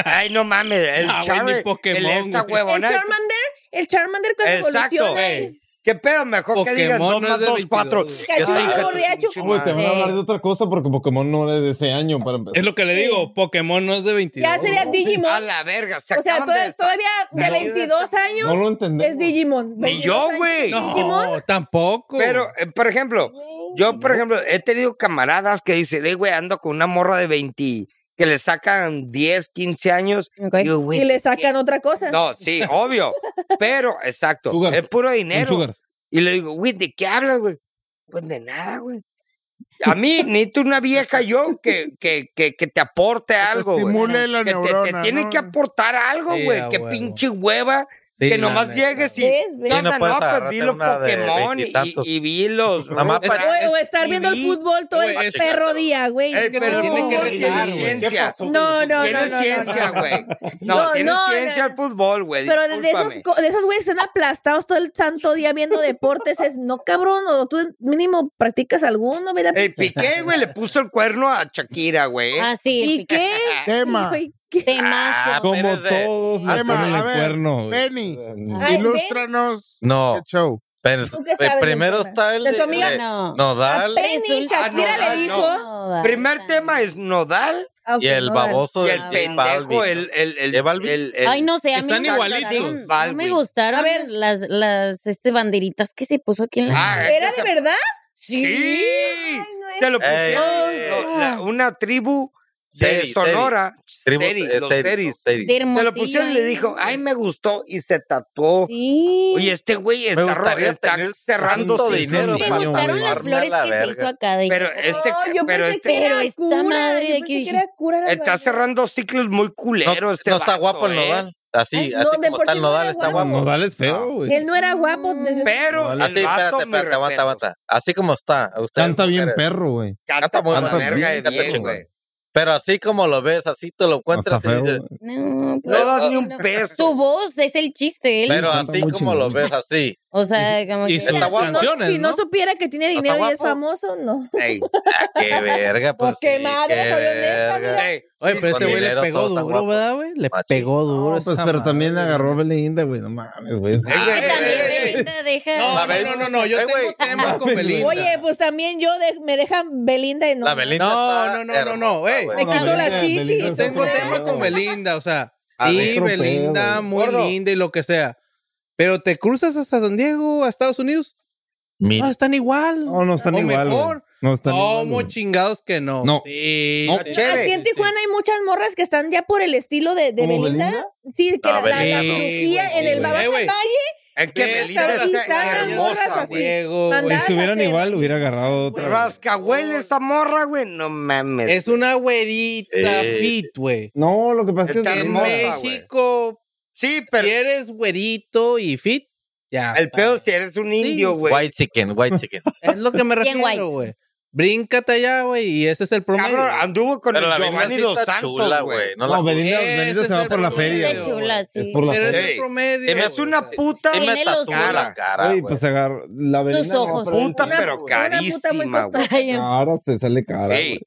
[SPEAKER 2] Ay, no mames, el
[SPEAKER 7] Ah, güey,
[SPEAKER 2] Charme-
[SPEAKER 7] ni Pokémon,
[SPEAKER 2] el esta
[SPEAKER 7] güey.
[SPEAKER 1] El
[SPEAKER 2] huevona.
[SPEAKER 1] Charmander, el Charmander cuando
[SPEAKER 2] Exacto.
[SPEAKER 1] evoluciona.
[SPEAKER 7] Ey,
[SPEAKER 2] ¿Qué pedo? Mejor
[SPEAKER 7] Pokémon
[SPEAKER 2] que digan
[SPEAKER 7] no
[SPEAKER 2] 2
[SPEAKER 7] es
[SPEAKER 2] más
[SPEAKER 7] de
[SPEAKER 2] 2,
[SPEAKER 7] 22,
[SPEAKER 2] 4.
[SPEAKER 7] güey.
[SPEAKER 1] Cachorro,
[SPEAKER 2] Esa hija de tu
[SPEAKER 1] riacho.
[SPEAKER 2] pinche
[SPEAKER 5] Güey, te van a
[SPEAKER 6] Sí.
[SPEAKER 5] hablar de otra cosa porque Pokémon no era de ese año para
[SPEAKER 7] Es
[SPEAKER 5] empezar.
[SPEAKER 7] lo que le
[SPEAKER 1] Sí.
[SPEAKER 7] digo. Pokémon no es de 22.
[SPEAKER 1] Ya sería
[SPEAKER 2] A
[SPEAKER 1] Digimon.
[SPEAKER 2] la verga, se
[SPEAKER 1] O sea,
[SPEAKER 2] acaban
[SPEAKER 1] toda-
[SPEAKER 2] de
[SPEAKER 1] todavía de
[SPEAKER 5] No.
[SPEAKER 1] 22 años
[SPEAKER 5] No lo entendemos.
[SPEAKER 1] es Digimon.
[SPEAKER 2] Ni
[SPEAKER 1] 22
[SPEAKER 2] yo,
[SPEAKER 1] años,
[SPEAKER 2] güey.
[SPEAKER 1] Digimon.
[SPEAKER 7] No, tampoco.
[SPEAKER 2] Pero, eh, por ejemplo, yo, por ejemplo, he tenido camaradas que dicen, "Ey, güey, ando con una morra de 20, que le sacan 10, 15 años.
[SPEAKER 6] Ok.
[SPEAKER 2] Yo, güey,
[SPEAKER 1] Y le sacan otra cosa.
[SPEAKER 2] No, sí, obvio. Pero, exacto,
[SPEAKER 5] Sugars.
[SPEAKER 2] es puro
[SPEAKER 5] Un
[SPEAKER 2] dinero.
[SPEAKER 5] sugar.
[SPEAKER 2] Y le digo, güey, ¿de qué hablas, güey? Pues de nada, güey. A mí necesito una vieja yo que, que, que, que te aporte algo. güey.
[SPEAKER 4] Estimule la
[SPEAKER 2] Que te- te,
[SPEAKER 4] neurona,
[SPEAKER 2] tiene
[SPEAKER 4] ¿no?
[SPEAKER 2] que aportar algo,
[SPEAKER 7] Sí,
[SPEAKER 2] güey.
[SPEAKER 7] a
[SPEAKER 2] que
[SPEAKER 7] huevo.
[SPEAKER 2] pinche hueva.
[SPEAKER 7] Sí,
[SPEAKER 2] que
[SPEAKER 7] la
[SPEAKER 2] nomás
[SPEAKER 7] neta,
[SPEAKER 2] llegues y.
[SPEAKER 1] ¿Ves? ¿Ves?
[SPEAKER 2] ¿Qué
[SPEAKER 3] Sí, no
[SPEAKER 2] onda?
[SPEAKER 3] puedes
[SPEAKER 2] pues vi
[SPEAKER 3] agarrarte
[SPEAKER 2] los
[SPEAKER 3] una de
[SPEAKER 2] Pokémon y,
[SPEAKER 3] veintitantos.
[SPEAKER 2] y vi los.
[SPEAKER 3] Nada más para-
[SPEAKER 1] O, o estar viendo el
[SPEAKER 2] y-
[SPEAKER 1] fútbol todo
[SPEAKER 7] Güey,
[SPEAKER 1] el
[SPEAKER 7] es-
[SPEAKER 1] perro día, güey.
[SPEAKER 2] Eh,
[SPEAKER 7] que
[SPEAKER 2] pero
[SPEAKER 7] tiene
[SPEAKER 2] tiene
[SPEAKER 7] que
[SPEAKER 2] que
[SPEAKER 7] retar,
[SPEAKER 2] tiene
[SPEAKER 7] güey.
[SPEAKER 2] ciencia.
[SPEAKER 1] No, no, no,
[SPEAKER 2] Tiene
[SPEAKER 1] no,
[SPEAKER 2] ciencia,
[SPEAKER 1] no, no.
[SPEAKER 2] güey. No,
[SPEAKER 1] No,
[SPEAKER 2] tiene
[SPEAKER 1] no,
[SPEAKER 2] ciencia
[SPEAKER 1] no.
[SPEAKER 2] el fútbol, güey.
[SPEAKER 1] Pero de- de esos,
[SPEAKER 2] discúlpame.
[SPEAKER 1] co- de esos güeyes que están aplastados todo el santo día viendo deportes, es no cabrón, o tú mínimo practicas alguno, ¿verdad?
[SPEAKER 2] Ey, Piqué, güey, le puso el cuerno a Shakira, güey.
[SPEAKER 6] Ah, sí.
[SPEAKER 1] ¿Y qué?
[SPEAKER 4] Tema.
[SPEAKER 1] Güey, ¿qué?
[SPEAKER 3] Ah,
[SPEAKER 6] Temazo.
[SPEAKER 5] Como
[SPEAKER 3] espérense.
[SPEAKER 5] todos le
[SPEAKER 4] Emma,
[SPEAKER 5] ponen
[SPEAKER 4] a
[SPEAKER 5] el
[SPEAKER 4] ver,
[SPEAKER 5] cuerno. güey.
[SPEAKER 4] Penny.
[SPEAKER 1] Ay,
[SPEAKER 4] Ilústranos.
[SPEAKER 3] No,
[SPEAKER 4] qué show.
[SPEAKER 3] pero
[SPEAKER 1] ¿Tú qué sabes del
[SPEAKER 3] primero
[SPEAKER 1] tema?
[SPEAKER 3] está el
[SPEAKER 1] ¿De tu
[SPEAKER 3] de-
[SPEAKER 1] amiga?
[SPEAKER 3] de-
[SPEAKER 6] No.
[SPEAKER 3] Nodal
[SPEAKER 1] Penny
[SPEAKER 6] Resulta-
[SPEAKER 2] Shakira le Ah, no, dijo-
[SPEAKER 6] no,
[SPEAKER 2] Primer
[SPEAKER 6] no.
[SPEAKER 2] tema es Nodal
[SPEAKER 1] Ah, ok,
[SPEAKER 3] y el
[SPEAKER 1] no, dale.
[SPEAKER 3] baboso
[SPEAKER 2] y
[SPEAKER 3] del
[SPEAKER 2] el
[SPEAKER 3] J
[SPEAKER 2] pendejo,
[SPEAKER 3] Balvin.
[SPEAKER 2] el, el, el,
[SPEAKER 3] J Balvin.
[SPEAKER 2] el- el-
[SPEAKER 6] Ay, no sé, a mí
[SPEAKER 7] Están
[SPEAKER 6] no me
[SPEAKER 2] igualitos.
[SPEAKER 6] gustaron, No me
[SPEAKER 2] Balvin.
[SPEAKER 6] gustaron
[SPEAKER 1] A ver.
[SPEAKER 6] las, las este, banderitas que se puso aquí en la...
[SPEAKER 2] Ah,
[SPEAKER 1] ¿Era de verdad?
[SPEAKER 2] sí.
[SPEAKER 1] no es
[SPEAKER 2] Se lo
[SPEAKER 3] Ey,
[SPEAKER 2] pusieron
[SPEAKER 3] ey,
[SPEAKER 2] lo- la- una tribu de
[SPEAKER 3] Seri,
[SPEAKER 2] Sonora,
[SPEAKER 3] Seri, tribus,
[SPEAKER 2] Seri,
[SPEAKER 3] eh,
[SPEAKER 2] los
[SPEAKER 3] Seri,
[SPEAKER 2] Seris.
[SPEAKER 3] los Seri.
[SPEAKER 6] de
[SPEAKER 2] Se lo
[SPEAKER 6] Hermosillo,
[SPEAKER 2] pusieron y le
[SPEAKER 6] ahí.
[SPEAKER 2] dijo, ay, me gustó y se tatuó.
[SPEAKER 6] Sí.
[SPEAKER 2] Oye, este güey está, ro-
[SPEAKER 3] gustaría
[SPEAKER 2] está
[SPEAKER 3] tener
[SPEAKER 2] cerrando
[SPEAKER 3] tanto
[SPEAKER 2] sus
[SPEAKER 3] dinero
[SPEAKER 6] me
[SPEAKER 5] para
[SPEAKER 6] gustaron las
[SPEAKER 3] llevarme a
[SPEAKER 6] flores
[SPEAKER 3] la
[SPEAKER 6] que se
[SPEAKER 3] verga.
[SPEAKER 6] hizo acá. De...
[SPEAKER 2] Pero este,
[SPEAKER 1] No, yo
[SPEAKER 2] pero
[SPEAKER 1] pensé
[SPEAKER 2] este
[SPEAKER 1] que era
[SPEAKER 6] Pero esta
[SPEAKER 1] cura.
[SPEAKER 6] madre
[SPEAKER 1] yo
[SPEAKER 6] de
[SPEAKER 1] pensé
[SPEAKER 6] que
[SPEAKER 1] que
[SPEAKER 6] dije-
[SPEAKER 1] era cura. la
[SPEAKER 2] está
[SPEAKER 1] verdad.
[SPEAKER 2] cerrando ciclos muy
[SPEAKER 3] No,
[SPEAKER 2] culeros. este
[SPEAKER 3] no está
[SPEAKER 2] vato,
[SPEAKER 3] guapo el
[SPEAKER 2] ¿eh?
[SPEAKER 3] Nodal. Así,
[SPEAKER 1] No,
[SPEAKER 3] así
[SPEAKER 1] de
[SPEAKER 3] como
[SPEAKER 1] por
[SPEAKER 3] está
[SPEAKER 1] sí
[SPEAKER 3] el
[SPEAKER 1] no
[SPEAKER 3] Nodal,
[SPEAKER 1] era
[SPEAKER 3] está
[SPEAKER 1] guapo.
[SPEAKER 3] guapo.
[SPEAKER 5] Nodal es feo, güey.
[SPEAKER 1] Él no era guapo.
[SPEAKER 5] Mm.
[SPEAKER 1] desde-
[SPEAKER 2] Pero
[SPEAKER 5] Nodal
[SPEAKER 2] el
[SPEAKER 5] es-
[SPEAKER 3] Así,
[SPEAKER 2] vato,
[SPEAKER 3] espérate,
[SPEAKER 2] mis
[SPEAKER 3] espérate, aguanta,
[SPEAKER 2] respetos.
[SPEAKER 3] aguanta. Así como está. a ustedes,
[SPEAKER 5] Canta bien
[SPEAKER 3] mujeres.
[SPEAKER 5] perro, güey.
[SPEAKER 2] Canta
[SPEAKER 3] Canta muy
[SPEAKER 2] pa' la
[SPEAKER 5] mal,
[SPEAKER 2] verga de
[SPEAKER 5] canta
[SPEAKER 2] bien,
[SPEAKER 3] chingón.
[SPEAKER 2] güey.
[SPEAKER 3] Pero así como lo ves, así te lo encuentras.
[SPEAKER 5] Hasta
[SPEAKER 3] Y
[SPEAKER 5] feo.
[SPEAKER 3] dices,
[SPEAKER 6] No,
[SPEAKER 2] No
[SPEAKER 6] pues,
[SPEAKER 2] das ni un
[SPEAKER 6] no.
[SPEAKER 2] peso.
[SPEAKER 6] Su voz es el chiste, él.
[SPEAKER 3] pero
[SPEAKER 5] Canta
[SPEAKER 3] así
[SPEAKER 5] muy
[SPEAKER 3] como lo
[SPEAKER 5] chingón.
[SPEAKER 3] ves, así.
[SPEAKER 6] o sea, como
[SPEAKER 7] y
[SPEAKER 6] que-
[SPEAKER 7] se
[SPEAKER 1] Mira,
[SPEAKER 3] Está
[SPEAKER 1] si, no,
[SPEAKER 7] canciones,
[SPEAKER 1] si no
[SPEAKER 7] ¿no?
[SPEAKER 1] supiera que tiene dinero y es
[SPEAKER 3] guapo.
[SPEAKER 1] famoso, no.
[SPEAKER 2] Ey,
[SPEAKER 3] Ah, qué verga, pues.
[SPEAKER 1] Pues qué
[SPEAKER 3] sí,
[SPEAKER 1] madre,
[SPEAKER 3] qué
[SPEAKER 1] soy honesta, mira.
[SPEAKER 3] verga.
[SPEAKER 2] ey,
[SPEAKER 7] Oye, pero
[SPEAKER 3] Con
[SPEAKER 7] ese güey le
[SPEAKER 3] dinero
[SPEAKER 7] pegó
[SPEAKER 3] todo está
[SPEAKER 7] duro,
[SPEAKER 3] guapo.
[SPEAKER 7] ¿verdad, güey? Le
[SPEAKER 3] Machín.
[SPEAKER 7] pegó duro.
[SPEAKER 5] No,
[SPEAKER 7] esa
[SPEAKER 5] pues, pero
[SPEAKER 7] madre.
[SPEAKER 5] también agarró Belinda, güey. No mames, güey.
[SPEAKER 2] ey,
[SPEAKER 6] Es que
[SPEAKER 2] güey,
[SPEAKER 6] también
[SPEAKER 2] ey, ey,
[SPEAKER 6] Belinda deja.
[SPEAKER 7] No,
[SPEAKER 3] La
[SPEAKER 7] no,
[SPEAKER 3] Bel-
[SPEAKER 7] no, no, no, yo
[SPEAKER 3] Ey,
[SPEAKER 7] tengo
[SPEAKER 3] güey.
[SPEAKER 7] temas con
[SPEAKER 5] Oye,
[SPEAKER 7] Belinda.
[SPEAKER 1] Oye, pues también yo de- me dejan Belinda y no.
[SPEAKER 3] La Belinda
[SPEAKER 7] No,
[SPEAKER 3] está
[SPEAKER 7] no, no, no, no,
[SPEAKER 3] hermosa,
[SPEAKER 7] güey.
[SPEAKER 3] güey.
[SPEAKER 1] Me quito
[SPEAKER 5] Belinda-
[SPEAKER 1] las chichis.
[SPEAKER 5] Belinda
[SPEAKER 7] Yo
[SPEAKER 5] es
[SPEAKER 7] tengo
[SPEAKER 5] otro
[SPEAKER 7] tema
[SPEAKER 5] pedo.
[SPEAKER 7] con Belinda, o sea,
[SPEAKER 2] A
[SPEAKER 7] sí,
[SPEAKER 2] ver,
[SPEAKER 5] otro
[SPEAKER 7] Belinda,
[SPEAKER 5] pedo.
[SPEAKER 7] muy
[SPEAKER 2] Gordo.
[SPEAKER 7] linda y lo que sea. Pero te cruzas a San Diego, a Estados Unidos, no
[SPEAKER 3] Mira,
[SPEAKER 7] están igual.
[SPEAKER 5] No, no están
[SPEAKER 7] O
[SPEAKER 5] igual, güey.
[SPEAKER 7] mejor, oh,
[SPEAKER 5] No están igual.
[SPEAKER 7] ¿Cómo
[SPEAKER 5] güey.
[SPEAKER 7] chingados que no?
[SPEAKER 5] No.
[SPEAKER 7] Sí,
[SPEAKER 2] No,
[SPEAKER 7] sí.
[SPEAKER 2] che.
[SPEAKER 1] Aquí en
[SPEAKER 7] Sí,
[SPEAKER 1] Tijuana hay muchas morras que están ya por el estilo de, de
[SPEAKER 5] ¿Cómo
[SPEAKER 1] Belinda. Sí, que
[SPEAKER 3] No,
[SPEAKER 1] la, la- la
[SPEAKER 7] Belinda no.
[SPEAKER 1] cirugía
[SPEAKER 7] Sí,
[SPEAKER 1] en el
[SPEAKER 7] güey.
[SPEAKER 1] Babas
[SPEAKER 7] Eh, güey.
[SPEAKER 1] Valle.
[SPEAKER 2] Es que
[SPEAKER 7] Vete
[SPEAKER 1] a
[SPEAKER 2] Belinda
[SPEAKER 1] las
[SPEAKER 2] está
[SPEAKER 1] guitarras, morras
[SPEAKER 2] hermosa,
[SPEAKER 1] así.
[SPEAKER 2] güey.
[SPEAKER 7] Diego, güey.
[SPEAKER 1] Mandadas
[SPEAKER 5] Si estuvieran
[SPEAKER 1] hacer-
[SPEAKER 5] igual, hubiera agarrado otra. güey.
[SPEAKER 2] Rascahuele esa morra, güey. No mames.
[SPEAKER 7] Es una güerita
[SPEAKER 3] Eh.
[SPEAKER 7] fit, güey.
[SPEAKER 5] No, lo que pasa es que
[SPEAKER 2] Está
[SPEAKER 5] es
[SPEAKER 7] En
[SPEAKER 2] hermosa,
[SPEAKER 5] Belinda.
[SPEAKER 2] güey.
[SPEAKER 7] México,
[SPEAKER 2] Sí,
[SPEAKER 7] si
[SPEAKER 2] pero
[SPEAKER 7] eres güerito y fit, ya.
[SPEAKER 2] el pedo si eres un indio,
[SPEAKER 7] Sí.
[SPEAKER 2] güey.
[SPEAKER 3] White chicken, white chicken.
[SPEAKER 7] Es lo que me
[SPEAKER 6] Bien
[SPEAKER 7] refiero, güey. Bríncate allá, güey, y ese es el promedio.
[SPEAKER 2] Cabrón, anduvo con
[SPEAKER 3] Pero la
[SPEAKER 2] el
[SPEAKER 3] Belinda
[SPEAKER 2] Giovanni
[SPEAKER 3] sí
[SPEAKER 2] dos
[SPEAKER 3] está chula,
[SPEAKER 2] Santos, güey.
[SPEAKER 3] güey. No,
[SPEAKER 5] No,
[SPEAKER 3] la
[SPEAKER 5] Belinda,
[SPEAKER 7] Ese
[SPEAKER 5] Belinda
[SPEAKER 7] es
[SPEAKER 5] se va
[SPEAKER 7] el
[SPEAKER 5] por la
[SPEAKER 7] promedio,
[SPEAKER 5] feria.
[SPEAKER 6] Está
[SPEAKER 5] güey.
[SPEAKER 6] chula, sí.
[SPEAKER 5] Es por la
[SPEAKER 7] Pero es
[SPEAKER 5] feria.
[SPEAKER 7] el
[SPEAKER 2] Ey,
[SPEAKER 7] promedio.
[SPEAKER 2] Es
[SPEAKER 7] güey.
[SPEAKER 2] una puta.
[SPEAKER 3] Sí me
[SPEAKER 6] Tiene los
[SPEAKER 3] tatúa la
[SPEAKER 2] ojos.
[SPEAKER 3] cara,
[SPEAKER 5] Güey,
[SPEAKER 3] güey.
[SPEAKER 5] pues agarra la Belinda.
[SPEAKER 6] Sus
[SPEAKER 5] agarró
[SPEAKER 6] ojos.
[SPEAKER 5] por el-
[SPEAKER 2] Puta, pero
[SPEAKER 1] muy
[SPEAKER 2] carísima, güey.
[SPEAKER 1] costosa.
[SPEAKER 6] Ay,
[SPEAKER 5] Ahora te sale cara,
[SPEAKER 2] Sí.
[SPEAKER 5] güey.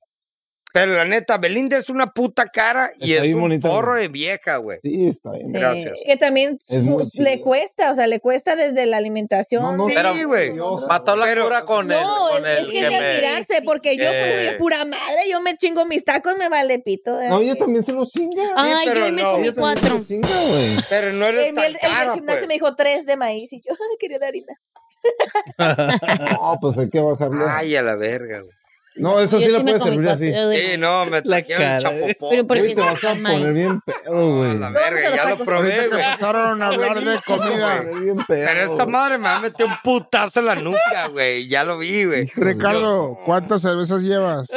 [SPEAKER 2] Pero la neta, Belinda es una puta cara y es
[SPEAKER 5] Está bien
[SPEAKER 2] un
[SPEAKER 5] bonita,
[SPEAKER 2] porro
[SPEAKER 5] güey.
[SPEAKER 2] de vieja, güey.
[SPEAKER 5] Sí, está bien.
[SPEAKER 6] Sí.
[SPEAKER 2] Gracias.
[SPEAKER 1] Que también
[SPEAKER 5] Es
[SPEAKER 1] su-
[SPEAKER 5] muy
[SPEAKER 1] le
[SPEAKER 5] chido.
[SPEAKER 1] cuesta, o sea, le cuesta desde la alimentación.
[SPEAKER 5] No, no,
[SPEAKER 2] Sí,
[SPEAKER 3] Pero-
[SPEAKER 2] güey.
[SPEAKER 3] Mató la
[SPEAKER 2] Pero-
[SPEAKER 3] cura con el,
[SPEAKER 1] No,
[SPEAKER 3] con
[SPEAKER 1] es,
[SPEAKER 3] el
[SPEAKER 1] es que
[SPEAKER 3] que
[SPEAKER 1] es de
[SPEAKER 3] me...
[SPEAKER 1] admirarse, porque yo,
[SPEAKER 3] Eh.
[SPEAKER 1] pues, de pura madre, yo me chingo mis tacos, me vale pito. eh.
[SPEAKER 5] No, ella también se los chinga.
[SPEAKER 6] Ay,
[SPEAKER 2] pero
[SPEAKER 6] yo hoy me
[SPEAKER 2] no.
[SPEAKER 6] comí
[SPEAKER 5] Ella también se
[SPEAKER 6] cuatro.
[SPEAKER 5] los chinga, güey.
[SPEAKER 2] Pero no
[SPEAKER 1] El,
[SPEAKER 2] eres
[SPEAKER 1] Eh, el-
[SPEAKER 2] tan
[SPEAKER 1] el del
[SPEAKER 2] cara,
[SPEAKER 1] gimnasio
[SPEAKER 2] pues.
[SPEAKER 1] me dijo tres de maíz y yo "Ay, quería la harina.
[SPEAKER 5] No, pues hay que bajarle.
[SPEAKER 2] Ay, a la verga, güey.
[SPEAKER 5] No, eso
[SPEAKER 6] Yo
[SPEAKER 5] sí
[SPEAKER 6] sí
[SPEAKER 5] la
[SPEAKER 6] me
[SPEAKER 5] puede
[SPEAKER 6] comí
[SPEAKER 5] servir así.
[SPEAKER 6] cuatro de-
[SPEAKER 2] Sí, no, me
[SPEAKER 7] La
[SPEAKER 2] saqué un
[SPEAKER 7] cara,
[SPEAKER 2] chapopón.
[SPEAKER 6] Pero porque
[SPEAKER 5] Hoy te
[SPEAKER 6] se
[SPEAKER 5] vas a
[SPEAKER 6] llama
[SPEAKER 5] poner
[SPEAKER 6] maíz.
[SPEAKER 5] bien pedo,
[SPEAKER 2] A
[SPEAKER 5] güey.
[SPEAKER 2] la
[SPEAKER 5] Te
[SPEAKER 2] verga, ya lo
[SPEAKER 1] Ahorita
[SPEAKER 2] probé,
[SPEAKER 4] Ahorita que
[SPEAKER 2] güey.
[SPEAKER 4] empezaron a hablar de
[SPEAKER 5] vas a
[SPEAKER 4] comida.
[SPEAKER 5] poner bien pedo.
[SPEAKER 2] Pero esta madre me va a meter un putazo en la nuca, güey. Ya lo vi, güey.
[SPEAKER 4] Ricardo, ¿cuántas cervezas llevas?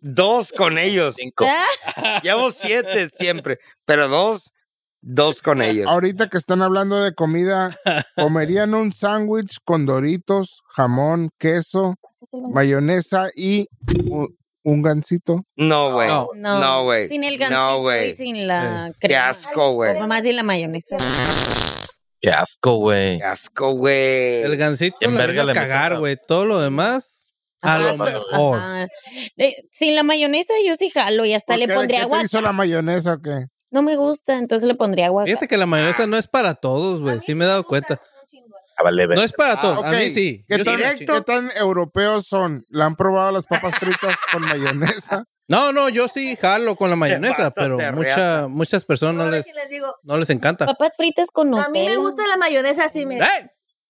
[SPEAKER 2] Dos con ellos.
[SPEAKER 3] Cinco.
[SPEAKER 6] ¿Ah?
[SPEAKER 2] Llevo siete siempre. Pero dos, dos con ellos.
[SPEAKER 4] Ahorita que están hablando de comida, ¿comerían un sándwich con doritos, jamón, queso,
[SPEAKER 1] Pues,
[SPEAKER 4] mayonesa y u- un gansito?
[SPEAKER 2] No, güey.
[SPEAKER 7] No.
[SPEAKER 2] No, güey.
[SPEAKER 6] Sin el
[SPEAKER 2] No,
[SPEAKER 6] gansito y
[SPEAKER 2] güey.
[SPEAKER 6] sin la
[SPEAKER 2] Qué
[SPEAKER 6] crema.
[SPEAKER 2] asco, güey.
[SPEAKER 6] Mamá sin la mayonesa.
[SPEAKER 3] Qué asco, güey.
[SPEAKER 2] Qué asco, güey.
[SPEAKER 7] El gancito
[SPEAKER 3] En
[SPEAKER 7] la
[SPEAKER 3] verga
[SPEAKER 7] vino a
[SPEAKER 3] le metió
[SPEAKER 7] cagar,
[SPEAKER 3] una-
[SPEAKER 7] güey. Todo lo demás, a
[SPEAKER 6] Ajá,
[SPEAKER 7] lo
[SPEAKER 6] pero-
[SPEAKER 7] mejor.
[SPEAKER 6] ajá. Eh, sin la mayonesa yo sí jalo y hasta
[SPEAKER 4] ¿Por
[SPEAKER 6] le
[SPEAKER 4] qué?
[SPEAKER 6] pondría
[SPEAKER 4] ¿Qué
[SPEAKER 6] agua.
[SPEAKER 4] te hizo la mayonesa o qué?
[SPEAKER 6] No me gusta, entonces le pondría agua.
[SPEAKER 7] Fíjate que la mayonesa no es para todos, güey. pues, Sí me he dado cuenta.
[SPEAKER 3] Ah, vale,
[SPEAKER 7] No
[SPEAKER 3] verga.
[SPEAKER 7] es para todos.
[SPEAKER 4] Ok,
[SPEAKER 7] A mí sí.
[SPEAKER 4] ¿Qué
[SPEAKER 7] Yo sí
[SPEAKER 4] tan,
[SPEAKER 7] me
[SPEAKER 4] qué
[SPEAKER 7] chingo.
[SPEAKER 4] tan europeos son? ¿La han probado las papas fritas con mayonesa?
[SPEAKER 7] No, no, yo sí jalo con la mayonesa,
[SPEAKER 2] pasa,
[SPEAKER 7] pero
[SPEAKER 2] perreata?
[SPEAKER 7] mucha, muchas personas no
[SPEAKER 1] Ahora
[SPEAKER 7] les,
[SPEAKER 1] sí les digo.
[SPEAKER 7] no les encanta.
[SPEAKER 6] Papas fritas con
[SPEAKER 1] A mí me
[SPEAKER 6] Nutella.
[SPEAKER 1] gusta la mayonesa así,
[SPEAKER 3] ¿Eh?
[SPEAKER 1] mira.
[SPEAKER 7] ¡Ey!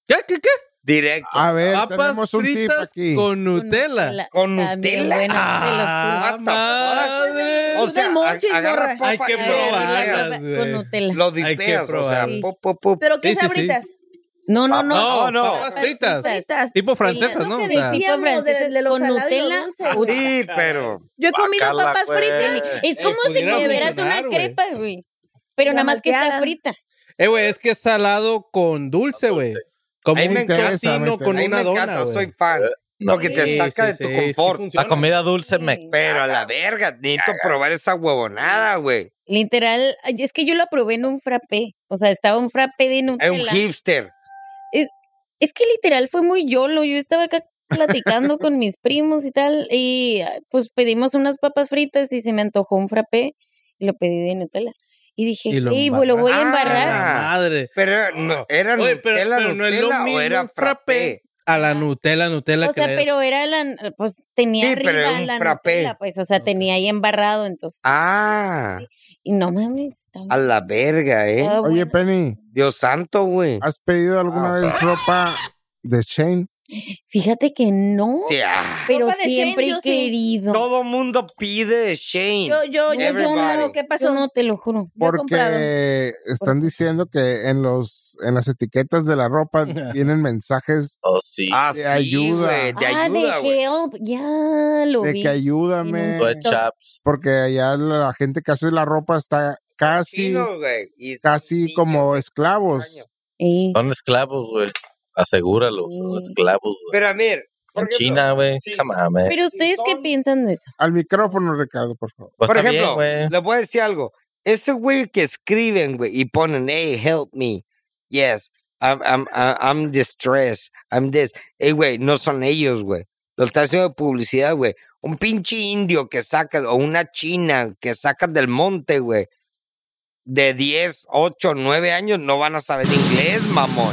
[SPEAKER 7] ¿Qué, qué, qué?
[SPEAKER 2] Directo.
[SPEAKER 4] A ver,
[SPEAKER 7] Papas
[SPEAKER 4] tenemos un tip
[SPEAKER 7] fritas
[SPEAKER 4] aquí.
[SPEAKER 7] con Nutella.
[SPEAKER 2] Con
[SPEAKER 6] También
[SPEAKER 2] Nutella.
[SPEAKER 6] buena, te los juro.
[SPEAKER 7] Ah,
[SPEAKER 2] What the
[SPEAKER 7] madre.
[SPEAKER 2] O
[SPEAKER 1] Pues del
[SPEAKER 2] sea,
[SPEAKER 1] monchis,
[SPEAKER 2] ag- agarra
[SPEAKER 1] morra.
[SPEAKER 2] papa
[SPEAKER 7] Hay que
[SPEAKER 2] y
[SPEAKER 6] Ay,
[SPEAKER 2] lo
[SPEAKER 7] probarlas,
[SPEAKER 2] dipeas.
[SPEAKER 6] con
[SPEAKER 7] güey.
[SPEAKER 6] Nutella.
[SPEAKER 2] Lo
[SPEAKER 7] que
[SPEAKER 2] dipeas, o sea,
[SPEAKER 7] probarlas.
[SPEAKER 2] po, po, po.
[SPEAKER 1] Pero qué
[SPEAKER 7] Sí, sí, sí.
[SPEAKER 1] sabritas.
[SPEAKER 6] No, no, no.
[SPEAKER 2] No, no.
[SPEAKER 3] Oh.
[SPEAKER 7] Papas fritas.
[SPEAKER 1] Fritas.
[SPEAKER 7] Tipo francesas,
[SPEAKER 1] Es
[SPEAKER 7] ¿no?
[SPEAKER 1] lo
[SPEAKER 7] O
[SPEAKER 1] que
[SPEAKER 7] sea,
[SPEAKER 1] decíamos
[SPEAKER 6] Francesas.
[SPEAKER 1] de, de los
[SPEAKER 6] Con
[SPEAKER 1] salados y lo
[SPEAKER 6] Nutella.
[SPEAKER 1] dulce.
[SPEAKER 6] Ah,
[SPEAKER 2] Sí, pero.
[SPEAKER 1] Yo he comido
[SPEAKER 3] Guácala, pues.
[SPEAKER 1] papas
[SPEAKER 3] güey.
[SPEAKER 1] fritas.
[SPEAKER 6] Es
[SPEAKER 7] Eh,
[SPEAKER 6] como si
[SPEAKER 7] pudiera
[SPEAKER 6] comieras una
[SPEAKER 7] funcionar, güey.
[SPEAKER 6] crepa, güey. Pero
[SPEAKER 1] La
[SPEAKER 6] nada más que está
[SPEAKER 1] malteada.
[SPEAKER 6] frita.
[SPEAKER 7] eh, güey, es que es salado con dulce, güey. Como
[SPEAKER 2] Ahí me
[SPEAKER 7] un
[SPEAKER 4] interesa, me
[SPEAKER 7] casino
[SPEAKER 4] interesa.
[SPEAKER 7] con
[SPEAKER 2] a mí me
[SPEAKER 7] una
[SPEAKER 2] encanta,
[SPEAKER 7] dona,
[SPEAKER 2] soy
[SPEAKER 7] güey.
[SPEAKER 2] fan.
[SPEAKER 3] No.
[SPEAKER 2] porque te
[SPEAKER 7] Sí,
[SPEAKER 2] saca
[SPEAKER 7] sí,
[SPEAKER 2] de tu
[SPEAKER 7] sí, sí
[SPEAKER 2] confort.
[SPEAKER 7] funciona.
[SPEAKER 3] La Ah, comida dulce me...
[SPEAKER 6] Sí.
[SPEAKER 2] pero a la verga, necesito probar esa huevonada, güey.
[SPEAKER 6] Literal, ay, es que yo la probé en un frappé. O sea, estaba un frappé de
[SPEAKER 2] Es un
[SPEAKER 6] Nutella.
[SPEAKER 2] hipster.
[SPEAKER 6] Es que literal fue muy yolo. Yo estaba acá platicando con mis primos y tal. Y ah, pues pedimos unas papas fritas y se me antojó un frappé. Y lo pedí de Nutella. Y dije,
[SPEAKER 7] Y lo
[SPEAKER 6] "Ey, güey, lo voy a
[SPEAKER 2] Ah.
[SPEAKER 6] embarrar.
[SPEAKER 7] Madre.
[SPEAKER 2] Pero no, era
[SPEAKER 7] Ah. Oye, pero,
[SPEAKER 2] Nutella,
[SPEAKER 7] pero no es lo
[SPEAKER 2] Nutella
[SPEAKER 7] mismo
[SPEAKER 2] o era
[SPEAKER 7] un frappé
[SPEAKER 2] frappé.
[SPEAKER 7] a la Nutella, Nutella
[SPEAKER 6] o sea,
[SPEAKER 7] que le-
[SPEAKER 6] pero era la, pues tenía
[SPEAKER 2] Sí, pero
[SPEAKER 6] arriba
[SPEAKER 2] era un
[SPEAKER 6] la
[SPEAKER 2] frappé.
[SPEAKER 6] Nutella, pues, o sea, tenía ahí embarrado, entonces.
[SPEAKER 2] Ah,
[SPEAKER 6] Y no mames, estaba-
[SPEAKER 2] a la verga, eh.
[SPEAKER 6] estaba
[SPEAKER 4] Oye,
[SPEAKER 6] Ah, bueno.
[SPEAKER 4] Penny,
[SPEAKER 2] Dios santo, güey.
[SPEAKER 6] Ah,
[SPEAKER 4] ¿has pedido
[SPEAKER 7] Ah,
[SPEAKER 4] alguna vez ropa de Shane?
[SPEAKER 6] fíjate que no,
[SPEAKER 2] Sí, ah.
[SPEAKER 6] pero
[SPEAKER 1] Ropa de Shane,
[SPEAKER 6] siempre
[SPEAKER 1] yo
[SPEAKER 6] he
[SPEAKER 1] sí.
[SPEAKER 6] querido.
[SPEAKER 2] Todo mundo pide Shane.
[SPEAKER 1] Yo, yo, yo, yo
[SPEAKER 2] Everybody.
[SPEAKER 1] no, ¿qué pasó?
[SPEAKER 6] Yo no te lo juro.
[SPEAKER 1] Yo he comprado.
[SPEAKER 4] Porque están diciendo que en los en las etiquetas de la ropa vienen mensajes
[SPEAKER 3] Oh, sí.
[SPEAKER 2] ah,
[SPEAKER 4] Te
[SPEAKER 2] sí,
[SPEAKER 4] ayuda.
[SPEAKER 2] güey, te
[SPEAKER 6] ah,
[SPEAKER 2] ayuda,
[SPEAKER 6] de
[SPEAKER 2] güey.
[SPEAKER 6] help, ya lo
[SPEAKER 4] de
[SPEAKER 6] vi.
[SPEAKER 4] que ayúdame,
[SPEAKER 6] Tiene
[SPEAKER 3] Good
[SPEAKER 6] un
[SPEAKER 3] chaps.
[SPEAKER 4] porque allá la gente que hace la ropa está casi
[SPEAKER 2] Chino, güey, y-
[SPEAKER 4] casi
[SPEAKER 2] y-
[SPEAKER 4] como esclavos.
[SPEAKER 6] Ey,
[SPEAKER 3] Son esclavos, güey. Asegúralo, son
[SPEAKER 6] Sí.
[SPEAKER 3] esclavos, güey.
[SPEAKER 2] Pero a ver, Por
[SPEAKER 3] En
[SPEAKER 2] ejemplo,
[SPEAKER 3] China, güey.
[SPEAKER 2] sí.
[SPEAKER 3] Come on, man.
[SPEAKER 6] Pero ustedes qué piensan de eso?
[SPEAKER 4] Al micrófono, Ricardo, por favor.
[SPEAKER 3] Pues
[SPEAKER 2] Por
[SPEAKER 3] está bien,
[SPEAKER 2] ejemplo,
[SPEAKER 3] güey.
[SPEAKER 2] les voy a decir algo. Ese güey que escriben, güey, y ponen, hey, help me. Yes, I'm, I'm, I'm- I'm distressed. I'm this. Hey, güey, no son ellos, güey. Lo está haciendo de publicidad, güey. Un pinche indio que saca, o una china que sacas del monte, güey. De 10, 8, 9 años no van a saber inglés, mamón.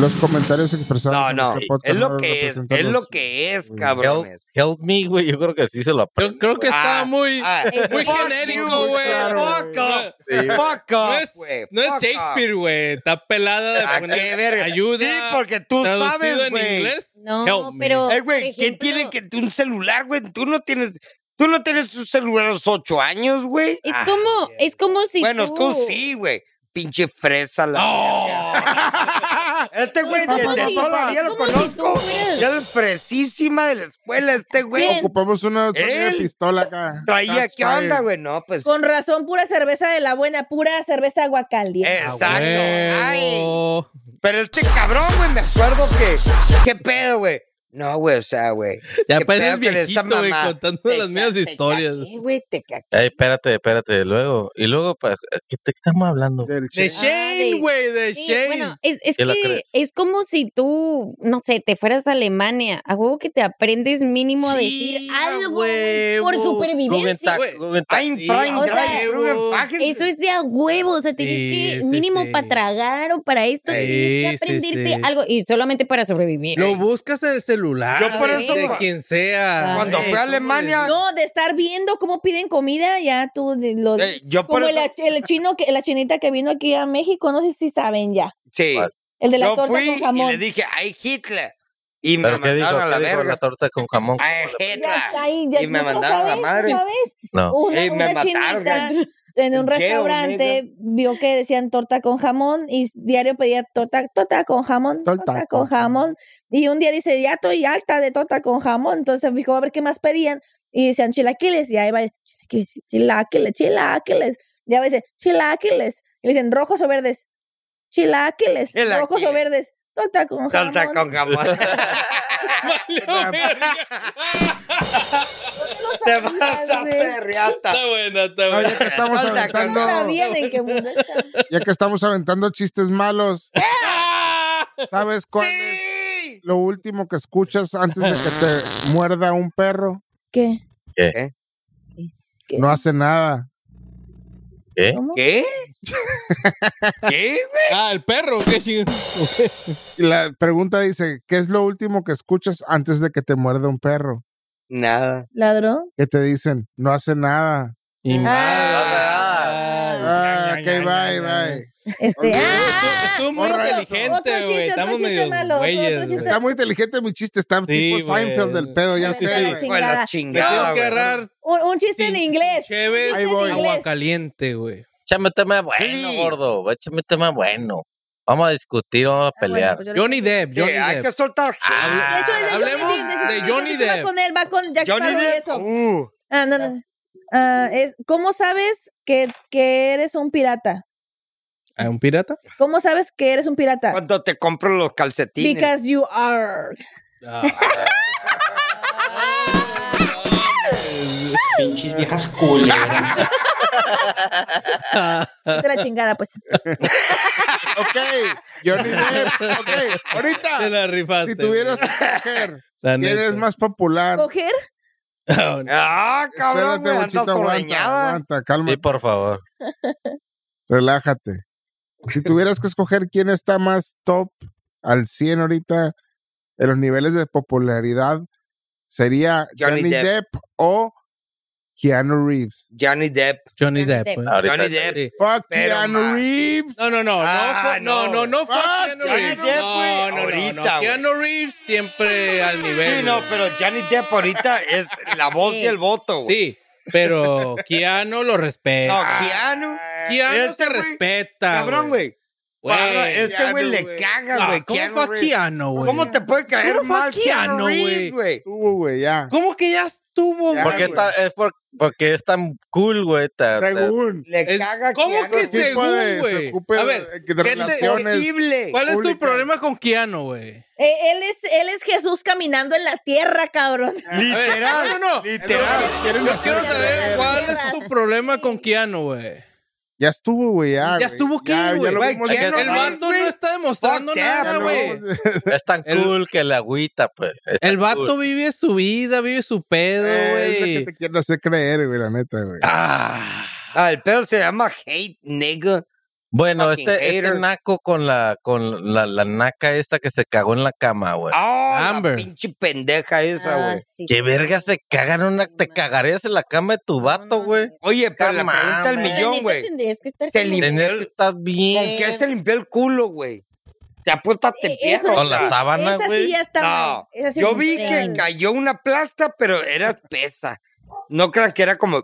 [SPEAKER 4] Los comentarios expresados.
[SPEAKER 2] No,
[SPEAKER 4] en
[SPEAKER 2] no. eh,
[SPEAKER 4] este podcast
[SPEAKER 2] Es lo
[SPEAKER 4] no
[SPEAKER 2] que es,
[SPEAKER 4] representan
[SPEAKER 2] es lo
[SPEAKER 4] los-
[SPEAKER 2] que es,
[SPEAKER 4] Help-
[SPEAKER 2] cabrones.
[SPEAKER 3] Help, help me, güey. Yo creo que sí se lo
[SPEAKER 7] Yo
[SPEAKER 3] aprendo.
[SPEAKER 7] creo que está
[SPEAKER 2] Ah,
[SPEAKER 7] muy,
[SPEAKER 2] Ah,
[SPEAKER 7] muy
[SPEAKER 2] fuck
[SPEAKER 7] genérico,
[SPEAKER 2] you,
[SPEAKER 7] güey.
[SPEAKER 2] Fuck off. Fuck
[SPEAKER 7] No
[SPEAKER 2] off,
[SPEAKER 7] es,
[SPEAKER 2] güey.
[SPEAKER 7] no es
[SPEAKER 2] Fuck off.
[SPEAKER 7] Shakespeare, güey. Está pelada de
[SPEAKER 2] ¿A
[SPEAKER 7] poner
[SPEAKER 2] qué verga?
[SPEAKER 7] ayuda.
[SPEAKER 2] Sí, porque tú
[SPEAKER 7] traducido
[SPEAKER 2] sabes,
[SPEAKER 7] en
[SPEAKER 2] güey.
[SPEAKER 7] inglés.
[SPEAKER 6] No,
[SPEAKER 7] Help me.
[SPEAKER 6] pero.
[SPEAKER 2] Eh,
[SPEAKER 6] por
[SPEAKER 2] güey, ¿quién
[SPEAKER 6] ejemplo,
[SPEAKER 2] tiene que un celular, güey? Tú no tienes, tú no tienes un celular a los ocho años, güey.
[SPEAKER 6] Es
[SPEAKER 2] Ah,
[SPEAKER 6] como, es como si.
[SPEAKER 2] bueno, tú, sí, güey. Pinche fresa la.
[SPEAKER 7] No.
[SPEAKER 2] verga. este güey
[SPEAKER 6] Es
[SPEAKER 2] de,
[SPEAKER 6] como
[SPEAKER 2] de
[SPEAKER 6] si-
[SPEAKER 2] toda la vida
[SPEAKER 6] es
[SPEAKER 2] lo
[SPEAKER 6] como si
[SPEAKER 2] conozco.
[SPEAKER 6] tú fueras-
[SPEAKER 2] Ya es fresísima de la escuela, este güey.
[SPEAKER 6] Bien.
[SPEAKER 4] Ocupamos una sonido de
[SPEAKER 2] Él
[SPEAKER 4] pistola acá.
[SPEAKER 2] Traía,
[SPEAKER 4] Shots
[SPEAKER 2] ¿qué onda,
[SPEAKER 4] fired.
[SPEAKER 2] güey? No, pues.
[SPEAKER 1] Con razón, pura cerveza de la buena, pura cerveza agua caliente.
[SPEAKER 2] Exacto.
[SPEAKER 7] Ah,
[SPEAKER 2] Ay.
[SPEAKER 7] huevo.
[SPEAKER 2] Pero este cabrón, güey, me acuerdo que. ¿Qué pedo, güey? No, güey, o sea, güey.
[SPEAKER 7] Ya
[SPEAKER 2] ¿Qué
[SPEAKER 7] pareces
[SPEAKER 2] pedo con esa
[SPEAKER 7] viejito, güey,
[SPEAKER 2] mamá?
[SPEAKER 7] contando
[SPEAKER 2] Te
[SPEAKER 7] las
[SPEAKER 2] ca-
[SPEAKER 7] mismas
[SPEAKER 2] te
[SPEAKER 7] historias. Eh,
[SPEAKER 2] caqué, güey, te caqué.
[SPEAKER 3] Ey, espérate, espérate. Luego, y luego, pa- ¿qué te estamos hablando?
[SPEAKER 4] Del
[SPEAKER 7] De
[SPEAKER 4] che-
[SPEAKER 7] Shane,
[SPEAKER 6] Ah, de-
[SPEAKER 7] güey, de
[SPEAKER 6] Sí,
[SPEAKER 7] Shane.
[SPEAKER 6] bueno, es, es
[SPEAKER 3] ¿Qué la
[SPEAKER 6] que
[SPEAKER 3] crees?
[SPEAKER 6] es como si tú, no sé, te fueras a Alemania. A huevo que te aprendes mínimo a
[SPEAKER 7] Sí,
[SPEAKER 6] decir
[SPEAKER 7] a
[SPEAKER 6] algo güey, por
[SPEAKER 3] Guggen
[SPEAKER 7] huevo.
[SPEAKER 6] supervivencia.
[SPEAKER 3] Tag,
[SPEAKER 7] güey.
[SPEAKER 3] Guggen Tag.
[SPEAKER 2] Ein
[SPEAKER 7] Sí,
[SPEAKER 2] Freund,
[SPEAKER 6] o sea,
[SPEAKER 2] Drive, Ruben,
[SPEAKER 7] huevo.
[SPEAKER 2] pájense.
[SPEAKER 6] Eso es de a huevo, o sea, tienes
[SPEAKER 7] Sí,
[SPEAKER 6] que
[SPEAKER 7] sí,
[SPEAKER 6] mínimo
[SPEAKER 7] sí.
[SPEAKER 6] para tragar o para esto,
[SPEAKER 7] Sí,
[SPEAKER 6] tienes
[SPEAKER 7] sí,
[SPEAKER 6] que aprenderte
[SPEAKER 7] sí.
[SPEAKER 6] algo y solamente para sobrevivir.
[SPEAKER 7] Lo buscas en el celular.
[SPEAKER 2] Yo por
[SPEAKER 7] güey,
[SPEAKER 2] eso
[SPEAKER 7] De
[SPEAKER 2] cu-
[SPEAKER 7] quien sea.
[SPEAKER 2] cuando
[SPEAKER 7] güey,
[SPEAKER 2] fui a
[SPEAKER 7] ¿cómo
[SPEAKER 2] Alemania-
[SPEAKER 7] les-
[SPEAKER 1] No, de estar viendo cómo piden comida, ya tú de- lo
[SPEAKER 2] Eh, yo por
[SPEAKER 1] Como el,
[SPEAKER 2] eso.
[SPEAKER 1] ach- el chino, que, la chinita que vino aquí a México, no sé si saben ya.
[SPEAKER 2] Sí.
[SPEAKER 1] El de la
[SPEAKER 2] Yo
[SPEAKER 1] torta
[SPEAKER 2] fui
[SPEAKER 1] con
[SPEAKER 2] y le
[SPEAKER 1] jamón.
[SPEAKER 2] dije, ¡ay, Hitler! Y me
[SPEAKER 3] ¿Pero qué dijo?
[SPEAKER 2] mandaron a la
[SPEAKER 3] ¿Qué dijo
[SPEAKER 2] verga.
[SPEAKER 3] la torta con jamón?
[SPEAKER 2] ¡Ay,
[SPEAKER 1] Ya está
[SPEAKER 2] Hitler!
[SPEAKER 1] ahí, ya-
[SPEAKER 2] Y me
[SPEAKER 1] ¿no
[SPEAKER 2] mandaron a la
[SPEAKER 1] sabes? ¿No
[SPEAKER 2] madre.
[SPEAKER 1] sabes?
[SPEAKER 3] No.
[SPEAKER 1] Una,
[SPEAKER 2] Ey, me
[SPEAKER 1] una
[SPEAKER 2] mataron,
[SPEAKER 1] chinita en un
[SPEAKER 2] Qué
[SPEAKER 1] restaurante vio que decían torta con jamón y diario pedía torta, torta con jamón,
[SPEAKER 4] Torta
[SPEAKER 1] torta,
[SPEAKER 4] con
[SPEAKER 1] con jamón. Y un día dice, ya estoy alta de torta con jamón. Entonces dijo, a ver qué más pedían. Y decían chilaquiles. Y ahí va, chilaquiles, chilaquiles, chilaquiles. Ya va y dice, chilaquiles. Y le dicen, rojos o verdes. Chilaquiles,
[SPEAKER 2] Chilaquiles.
[SPEAKER 1] rojos o verdes. Torta con jamón.
[SPEAKER 2] Torta con jamón.
[SPEAKER 7] Valió verga.
[SPEAKER 1] No
[SPEAKER 2] Te
[SPEAKER 1] sabías,
[SPEAKER 2] vas a
[SPEAKER 1] güey.
[SPEAKER 2] perriata.
[SPEAKER 7] Está buena, está
[SPEAKER 4] No,
[SPEAKER 7] buena.
[SPEAKER 4] ya que estamos
[SPEAKER 2] Falta
[SPEAKER 1] ¿Cómo
[SPEAKER 4] aventando,
[SPEAKER 1] sabían en qué mundo están?
[SPEAKER 4] ya que estamos aventando chistes malos, ¿sabes cuál es
[SPEAKER 2] ¡Sí!
[SPEAKER 4] lo último que escuchas antes de que te muerda un perro?
[SPEAKER 1] ¿Qué? ¿Qué?
[SPEAKER 4] No hace nada.
[SPEAKER 3] ¿Qué?
[SPEAKER 1] ¿Cómo?
[SPEAKER 2] ¿Qué? ¿Qué, güey?
[SPEAKER 7] Ah, el perro, qué chingón.
[SPEAKER 4] Y la pregunta dice, ¿qué es lo último que escuchas antes de que te muerda un perro?
[SPEAKER 2] Nada.
[SPEAKER 1] ¿Ladrón?
[SPEAKER 4] Que te dicen, no hace nada.
[SPEAKER 7] Y
[SPEAKER 1] Ah.
[SPEAKER 4] Ah, ok, bye, bye.
[SPEAKER 1] Este,
[SPEAKER 7] Tú- Tú muy
[SPEAKER 4] Otro
[SPEAKER 7] inteligente,
[SPEAKER 1] chiste,
[SPEAKER 7] güey.
[SPEAKER 1] otro
[SPEAKER 7] Estamos
[SPEAKER 1] chiste
[SPEAKER 7] medio
[SPEAKER 1] malo, otro
[SPEAKER 7] güeyes.
[SPEAKER 1] chiste.
[SPEAKER 7] güey.
[SPEAKER 4] Está muy inteligente mi chiste, está tipo
[SPEAKER 7] güey.
[SPEAKER 4] Seinfeld del pedo, ya
[SPEAKER 1] Sí,
[SPEAKER 4] sé.
[SPEAKER 1] la chingada.
[SPEAKER 4] güey.
[SPEAKER 2] Fue la
[SPEAKER 7] Te tienes
[SPEAKER 2] chingada,
[SPEAKER 7] que
[SPEAKER 2] güey.
[SPEAKER 7] agarrar
[SPEAKER 1] un, un chiste en
[SPEAKER 7] sin-
[SPEAKER 1] inglés.
[SPEAKER 7] sin cheves,
[SPEAKER 1] Un
[SPEAKER 4] Ahí
[SPEAKER 1] chiste
[SPEAKER 4] voy.
[SPEAKER 1] en
[SPEAKER 7] agua
[SPEAKER 1] inglés.
[SPEAKER 7] caliente, güey.
[SPEAKER 3] Échame tema bueno,
[SPEAKER 2] Please.
[SPEAKER 3] gordo. Échame tema bueno. Vamos a discutir, vamos a
[SPEAKER 1] Ah, bueno,
[SPEAKER 3] pelear.
[SPEAKER 1] pues yo le-
[SPEAKER 7] Johnny Depp,
[SPEAKER 2] Sí,
[SPEAKER 7] Johnny
[SPEAKER 2] hay que
[SPEAKER 7] Depp.
[SPEAKER 2] soltar. Ah,
[SPEAKER 1] De hecho, es de
[SPEAKER 7] Hablemos
[SPEAKER 1] Johnny Depp.
[SPEAKER 7] de
[SPEAKER 1] ese
[SPEAKER 7] Johnny
[SPEAKER 1] capítulo
[SPEAKER 7] Depp. Oh.
[SPEAKER 1] Con él va con Jack
[SPEAKER 2] Johnny
[SPEAKER 1] Sparrow y
[SPEAKER 2] Depp.
[SPEAKER 1] eso.
[SPEAKER 2] Uh,
[SPEAKER 1] Ah, no, no, no. Ah, es, ¿Cómo sabes que, que eres un pirata?
[SPEAKER 7] ¿A un pirata?
[SPEAKER 1] ¿Cómo sabes que eres un pirata?
[SPEAKER 2] cuando te compro los calcetines.
[SPEAKER 1] Because you are.
[SPEAKER 8] Pinches viejas culeras.
[SPEAKER 1] De la chingada, pues.
[SPEAKER 4] Ok, Johnny Depp, ok,
[SPEAKER 7] Te
[SPEAKER 4] ahorita,
[SPEAKER 7] la rifaste.
[SPEAKER 4] si tuvieras que
[SPEAKER 7] güey.
[SPEAKER 4] coger,
[SPEAKER 7] La
[SPEAKER 4] ¿quién
[SPEAKER 7] neta.
[SPEAKER 4] es más popular?
[SPEAKER 1] ¿Coger?
[SPEAKER 2] Ah, Oh, cabrón,
[SPEAKER 4] Espérate,
[SPEAKER 2] güey, ando
[SPEAKER 4] Bochito, aguanta,
[SPEAKER 2] ordeñada.
[SPEAKER 4] aguanta,
[SPEAKER 3] Sí,
[SPEAKER 4] cálmate,
[SPEAKER 3] por favor.
[SPEAKER 4] relájate. Si tuvieras que escoger quién está más top al 100 ahorita en los niveles de popularidad, sería
[SPEAKER 2] Johnny
[SPEAKER 4] Johnny,
[SPEAKER 2] Depp.
[SPEAKER 4] Depp. o Keanu Reeves.
[SPEAKER 2] Johnny Depp.
[SPEAKER 7] Johnny
[SPEAKER 6] Johnny
[SPEAKER 7] Depp,
[SPEAKER 6] Depp.
[SPEAKER 7] güey.
[SPEAKER 3] Ahorita.
[SPEAKER 2] Johnny Depp.
[SPEAKER 7] Sí.
[SPEAKER 4] Fuck
[SPEAKER 2] Pero,
[SPEAKER 4] Keanu
[SPEAKER 2] man.
[SPEAKER 4] Reeves.
[SPEAKER 7] No, no, no, no,
[SPEAKER 2] Ah,
[SPEAKER 7] fue- no,
[SPEAKER 2] no.
[SPEAKER 7] no, no, fue
[SPEAKER 4] Ah,
[SPEAKER 7] Keanu
[SPEAKER 2] Johnny
[SPEAKER 7] Reeves.
[SPEAKER 2] Depp, güey.
[SPEAKER 7] no, no, no,
[SPEAKER 2] Ahorita,
[SPEAKER 7] no, Keanu Reeves siempre al nivel.
[SPEAKER 2] Sí, no,
[SPEAKER 7] güey.
[SPEAKER 2] pero Johnny Depp ahorita es la voz
[SPEAKER 6] Sí.
[SPEAKER 2] y el voto, güey.
[SPEAKER 7] Sí, pero Keanu lo
[SPEAKER 2] No,
[SPEAKER 7] respeta.
[SPEAKER 2] Keanu.
[SPEAKER 7] Keanu
[SPEAKER 2] este
[SPEAKER 7] se
[SPEAKER 2] güey,
[SPEAKER 7] respeta.
[SPEAKER 2] Cabrón, güey.
[SPEAKER 7] Güey.
[SPEAKER 2] Cabrón, Este güey le caga,
[SPEAKER 7] Ah,
[SPEAKER 2] güey.
[SPEAKER 7] ¿Cómo
[SPEAKER 2] Keanu
[SPEAKER 7] fue
[SPEAKER 2] Reeves.
[SPEAKER 7] Keanu, güey?
[SPEAKER 2] ¿Cómo te puede caer
[SPEAKER 7] ¿Cómo fue
[SPEAKER 2] mal
[SPEAKER 7] Keanu,
[SPEAKER 2] Keanu Reeves,
[SPEAKER 7] güey?
[SPEAKER 2] güey?
[SPEAKER 4] Estuvo, güey, ya.
[SPEAKER 7] ¿Cómo que ya estuvo,
[SPEAKER 2] Ya, ¿Por
[SPEAKER 7] güey.
[SPEAKER 3] Porque,
[SPEAKER 2] qué
[SPEAKER 3] está, es por- porque es tan cool, güey. ta- ta-
[SPEAKER 4] Según.
[SPEAKER 2] Le
[SPEAKER 7] Es-
[SPEAKER 2] caga
[SPEAKER 7] ¿Cómo
[SPEAKER 2] Keanu
[SPEAKER 7] que
[SPEAKER 2] Reeves.
[SPEAKER 7] se- Según, güey.
[SPEAKER 4] se ocupe
[SPEAKER 7] A
[SPEAKER 4] de,
[SPEAKER 7] ver,
[SPEAKER 4] de
[SPEAKER 7] ¿qué te-
[SPEAKER 4] relaciones.
[SPEAKER 2] Horrible.
[SPEAKER 7] ¿Cuál es tu
[SPEAKER 4] públicas.
[SPEAKER 7] problema con Keanu, güey?
[SPEAKER 1] Eh, él, es, él es Jesús caminando en la tierra, cabrón.
[SPEAKER 7] A ver,
[SPEAKER 2] Literal.
[SPEAKER 7] No, no, no.
[SPEAKER 2] Literal.
[SPEAKER 4] Quieren
[SPEAKER 7] Yo
[SPEAKER 4] hacer
[SPEAKER 7] quiero saber
[SPEAKER 4] creer.
[SPEAKER 7] cuál es tu problema con Keanu, güey.
[SPEAKER 4] Ya estuvo, güey. Ya,
[SPEAKER 7] Ya
[SPEAKER 4] Ah, güey.
[SPEAKER 7] estuvo qué,
[SPEAKER 4] Ya- ya
[SPEAKER 7] güey.
[SPEAKER 4] lo
[SPEAKER 2] Güey,
[SPEAKER 4] vimos.
[SPEAKER 2] ¿quién
[SPEAKER 3] no
[SPEAKER 7] El
[SPEAKER 3] mames,
[SPEAKER 7] vato no está demostrando
[SPEAKER 2] Fuck yeah,
[SPEAKER 7] nada,
[SPEAKER 2] no.
[SPEAKER 7] güey.
[SPEAKER 3] Es tan
[SPEAKER 7] El-
[SPEAKER 3] cool que la agüita, pues. es tan
[SPEAKER 7] El
[SPEAKER 3] cool.
[SPEAKER 7] vato vive su vida, vive su pedo,
[SPEAKER 4] Eh, es lo que
[SPEAKER 7] güey.
[SPEAKER 4] te quieren hacer creer, güey, la neta, güey.
[SPEAKER 2] Ah, el pedo se llama hate, nigga.
[SPEAKER 3] Bueno,
[SPEAKER 2] fucking
[SPEAKER 3] este, este
[SPEAKER 2] hater.
[SPEAKER 3] naco con la con la, la naca esta que se cagó en la cama, güey.
[SPEAKER 2] Ah,
[SPEAKER 7] Amber.
[SPEAKER 2] la pinche pendeja esa,
[SPEAKER 6] Ah,
[SPEAKER 2] güey.
[SPEAKER 6] sí.
[SPEAKER 3] ¿Qué verga se cagan una te cagarías en la cama de tu vato, güey?
[SPEAKER 2] Oye, pero la
[SPEAKER 3] Come
[SPEAKER 2] pregunta
[SPEAKER 3] on,
[SPEAKER 2] del
[SPEAKER 3] man.
[SPEAKER 6] La
[SPEAKER 2] millón,
[SPEAKER 6] neta
[SPEAKER 2] güey.
[SPEAKER 6] tendrías que estar
[SPEAKER 2] Se
[SPEAKER 6] como-
[SPEAKER 2] limpió
[SPEAKER 3] Tener que estar bien
[SPEAKER 2] ¿Con qué se limpió el culo, güey? Te apuestas te
[SPEAKER 1] Sí,
[SPEAKER 2] pierdo.
[SPEAKER 1] E, eso
[SPEAKER 3] con la sábana,
[SPEAKER 1] Esa sí
[SPEAKER 3] güey.
[SPEAKER 1] ya está
[SPEAKER 2] No,
[SPEAKER 1] mal. Esa sí
[SPEAKER 2] Yo
[SPEAKER 1] está
[SPEAKER 2] vi
[SPEAKER 1] mal.
[SPEAKER 2] que cayó una plasta, pero era pesa. No crean que era como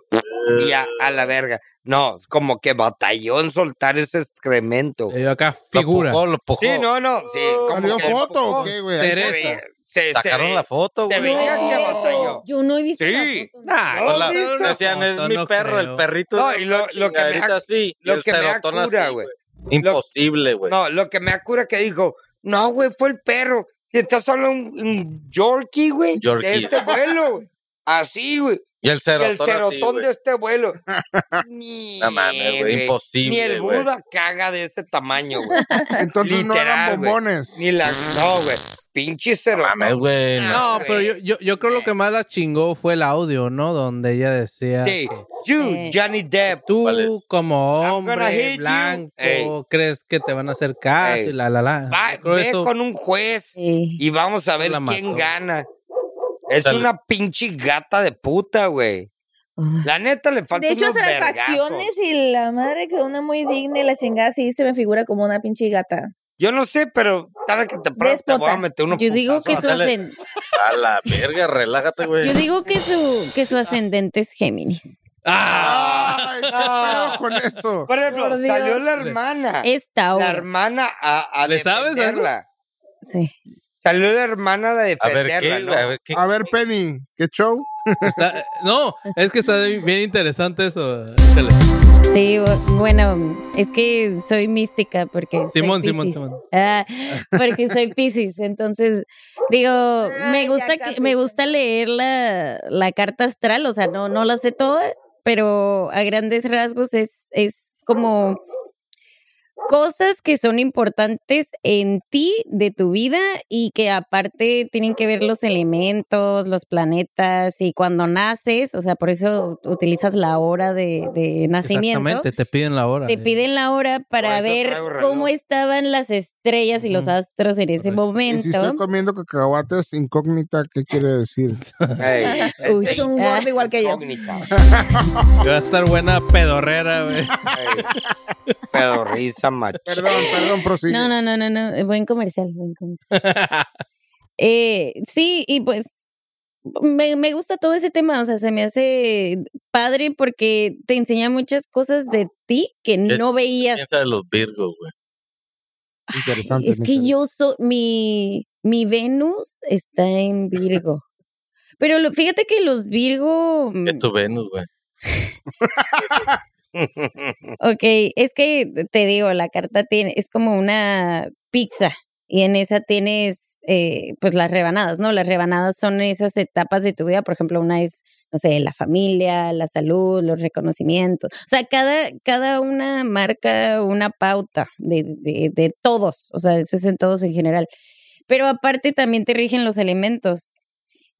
[SPEAKER 2] y a, a la verga. No, es como que batalló en soltar ese excremento.
[SPEAKER 7] Yo acá
[SPEAKER 3] Lo
[SPEAKER 7] figura.
[SPEAKER 3] pujó, lo pujó.
[SPEAKER 2] Sí, no, no, sí. como
[SPEAKER 4] ¿Salió
[SPEAKER 2] que-
[SPEAKER 4] foto o qué, güey?
[SPEAKER 2] Se
[SPEAKER 7] Cereza.
[SPEAKER 2] veía, se- se
[SPEAKER 3] Sacaron
[SPEAKER 2] ve-
[SPEAKER 3] la foto,
[SPEAKER 2] se
[SPEAKER 3] güey.
[SPEAKER 2] veía que
[SPEAKER 6] Cierto,
[SPEAKER 2] batalló.
[SPEAKER 6] Yo no he visto la
[SPEAKER 2] Sí.
[SPEAKER 6] foto, no.
[SPEAKER 7] Nah,
[SPEAKER 2] No,
[SPEAKER 7] con la-
[SPEAKER 2] ¿viste?
[SPEAKER 3] Decían, es
[SPEAKER 7] no
[SPEAKER 3] mi perro,
[SPEAKER 7] creo.
[SPEAKER 3] el perrito.
[SPEAKER 2] No,
[SPEAKER 3] era
[SPEAKER 2] y lo-
[SPEAKER 3] una
[SPEAKER 2] lo que me da-
[SPEAKER 3] chingaderita así, y
[SPEAKER 2] lo
[SPEAKER 3] el
[SPEAKER 2] que me da
[SPEAKER 3] cerotón así,
[SPEAKER 2] cura, güey.
[SPEAKER 3] Imposible, güey.
[SPEAKER 2] No, lo que me acura que dijo, no, güey, fue el perro. Y entonces habla un, un Yorkie, güey.
[SPEAKER 3] Yorkie.
[SPEAKER 2] De este vuelo, güey. Así, güey.
[SPEAKER 3] y el
[SPEAKER 2] El
[SPEAKER 3] cerotón, así,
[SPEAKER 2] cerotón
[SPEAKER 3] güey.
[SPEAKER 2] de este vuelo. Ni,
[SPEAKER 3] No mames, güey, imposible,
[SPEAKER 2] Ni el
[SPEAKER 3] güey.
[SPEAKER 2] Buda caga de ese tamaño, güey.
[SPEAKER 4] Entonces no
[SPEAKER 2] Literal,
[SPEAKER 4] eran
[SPEAKER 2] güey.
[SPEAKER 4] bombones.
[SPEAKER 2] Ni la... No, güey. Pinche cerotón.
[SPEAKER 3] Mames, güey. no.
[SPEAKER 7] No,
[SPEAKER 2] güey.
[SPEAKER 7] pero yo, yo, yo creo lo que más la chingó fue el audio, ¿no? Donde ella decía,
[SPEAKER 2] Sí. You,
[SPEAKER 6] Sí.
[SPEAKER 2] Johnny Depp.
[SPEAKER 3] ¿Cuál
[SPEAKER 7] tú
[SPEAKER 3] es?
[SPEAKER 7] como
[SPEAKER 2] I'm gonna hit
[SPEAKER 7] hombre
[SPEAKER 2] you.
[SPEAKER 7] blanco
[SPEAKER 2] Ey.
[SPEAKER 7] crees que te van a hacer caso
[SPEAKER 2] Ey.
[SPEAKER 7] y la la la.
[SPEAKER 2] Va,
[SPEAKER 7] Yo creo
[SPEAKER 2] ve
[SPEAKER 7] eso-
[SPEAKER 2] con un juez
[SPEAKER 6] Sí.
[SPEAKER 2] y vamos a ver
[SPEAKER 7] La mató.
[SPEAKER 2] quién gana. Es
[SPEAKER 3] Sal-
[SPEAKER 2] una pinche gata de puta, güey.
[SPEAKER 6] Ah.
[SPEAKER 2] La neta le falta
[SPEAKER 1] De hecho,
[SPEAKER 2] unos
[SPEAKER 1] las
[SPEAKER 2] vergazos.
[SPEAKER 1] facciones y la madre que una muy digna y la chingada sí se me figura como una pinche gata.
[SPEAKER 2] Yo no sé, pero tarde que temprano te voy a
[SPEAKER 1] Déspota.
[SPEAKER 2] meter unos
[SPEAKER 6] Yo digo que
[SPEAKER 2] putazos.
[SPEAKER 6] su
[SPEAKER 3] dale.
[SPEAKER 6] ascend-
[SPEAKER 3] A la verga, relájate,
[SPEAKER 6] yo
[SPEAKER 3] güey.
[SPEAKER 6] digo que su que su ascendente es Géminis.
[SPEAKER 7] Ah,
[SPEAKER 4] Ay, ¿qué pedo con eso?
[SPEAKER 2] Por ejemplo,
[SPEAKER 1] Por
[SPEAKER 2] salió
[SPEAKER 1] Dios.
[SPEAKER 2] la hermana.
[SPEAKER 6] Es Tauro.
[SPEAKER 2] Ah, La hermana a, a
[SPEAKER 7] ¿Le sabes a eso?
[SPEAKER 2] defenderla.
[SPEAKER 6] Sí.
[SPEAKER 2] Salió la hermana a
[SPEAKER 3] A ver
[SPEAKER 2] defenderla,
[SPEAKER 3] qué,
[SPEAKER 2] ¿no?
[SPEAKER 3] a ver qué.
[SPEAKER 4] A ver, Penny, ¿qué show?
[SPEAKER 7] Está- no, es que está bien interesante eso. Échale.
[SPEAKER 6] Sí, bu- bueno, es que soy mística porque soy
[SPEAKER 7] Simón, Simón,
[SPEAKER 6] Piscis.
[SPEAKER 7] Simón.
[SPEAKER 6] Ah, porque soy Piscis, entonces digo,
[SPEAKER 1] Ay,
[SPEAKER 6] me
[SPEAKER 1] ya
[SPEAKER 6] gusta que, me
[SPEAKER 1] capiche.
[SPEAKER 6] gusta leer la, la carta astral, o sea, no no la sé toda, pero a grandes rasgos es es como cosas que son importantes en ti, de tu vida y que aparte tienen que ver los elementos, los planetas y cuando naces, o sea, por eso utilizas la hora de, de nacimiento.
[SPEAKER 7] Exactamente, te piden la hora.
[SPEAKER 6] Te
[SPEAKER 7] eh.
[SPEAKER 6] piden la hora para
[SPEAKER 2] eso
[SPEAKER 6] ver
[SPEAKER 2] traigo reloj.
[SPEAKER 6] cómo estaban las estrellas y los
[SPEAKER 7] Ujú.
[SPEAKER 6] astros en ese
[SPEAKER 7] Correcto.
[SPEAKER 4] Y si estoy
[SPEAKER 6] momento.
[SPEAKER 4] comiendo cacahuates incógnita, ¿qué quiere decir?
[SPEAKER 2] Ey,
[SPEAKER 6] Uy.
[SPEAKER 1] Es un gordo igual que yo.
[SPEAKER 2] incógnita.
[SPEAKER 7] Va a estar buena pedorrera, güey.
[SPEAKER 2] Ey. Pedorrisa, macho.
[SPEAKER 4] Perdón, perdón, prosigue.
[SPEAKER 6] No, no, no, no, no. eh, Buen comercial, buen comercial. Eh, sí, y pues me, me gusta todo ese tema. O sea, se me hace padre porque te enseña muchas cosas de ti que no veías.
[SPEAKER 3] Piensa de los virgos, güey.
[SPEAKER 4] Interesante.
[SPEAKER 6] Es que
[SPEAKER 4] interesante.
[SPEAKER 6] yo soy, mi, mi Venus está en Virgo. Pero lo- fíjate que los Virgo... mm,
[SPEAKER 3] Que es tu Venus, güey.
[SPEAKER 6] Ok, es que te digo, la carta tiene, es como una pizza y en esa tienes eh, pues las rebanadas, ¿no? Las rebanadas son esas etapas de tu vida, por ejemplo, una es, no sé, la familia, la salud, los reconocimientos, o sea, cada, cada una marca una pauta de, de, de todos, o sea, eso es en todos en general, pero aparte también te rigen los elementos.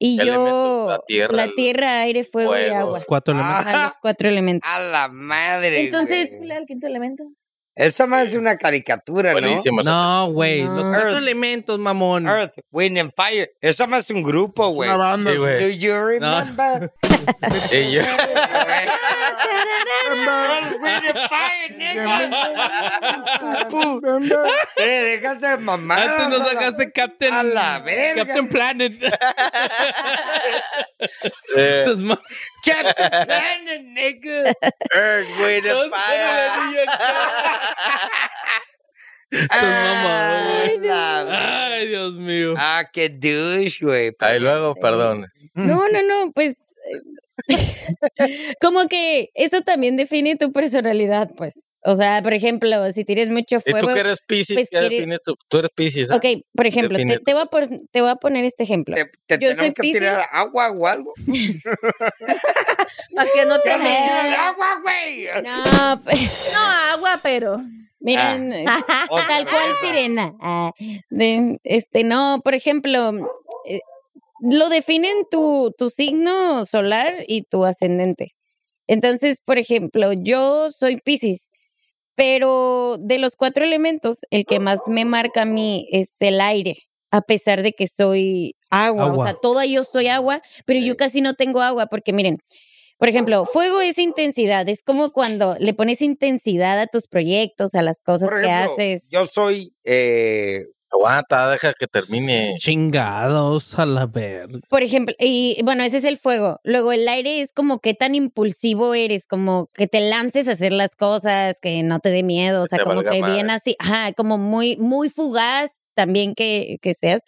[SPEAKER 6] Y yo,
[SPEAKER 3] Elementos, la tierra, el
[SPEAKER 6] tierra, aire, fuego y
[SPEAKER 3] fuego,
[SPEAKER 6] agua.
[SPEAKER 2] Ah,
[SPEAKER 7] Cuatro elementos.
[SPEAKER 6] Ajá, los cuatro elementos.
[SPEAKER 2] A la madre.
[SPEAKER 6] Entonces,
[SPEAKER 2] güey.
[SPEAKER 1] El quinto elemento.
[SPEAKER 2] Esa más es una caricatura,
[SPEAKER 3] Buenísimo.
[SPEAKER 7] No, güey. Los
[SPEAKER 6] No.
[SPEAKER 7] cuatro elementos, mamón.
[SPEAKER 2] ¿no? Earth, Wind and Fire. Esa más es un grupo,
[SPEAKER 4] Es
[SPEAKER 2] güey.
[SPEAKER 4] una banda.
[SPEAKER 3] Sí,
[SPEAKER 4] güey.
[SPEAKER 2] Do
[SPEAKER 3] güey.
[SPEAKER 2] you remember?
[SPEAKER 3] Y yo-
[SPEAKER 2] Earth, Wind and Fire, nigga. Pum, pum. Eh, déjate de mamar.
[SPEAKER 7] Antes no sacaste Captain.
[SPEAKER 2] a la verga.
[SPEAKER 7] Captain Planet.
[SPEAKER 3] Eh,
[SPEAKER 7] Esas ma-
[SPEAKER 2] Captain Planet, nigga. Eh,
[SPEAKER 3] Earth, Wind and
[SPEAKER 7] Todos
[SPEAKER 3] Fire.
[SPEAKER 7] ponen el anillo acá.
[SPEAKER 2] Ah,
[SPEAKER 7] mamadas,
[SPEAKER 2] la verga.
[SPEAKER 7] Ay, Dios mío.
[SPEAKER 2] Ah, qué douche, güey.
[SPEAKER 3] Ahí luego, perdón.
[SPEAKER 6] No, no, no, pues eh, como que eso también define tu personalidad, pues. O sea, por ejemplo, si tienes mucho
[SPEAKER 3] Y Eh, tú
[SPEAKER 6] fuego.
[SPEAKER 3] que eres Pisces,
[SPEAKER 6] pues,
[SPEAKER 3] ya
[SPEAKER 6] quiere-
[SPEAKER 3] define tu- tú eres Pisces. ¿ah?
[SPEAKER 6] Ok, por ejemplo,
[SPEAKER 3] define
[SPEAKER 6] te,
[SPEAKER 3] tu
[SPEAKER 6] te voy a por- te voy a poner este ejemplo.
[SPEAKER 2] Te, te
[SPEAKER 6] Yo soy
[SPEAKER 2] tenemos que
[SPEAKER 6] Piscis.
[SPEAKER 2] tirar agua o algo.
[SPEAKER 1] Para que no te
[SPEAKER 2] ¡Ya me
[SPEAKER 6] Eh.
[SPEAKER 2] tiró el
[SPEAKER 1] vean.
[SPEAKER 2] agua, güey!
[SPEAKER 6] No,
[SPEAKER 1] No agua, pero.
[SPEAKER 6] Miren,
[SPEAKER 3] Ah,
[SPEAKER 6] eh,
[SPEAKER 2] otra
[SPEAKER 6] tal cual
[SPEAKER 2] cosa.
[SPEAKER 6] sirena. Ah, de- este, no, por ejemplo, eh, lo definen tu, tu signo solar y tu ascendente. Entonces, por ejemplo, yo soy Pisces, pero de los cuatro elementos, el que más me marca a mí es el aire, a pesar de que soy agua. O
[SPEAKER 7] Agua.
[SPEAKER 6] sea, toda yo soy agua, pero yo casi no tengo agua, porque miren, por ejemplo, fuego es intensidad. Es como cuando le pones intensidad a tus proyectos, a las cosas
[SPEAKER 2] Por
[SPEAKER 6] que
[SPEAKER 2] ejemplo,
[SPEAKER 6] haces.
[SPEAKER 2] Yo soy. eh,
[SPEAKER 3] Aguanta, deja que termine.
[SPEAKER 7] Chingados a la verga.
[SPEAKER 6] Por ejemplo, y bueno, ese es el fuego. Luego el aire es como qué tan impulsivo eres, como que te lances a hacer las cosas, que no te dé miedo, o
[SPEAKER 3] Que
[SPEAKER 6] sea,
[SPEAKER 3] te
[SPEAKER 6] como
[SPEAKER 3] valga
[SPEAKER 6] que
[SPEAKER 3] madre.
[SPEAKER 6] bien así, ajá, como muy, muy fugaz también que, que seas.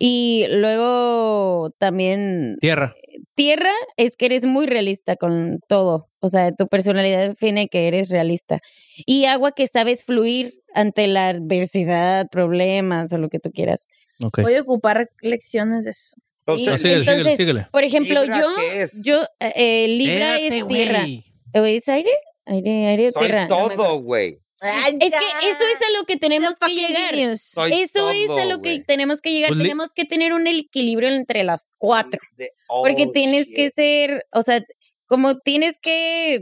[SPEAKER 6] Y luego también
[SPEAKER 7] Tierra.
[SPEAKER 6] tierra es que eres muy realista con todo. O sea, tu personalidad define que eres realista. Y agua que sabes fluir ante la adversidad, problemas o lo que tú quieras.
[SPEAKER 7] Ok.
[SPEAKER 1] Voy a ocupar lecciones de eso.
[SPEAKER 2] Entonces-
[SPEAKER 7] No,
[SPEAKER 6] Sí,
[SPEAKER 7] síguele, síguele,
[SPEAKER 6] entonces,
[SPEAKER 7] síguele.
[SPEAKER 6] por ejemplo,
[SPEAKER 2] ¿Libra
[SPEAKER 6] yo,
[SPEAKER 2] qué es?
[SPEAKER 6] yo, eh, eh, Libra
[SPEAKER 7] Espérate,
[SPEAKER 6] es tierra.
[SPEAKER 7] güey.
[SPEAKER 6] ¿O ¿Es aire? Aire, aire o
[SPEAKER 2] soy
[SPEAKER 6] tierra. No me acuerdo.
[SPEAKER 2] todo, güey.
[SPEAKER 6] es que eso es a lo que tenemos que llegar.
[SPEAKER 2] Soy
[SPEAKER 6] Eso es
[SPEAKER 2] todo,
[SPEAKER 6] a lo que
[SPEAKER 2] güey.
[SPEAKER 6] tenemos que llegar.
[SPEAKER 7] Pues li-
[SPEAKER 6] tenemos que tener un equilibrio entre las cuatro.
[SPEAKER 2] De- oh,
[SPEAKER 6] Porque tienes
[SPEAKER 2] shit.
[SPEAKER 6] que ser, o sea, como tienes que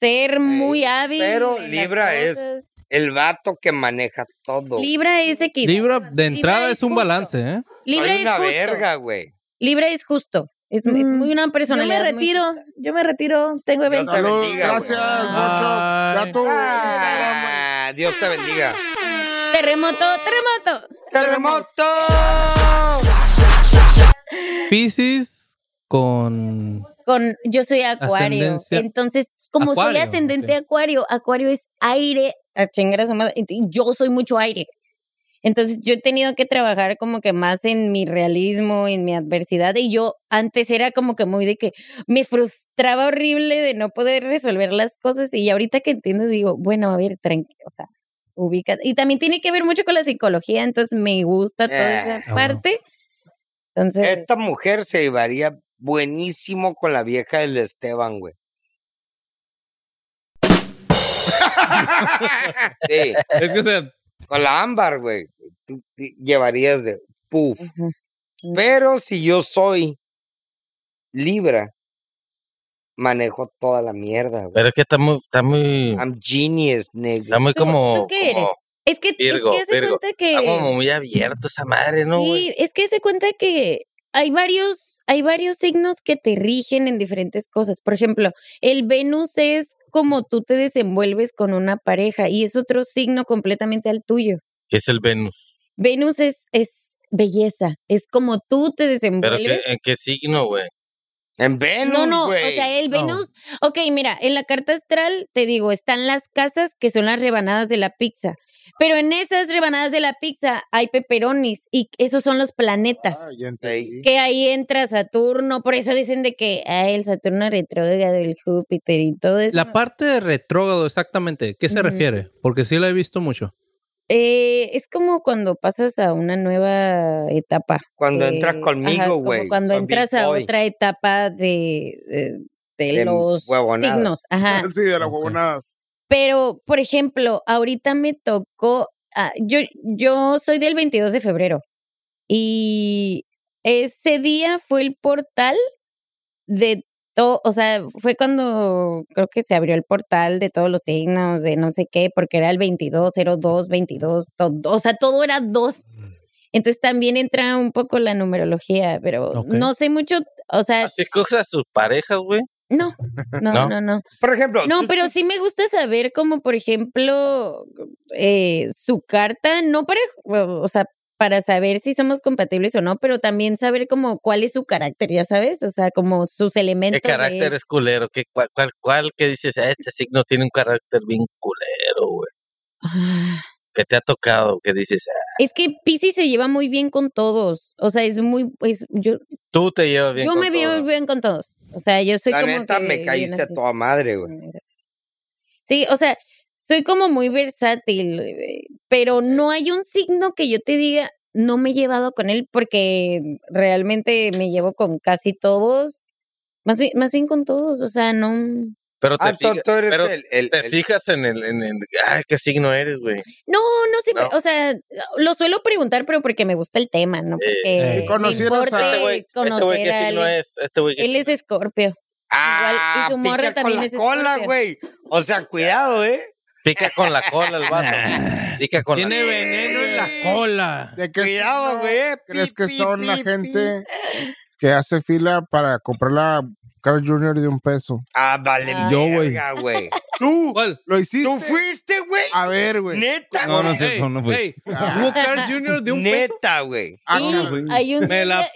[SPEAKER 6] ser muy hábil.
[SPEAKER 2] pero
[SPEAKER 6] en las
[SPEAKER 2] Libra es-
[SPEAKER 6] cosas.
[SPEAKER 2] El vato que maneja todo.
[SPEAKER 6] Libra es equidad.
[SPEAKER 7] Libra de entrada
[SPEAKER 6] es
[SPEAKER 7] es un
[SPEAKER 6] justo.
[SPEAKER 7] balance, ¿eh?
[SPEAKER 6] Libra
[SPEAKER 2] soy
[SPEAKER 6] es
[SPEAKER 2] una
[SPEAKER 6] justo.
[SPEAKER 2] verga, güey.
[SPEAKER 6] Libra es justo. Es, es
[SPEAKER 1] Mm.
[SPEAKER 6] muy una
[SPEAKER 1] Yo me
[SPEAKER 6] personalidad. muy
[SPEAKER 1] retiro,
[SPEAKER 6] justa.
[SPEAKER 1] yo me retiro, tengo
[SPEAKER 2] Dios
[SPEAKER 1] eventos. Ah,
[SPEAKER 2] te
[SPEAKER 4] Salud,
[SPEAKER 2] bendiga, güey.
[SPEAKER 4] gracias,
[SPEAKER 7] Ay.
[SPEAKER 4] Mocho. Ya tu Instagram, güey.
[SPEAKER 2] Ah, Dios te bendiga.
[SPEAKER 6] Terremoto, terremoto.
[SPEAKER 2] ¡Terremoto!
[SPEAKER 7] Pisces con
[SPEAKER 6] Con, yo soy acuario.
[SPEAKER 7] Ascendencia-
[SPEAKER 6] Entonces, como
[SPEAKER 7] Acuario,
[SPEAKER 6] soy ascendente
[SPEAKER 7] ok.
[SPEAKER 6] acuario, acuario es aire. A chingar a su madre. Ent- Yo soy mucho aire. Entonces yo he tenido que trabajar como que más en mi realismo, en mi adversidad. Y yo antes era como que muy de que me frustraba horrible de no poder resolver las cosas. Y ahorita que entiendo, digo, bueno, a ver, tranquilo, o sea, ubica. Y también tiene que ver mucho con la psicología, entonces me gusta
[SPEAKER 2] Ah,
[SPEAKER 6] toda
[SPEAKER 7] bueno.
[SPEAKER 6] esa parte. Entonces,
[SPEAKER 2] Esta mujer se llevaría buenísimo con la vieja del Esteban, güey. sí,
[SPEAKER 7] es que se
[SPEAKER 2] con la ámbar, güey. Tú te llevarías de puff.
[SPEAKER 6] Ujú.
[SPEAKER 2] Pero si yo soy Libra, manejo toda la mierda, güey.
[SPEAKER 3] Pero es que está muy, está muy,
[SPEAKER 2] I'm genius, nigga.
[SPEAKER 3] está muy
[SPEAKER 6] Ah, ¿tú,
[SPEAKER 3] como.
[SPEAKER 6] ¿tú qué eres?
[SPEAKER 3] como-
[SPEAKER 6] Es que, es que
[SPEAKER 3] Virgo,
[SPEAKER 6] hace
[SPEAKER 3] Virgo.
[SPEAKER 6] cuenta que...
[SPEAKER 3] Está como muy abierto esa madre, ¿no, güey?
[SPEAKER 6] Sí, es que se cuenta que hay varios, hay varios signos que te rigen en diferentes cosas. Por ejemplo, el Venus es como tú te desenvuelves con una pareja y es otro signo completamente al tuyo.
[SPEAKER 3] Que es el Venus.
[SPEAKER 6] Venus es, es belleza, es como tú te
[SPEAKER 3] Pero
[SPEAKER 6] desenvuelves.
[SPEAKER 3] ¿qué, ¿en qué signo, güey?
[SPEAKER 2] En Venus,
[SPEAKER 6] No, no, o
[SPEAKER 2] güey.
[SPEAKER 6] sea, el
[SPEAKER 7] No.
[SPEAKER 6] Venus. Ok, mira, en la carta astral, te digo, están las casas que son las rebanadas de la pizza. Pero en esas rebanadas de la pizza hay peperonis y esos son los planetas.
[SPEAKER 4] Ah, ya entendí.
[SPEAKER 6] que ahí entra Saturno, por eso dicen de que ay, el Saturno retrógrado, el Júpiter y todo eso.
[SPEAKER 7] la parte de retrógrado exactamente, ¿qué se
[SPEAKER 6] Ujú.
[SPEAKER 7] refiere? Porque sí la he visto mucho.
[SPEAKER 6] Eh, es como cuando pasas a una nueva etapa.
[SPEAKER 2] Cuando
[SPEAKER 6] eh,
[SPEAKER 2] entras
[SPEAKER 6] ajá,
[SPEAKER 2] conmigo,
[SPEAKER 6] como
[SPEAKER 2] güey.
[SPEAKER 6] Cuando
[SPEAKER 2] soy big
[SPEAKER 6] entras a
[SPEAKER 2] boy.
[SPEAKER 6] otra etapa de, de- de
[SPEAKER 2] De
[SPEAKER 6] los
[SPEAKER 2] huevonada.
[SPEAKER 6] signos. Ajá.
[SPEAKER 4] Sí, de las
[SPEAKER 7] Ok.
[SPEAKER 4] huevonadas.
[SPEAKER 6] Pero, por ejemplo, ahorita me tocó, ah, yo, yo soy del 22 de febrero y ese día fue el portal de todo, o sea, fue cuando creo que se abrió el portal de todos los signos, de no sé qué, porque era el 22, 02, 22, todo, o sea, todo era dos. Entonces también entra un poco la numerología, pero
[SPEAKER 7] Ok.
[SPEAKER 6] no sé mucho, o sea,
[SPEAKER 3] Así coge a sus parejas, güey.
[SPEAKER 6] no,
[SPEAKER 3] ¿No?
[SPEAKER 6] no, no, no.
[SPEAKER 2] Por ejemplo,
[SPEAKER 6] No,
[SPEAKER 2] tú-
[SPEAKER 6] pero sí me gusta saber como, por ejemplo, eh, su carta, no para, o sea, para saber si somos compatibles o no, pero también saber como cuál es su carácter, ya sabes, o sea, como sus
[SPEAKER 3] ¿Qué
[SPEAKER 6] elementos. de
[SPEAKER 3] carácter
[SPEAKER 6] él.
[SPEAKER 3] es culero? ¿Qué, cuál, cuál, cuál que dices, "Ah, este signo tiene un carácter bien culero, güey?
[SPEAKER 6] Ah,
[SPEAKER 3] ¿Qué te ha tocado? ¿Qué dices? "Ah,
[SPEAKER 6] Es que Pisces se lleva muy bien con todos, o sea, es muy, es, yo,
[SPEAKER 3] tú te llevas bien
[SPEAKER 6] yo
[SPEAKER 3] con
[SPEAKER 6] me veo
[SPEAKER 3] todo".
[SPEAKER 6] bien con todos. O sea, yo soy
[SPEAKER 2] La
[SPEAKER 6] como
[SPEAKER 2] neta,
[SPEAKER 6] que
[SPEAKER 2] me
[SPEAKER 6] bien
[SPEAKER 2] caíste a
[SPEAKER 6] así.
[SPEAKER 2] toda madre, güey.
[SPEAKER 6] Mm, Gracias. Sí, o sea, soy como muy versátil, eh, pero no hay un signo que yo te diga, no me he llevado con él, porque realmente me llevo con casi todos, más bien, más bien con todos, o sea, no...
[SPEAKER 3] Pero te,
[SPEAKER 2] Ah, tú,
[SPEAKER 3] fijas,
[SPEAKER 2] tú eres
[SPEAKER 3] pero
[SPEAKER 2] el, el-
[SPEAKER 3] te
[SPEAKER 2] el-
[SPEAKER 3] fijas en el, en el- Ay, qué signo eres, güey.
[SPEAKER 6] No, no siempre,
[SPEAKER 3] No.
[SPEAKER 6] o sea, lo suelo preguntar, pero porque me gusta el tema, ¿no? Porque
[SPEAKER 3] Eh,
[SPEAKER 6] me
[SPEAKER 4] conocieras a-
[SPEAKER 6] importe
[SPEAKER 3] Este güey, este güey,
[SPEAKER 6] conocer
[SPEAKER 3] ¿qué
[SPEAKER 6] a
[SPEAKER 3] signo
[SPEAKER 6] alguien.
[SPEAKER 3] es? Este güey, ¿qué
[SPEAKER 6] Él es escorpio.
[SPEAKER 2] Ah,
[SPEAKER 6] igual, y su morra
[SPEAKER 2] pica
[SPEAKER 6] también
[SPEAKER 2] con
[SPEAKER 6] es
[SPEAKER 2] la cola,
[SPEAKER 6] escorpio.
[SPEAKER 2] güey. O sea, cuidado, ¿eh?
[SPEAKER 3] Pica con la cola el vato. Pica con
[SPEAKER 7] Tiene
[SPEAKER 3] la
[SPEAKER 7] veneno en la cola.
[SPEAKER 4] ¿De qué
[SPEAKER 2] Cuidado,
[SPEAKER 4] signo
[SPEAKER 2] güey. Pi,
[SPEAKER 4] ¿Crees que
[SPEAKER 2] pi,
[SPEAKER 4] son la
[SPEAKER 2] pi,
[SPEAKER 4] gente que hace fila para comprar la Carl Jr. de un peso?
[SPEAKER 2] pi. Ah, vale,
[SPEAKER 6] Ah.
[SPEAKER 2] yo,
[SPEAKER 4] Yo, güey.
[SPEAKER 2] güey.
[SPEAKER 4] ¡Tú!
[SPEAKER 7] ¿Cuál?
[SPEAKER 4] ¿Lo hiciste?
[SPEAKER 2] ¿Tú fuiste, güey?
[SPEAKER 4] A ver, Ah, güey.
[SPEAKER 2] Neta,
[SPEAKER 5] No, no
[SPEAKER 2] güey.
[SPEAKER 5] es cierto, no fui.
[SPEAKER 7] Hey,
[SPEAKER 4] Ah.
[SPEAKER 7] ¿Hubo Carl Jr. de un peso?
[SPEAKER 2] Neta, güey.
[SPEAKER 4] Ah,
[SPEAKER 6] Y
[SPEAKER 4] no, güey.
[SPEAKER 6] hay un
[SPEAKER 7] Me la
[SPEAKER 6] día- el día de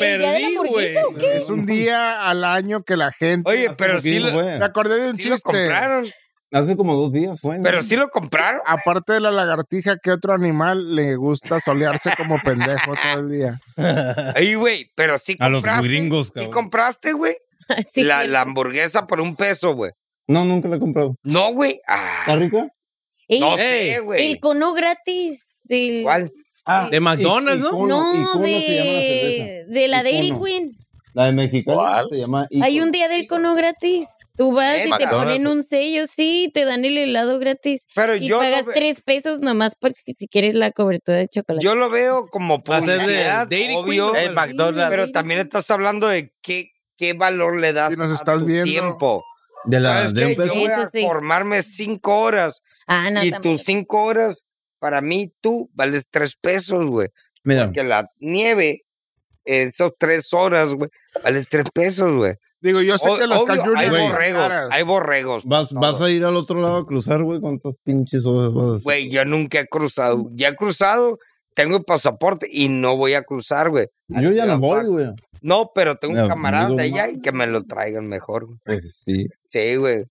[SPEAKER 7] perdí, güey.
[SPEAKER 6] hamburguesa, ¿o qué?
[SPEAKER 4] Es un día al año que la gente...
[SPEAKER 2] Oye, pero
[SPEAKER 5] Hace
[SPEAKER 2] sí
[SPEAKER 5] poquito
[SPEAKER 2] lo,
[SPEAKER 5] fue.
[SPEAKER 4] Me acordé de un
[SPEAKER 2] sí lo
[SPEAKER 4] chiste.
[SPEAKER 2] compraron.
[SPEAKER 5] Hace como dos días fue. ¿no?
[SPEAKER 2] Pero sí lo compraron.
[SPEAKER 4] Aparte de la lagartija, ¿qué otro animal le gusta solearse como pendejo todo el día?
[SPEAKER 2] Ay, güey, pero sí
[SPEAKER 5] A los
[SPEAKER 2] compraste.
[SPEAKER 5] gringos,
[SPEAKER 2] Sí
[SPEAKER 5] cabrón.
[SPEAKER 2] compraste, güey.
[SPEAKER 6] Sí,
[SPEAKER 2] la,
[SPEAKER 6] sí.
[SPEAKER 2] la hamburguesa por un peso, güey.
[SPEAKER 5] No, nunca la he comprado.
[SPEAKER 2] No, güey. Ah,
[SPEAKER 5] ¿Está rica?
[SPEAKER 6] Y
[SPEAKER 2] no
[SPEAKER 7] Ey,
[SPEAKER 2] sé, güey.
[SPEAKER 6] el cono gratis del
[SPEAKER 2] ¿Cuál?
[SPEAKER 7] De McDonald's, ¿no?
[SPEAKER 6] No,
[SPEAKER 5] Ah, cómo se llama la cerveza?
[SPEAKER 6] de, de la
[SPEAKER 5] ¿Y
[SPEAKER 6] Dairy
[SPEAKER 5] cono?
[SPEAKER 6] Queen.
[SPEAKER 5] La de Mexicali
[SPEAKER 3] ¿Cuál?
[SPEAKER 5] se llama Icono.
[SPEAKER 6] Hay un día del cono gratis. Tú vas y te
[SPEAKER 2] Neta.
[SPEAKER 6] ponen un sello, sí, te dan el helado gratis.
[SPEAKER 2] Pero
[SPEAKER 6] Y
[SPEAKER 2] yo,
[SPEAKER 6] pagas
[SPEAKER 2] lo ve-
[SPEAKER 6] tres pesos nomás por si, si quieres la cobertura de chocolate.
[SPEAKER 2] yo lo veo como
[SPEAKER 7] Va a ser de
[SPEAKER 2] publicidad,
[SPEAKER 7] Dairy Queen,
[SPEAKER 2] obvio.
[SPEAKER 7] ¿no?
[SPEAKER 3] Hey, McDonald's.
[SPEAKER 2] Pero también estás hablando de qué, qué valor le das
[SPEAKER 4] Si nos
[SPEAKER 2] a
[SPEAKER 4] estás
[SPEAKER 2] tu
[SPEAKER 4] viendo.
[SPEAKER 2] tiempo.
[SPEAKER 5] De la
[SPEAKER 2] ¿Sabes
[SPEAKER 5] de un
[SPEAKER 2] qué? Yo
[SPEAKER 5] peso.
[SPEAKER 2] voy a
[SPEAKER 6] Eso sí.
[SPEAKER 2] formarme cinco horas
[SPEAKER 6] ah, no,
[SPEAKER 2] y
[SPEAKER 6] tampoco.
[SPEAKER 2] tus cinco horas, para mí, tú vales tres pesos, güey.
[SPEAKER 5] Mira,
[SPEAKER 2] Que la nieve, esos tres horas, güey, vales tres pesos, güey.
[SPEAKER 4] Digo, yo sé
[SPEAKER 2] O-
[SPEAKER 4] que los Carl
[SPEAKER 2] obvio, hay
[SPEAKER 4] Jr. son
[SPEAKER 2] borregos,
[SPEAKER 4] caras.
[SPEAKER 2] hay borregos.
[SPEAKER 5] vas,
[SPEAKER 2] por
[SPEAKER 5] vas
[SPEAKER 2] todo.
[SPEAKER 5] a ir al otro lado a cruzar, güey, con tus pinches ojos. vas a hacer.
[SPEAKER 2] Güey, yo nunca he cruzado. Ya he cruzado, tengo el pasaporte y no voy a cruzar, güey.
[SPEAKER 5] Yo ya no voy, güey.
[SPEAKER 2] No, pero tengo un
[SPEAKER 5] No,
[SPEAKER 2] camarada
[SPEAKER 5] digo,
[SPEAKER 2] de allá y que me lo traigan mejor. güey.
[SPEAKER 5] Pues sí.
[SPEAKER 2] Sí, güey.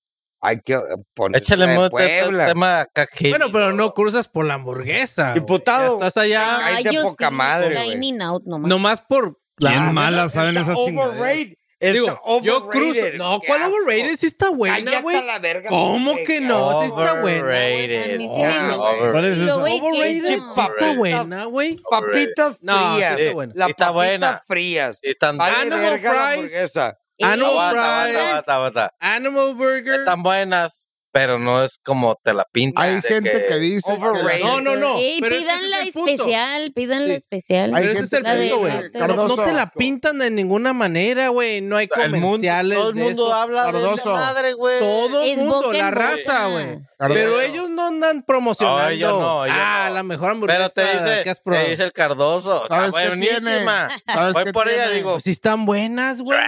[SPEAKER 2] Hay que poner
[SPEAKER 3] Échale
[SPEAKER 2] de
[SPEAKER 3] mote
[SPEAKER 2] Puebla.
[SPEAKER 3] al tema cajete.
[SPEAKER 7] Eh, Bueno, pero no cruzas por la hamburguesa. güey.
[SPEAKER 2] Diputado.
[SPEAKER 7] Ya estás allá
[SPEAKER 2] Ay, de poca madre, güey.
[SPEAKER 6] Dine in out nomás.
[SPEAKER 7] nomás por... la-
[SPEAKER 5] Bien malas saben
[SPEAKER 2] Está
[SPEAKER 5] esas chingaderas.
[SPEAKER 2] overrated. Está
[SPEAKER 7] Digo, yo cruzo.
[SPEAKER 2] overrated.
[SPEAKER 7] No,
[SPEAKER 2] Qué
[SPEAKER 7] ¿cuál
[SPEAKER 2] asco.
[SPEAKER 7] overrated? Sí está buena,
[SPEAKER 2] Cállate
[SPEAKER 7] güey.
[SPEAKER 2] a la verga.
[SPEAKER 7] ¿Cómo
[SPEAKER 2] güey,
[SPEAKER 7] que no?
[SPEAKER 2] cabrón.
[SPEAKER 7] Sí está buena.
[SPEAKER 3] Overrated.
[SPEAKER 6] Ni
[SPEAKER 2] siquiera
[SPEAKER 3] Ah,
[SPEAKER 2] lo-
[SPEAKER 3] overrated.
[SPEAKER 5] ¿Cuál es
[SPEAKER 6] Y luego
[SPEAKER 5] esa?
[SPEAKER 6] el que
[SPEAKER 2] Overrated
[SPEAKER 6] es,
[SPEAKER 2] chip
[SPEAKER 6] no.
[SPEAKER 7] Sí Está
[SPEAKER 2] Overrated.
[SPEAKER 7] buena, güey.
[SPEAKER 2] Papitas
[SPEAKER 7] No, sí
[SPEAKER 2] frías.
[SPEAKER 7] está buena.
[SPEAKER 2] La
[SPEAKER 3] Está
[SPEAKER 2] papita
[SPEAKER 3] buena.
[SPEAKER 2] frías.
[SPEAKER 3] Y tan-
[SPEAKER 2] Vale
[SPEAKER 7] Animal
[SPEAKER 2] verga la
[SPEAKER 7] fries.
[SPEAKER 2] hamburguesa.
[SPEAKER 6] Y
[SPEAKER 7] Ah, no,
[SPEAKER 6] luego-
[SPEAKER 3] Aguanta,
[SPEAKER 7] fries.
[SPEAKER 3] aguanta, aguanta, aguanta.
[SPEAKER 7] Animal Burger.
[SPEAKER 3] Están buenas, pero no es como te la pintan.
[SPEAKER 4] Hay
[SPEAKER 3] de
[SPEAKER 4] gente que, dice... que la
[SPEAKER 2] Overrated.
[SPEAKER 7] No, no, no.
[SPEAKER 6] Ey,
[SPEAKER 7] pero es que
[SPEAKER 6] pidan la
[SPEAKER 7] ese es el punto.
[SPEAKER 6] especial, pidan la
[SPEAKER 7] Sí.
[SPEAKER 6] especial.
[SPEAKER 4] Hay
[SPEAKER 7] Pero ese
[SPEAKER 4] gente
[SPEAKER 7] es el
[SPEAKER 4] que
[SPEAKER 7] punto,
[SPEAKER 4] dice,
[SPEAKER 7] güey.
[SPEAKER 4] Cardoso,
[SPEAKER 7] No, no te la pintan de ninguna manera, güey. No hay
[SPEAKER 3] El mundo,
[SPEAKER 7] comerciales.
[SPEAKER 3] todo el
[SPEAKER 7] de
[SPEAKER 3] mundo
[SPEAKER 7] eso.
[SPEAKER 3] habla de esa
[SPEAKER 4] Cardoso.
[SPEAKER 3] madre, güey.
[SPEAKER 7] Todo el
[SPEAKER 6] Es
[SPEAKER 7] mundo,
[SPEAKER 6] boca en
[SPEAKER 7] la
[SPEAKER 6] boca.
[SPEAKER 7] raza, güey.
[SPEAKER 4] Cardoso.
[SPEAKER 7] Pero ellos no andan promocionando.
[SPEAKER 3] No, ellos no, ellos
[SPEAKER 7] ah,
[SPEAKER 3] no.
[SPEAKER 7] la mejor hamburguesa
[SPEAKER 3] Pero te dice,
[SPEAKER 7] que has
[SPEAKER 3] te
[SPEAKER 7] probado.
[SPEAKER 3] dice el Cardoso.
[SPEAKER 4] ¿Sabes
[SPEAKER 3] está
[SPEAKER 4] qué
[SPEAKER 3] buenísima.
[SPEAKER 4] tiene? ¿Sabes
[SPEAKER 3] Voy
[SPEAKER 4] qué
[SPEAKER 3] por ella,
[SPEAKER 4] tiene?
[SPEAKER 3] digo,
[SPEAKER 7] Pues sí están buenas, güey.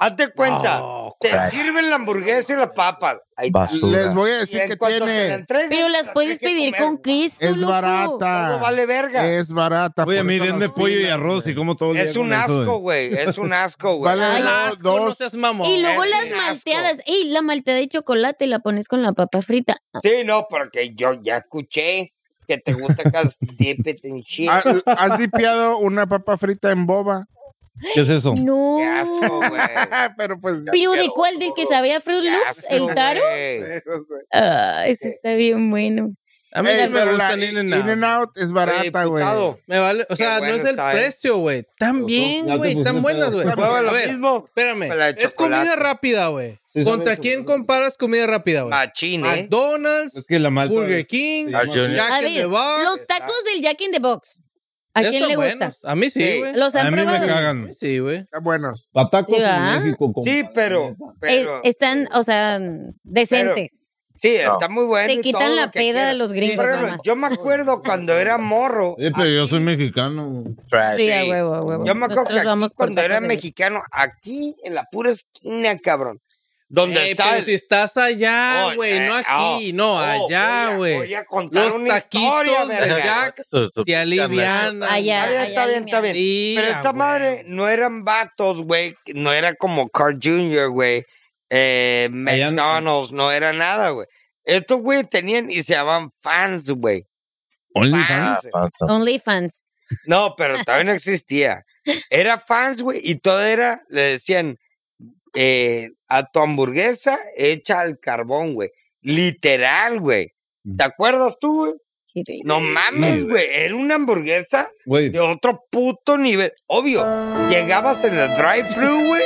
[SPEAKER 2] Hazte cuenta.
[SPEAKER 7] No,
[SPEAKER 2] te sirven la hamburguesa y las papas. Ahí
[SPEAKER 4] Les voy a
[SPEAKER 2] Y
[SPEAKER 4] decir
[SPEAKER 2] en
[SPEAKER 4] que
[SPEAKER 2] cuanto te la
[SPEAKER 4] tiene...
[SPEAKER 2] entreguen,
[SPEAKER 6] Pero las
[SPEAKER 2] la
[SPEAKER 6] puedes
[SPEAKER 2] tienes que
[SPEAKER 6] pedir
[SPEAKER 2] comer.
[SPEAKER 6] con queso.
[SPEAKER 4] Es
[SPEAKER 6] loco.
[SPEAKER 4] barata.
[SPEAKER 2] No vale verga.
[SPEAKER 4] Es barata.
[SPEAKER 5] Oye,
[SPEAKER 4] por
[SPEAKER 5] a mí
[SPEAKER 4] eso
[SPEAKER 5] denme
[SPEAKER 4] las
[SPEAKER 5] pollo y
[SPEAKER 4] filas,
[SPEAKER 5] arroz
[SPEAKER 4] güey.
[SPEAKER 5] y como todo el
[SPEAKER 2] Es
[SPEAKER 5] día
[SPEAKER 2] un
[SPEAKER 5] con eso,
[SPEAKER 2] asco,
[SPEAKER 5] güey.
[SPEAKER 2] güey. Es un asco, güey.
[SPEAKER 4] Vale,
[SPEAKER 7] El
[SPEAKER 4] Ay,
[SPEAKER 7] asco, no
[SPEAKER 4] dos.
[SPEAKER 7] seas mamón.
[SPEAKER 6] Y luego
[SPEAKER 2] es
[SPEAKER 6] las
[SPEAKER 2] un asco.
[SPEAKER 6] malteadas. Ey, la malteada de chocolate la pones con la papa frita.
[SPEAKER 2] Sí, no, porque yo ya escuché que te gusta que has dip it in shit.
[SPEAKER 4] Ah, ¿Has dipiado una papa frita en boba?
[SPEAKER 5] ¿Qué es eso?
[SPEAKER 6] No.
[SPEAKER 2] Qué asco, güey.
[SPEAKER 4] Ah, pero pues...
[SPEAKER 6] Pero de cuál, del que sabía a Fruit
[SPEAKER 2] Qué
[SPEAKER 6] Loops,
[SPEAKER 2] asco,
[SPEAKER 6] el taro.
[SPEAKER 2] güey.
[SPEAKER 4] no sé.
[SPEAKER 6] Ah, ese está bien bueno.
[SPEAKER 7] A mí
[SPEAKER 4] Ey,
[SPEAKER 7] sí me
[SPEAKER 4] pero la
[SPEAKER 7] gusta
[SPEAKER 4] In
[SPEAKER 7] In
[SPEAKER 4] In and Out es barata, güey.
[SPEAKER 2] Diputado,
[SPEAKER 7] Me vale, o
[SPEAKER 2] Qué
[SPEAKER 7] sea, no
[SPEAKER 2] bueno
[SPEAKER 7] es el
[SPEAKER 2] está, eh.
[SPEAKER 7] precio, güey. Tan bien,
[SPEAKER 5] ya te
[SPEAKER 7] güey, tan
[SPEAKER 5] pusiste
[SPEAKER 7] buenas,
[SPEAKER 5] pedo.
[SPEAKER 7] güey.
[SPEAKER 2] Huevo,
[SPEAKER 7] A
[SPEAKER 2] lo
[SPEAKER 7] ver,
[SPEAKER 2] mismo.
[SPEAKER 7] espérame.
[SPEAKER 2] Con la de
[SPEAKER 7] Es
[SPEAKER 2] chocolate.
[SPEAKER 7] comida rápida, güey.
[SPEAKER 5] Sí,
[SPEAKER 7] ¿Contra
[SPEAKER 5] sabe
[SPEAKER 7] quién
[SPEAKER 5] chocolate.
[SPEAKER 7] comparas comida rápida, güey?
[SPEAKER 2] Machín, ¿eh?
[SPEAKER 7] McDonald's,
[SPEAKER 5] Es que la malta.
[SPEAKER 7] Burger
[SPEAKER 5] es-
[SPEAKER 7] King, Ah,
[SPEAKER 5] Sí,
[SPEAKER 3] Al
[SPEAKER 5] más-
[SPEAKER 3] Junior.
[SPEAKER 7] Jack
[SPEAKER 6] A
[SPEAKER 7] in the
[SPEAKER 6] ver,
[SPEAKER 7] Bar.
[SPEAKER 6] los tacos del Jack in the Box. ¿A quién
[SPEAKER 7] Están
[SPEAKER 6] le gusta?
[SPEAKER 7] buenos. A mí sí,
[SPEAKER 2] Sí.
[SPEAKER 7] güey.
[SPEAKER 6] ¿Los han
[SPEAKER 5] A mí me
[SPEAKER 6] probado?
[SPEAKER 2] Eh,
[SPEAKER 6] Eh,
[SPEAKER 7] A
[SPEAKER 5] cagan.
[SPEAKER 7] mí Sí, güey.
[SPEAKER 4] Están buenos.
[SPEAKER 5] Patacos
[SPEAKER 6] Sí, ¿verdad?
[SPEAKER 5] en México.
[SPEAKER 2] Sí,
[SPEAKER 5] compadre.
[SPEAKER 2] pero.
[SPEAKER 6] Eh,
[SPEAKER 2] pero
[SPEAKER 6] están, o sea, decentes.
[SPEAKER 2] sí,
[SPEAKER 3] No.
[SPEAKER 2] está muy bueno.
[SPEAKER 6] Te
[SPEAKER 2] y
[SPEAKER 6] quitan
[SPEAKER 2] todo
[SPEAKER 6] la
[SPEAKER 2] lo que
[SPEAKER 6] peda
[SPEAKER 2] quieras.
[SPEAKER 6] a los gringos.
[SPEAKER 2] Por ejemplo,
[SPEAKER 6] nomás.
[SPEAKER 2] yo me acuerdo cuando era morro.
[SPEAKER 5] Eh, pero yo soy mexicano.
[SPEAKER 3] trash.
[SPEAKER 6] Sí, a
[SPEAKER 2] sí.
[SPEAKER 6] huevo, a huevo.
[SPEAKER 2] Yo me acuerdo
[SPEAKER 6] Nosotros
[SPEAKER 2] que aquí,
[SPEAKER 6] vamos por
[SPEAKER 2] cuando era
[SPEAKER 6] tacos de-
[SPEAKER 2] mexicano, aquí en la pura esquina, cabrón. Donde
[SPEAKER 7] Ey,
[SPEAKER 2] está.
[SPEAKER 7] pero si estás allá,
[SPEAKER 2] Oh,
[SPEAKER 7] güey, no
[SPEAKER 2] eh, oh,
[SPEAKER 7] aquí, no,
[SPEAKER 2] oh, voy
[SPEAKER 7] allá,
[SPEAKER 2] a-
[SPEAKER 7] güey.
[SPEAKER 2] Voy a contar
[SPEAKER 7] Los
[SPEAKER 2] una historia,
[SPEAKER 7] taquitos de
[SPEAKER 2] verga.
[SPEAKER 7] allá.
[SPEAKER 3] Su- su-
[SPEAKER 7] Se aliviana.
[SPEAKER 6] Allá,
[SPEAKER 2] Está bien,
[SPEAKER 6] allá
[SPEAKER 2] está bien, está bien.
[SPEAKER 7] Sí,
[SPEAKER 2] Pero
[SPEAKER 7] a
[SPEAKER 2] esta
[SPEAKER 7] huevo.
[SPEAKER 2] madre no eran vatos, güey. No era como Carl Jr., güey. Eh,
[SPEAKER 5] Allá no-
[SPEAKER 2] McDonald's, no era nada, güey. Estos, güey, tenían y se llamaban fans, güey.
[SPEAKER 5] OnlyFans.
[SPEAKER 3] Ah,
[SPEAKER 2] Fans.
[SPEAKER 3] panza.
[SPEAKER 6] OnlyFans.
[SPEAKER 2] No, pero todavía no existía. Era fans, güey, y todo era, le decían, eh, a tu hamburguesa hecha al carbón, güey. Literal, güey.
[SPEAKER 7] Mm.
[SPEAKER 2] ¿Te acuerdas tú, güey? No mames, güey. Era una hamburguesa
[SPEAKER 5] Güey,
[SPEAKER 2] de otro puto nivel. Obvio, llegabas en el drive-thru, güey.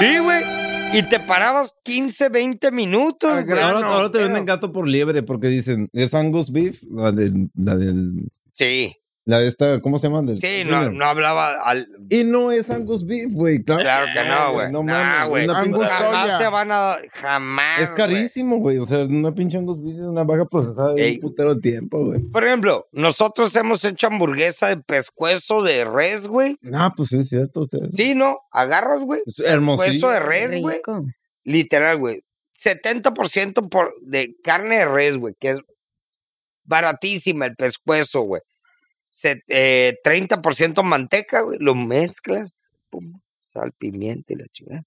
[SPEAKER 2] Sí, güey. Y te parabas 15, 20 minutos.
[SPEAKER 4] Al
[SPEAKER 2] güey.
[SPEAKER 5] Ah, ahora,
[SPEAKER 4] no,
[SPEAKER 5] ahora te
[SPEAKER 2] pero-
[SPEAKER 5] venden gato por liebre porque dicen, ¿es Angus Beef? La de, la del-
[SPEAKER 2] Sí,
[SPEAKER 5] la de esta, ¿cómo se llama? Del-
[SPEAKER 2] sí, no, no hablaba al,
[SPEAKER 5] Y no es Angus Beef, güey. Claro,
[SPEAKER 2] Claro que no, güey.
[SPEAKER 5] Eh, No
[SPEAKER 2] No,
[SPEAKER 5] mames,
[SPEAKER 2] güey.
[SPEAKER 5] una
[SPEAKER 4] Angus
[SPEAKER 5] pinche-
[SPEAKER 4] soy-
[SPEAKER 2] Jamás
[SPEAKER 4] soya.
[SPEAKER 2] te van a. Jamás.
[SPEAKER 5] Es carísimo, güey. O sea, una pinche Angus Beef es una vaca procesada de
[SPEAKER 2] Ey.
[SPEAKER 5] un putero de tiempo, güey.
[SPEAKER 2] güey. Por ejemplo, nosotros hemos hecho hamburguesa de pescuezo de res, güey.
[SPEAKER 5] Ah, pues sí, es cierto. O sea,
[SPEAKER 2] Sí, pues, ¿no? Agarras, güey.
[SPEAKER 5] es hermosillo.
[SPEAKER 2] Pescuezo de res, güey.
[SPEAKER 6] Rico.
[SPEAKER 2] Literal, güey. 70% por, de carne de res, güey, que es baratísima el pescuezo, güey. Se- eh, 30% manteca, güey. Lo mezclas. Pum, sal, pimienta y la chingada.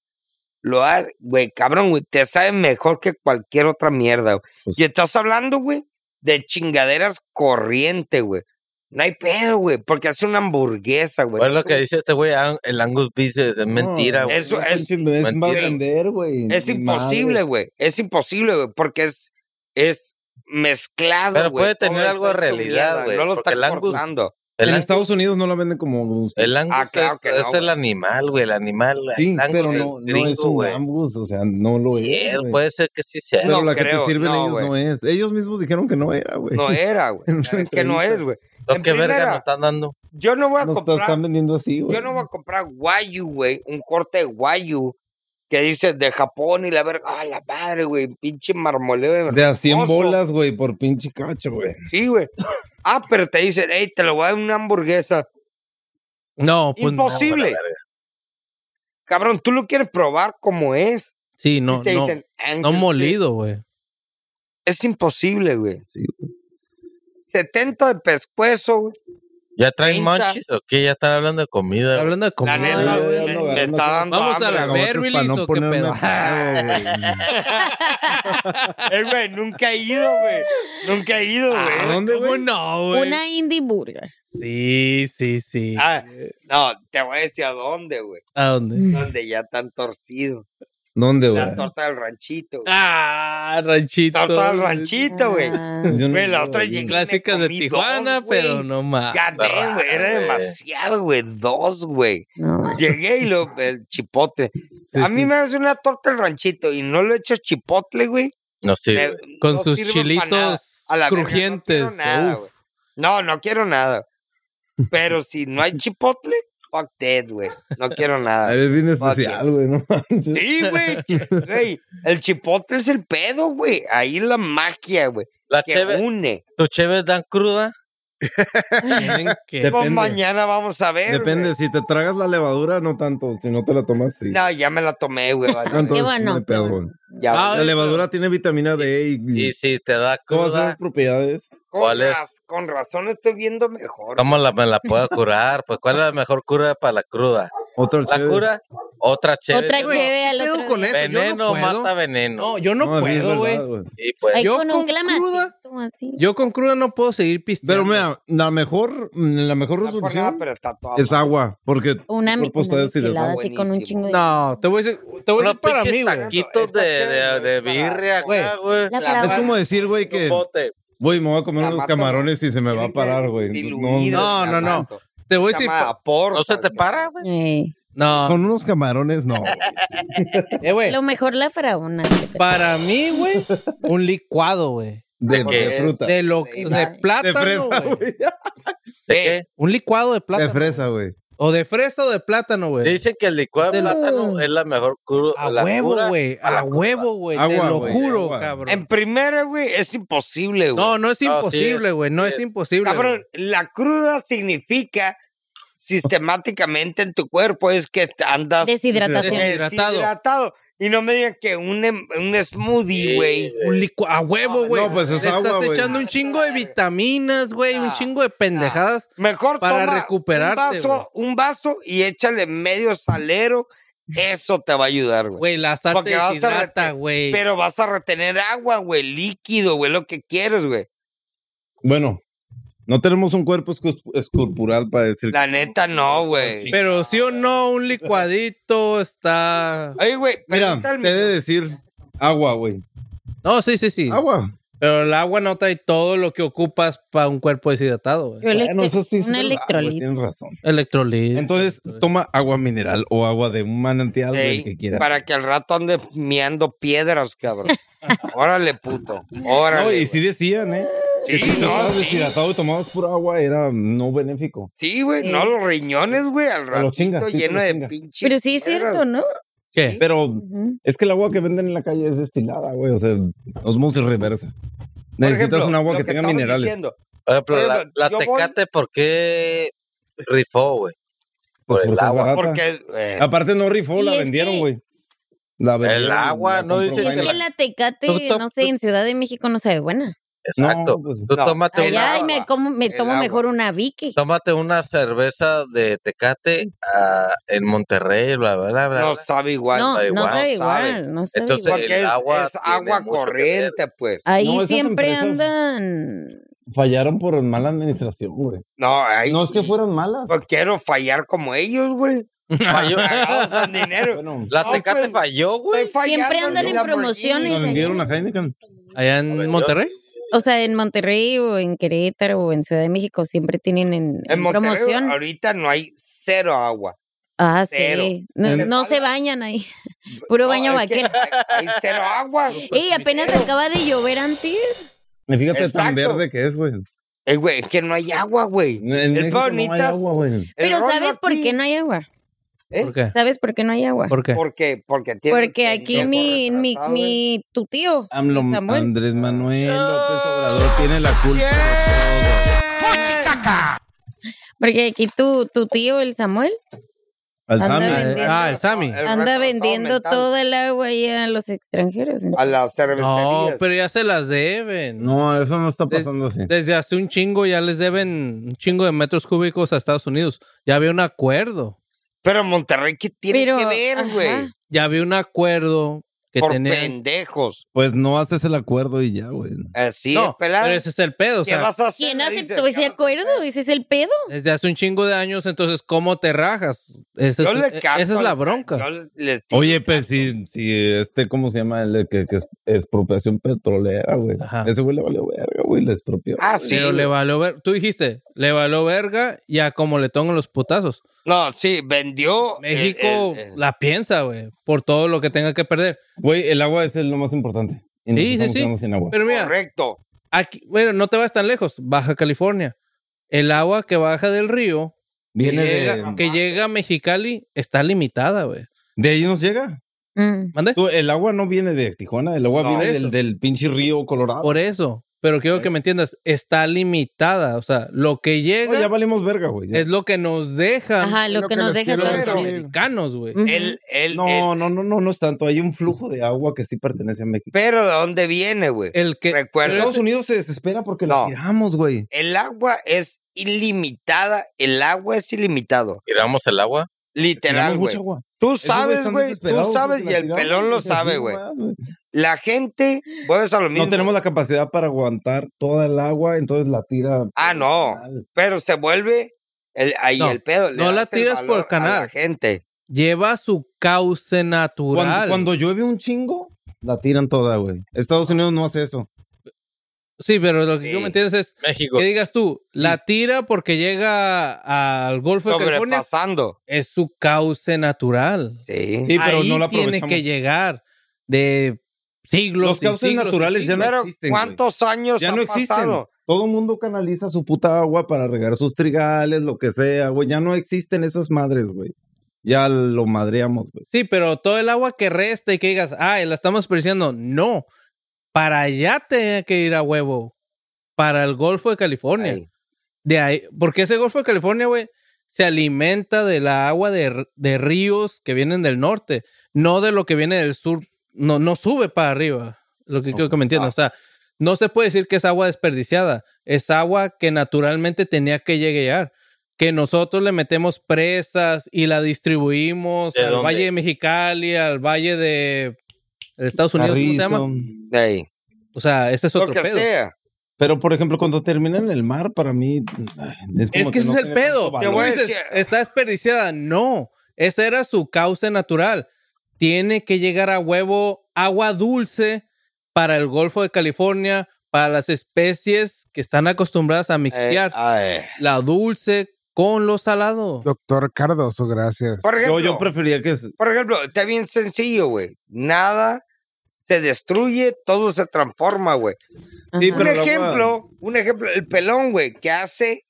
[SPEAKER 2] Lo ha- güey, cabrón, güey. Te sabe mejor que cualquier otra mierda, güey.
[SPEAKER 5] Pues-
[SPEAKER 2] y estás hablando, güey, de chingaderas corriente, güey. No hay pedo, güey, porque hace una hamburguesa, güey.
[SPEAKER 3] Pues lo que dice este güey, Ang- el Angus Beef es, es mentira,
[SPEAKER 5] No,
[SPEAKER 3] güey.
[SPEAKER 2] Eso
[SPEAKER 5] no,
[SPEAKER 2] es-
[SPEAKER 5] pinche- Es
[SPEAKER 3] mentira.
[SPEAKER 5] para vender, güey.
[SPEAKER 2] Es
[SPEAKER 5] Ni
[SPEAKER 2] imposible,
[SPEAKER 5] madre.
[SPEAKER 2] güey. Es imposible, güey, porque es, es mezclado.
[SPEAKER 3] Pero
[SPEAKER 2] güey,
[SPEAKER 3] puede
[SPEAKER 2] todo
[SPEAKER 3] tener
[SPEAKER 2] es
[SPEAKER 3] algo de
[SPEAKER 2] hecho
[SPEAKER 3] realidad,
[SPEAKER 2] mierda,
[SPEAKER 3] güey,
[SPEAKER 2] No lo
[SPEAKER 3] porque
[SPEAKER 2] está
[SPEAKER 3] el Angus-
[SPEAKER 2] cortando.
[SPEAKER 3] El,
[SPEAKER 5] en
[SPEAKER 3] Ang-
[SPEAKER 5] Estados Unidos no la venden como Angus.
[SPEAKER 3] el Angus
[SPEAKER 2] Ah, claro
[SPEAKER 3] es,
[SPEAKER 2] que no,
[SPEAKER 3] es el
[SPEAKER 2] güey.
[SPEAKER 3] animal, güey, el animal. güey.
[SPEAKER 5] Sí,
[SPEAKER 3] El Angus
[SPEAKER 5] pero no, no es
[SPEAKER 3] gringo,
[SPEAKER 5] un
[SPEAKER 3] güey.
[SPEAKER 5] Angus, o sea, no lo
[SPEAKER 3] Sí,
[SPEAKER 5] es. güey.
[SPEAKER 3] puede ser que sí sea.
[SPEAKER 5] pero
[SPEAKER 2] No
[SPEAKER 5] la que
[SPEAKER 2] creo,
[SPEAKER 5] te sirven
[SPEAKER 2] no,
[SPEAKER 5] ellos
[SPEAKER 2] güey.
[SPEAKER 5] no es. Ellos mismos dijeron que no era, güey.
[SPEAKER 2] No era,
[SPEAKER 5] En
[SPEAKER 2] güey.
[SPEAKER 5] una
[SPEAKER 2] Es que no
[SPEAKER 5] entrevista.
[SPEAKER 2] es, güey.
[SPEAKER 3] Lo
[SPEAKER 2] En
[SPEAKER 3] que verga
[SPEAKER 2] primera,
[SPEAKER 3] nos están dando.
[SPEAKER 2] Yo no voy a
[SPEAKER 5] Nos está-
[SPEAKER 2] comprar.
[SPEAKER 5] están vendiendo así, güey.
[SPEAKER 2] Yo no voy a comprar guayu, güey. Un corte de guayu que dice de Japón y la verga. Ah, la madre, güey. Pinche marmoleo.
[SPEAKER 5] De a 100
[SPEAKER 2] hermoso.
[SPEAKER 5] bolas, güey, por pinche cacho, güey.
[SPEAKER 2] Sí, güey. Ah, pero te dicen, hey, te lo voy a dar una hamburguesa.
[SPEAKER 7] No, pues no.
[SPEAKER 2] Imposible. Cabrón, tú lo quieres probar como es.
[SPEAKER 7] Sí,
[SPEAKER 2] Y
[SPEAKER 7] no,
[SPEAKER 2] te
[SPEAKER 7] no.
[SPEAKER 2] dicen,
[SPEAKER 7] No
[SPEAKER 2] "Angus Beef".
[SPEAKER 7] molido, güey.
[SPEAKER 2] Es imposible, güey.
[SPEAKER 5] Sí,
[SPEAKER 2] 70 de pescuezo, güey.
[SPEAKER 3] ¿Ya traen
[SPEAKER 2] Treinta.
[SPEAKER 3] munchies o qué? Ya están hablando de comida. güey.
[SPEAKER 7] Hablando de
[SPEAKER 2] La
[SPEAKER 7] comida.
[SPEAKER 2] neta,
[SPEAKER 7] güey.
[SPEAKER 2] güey,
[SPEAKER 5] no,
[SPEAKER 2] me
[SPEAKER 5] no,
[SPEAKER 2] está
[SPEAKER 5] no.
[SPEAKER 2] dando
[SPEAKER 7] Vamos a
[SPEAKER 2] hambre,
[SPEAKER 7] la
[SPEAKER 2] güey.
[SPEAKER 7] ver
[SPEAKER 5] Acabaste
[SPEAKER 7] release o qué
[SPEAKER 5] ponerme
[SPEAKER 7] pedo.
[SPEAKER 5] pedo, güey.
[SPEAKER 2] Eh, güey, nunca he ido, güey. Nunca he ido, Ah, güey.
[SPEAKER 5] ¿A dónde,
[SPEAKER 7] ¿Cómo
[SPEAKER 5] güey?
[SPEAKER 7] no, güey?
[SPEAKER 6] Una indie burger.
[SPEAKER 7] Sí, sí, sí.
[SPEAKER 2] Ah, Mm. no, te voy a decir a dónde, güey.
[SPEAKER 7] ¿A dónde?
[SPEAKER 2] Donde ya están torcidos.
[SPEAKER 5] ¿Dónde, güey?
[SPEAKER 2] La torta del ranchito, güey.
[SPEAKER 7] Ah, ranchito.
[SPEAKER 2] torta del ranchito, güey.
[SPEAKER 6] Ah,
[SPEAKER 5] Yo no
[SPEAKER 2] Güey, la
[SPEAKER 5] llego
[SPEAKER 2] otra
[SPEAKER 5] ahí.
[SPEAKER 2] llegué-
[SPEAKER 7] Clásicas de
[SPEAKER 2] comí
[SPEAKER 7] Tijuana,
[SPEAKER 2] dos, güey.
[SPEAKER 7] pero no más.
[SPEAKER 2] Gané,
[SPEAKER 3] raro,
[SPEAKER 2] güey. Era
[SPEAKER 3] güey.
[SPEAKER 2] demasiado, güey. Dos, güey.
[SPEAKER 6] no,
[SPEAKER 2] Llegué y lo, el chipotle.
[SPEAKER 7] Sí,
[SPEAKER 2] a mí
[SPEAKER 7] sí.
[SPEAKER 2] me hace una torta del ranchito y no le echo chipotle, güey.
[SPEAKER 3] No sé.
[SPEAKER 2] Me-
[SPEAKER 3] güey.
[SPEAKER 7] Con
[SPEAKER 2] no
[SPEAKER 7] sus
[SPEAKER 2] sirve pa' nada.
[SPEAKER 7] chilitos
[SPEAKER 2] A la verga,
[SPEAKER 7] crujientes.
[SPEAKER 2] no, quiero nada,
[SPEAKER 7] Uf.
[SPEAKER 2] güey. no, no quiero nada. Pero si no hay chipotle, fuck that, güey. No quiero nada.
[SPEAKER 5] Eres bien especial, güey, no manches.
[SPEAKER 2] Sí, güey. chi- güey, El chipotle es el pedo, güey. Ahí la magia, güey.
[SPEAKER 3] La
[SPEAKER 2] Que
[SPEAKER 3] cheve,
[SPEAKER 2] une.
[SPEAKER 3] ¿Tus cheves dan cruda?
[SPEAKER 7] Tienen que-
[SPEAKER 5] Te-
[SPEAKER 2] Pues
[SPEAKER 5] Depende.
[SPEAKER 2] mañana vamos a ver.
[SPEAKER 5] Depende,
[SPEAKER 2] güey.
[SPEAKER 5] si te tragas la levadura, no tanto. Si no te la tomas, sí.
[SPEAKER 2] No, ya me la tomé, güey. vale.
[SPEAKER 5] No, entonces,
[SPEAKER 6] Qué bueno,
[SPEAKER 5] no hay pedo,
[SPEAKER 6] qué
[SPEAKER 5] güey.
[SPEAKER 2] Ya,
[SPEAKER 7] Ah,
[SPEAKER 5] La
[SPEAKER 7] Ay,
[SPEAKER 5] levadura tiene vitamina D y, y
[SPEAKER 3] Y si te da
[SPEAKER 5] todas esas
[SPEAKER 3] cruda,
[SPEAKER 5] propiedades.
[SPEAKER 2] con,
[SPEAKER 3] ¿cuál es?
[SPEAKER 2] raz- con razón estoy viendo mejor.
[SPEAKER 3] ¿cómo la, me la puedo curar? Pues, ¿cuál es la mejor cura para la cruda?
[SPEAKER 5] Otro
[SPEAKER 3] ¿La cura? Otra cheve.
[SPEAKER 6] Otra
[SPEAKER 3] güey.
[SPEAKER 6] cheve al
[SPEAKER 7] ¿Qué pedo
[SPEAKER 6] otro
[SPEAKER 7] con
[SPEAKER 6] día.
[SPEAKER 7] eso? Yo
[SPEAKER 3] Veneno
[SPEAKER 7] no puedo.
[SPEAKER 3] mata veneno.
[SPEAKER 7] No, yo no
[SPEAKER 5] es verdad,
[SPEAKER 7] puedo, güey.
[SPEAKER 3] Sí, pues.
[SPEAKER 6] Ahí
[SPEAKER 7] Yo
[SPEAKER 6] con un
[SPEAKER 7] con cruda.
[SPEAKER 6] clamatito así.
[SPEAKER 7] Yo con cruda no puedo seguir pisteando.
[SPEAKER 5] Pero mira, la mejor, la mejor
[SPEAKER 2] No por nada,
[SPEAKER 5] resolución
[SPEAKER 2] pero está toda
[SPEAKER 5] es
[SPEAKER 2] mal.
[SPEAKER 5] agua, porque
[SPEAKER 6] Una, mi-
[SPEAKER 5] cuerpo está
[SPEAKER 6] una
[SPEAKER 5] deshidratado.
[SPEAKER 6] michelada así con un
[SPEAKER 2] Buenísimo.
[SPEAKER 6] chingo de...
[SPEAKER 7] No, te voy a decir, te voy a
[SPEAKER 3] Unos
[SPEAKER 7] decir para
[SPEAKER 3] pinches
[SPEAKER 7] mí, güey.
[SPEAKER 3] taquitos de,
[SPEAKER 2] Esta
[SPEAKER 3] de,
[SPEAKER 2] cheve
[SPEAKER 3] de
[SPEAKER 2] no es para-
[SPEAKER 3] birria acá, güey.
[SPEAKER 6] La
[SPEAKER 2] La
[SPEAKER 6] clava-
[SPEAKER 5] es como decir, güey, que,
[SPEAKER 3] Un bote.
[SPEAKER 5] güey, me voy a comer
[SPEAKER 2] La
[SPEAKER 5] unos
[SPEAKER 2] mata,
[SPEAKER 5] camarones y se me va a
[SPEAKER 2] Tiene que
[SPEAKER 5] parar, güey.
[SPEAKER 2] diluido,
[SPEAKER 5] No,
[SPEAKER 7] No, no, no.
[SPEAKER 2] Armando.
[SPEAKER 7] Te voy a
[SPEAKER 2] Se
[SPEAKER 7] decir,
[SPEAKER 2] llama
[SPEAKER 7] pa-
[SPEAKER 2] aporta,
[SPEAKER 3] ¿No se te
[SPEAKER 2] güey.
[SPEAKER 3] para, güey?
[SPEAKER 6] Ey.
[SPEAKER 7] no,
[SPEAKER 5] con unos camarones, no. güey.
[SPEAKER 7] eh, güey.
[SPEAKER 6] Lo mejor la faraona.
[SPEAKER 7] Para mí, güey, un licuado, güey.
[SPEAKER 5] De,
[SPEAKER 2] Porque
[SPEAKER 5] de
[SPEAKER 2] es
[SPEAKER 5] fruta.
[SPEAKER 7] De lo
[SPEAKER 2] Sí,
[SPEAKER 7] de
[SPEAKER 6] va.
[SPEAKER 5] De
[SPEAKER 7] plátano,
[SPEAKER 5] fresa,
[SPEAKER 7] güey.
[SPEAKER 5] güey.
[SPEAKER 3] ¿De qué?
[SPEAKER 7] Un licuado de plátano.
[SPEAKER 5] De fresa, güey.
[SPEAKER 7] O de fresa o de plátano, güey.
[SPEAKER 3] Dicen que el licuado de
[SPEAKER 7] Del-
[SPEAKER 3] plátano es la mejor cru-
[SPEAKER 7] A
[SPEAKER 3] la
[SPEAKER 7] huevo,
[SPEAKER 3] cura
[SPEAKER 7] güey.
[SPEAKER 3] para la
[SPEAKER 7] A
[SPEAKER 3] cruda.
[SPEAKER 7] huevo, güey. Te
[SPEAKER 5] Agua,
[SPEAKER 7] lo
[SPEAKER 5] güey,
[SPEAKER 7] juro,
[SPEAKER 5] agua.
[SPEAKER 7] cabrón.
[SPEAKER 2] En primera, Em, güey, es imposible, güey.
[SPEAKER 7] No, no es
[SPEAKER 3] No, sí
[SPEAKER 7] imposible,
[SPEAKER 3] es,
[SPEAKER 7] güey. No
[SPEAKER 3] sí
[SPEAKER 7] es
[SPEAKER 3] es.
[SPEAKER 7] imposible. güey.
[SPEAKER 2] Cabrón, la cruda significa sistemáticamente en tu cuerpo es que te andas
[SPEAKER 6] Deshidratación.
[SPEAKER 7] Deshidratación. Deshidratado.
[SPEAKER 2] deshidratado. Y no me digan que un, em- un smoothie,
[SPEAKER 3] Sí,
[SPEAKER 2] güey.
[SPEAKER 7] Un licuado. A huevo, güey.
[SPEAKER 5] no, pues es
[SPEAKER 7] Te estás
[SPEAKER 5] agua, güey.
[SPEAKER 7] echando un chingo de vitaminas, güey. Un
[SPEAKER 2] No,
[SPEAKER 7] chingo de pendejadas.
[SPEAKER 2] Mejor
[SPEAKER 7] Para
[SPEAKER 2] toma
[SPEAKER 7] recuperarte,
[SPEAKER 2] un vaso, un vaso y échale medio salero. Eso te va a ayudar, güey.
[SPEAKER 7] Güey, la sal te
[SPEAKER 2] Porque vas a
[SPEAKER 7] deshidrata,
[SPEAKER 2] rete-
[SPEAKER 7] güey.
[SPEAKER 2] Pero vas a retener agua, güey, líquido, güey, lo que quieres, güey.
[SPEAKER 5] Bueno, No tenemos un cuerpo escu- escultural para decir.
[SPEAKER 2] La neta, no, güey.
[SPEAKER 7] Pero sí o no, un licuadito está.
[SPEAKER 2] Ay, güey,
[SPEAKER 5] Mira, te he
[SPEAKER 2] pregúntale-
[SPEAKER 5] de decir agua, güey.
[SPEAKER 7] No, sí, sí, sí.
[SPEAKER 5] Agua.
[SPEAKER 7] Pero el agua no trae todo lo que ocupas para un cuerpo deshidratado, güey.
[SPEAKER 5] Bueno, eso sí es
[SPEAKER 6] un
[SPEAKER 5] verdad, güey,
[SPEAKER 6] electrolito.
[SPEAKER 5] Tienes razón.
[SPEAKER 7] Electrolito.
[SPEAKER 5] Entonces, toma agua mineral o agua de un manantial, güey,
[SPEAKER 2] Ey,
[SPEAKER 5] que quieras.
[SPEAKER 2] para que al rato ande meando piedras, cabrón. Órale, puto. Órale.
[SPEAKER 5] No, y
[SPEAKER 2] güey.
[SPEAKER 5] sí decían, ¿eh?
[SPEAKER 2] Sí,
[SPEAKER 5] que si tú
[SPEAKER 2] no,
[SPEAKER 5] estabas
[SPEAKER 2] sí.
[SPEAKER 5] deshidratado y tomabas pura agua, era no benéfico.
[SPEAKER 2] Sí, güey,
[SPEAKER 6] Sí.
[SPEAKER 2] no los riñones, güey, al
[SPEAKER 5] Te lo
[SPEAKER 2] ratito
[SPEAKER 5] chingas, sí, te
[SPEAKER 2] lleno
[SPEAKER 5] lo
[SPEAKER 2] de
[SPEAKER 5] chingas.
[SPEAKER 2] pinche.
[SPEAKER 6] Pero sí es
[SPEAKER 2] piedras.
[SPEAKER 6] cierto, ¿no?
[SPEAKER 7] ¿Qué?
[SPEAKER 5] Pero
[SPEAKER 6] Ujú.
[SPEAKER 5] es que el agua que venden en la calle es destilada, güey. O sea, osmosis reversa.
[SPEAKER 2] Por
[SPEAKER 5] Necesitas
[SPEAKER 2] ejemplo,
[SPEAKER 5] un agua
[SPEAKER 2] lo
[SPEAKER 5] que tenga
[SPEAKER 2] estamos
[SPEAKER 5] minerales.
[SPEAKER 2] diciendo,
[SPEAKER 3] Por ejemplo,
[SPEAKER 2] Oye,
[SPEAKER 3] la, la
[SPEAKER 2] yo voy-
[SPEAKER 3] Tecate, ¿por qué rifó, güey?
[SPEAKER 5] Pues,
[SPEAKER 3] Por el
[SPEAKER 5] porque es
[SPEAKER 3] agua.
[SPEAKER 5] barata. Ah.
[SPEAKER 2] porque eh,
[SPEAKER 5] Aparte no rifó,
[SPEAKER 6] Y
[SPEAKER 5] la
[SPEAKER 6] es
[SPEAKER 5] vendieron,
[SPEAKER 6] que-
[SPEAKER 5] güey. La
[SPEAKER 3] El agua, no
[SPEAKER 5] compró
[SPEAKER 3] dice
[SPEAKER 6] Y
[SPEAKER 3] que
[SPEAKER 6] es
[SPEAKER 5] Maile.
[SPEAKER 6] que la tecate,
[SPEAKER 3] Tú to-
[SPEAKER 6] no sé, en Ciudad de México no sabe buena.
[SPEAKER 5] No,
[SPEAKER 3] Exacto.
[SPEAKER 5] pues,
[SPEAKER 3] Tú
[SPEAKER 2] No.
[SPEAKER 3] tómate
[SPEAKER 2] El
[SPEAKER 3] una,
[SPEAKER 6] Allá y me,
[SPEAKER 2] agua,
[SPEAKER 6] como, me
[SPEAKER 2] el
[SPEAKER 6] tomo
[SPEAKER 2] agua.
[SPEAKER 6] mejor una Vicky.
[SPEAKER 3] tómate una cerveza de Tecate ah, en Monterrey, bla, bla, bla, bla.
[SPEAKER 2] no
[SPEAKER 3] bla.
[SPEAKER 2] sabe igual.
[SPEAKER 6] No,
[SPEAKER 3] sabe
[SPEAKER 6] no
[SPEAKER 3] igual,
[SPEAKER 6] sabe
[SPEAKER 2] sabe.
[SPEAKER 6] igual, no sabe
[SPEAKER 3] Entonces,
[SPEAKER 6] igual.
[SPEAKER 2] porque
[SPEAKER 3] el
[SPEAKER 2] es es agua,
[SPEAKER 3] agua tiene mucho que ver.
[SPEAKER 2] corriente, pues.
[SPEAKER 6] Ahí
[SPEAKER 5] No, esas
[SPEAKER 6] siempre
[SPEAKER 5] empresas-
[SPEAKER 6] andan.
[SPEAKER 5] fallaron por mala administración, güey.
[SPEAKER 2] No, ahí
[SPEAKER 5] No es que fueran malas.
[SPEAKER 2] no quiero fallar como ellos, güey. Cagados en dinero.
[SPEAKER 5] Bueno,
[SPEAKER 3] La
[SPEAKER 2] No,
[SPEAKER 3] Tecate
[SPEAKER 2] pues,
[SPEAKER 3] falló, güey.
[SPEAKER 2] Estoy fallando
[SPEAKER 6] Siempre andan
[SPEAKER 2] mi
[SPEAKER 6] en
[SPEAKER 2] Lamborghini.
[SPEAKER 6] promociones.
[SPEAKER 5] la vendieron a Heineken.
[SPEAKER 7] Allá en Monterrey.
[SPEAKER 6] O sea, en Monterrey o en Querétaro o en Ciudad de México siempre tienen en,
[SPEAKER 2] En
[SPEAKER 6] en
[SPEAKER 2] Monterrey
[SPEAKER 6] promoción.
[SPEAKER 2] ahorita no hay cero agua.
[SPEAKER 6] Ah,
[SPEAKER 2] cero.
[SPEAKER 6] sí. No,
[SPEAKER 5] En-
[SPEAKER 6] no se bañan ahí. Puro
[SPEAKER 2] No,
[SPEAKER 6] baño
[SPEAKER 2] es que
[SPEAKER 6] vaquero.
[SPEAKER 2] Hay, hay cero agua.
[SPEAKER 6] Y apenas
[SPEAKER 2] Cero.
[SPEAKER 6] acaba de llover antes.
[SPEAKER 5] Y Fíjate tan
[SPEAKER 2] Exacto.
[SPEAKER 5] verde que es, güey.
[SPEAKER 2] Eh, güey, es que no hay agua, güey.
[SPEAKER 5] En México no hay
[SPEAKER 2] Bonitas-
[SPEAKER 5] agua, güey.
[SPEAKER 2] El
[SPEAKER 6] Pero
[SPEAKER 2] rollo
[SPEAKER 6] ¿sabes por
[SPEAKER 2] aquí-
[SPEAKER 6] qué no hay agua?
[SPEAKER 2] ¿Eh?
[SPEAKER 7] ¿Por qué?
[SPEAKER 6] ¿Sabes por qué no hay agua?
[SPEAKER 7] ¿Por qué?
[SPEAKER 2] ¿Por qué? Porque, tiene
[SPEAKER 6] Porque
[SPEAKER 2] el
[SPEAKER 6] aquí
[SPEAKER 2] pendejo
[SPEAKER 6] mi, mi,
[SPEAKER 2] retrasado, eh. güey.
[SPEAKER 6] mi, tu tío.
[SPEAKER 5] AMLO,
[SPEAKER 6] Samuel.
[SPEAKER 5] Andrés Manuel López Obrador tiene la culpa.
[SPEAKER 6] Porque aquí tu, tu tío, el Samuel,
[SPEAKER 5] Al Sammy.
[SPEAKER 6] Anda
[SPEAKER 7] Ah,
[SPEAKER 6] vendiendo-
[SPEAKER 7] ah, el Sammy.
[SPEAKER 2] El
[SPEAKER 6] anda
[SPEAKER 2] retrasado
[SPEAKER 6] vendiendo
[SPEAKER 2] mental Ah,
[SPEAKER 6] toda el agua ahí a los extranjeros.
[SPEAKER 2] A las cervecerías.
[SPEAKER 7] No, pero ya se las deben.
[SPEAKER 5] No, eso no está pasando así.
[SPEAKER 7] Desde hace un chingo ya les deben un chingo de metros cúbicos a Estados Unidos. Ya había un acuerdo.
[SPEAKER 2] Pero Monterrey, ¿qué tiene
[SPEAKER 6] Pero,
[SPEAKER 2] que ver,
[SPEAKER 6] ajá.
[SPEAKER 2] güey?
[SPEAKER 7] Ya había un acuerdo que
[SPEAKER 2] Por
[SPEAKER 7] tenían.
[SPEAKER 2] pendejos.
[SPEAKER 5] Pues no haces el acuerdo y ya, güey.
[SPEAKER 2] Así es,
[SPEAKER 7] No,
[SPEAKER 2] pelado.
[SPEAKER 7] pero ese es el pedo. O
[SPEAKER 2] ¿Qué
[SPEAKER 7] sea,
[SPEAKER 2] vas a hacer?
[SPEAKER 6] ¿Quién
[SPEAKER 2] Le dices,
[SPEAKER 6] aceptó
[SPEAKER 2] ¿qué
[SPEAKER 6] ese
[SPEAKER 2] vas a
[SPEAKER 6] acuerdo?
[SPEAKER 2] hacer?
[SPEAKER 6] Ese es el pedo.
[SPEAKER 7] desde hace un chingo de años, entonces, ¿cómo te rajas? Ese
[SPEAKER 2] Yo
[SPEAKER 7] es- e-, eh,
[SPEAKER 2] le
[SPEAKER 7] esa es
[SPEAKER 2] canto
[SPEAKER 7] la
[SPEAKER 2] al-
[SPEAKER 7] bronca.
[SPEAKER 2] yo les- les tiro
[SPEAKER 5] Oye,
[SPEAKER 2] el
[SPEAKER 5] pues si, si este, ¿cómo se llama? El de que, que es expropiación petrolera, güey.
[SPEAKER 7] Ajá.
[SPEAKER 5] Ese güey le valió verga, güey, le expropió.
[SPEAKER 2] Ah, sí.
[SPEAKER 7] pero le
[SPEAKER 2] güey.
[SPEAKER 7] valió ver. Tú dijiste, le valió verga y a como le toman los putazos.
[SPEAKER 2] No, sí, vendió.
[SPEAKER 7] México
[SPEAKER 2] el- el- el-
[SPEAKER 7] la piensa, güey, por todo lo que tenga que perder.
[SPEAKER 5] Güey, el agua es el lo más importante.
[SPEAKER 7] Sí,
[SPEAKER 5] Y nos
[SPEAKER 7] sí,
[SPEAKER 5] estamos
[SPEAKER 7] sí.
[SPEAKER 5] quedando sin agua.
[SPEAKER 7] Pero mira,
[SPEAKER 2] Correcto.
[SPEAKER 7] aquí, bueno, no te vas tan lejos, Baja California. El agua que baja del río, que
[SPEAKER 5] Viene
[SPEAKER 7] llega,
[SPEAKER 5] de...
[SPEAKER 7] que llega a Mexicali, está limitada, güey.
[SPEAKER 5] De ahí nos llega.
[SPEAKER 6] Mm.
[SPEAKER 7] ¿Mande?
[SPEAKER 5] Tú, el agua no viene de Tijuana, el agua
[SPEAKER 2] No,
[SPEAKER 5] viene
[SPEAKER 7] eso.
[SPEAKER 5] del, del pinche río Colorado.
[SPEAKER 7] Por eso. Pero quiero que me entiendas, está limitada. O sea, lo que
[SPEAKER 5] No, ya
[SPEAKER 7] llega
[SPEAKER 5] valimos verga, güey. ya.
[SPEAKER 7] es lo que nos dejan
[SPEAKER 6] Ajá, lo,
[SPEAKER 4] lo
[SPEAKER 6] que
[SPEAKER 4] que
[SPEAKER 6] nos
[SPEAKER 4] les
[SPEAKER 6] deja
[SPEAKER 4] quiero
[SPEAKER 6] saber.
[SPEAKER 2] Pero-
[SPEAKER 4] decir.
[SPEAKER 7] mexicanos, güey.
[SPEAKER 6] Ujú.
[SPEAKER 2] El, el, el-
[SPEAKER 5] No, no, no, no, no es tanto. Hay un flujo de agua que sí pertenece a México.
[SPEAKER 2] pero ¿de dónde viene, güey?
[SPEAKER 7] El que
[SPEAKER 2] Recuerda.
[SPEAKER 5] Estados Unidos se desespera porque
[SPEAKER 2] No.
[SPEAKER 5] la tiramos, güey.
[SPEAKER 2] El agua es ilimitada. El agua es ilimitado.
[SPEAKER 3] Tiramos el agua.
[SPEAKER 2] Literal,
[SPEAKER 5] Tiramos
[SPEAKER 2] güey.
[SPEAKER 5] mucha agua.
[SPEAKER 2] Tú
[SPEAKER 5] Esos güeyes
[SPEAKER 2] sabes,
[SPEAKER 5] están
[SPEAKER 2] güey.
[SPEAKER 5] desesperados
[SPEAKER 2] Tú sabes
[SPEAKER 5] porque
[SPEAKER 2] y
[SPEAKER 5] la
[SPEAKER 2] el
[SPEAKER 5] tiramos,
[SPEAKER 2] pelón lo
[SPEAKER 5] o sea,
[SPEAKER 2] sabe,
[SPEAKER 5] sí,
[SPEAKER 2] güey.
[SPEAKER 5] nomás,
[SPEAKER 2] La gente, vuelves a lo mismo.
[SPEAKER 5] No tenemos la capacidad para aguantar toda el agua, entonces la tira.
[SPEAKER 2] Ah, no. Pero se vuelve el, ahí
[SPEAKER 7] No,
[SPEAKER 2] el pedo. le
[SPEAKER 7] no la
[SPEAKER 2] das el
[SPEAKER 7] tiras
[SPEAKER 2] valor
[SPEAKER 7] por canal.
[SPEAKER 2] A la gente.
[SPEAKER 7] lleva su cauce natural.
[SPEAKER 5] Cuando, cuando llueve un chingo, la tiran toda, güey. Estados Unidos no hace eso.
[SPEAKER 7] Sí, pero lo que
[SPEAKER 2] Sí.
[SPEAKER 7] tú me entiendes es
[SPEAKER 3] México.
[SPEAKER 7] que digas tú, la tira porque llega al Golfo de California,
[SPEAKER 2] Sobrepasando.
[SPEAKER 7] es su cauce natural.
[SPEAKER 2] Sí.
[SPEAKER 5] Sí, pero
[SPEAKER 7] Ahí
[SPEAKER 5] no la
[SPEAKER 7] tiene
[SPEAKER 5] aprovechamos.
[SPEAKER 7] que llegar de siglos.
[SPEAKER 5] Los
[SPEAKER 7] y
[SPEAKER 5] cauces
[SPEAKER 7] siglos y
[SPEAKER 5] naturales ya no
[SPEAKER 7] siglos.
[SPEAKER 2] Pero,
[SPEAKER 5] existen, güey.
[SPEAKER 2] ¿cuántos años
[SPEAKER 5] Ya
[SPEAKER 2] ha
[SPEAKER 5] no existen.
[SPEAKER 2] pasado?
[SPEAKER 5] Todo mundo canaliza su puta agua para regar sus trigales, lo que sea, güey. Ya no existen esas madres, güey. Ya lo madreamos, güey.
[SPEAKER 7] Sí, pero todo el agua que resta y que digas, ay, la estamos desperdiciando. No, para allá tenía que ir a huevo, para el Golfo de California.
[SPEAKER 2] Ahí.
[SPEAKER 7] De ahí, porque ese Golfo de California, güey, se alimenta de la agua de, r- de ríos que vienen del norte, no de lo que viene del sur. No, no sube para arriba, lo que creo que me
[SPEAKER 3] Ah.
[SPEAKER 7] entiendes. O sea, no se puede decir que es agua desperdiciada, es agua que naturalmente tenía que llegar. Que nosotros le metemos presas y la distribuimos
[SPEAKER 3] ¿De
[SPEAKER 7] al
[SPEAKER 3] dónde?
[SPEAKER 7] Valle de Mexicali, al Valle de de Estados Unidos, ¿cómo se llama?
[SPEAKER 5] Carrizo.
[SPEAKER 2] Ahí.
[SPEAKER 7] O sea, este es
[SPEAKER 2] Lo
[SPEAKER 7] otro
[SPEAKER 2] que
[SPEAKER 7] pedo.
[SPEAKER 2] sea.
[SPEAKER 5] Pero, por ejemplo, cuando terminan en el mar, para mí. ay, Es, como
[SPEAKER 7] Es que ese
[SPEAKER 5] no
[SPEAKER 7] es el
[SPEAKER 5] tiene
[SPEAKER 7] pedo.
[SPEAKER 5] tanto
[SPEAKER 2] Te
[SPEAKER 7] Tú
[SPEAKER 2] voy a
[SPEAKER 5] valor.
[SPEAKER 7] dices,
[SPEAKER 2] decir-
[SPEAKER 7] está desperdiciada. No, esa era su cauce natural. Tiene que llegar a huevo agua dulce para el Golfo de California, para las especies que están acostumbradas
[SPEAKER 2] Eh,
[SPEAKER 7] a mixtear
[SPEAKER 2] ah. ay.
[SPEAKER 7] la dulce con lo salado.
[SPEAKER 4] Doctor Cardoso, gracias.
[SPEAKER 2] Por ejemplo,
[SPEAKER 5] Yo, yo preferiría que. es-
[SPEAKER 2] por ejemplo, está bien sencillo, güey. Nada se destruye, todo se transforma, güey.
[SPEAKER 5] Sí,
[SPEAKER 2] Un
[SPEAKER 5] pero el agua-
[SPEAKER 2] ejemplo, un ejemplo, el pelón, güey, que hace,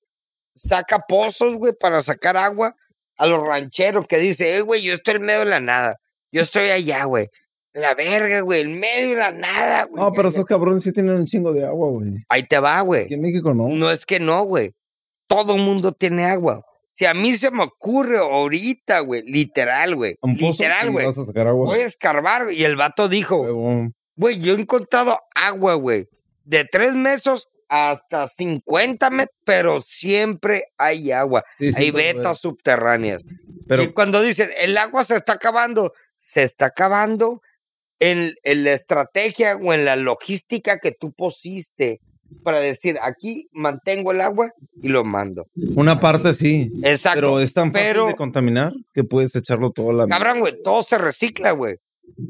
[SPEAKER 2] saca pozos, güey, para sacar agua a los rancheros que dice, eh, güey, yo estoy en medio de la nada. Yo estoy allá, güey. La verga, güey, en medio de la nada, güey.
[SPEAKER 5] No, pero esos cabrones sí tienen un chingo de agua, güey.
[SPEAKER 2] Ahí te va, güey.
[SPEAKER 5] Aquí en México no.
[SPEAKER 2] No es que no, güey. Todo mundo tiene agua. Si a mí se me ocurre ahorita, güey, literal, güey.
[SPEAKER 5] Un pozo,
[SPEAKER 2] Literal,
[SPEAKER 5] sí,
[SPEAKER 2] güey.
[SPEAKER 5] Vas a sacar agua.
[SPEAKER 2] Voy a escarbar. güey. Y el vato dijo,
[SPEAKER 5] Huevo.
[SPEAKER 2] güey, yo he encontrado agua, güey. De tres meses hasta 50 metros, pero siempre hay agua.
[SPEAKER 5] Sí, sí,
[SPEAKER 2] hay
[SPEAKER 5] pero-
[SPEAKER 2] vetas subterráneas.
[SPEAKER 5] Pero,
[SPEAKER 2] y cuando dicen, el agua se está acabando, se está acabando en, en la estrategia o en la logística que tú pusiste para decir, aquí mantengo el agua y lo mando.
[SPEAKER 5] una parte sí.
[SPEAKER 2] Exacto.
[SPEAKER 5] Pero es tan fácil
[SPEAKER 2] Pero-
[SPEAKER 5] de contaminar que puedes echarlo todo a la.
[SPEAKER 2] Cabrón, güey, todo se recicla, güey.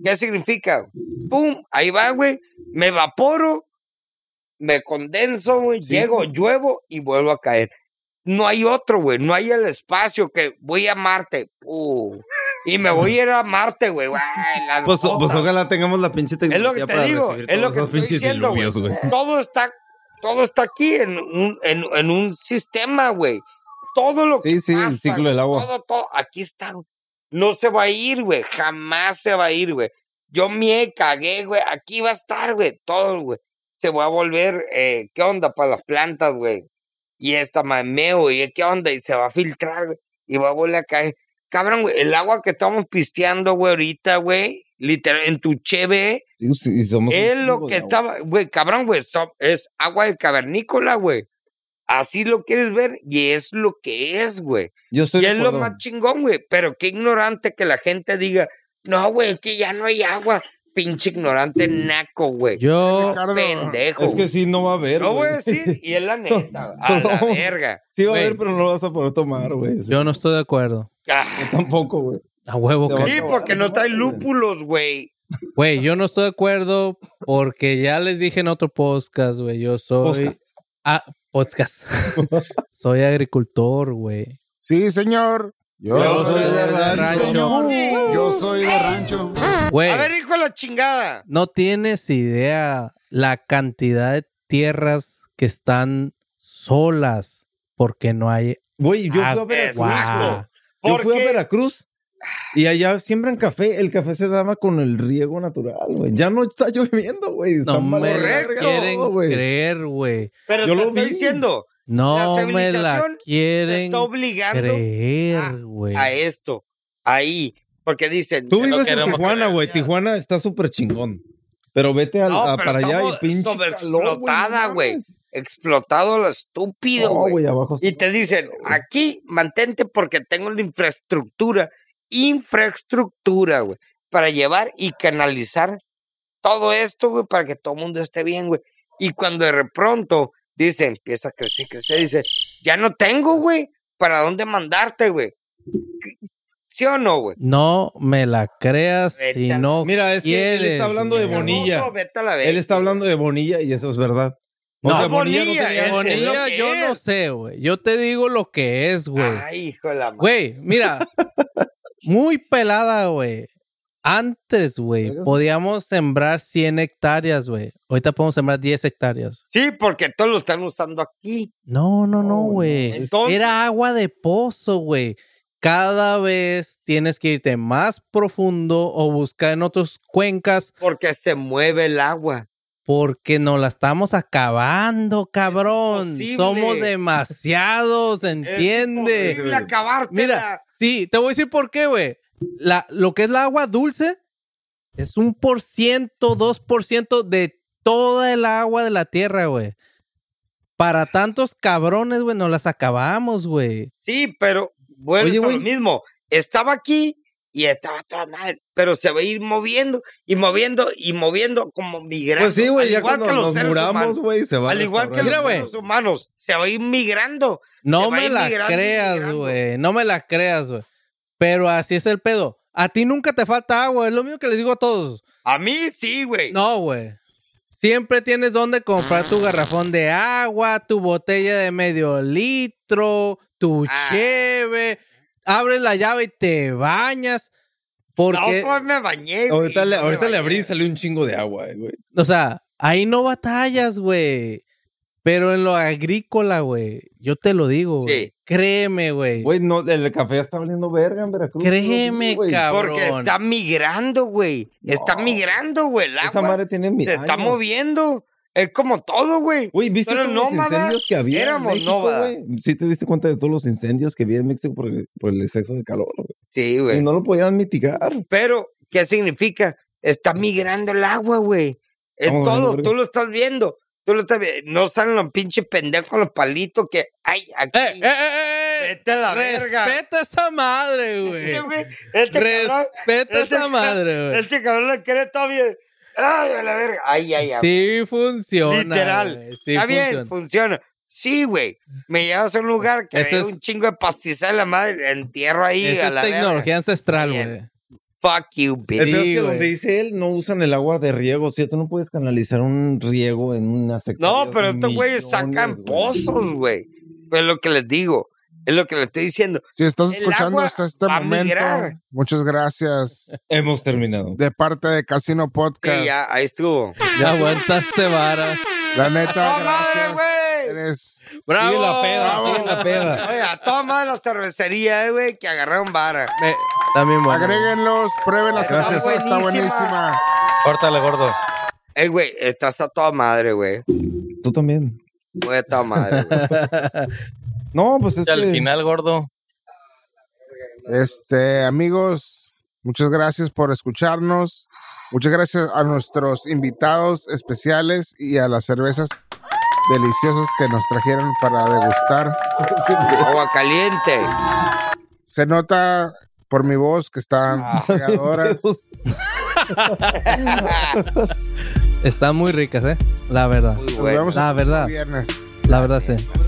[SPEAKER 2] ¿Qué significa? ¡Pum! Ahí va, güey. Me evaporo, me condenso, güey, llego, lluevo y vuelvo a caer. No hay otro, güey. No hay el espacio que voy a Marte. ¡pum! Y me voy a ir a Marte, güey. Ay, las
[SPEAKER 5] Pues, pues
[SPEAKER 2] bombas.
[SPEAKER 5] ojalá tengamos la pinche
[SPEAKER 2] es lo que
[SPEAKER 5] tecnología
[SPEAKER 2] te
[SPEAKER 5] para
[SPEAKER 2] digo.
[SPEAKER 5] recibir
[SPEAKER 2] Es lo
[SPEAKER 5] todos
[SPEAKER 2] que
[SPEAKER 5] esos
[SPEAKER 2] estoy
[SPEAKER 5] pinches
[SPEAKER 2] diciendo, güey.
[SPEAKER 5] diluvios, güey.
[SPEAKER 2] Todo está, todo está aquí en un, en, en un sistema, güey. Todo lo
[SPEAKER 5] Sí,
[SPEAKER 2] que
[SPEAKER 5] sí, el
[SPEAKER 2] pasa,
[SPEAKER 5] ciclo
[SPEAKER 2] güey,
[SPEAKER 5] del agua.
[SPEAKER 2] Todo, todo, aquí está. güey. No se va a ir, güey. Jamás se va a ir, güey. Yo me cagué, güey. Aquí va a estar, güey. Todo, güey. Se va a volver, eh, ¿qué onda para las plantas, güey? Y esta mameo, y ¿qué onda? Y se va a filtrar, güey. Y va a volver a caer. Cabrón, güey, el agua que estamos pisteando, güey, ahorita, güey, literal, en tu cheve,
[SPEAKER 5] Sí, sí, y somos un
[SPEAKER 2] es lo
[SPEAKER 5] chingo
[SPEAKER 2] que
[SPEAKER 5] de agua.
[SPEAKER 2] estaba, güey, cabrón, güey, so- es agua de cavernícola, güey. Así lo quieres ver y es lo que es, güey.
[SPEAKER 5] Yo estoy
[SPEAKER 2] Y
[SPEAKER 5] de
[SPEAKER 2] es lo
[SPEAKER 5] acuerdo.
[SPEAKER 2] más chingón, güey. Pero qué ignorante que la gente diga, no, güey, es que ya no hay agua. Pinche ignorante naco, güey.
[SPEAKER 7] Yo,
[SPEAKER 4] Ricardo,
[SPEAKER 2] Pendejo.
[SPEAKER 5] Es que
[SPEAKER 2] güey.
[SPEAKER 5] sí, no va a haber.
[SPEAKER 2] Lo voy a
[SPEAKER 5] güey.
[SPEAKER 2] decir y es la neta. güey. a la
[SPEAKER 5] No.
[SPEAKER 2] verga.
[SPEAKER 5] Sí va a haber,
[SPEAKER 7] Güey.
[SPEAKER 5] pero no lo vas a poder tomar, güey. Sí,
[SPEAKER 7] yo no estoy de acuerdo.
[SPEAKER 2] Ah,
[SPEAKER 5] Tampoco, güey.
[SPEAKER 7] A huevo,
[SPEAKER 5] Te
[SPEAKER 7] que-
[SPEAKER 5] va a
[SPEAKER 2] Sí,
[SPEAKER 5] acabar
[SPEAKER 2] porque
[SPEAKER 5] esa
[SPEAKER 2] no trae
[SPEAKER 5] madre, güey.
[SPEAKER 2] lúpulos, güey.
[SPEAKER 7] güey. Yo no estoy de acuerdo porque ya les dije en otro podcast, güey. Yo soy.
[SPEAKER 5] Podcast.
[SPEAKER 7] Ah, podcast. soy agricultor, güey.
[SPEAKER 4] Sí, señor. Yo,
[SPEAKER 2] Yo soy
[SPEAKER 7] de rancho.
[SPEAKER 4] señor. Yo soy de rancho.
[SPEAKER 7] Güey.
[SPEAKER 2] A ver, hijo de la chingada.
[SPEAKER 7] No tienes idea la cantidad de tierras que están solas porque no hay
[SPEAKER 5] Güey, yo fui
[SPEAKER 7] Ah,
[SPEAKER 5] a Veracruz.
[SPEAKER 2] exacto.
[SPEAKER 5] güey. Yo fui
[SPEAKER 2] Porque-
[SPEAKER 5] a Veracruz y allá siembran café. El café se daba con el riego natural, güey. Ya no está lloviendo, güey. Está
[SPEAKER 7] No
[SPEAKER 5] mal
[SPEAKER 7] me la
[SPEAKER 5] regado,
[SPEAKER 7] quieren
[SPEAKER 5] güey.
[SPEAKER 7] creer, güey.
[SPEAKER 2] Pero
[SPEAKER 5] Yo
[SPEAKER 2] te
[SPEAKER 5] lo
[SPEAKER 2] estoy
[SPEAKER 5] vi.
[SPEAKER 2] diciendo,
[SPEAKER 7] No
[SPEAKER 2] La
[SPEAKER 7] me la
[SPEAKER 2] civilización te
[SPEAKER 7] quieren
[SPEAKER 2] está obligando a-
[SPEAKER 7] creer, güey.
[SPEAKER 2] a esto, ahí, porque dicen, "Ya
[SPEAKER 5] Tú
[SPEAKER 2] no
[SPEAKER 5] vives en
[SPEAKER 2] queremos
[SPEAKER 5] Tijuana,
[SPEAKER 2] creer".
[SPEAKER 5] güey. Tijuana está súper chingón. Pero vete al-
[SPEAKER 2] No,
[SPEAKER 5] a-
[SPEAKER 2] pero
[SPEAKER 5] para allá y
[SPEAKER 2] estamos
[SPEAKER 5] pinche.
[SPEAKER 2] sobreexplotada,
[SPEAKER 5] calor,
[SPEAKER 2] güey.
[SPEAKER 5] mames.
[SPEAKER 2] explotado lo estúpido,
[SPEAKER 5] No,
[SPEAKER 2] güey.
[SPEAKER 5] güey, abajo.
[SPEAKER 2] y te dicen, aquí mantente porque tengo la infraestructura, infraestructura, güey, para llevar y canalizar todo esto, güey, para que todo el mundo esté bien, güey. Y cuando de pronto dicen, empieza a crecer, crecer, dice, ya no tengo, güey, para dónde mandarte, güey. ¿Sí o no, güey?
[SPEAKER 7] No me la creas
[SPEAKER 2] Vete
[SPEAKER 7] si
[SPEAKER 2] a la-
[SPEAKER 7] no
[SPEAKER 5] Mira, es que él
[SPEAKER 7] quieres,
[SPEAKER 5] está hablando de
[SPEAKER 7] güey.
[SPEAKER 5] Bonilla.
[SPEAKER 2] Famoso, vete a la
[SPEAKER 5] Él
[SPEAKER 2] verga.
[SPEAKER 5] está hablando de Bonilla y eso es verdad. O
[SPEAKER 7] No,
[SPEAKER 5] sea, Bonilla,
[SPEAKER 2] Bonilla, eh.
[SPEAKER 5] no tenía-
[SPEAKER 2] es lo
[SPEAKER 7] Bonilla,
[SPEAKER 2] que
[SPEAKER 7] yo
[SPEAKER 2] es.
[SPEAKER 7] no sé, güey. Yo te digo lo que es, güey.
[SPEAKER 2] Ay, hijo de la madre.
[SPEAKER 7] Güey, mira, muy pelada, güey. Antes, güey, podíamos sembrar 100 hectáreas, güey. Ahorita podemos sembrar 10 hectáreas.
[SPEAKER 2] Sí, porque todos lo están usando aquí.
[SPEAKER 7] No, no, no, güey.
[SPEAKER 2] Entonces,
[SPEAKER 7] Era agua de pozo, güey. Cada vez tienes que irte más profundo o buscar en otras cuencas
[SPEAKER 2] porque se mueve el agua.
[SPEAKER 7] porque nos la estamos acabando, cabrón.
[SPEAKER 2] imposible.
[SPEAKER 7] Somos demasiados,
[SPEAKER 2] Es
[SPEAKER 7] ¿entiende?
[SPEAKER 2] imposible acabártela.
[SPEAKER 7] Mira, sí, te voy a decir por qué, güey. La, lo que es la agua dulce es un por ciento, dos por ciento de toda el agua de la tierra, güey. Para tantos cabrones, güey, nos las acabamos, güey.
[SPEAKER 2] Sí, pero vuelves
[SPEAKER 7] Oye,
[SPEAKER 2] a lo
[SPEAKER 7] güey.
[SPEAKER 2] mismo. Estaba aquí y estaba toda madre. pero se va a ir moviendo y moviendo y moviendo como migrando.
[SPEAKER 5] Pues sí, güey,
[SPEAKER 2] al
[SPEAKER 5] ya
[SPEAKER 2] igual
[SPEAKER 5] cuando
[SPEAKER 2] que los
[SPEAKER 5] nos
[SPEAKER 2] seres
[SPEAKER 5] muramos,
[SPEAKER 2] humanos.
[SPEAKER 5] güey, se va a
[SPEAKER 2] Al igual que
[SPEAKER 5] restaurar.
[SPEAKER 7] Mira,
[SPEAKER 2] los
[SPEAKER 7] güey.
[SPEAKER 2] seres humanos, se va a ir migrando.
[SPEAKER 7] No
[SPEAKER 2] Te va
[SPEAKER 7] me la
[SPEAKER 2] inmigrando,
[SPEAKER 7] creas,
[SPEAKER 2] inmigrando.
[SPEAKER 7] güey. No me la creas, güey. Pero así es el pedo. A ti nunca te falta agua, es lo mismo que les digo a todos.
[SPEAKER 2] A mí sí, güey.
[SPEAKER 7] No, güey. Siempre tienes donde comprar tu garrafón de agua, tu botella de medio litro, tu
[SPEAKER 2] Ah.
[SPEAKER 7] cheve. Abres la llave y te bañas.
[SPEAKER 2] La
[SPEAKER 7] Porque,
[SPEAKER 2] otra vez me bañé. güey,
[SPEAKER 5] Ahorita le,
[SPEAKER 2] no me
[SPEAKER 5] ahorita le
[SPEAKER 2] bañé.
[SPEAKER 5] abrí y salió un chingo de agua, eh, güey.
[SPEAKER 7] o sea, ahí no batallas, güey. Pero en lo agrícola, güey, yo te lo digo, güey.
[SPEAKER 2] Sí.
[SPEAKER 7] Créeme, güey.
[SPEAKER 5] Güey, no, el café está valiendo verga en Veracruz.
[SPEAKER 7] Créeme,
[SPEAKER 5] güey.
[SPEAKER 7] cabrón.
[SPEAKER 2] Porque está migrando, güey. Está
[SPEAKER 5] No.
[SPEAKER 2] migrando, güey. El
[SPEAKER 5] Esa
[SPEAKER 2] agua
[SPEAKER 5] madre tiene mil
[SPEAKER 2] se está
[SPEAKER 5] años.
[SPEAKER 2] moviendo. Es como todo, güey.
[SPEAKER 5] Güey, ¿viste
[SPEAKER 2] Pero
[SPEAKER 5] todos los
[SPEAKER 2] nómada,
[SPEAKER 5] incendios que había
[SPEAKER 2] éramos
[SPEAKER 5] en México,
[SPEAKER 2] nómada.
[SPEAKER 5] güey? ¿Sí te diste cuenta de todos los incendios que había en México por el, por el exceso de calor, güey?
[SPEAKER 2] Sí, güey.
[SPEAKER 5] Y no lo podían mitigar.
[SPEAKER 2] Pero, ¿qué significa? Está migrando el agua, güey. Es
[SPEAKER 5] Estamos
[SPEAKER 2] todo,
[SPEAKER 5] viendo,
[SPEAKER 2] tú lo estás viendo. Tú lo estás viendo. No salen los pinches pendejos, los palitos que hay aquí.
[SPEAKER 7] Eh, eh, eh, eh.
[SPEAKER 2] Vete a la verga.
[SPEAKER 7] Respeta esa madre,
[SPEAKER 2] Este,
[SPEAKER 7] güey.
[SPEAKER 2] güey, este cabrón,
[SPEAKER 7] Respeta
[SPEAKER 2] este
[SPEAKER 7] esa
[SPEAKER 2] cabrón-
[SPEAKER 7] madre, güey.
[SPEAKER 2] este cabrón lo quiere todo bien. Ay, a la verga. Ay, ay, ay.
[SPEAKER 7] Sí funciona.
[SPEAKER 2] Literal.
[SPEAKER 7] güey. Sí
[SPEAKER 2] Está bien,
[SPEAKER 7] funciona.
[SPEAKER 2] funciona. Sí, güey. Me llevas a un lugar que
[SPEAKER 7] Eso
[SPEAKER 2] veo
[SPEAKER 7] es-
[SPEAKER 2] un chingo de pastizal, la madre. Entierro ahí
[SPEAKER 7] Eso
[SPEAKER 2] a
[SPEAKER 7] es
[SPEAKER 2] la verga.
[SPEAKER 7] tecnología ancestral,
[SPEAKER 2] Está
[SPEAKER 7] güey.
[SPEAKER 2] Fuck you, bitch.
[SPEAKER 5] el peor es que
[SPEAKER 7] güey.
[SPEAKER 5] donde dice él no usan el agua de riego. O sea, tú no puedes canalizar un riego en una secundaria.
[SPEAKER 2] No, pero estos güeyes sacan pozos, güey. Pues es lo que les digo. Es lo que les estoy diciendo.
[SPEAKER 4] Si estás
[SPEAKER 2] El
[SPEAKER 4] escuchando
[SPEAKER 2] agua
[SPEAKER 4] hasta este
[SPEAKER 2] va a
[SPEAKER 4] momento,
[SPEAKER 2] migrar.
[SPEAKER 4] muchas gracias
[SPEAKER 5] Hemos terminado.
[SPEAKER 4] de parte de Casino
[SPEAKER 2] Sí,
[SPEAKER 4] Podcast.
[SPEAKER 2] ya, ahí estuvo.
[SPEAKER 7] Ya aguantaste vara.
[SPEAKER 4] La neta,
[SPEAKER 2] ¡No, ¡Oh, madre,
[SPEAKER 4] gracias.
[SPEAKER 2] güey!
[SPEAKER 4] Eres
[SPEAKER 7] Bravo.
[SPEAKER 5] Sigue la peda,
[SPEAKER 7] Bravo.
[SPEAKER 5] sigue la peda.
[SPEAKER 2] Oiga, toma la cervecería, eh, güey, que agarraron vara.
[SPEAKER 7] Me- también bueno.
[SPEAKER 4] Agréguenlos, prueben la
[SPEAKER 2] Está
[SPEAKER 4] cerveza, está
[SPEAKER 2] buenísima.
[SPEAKER 4] buenísima.
[SPEAKER 3] Córtale, gordo.
[SPEAKER 2] Eh, güey, estás a toda madre, güey.
[SPEAKER 5] Tú también.
[SPEAKER 2] Voy a toda madre, güey.
[SPEAKER 5] No, pues es
[SPEAKER 3] Y al
[SPEAKER 5] que-
[SPEAKER 3] final, gordo.
[SPEAKER 4] Este, amigos, muchas gracias por escucharnos. Muchas gracias a nuestros invitados especiales y a las cervezas deliciosas que nos trajeron para degustar.
[SPEAKER 2] Agua caliente.
[SPEAKER 4] Se nota por mi voz que están pegadoras.
[SPEAKER 7] Están muy ricas, eh. La verdad.
[SPEAKER 2] Muy
[SPEAKER 4] Nos
[SPEAKER 2] bueno.
[SPEAKER 4] vemos
[SPEAKER 7] ¿eh? La
[SPEAKER 4] el próximo
[SPEAKER 7] verdad.
[SPEAKER 4] viernes.
[SPEAKER 7] La verdad, sí.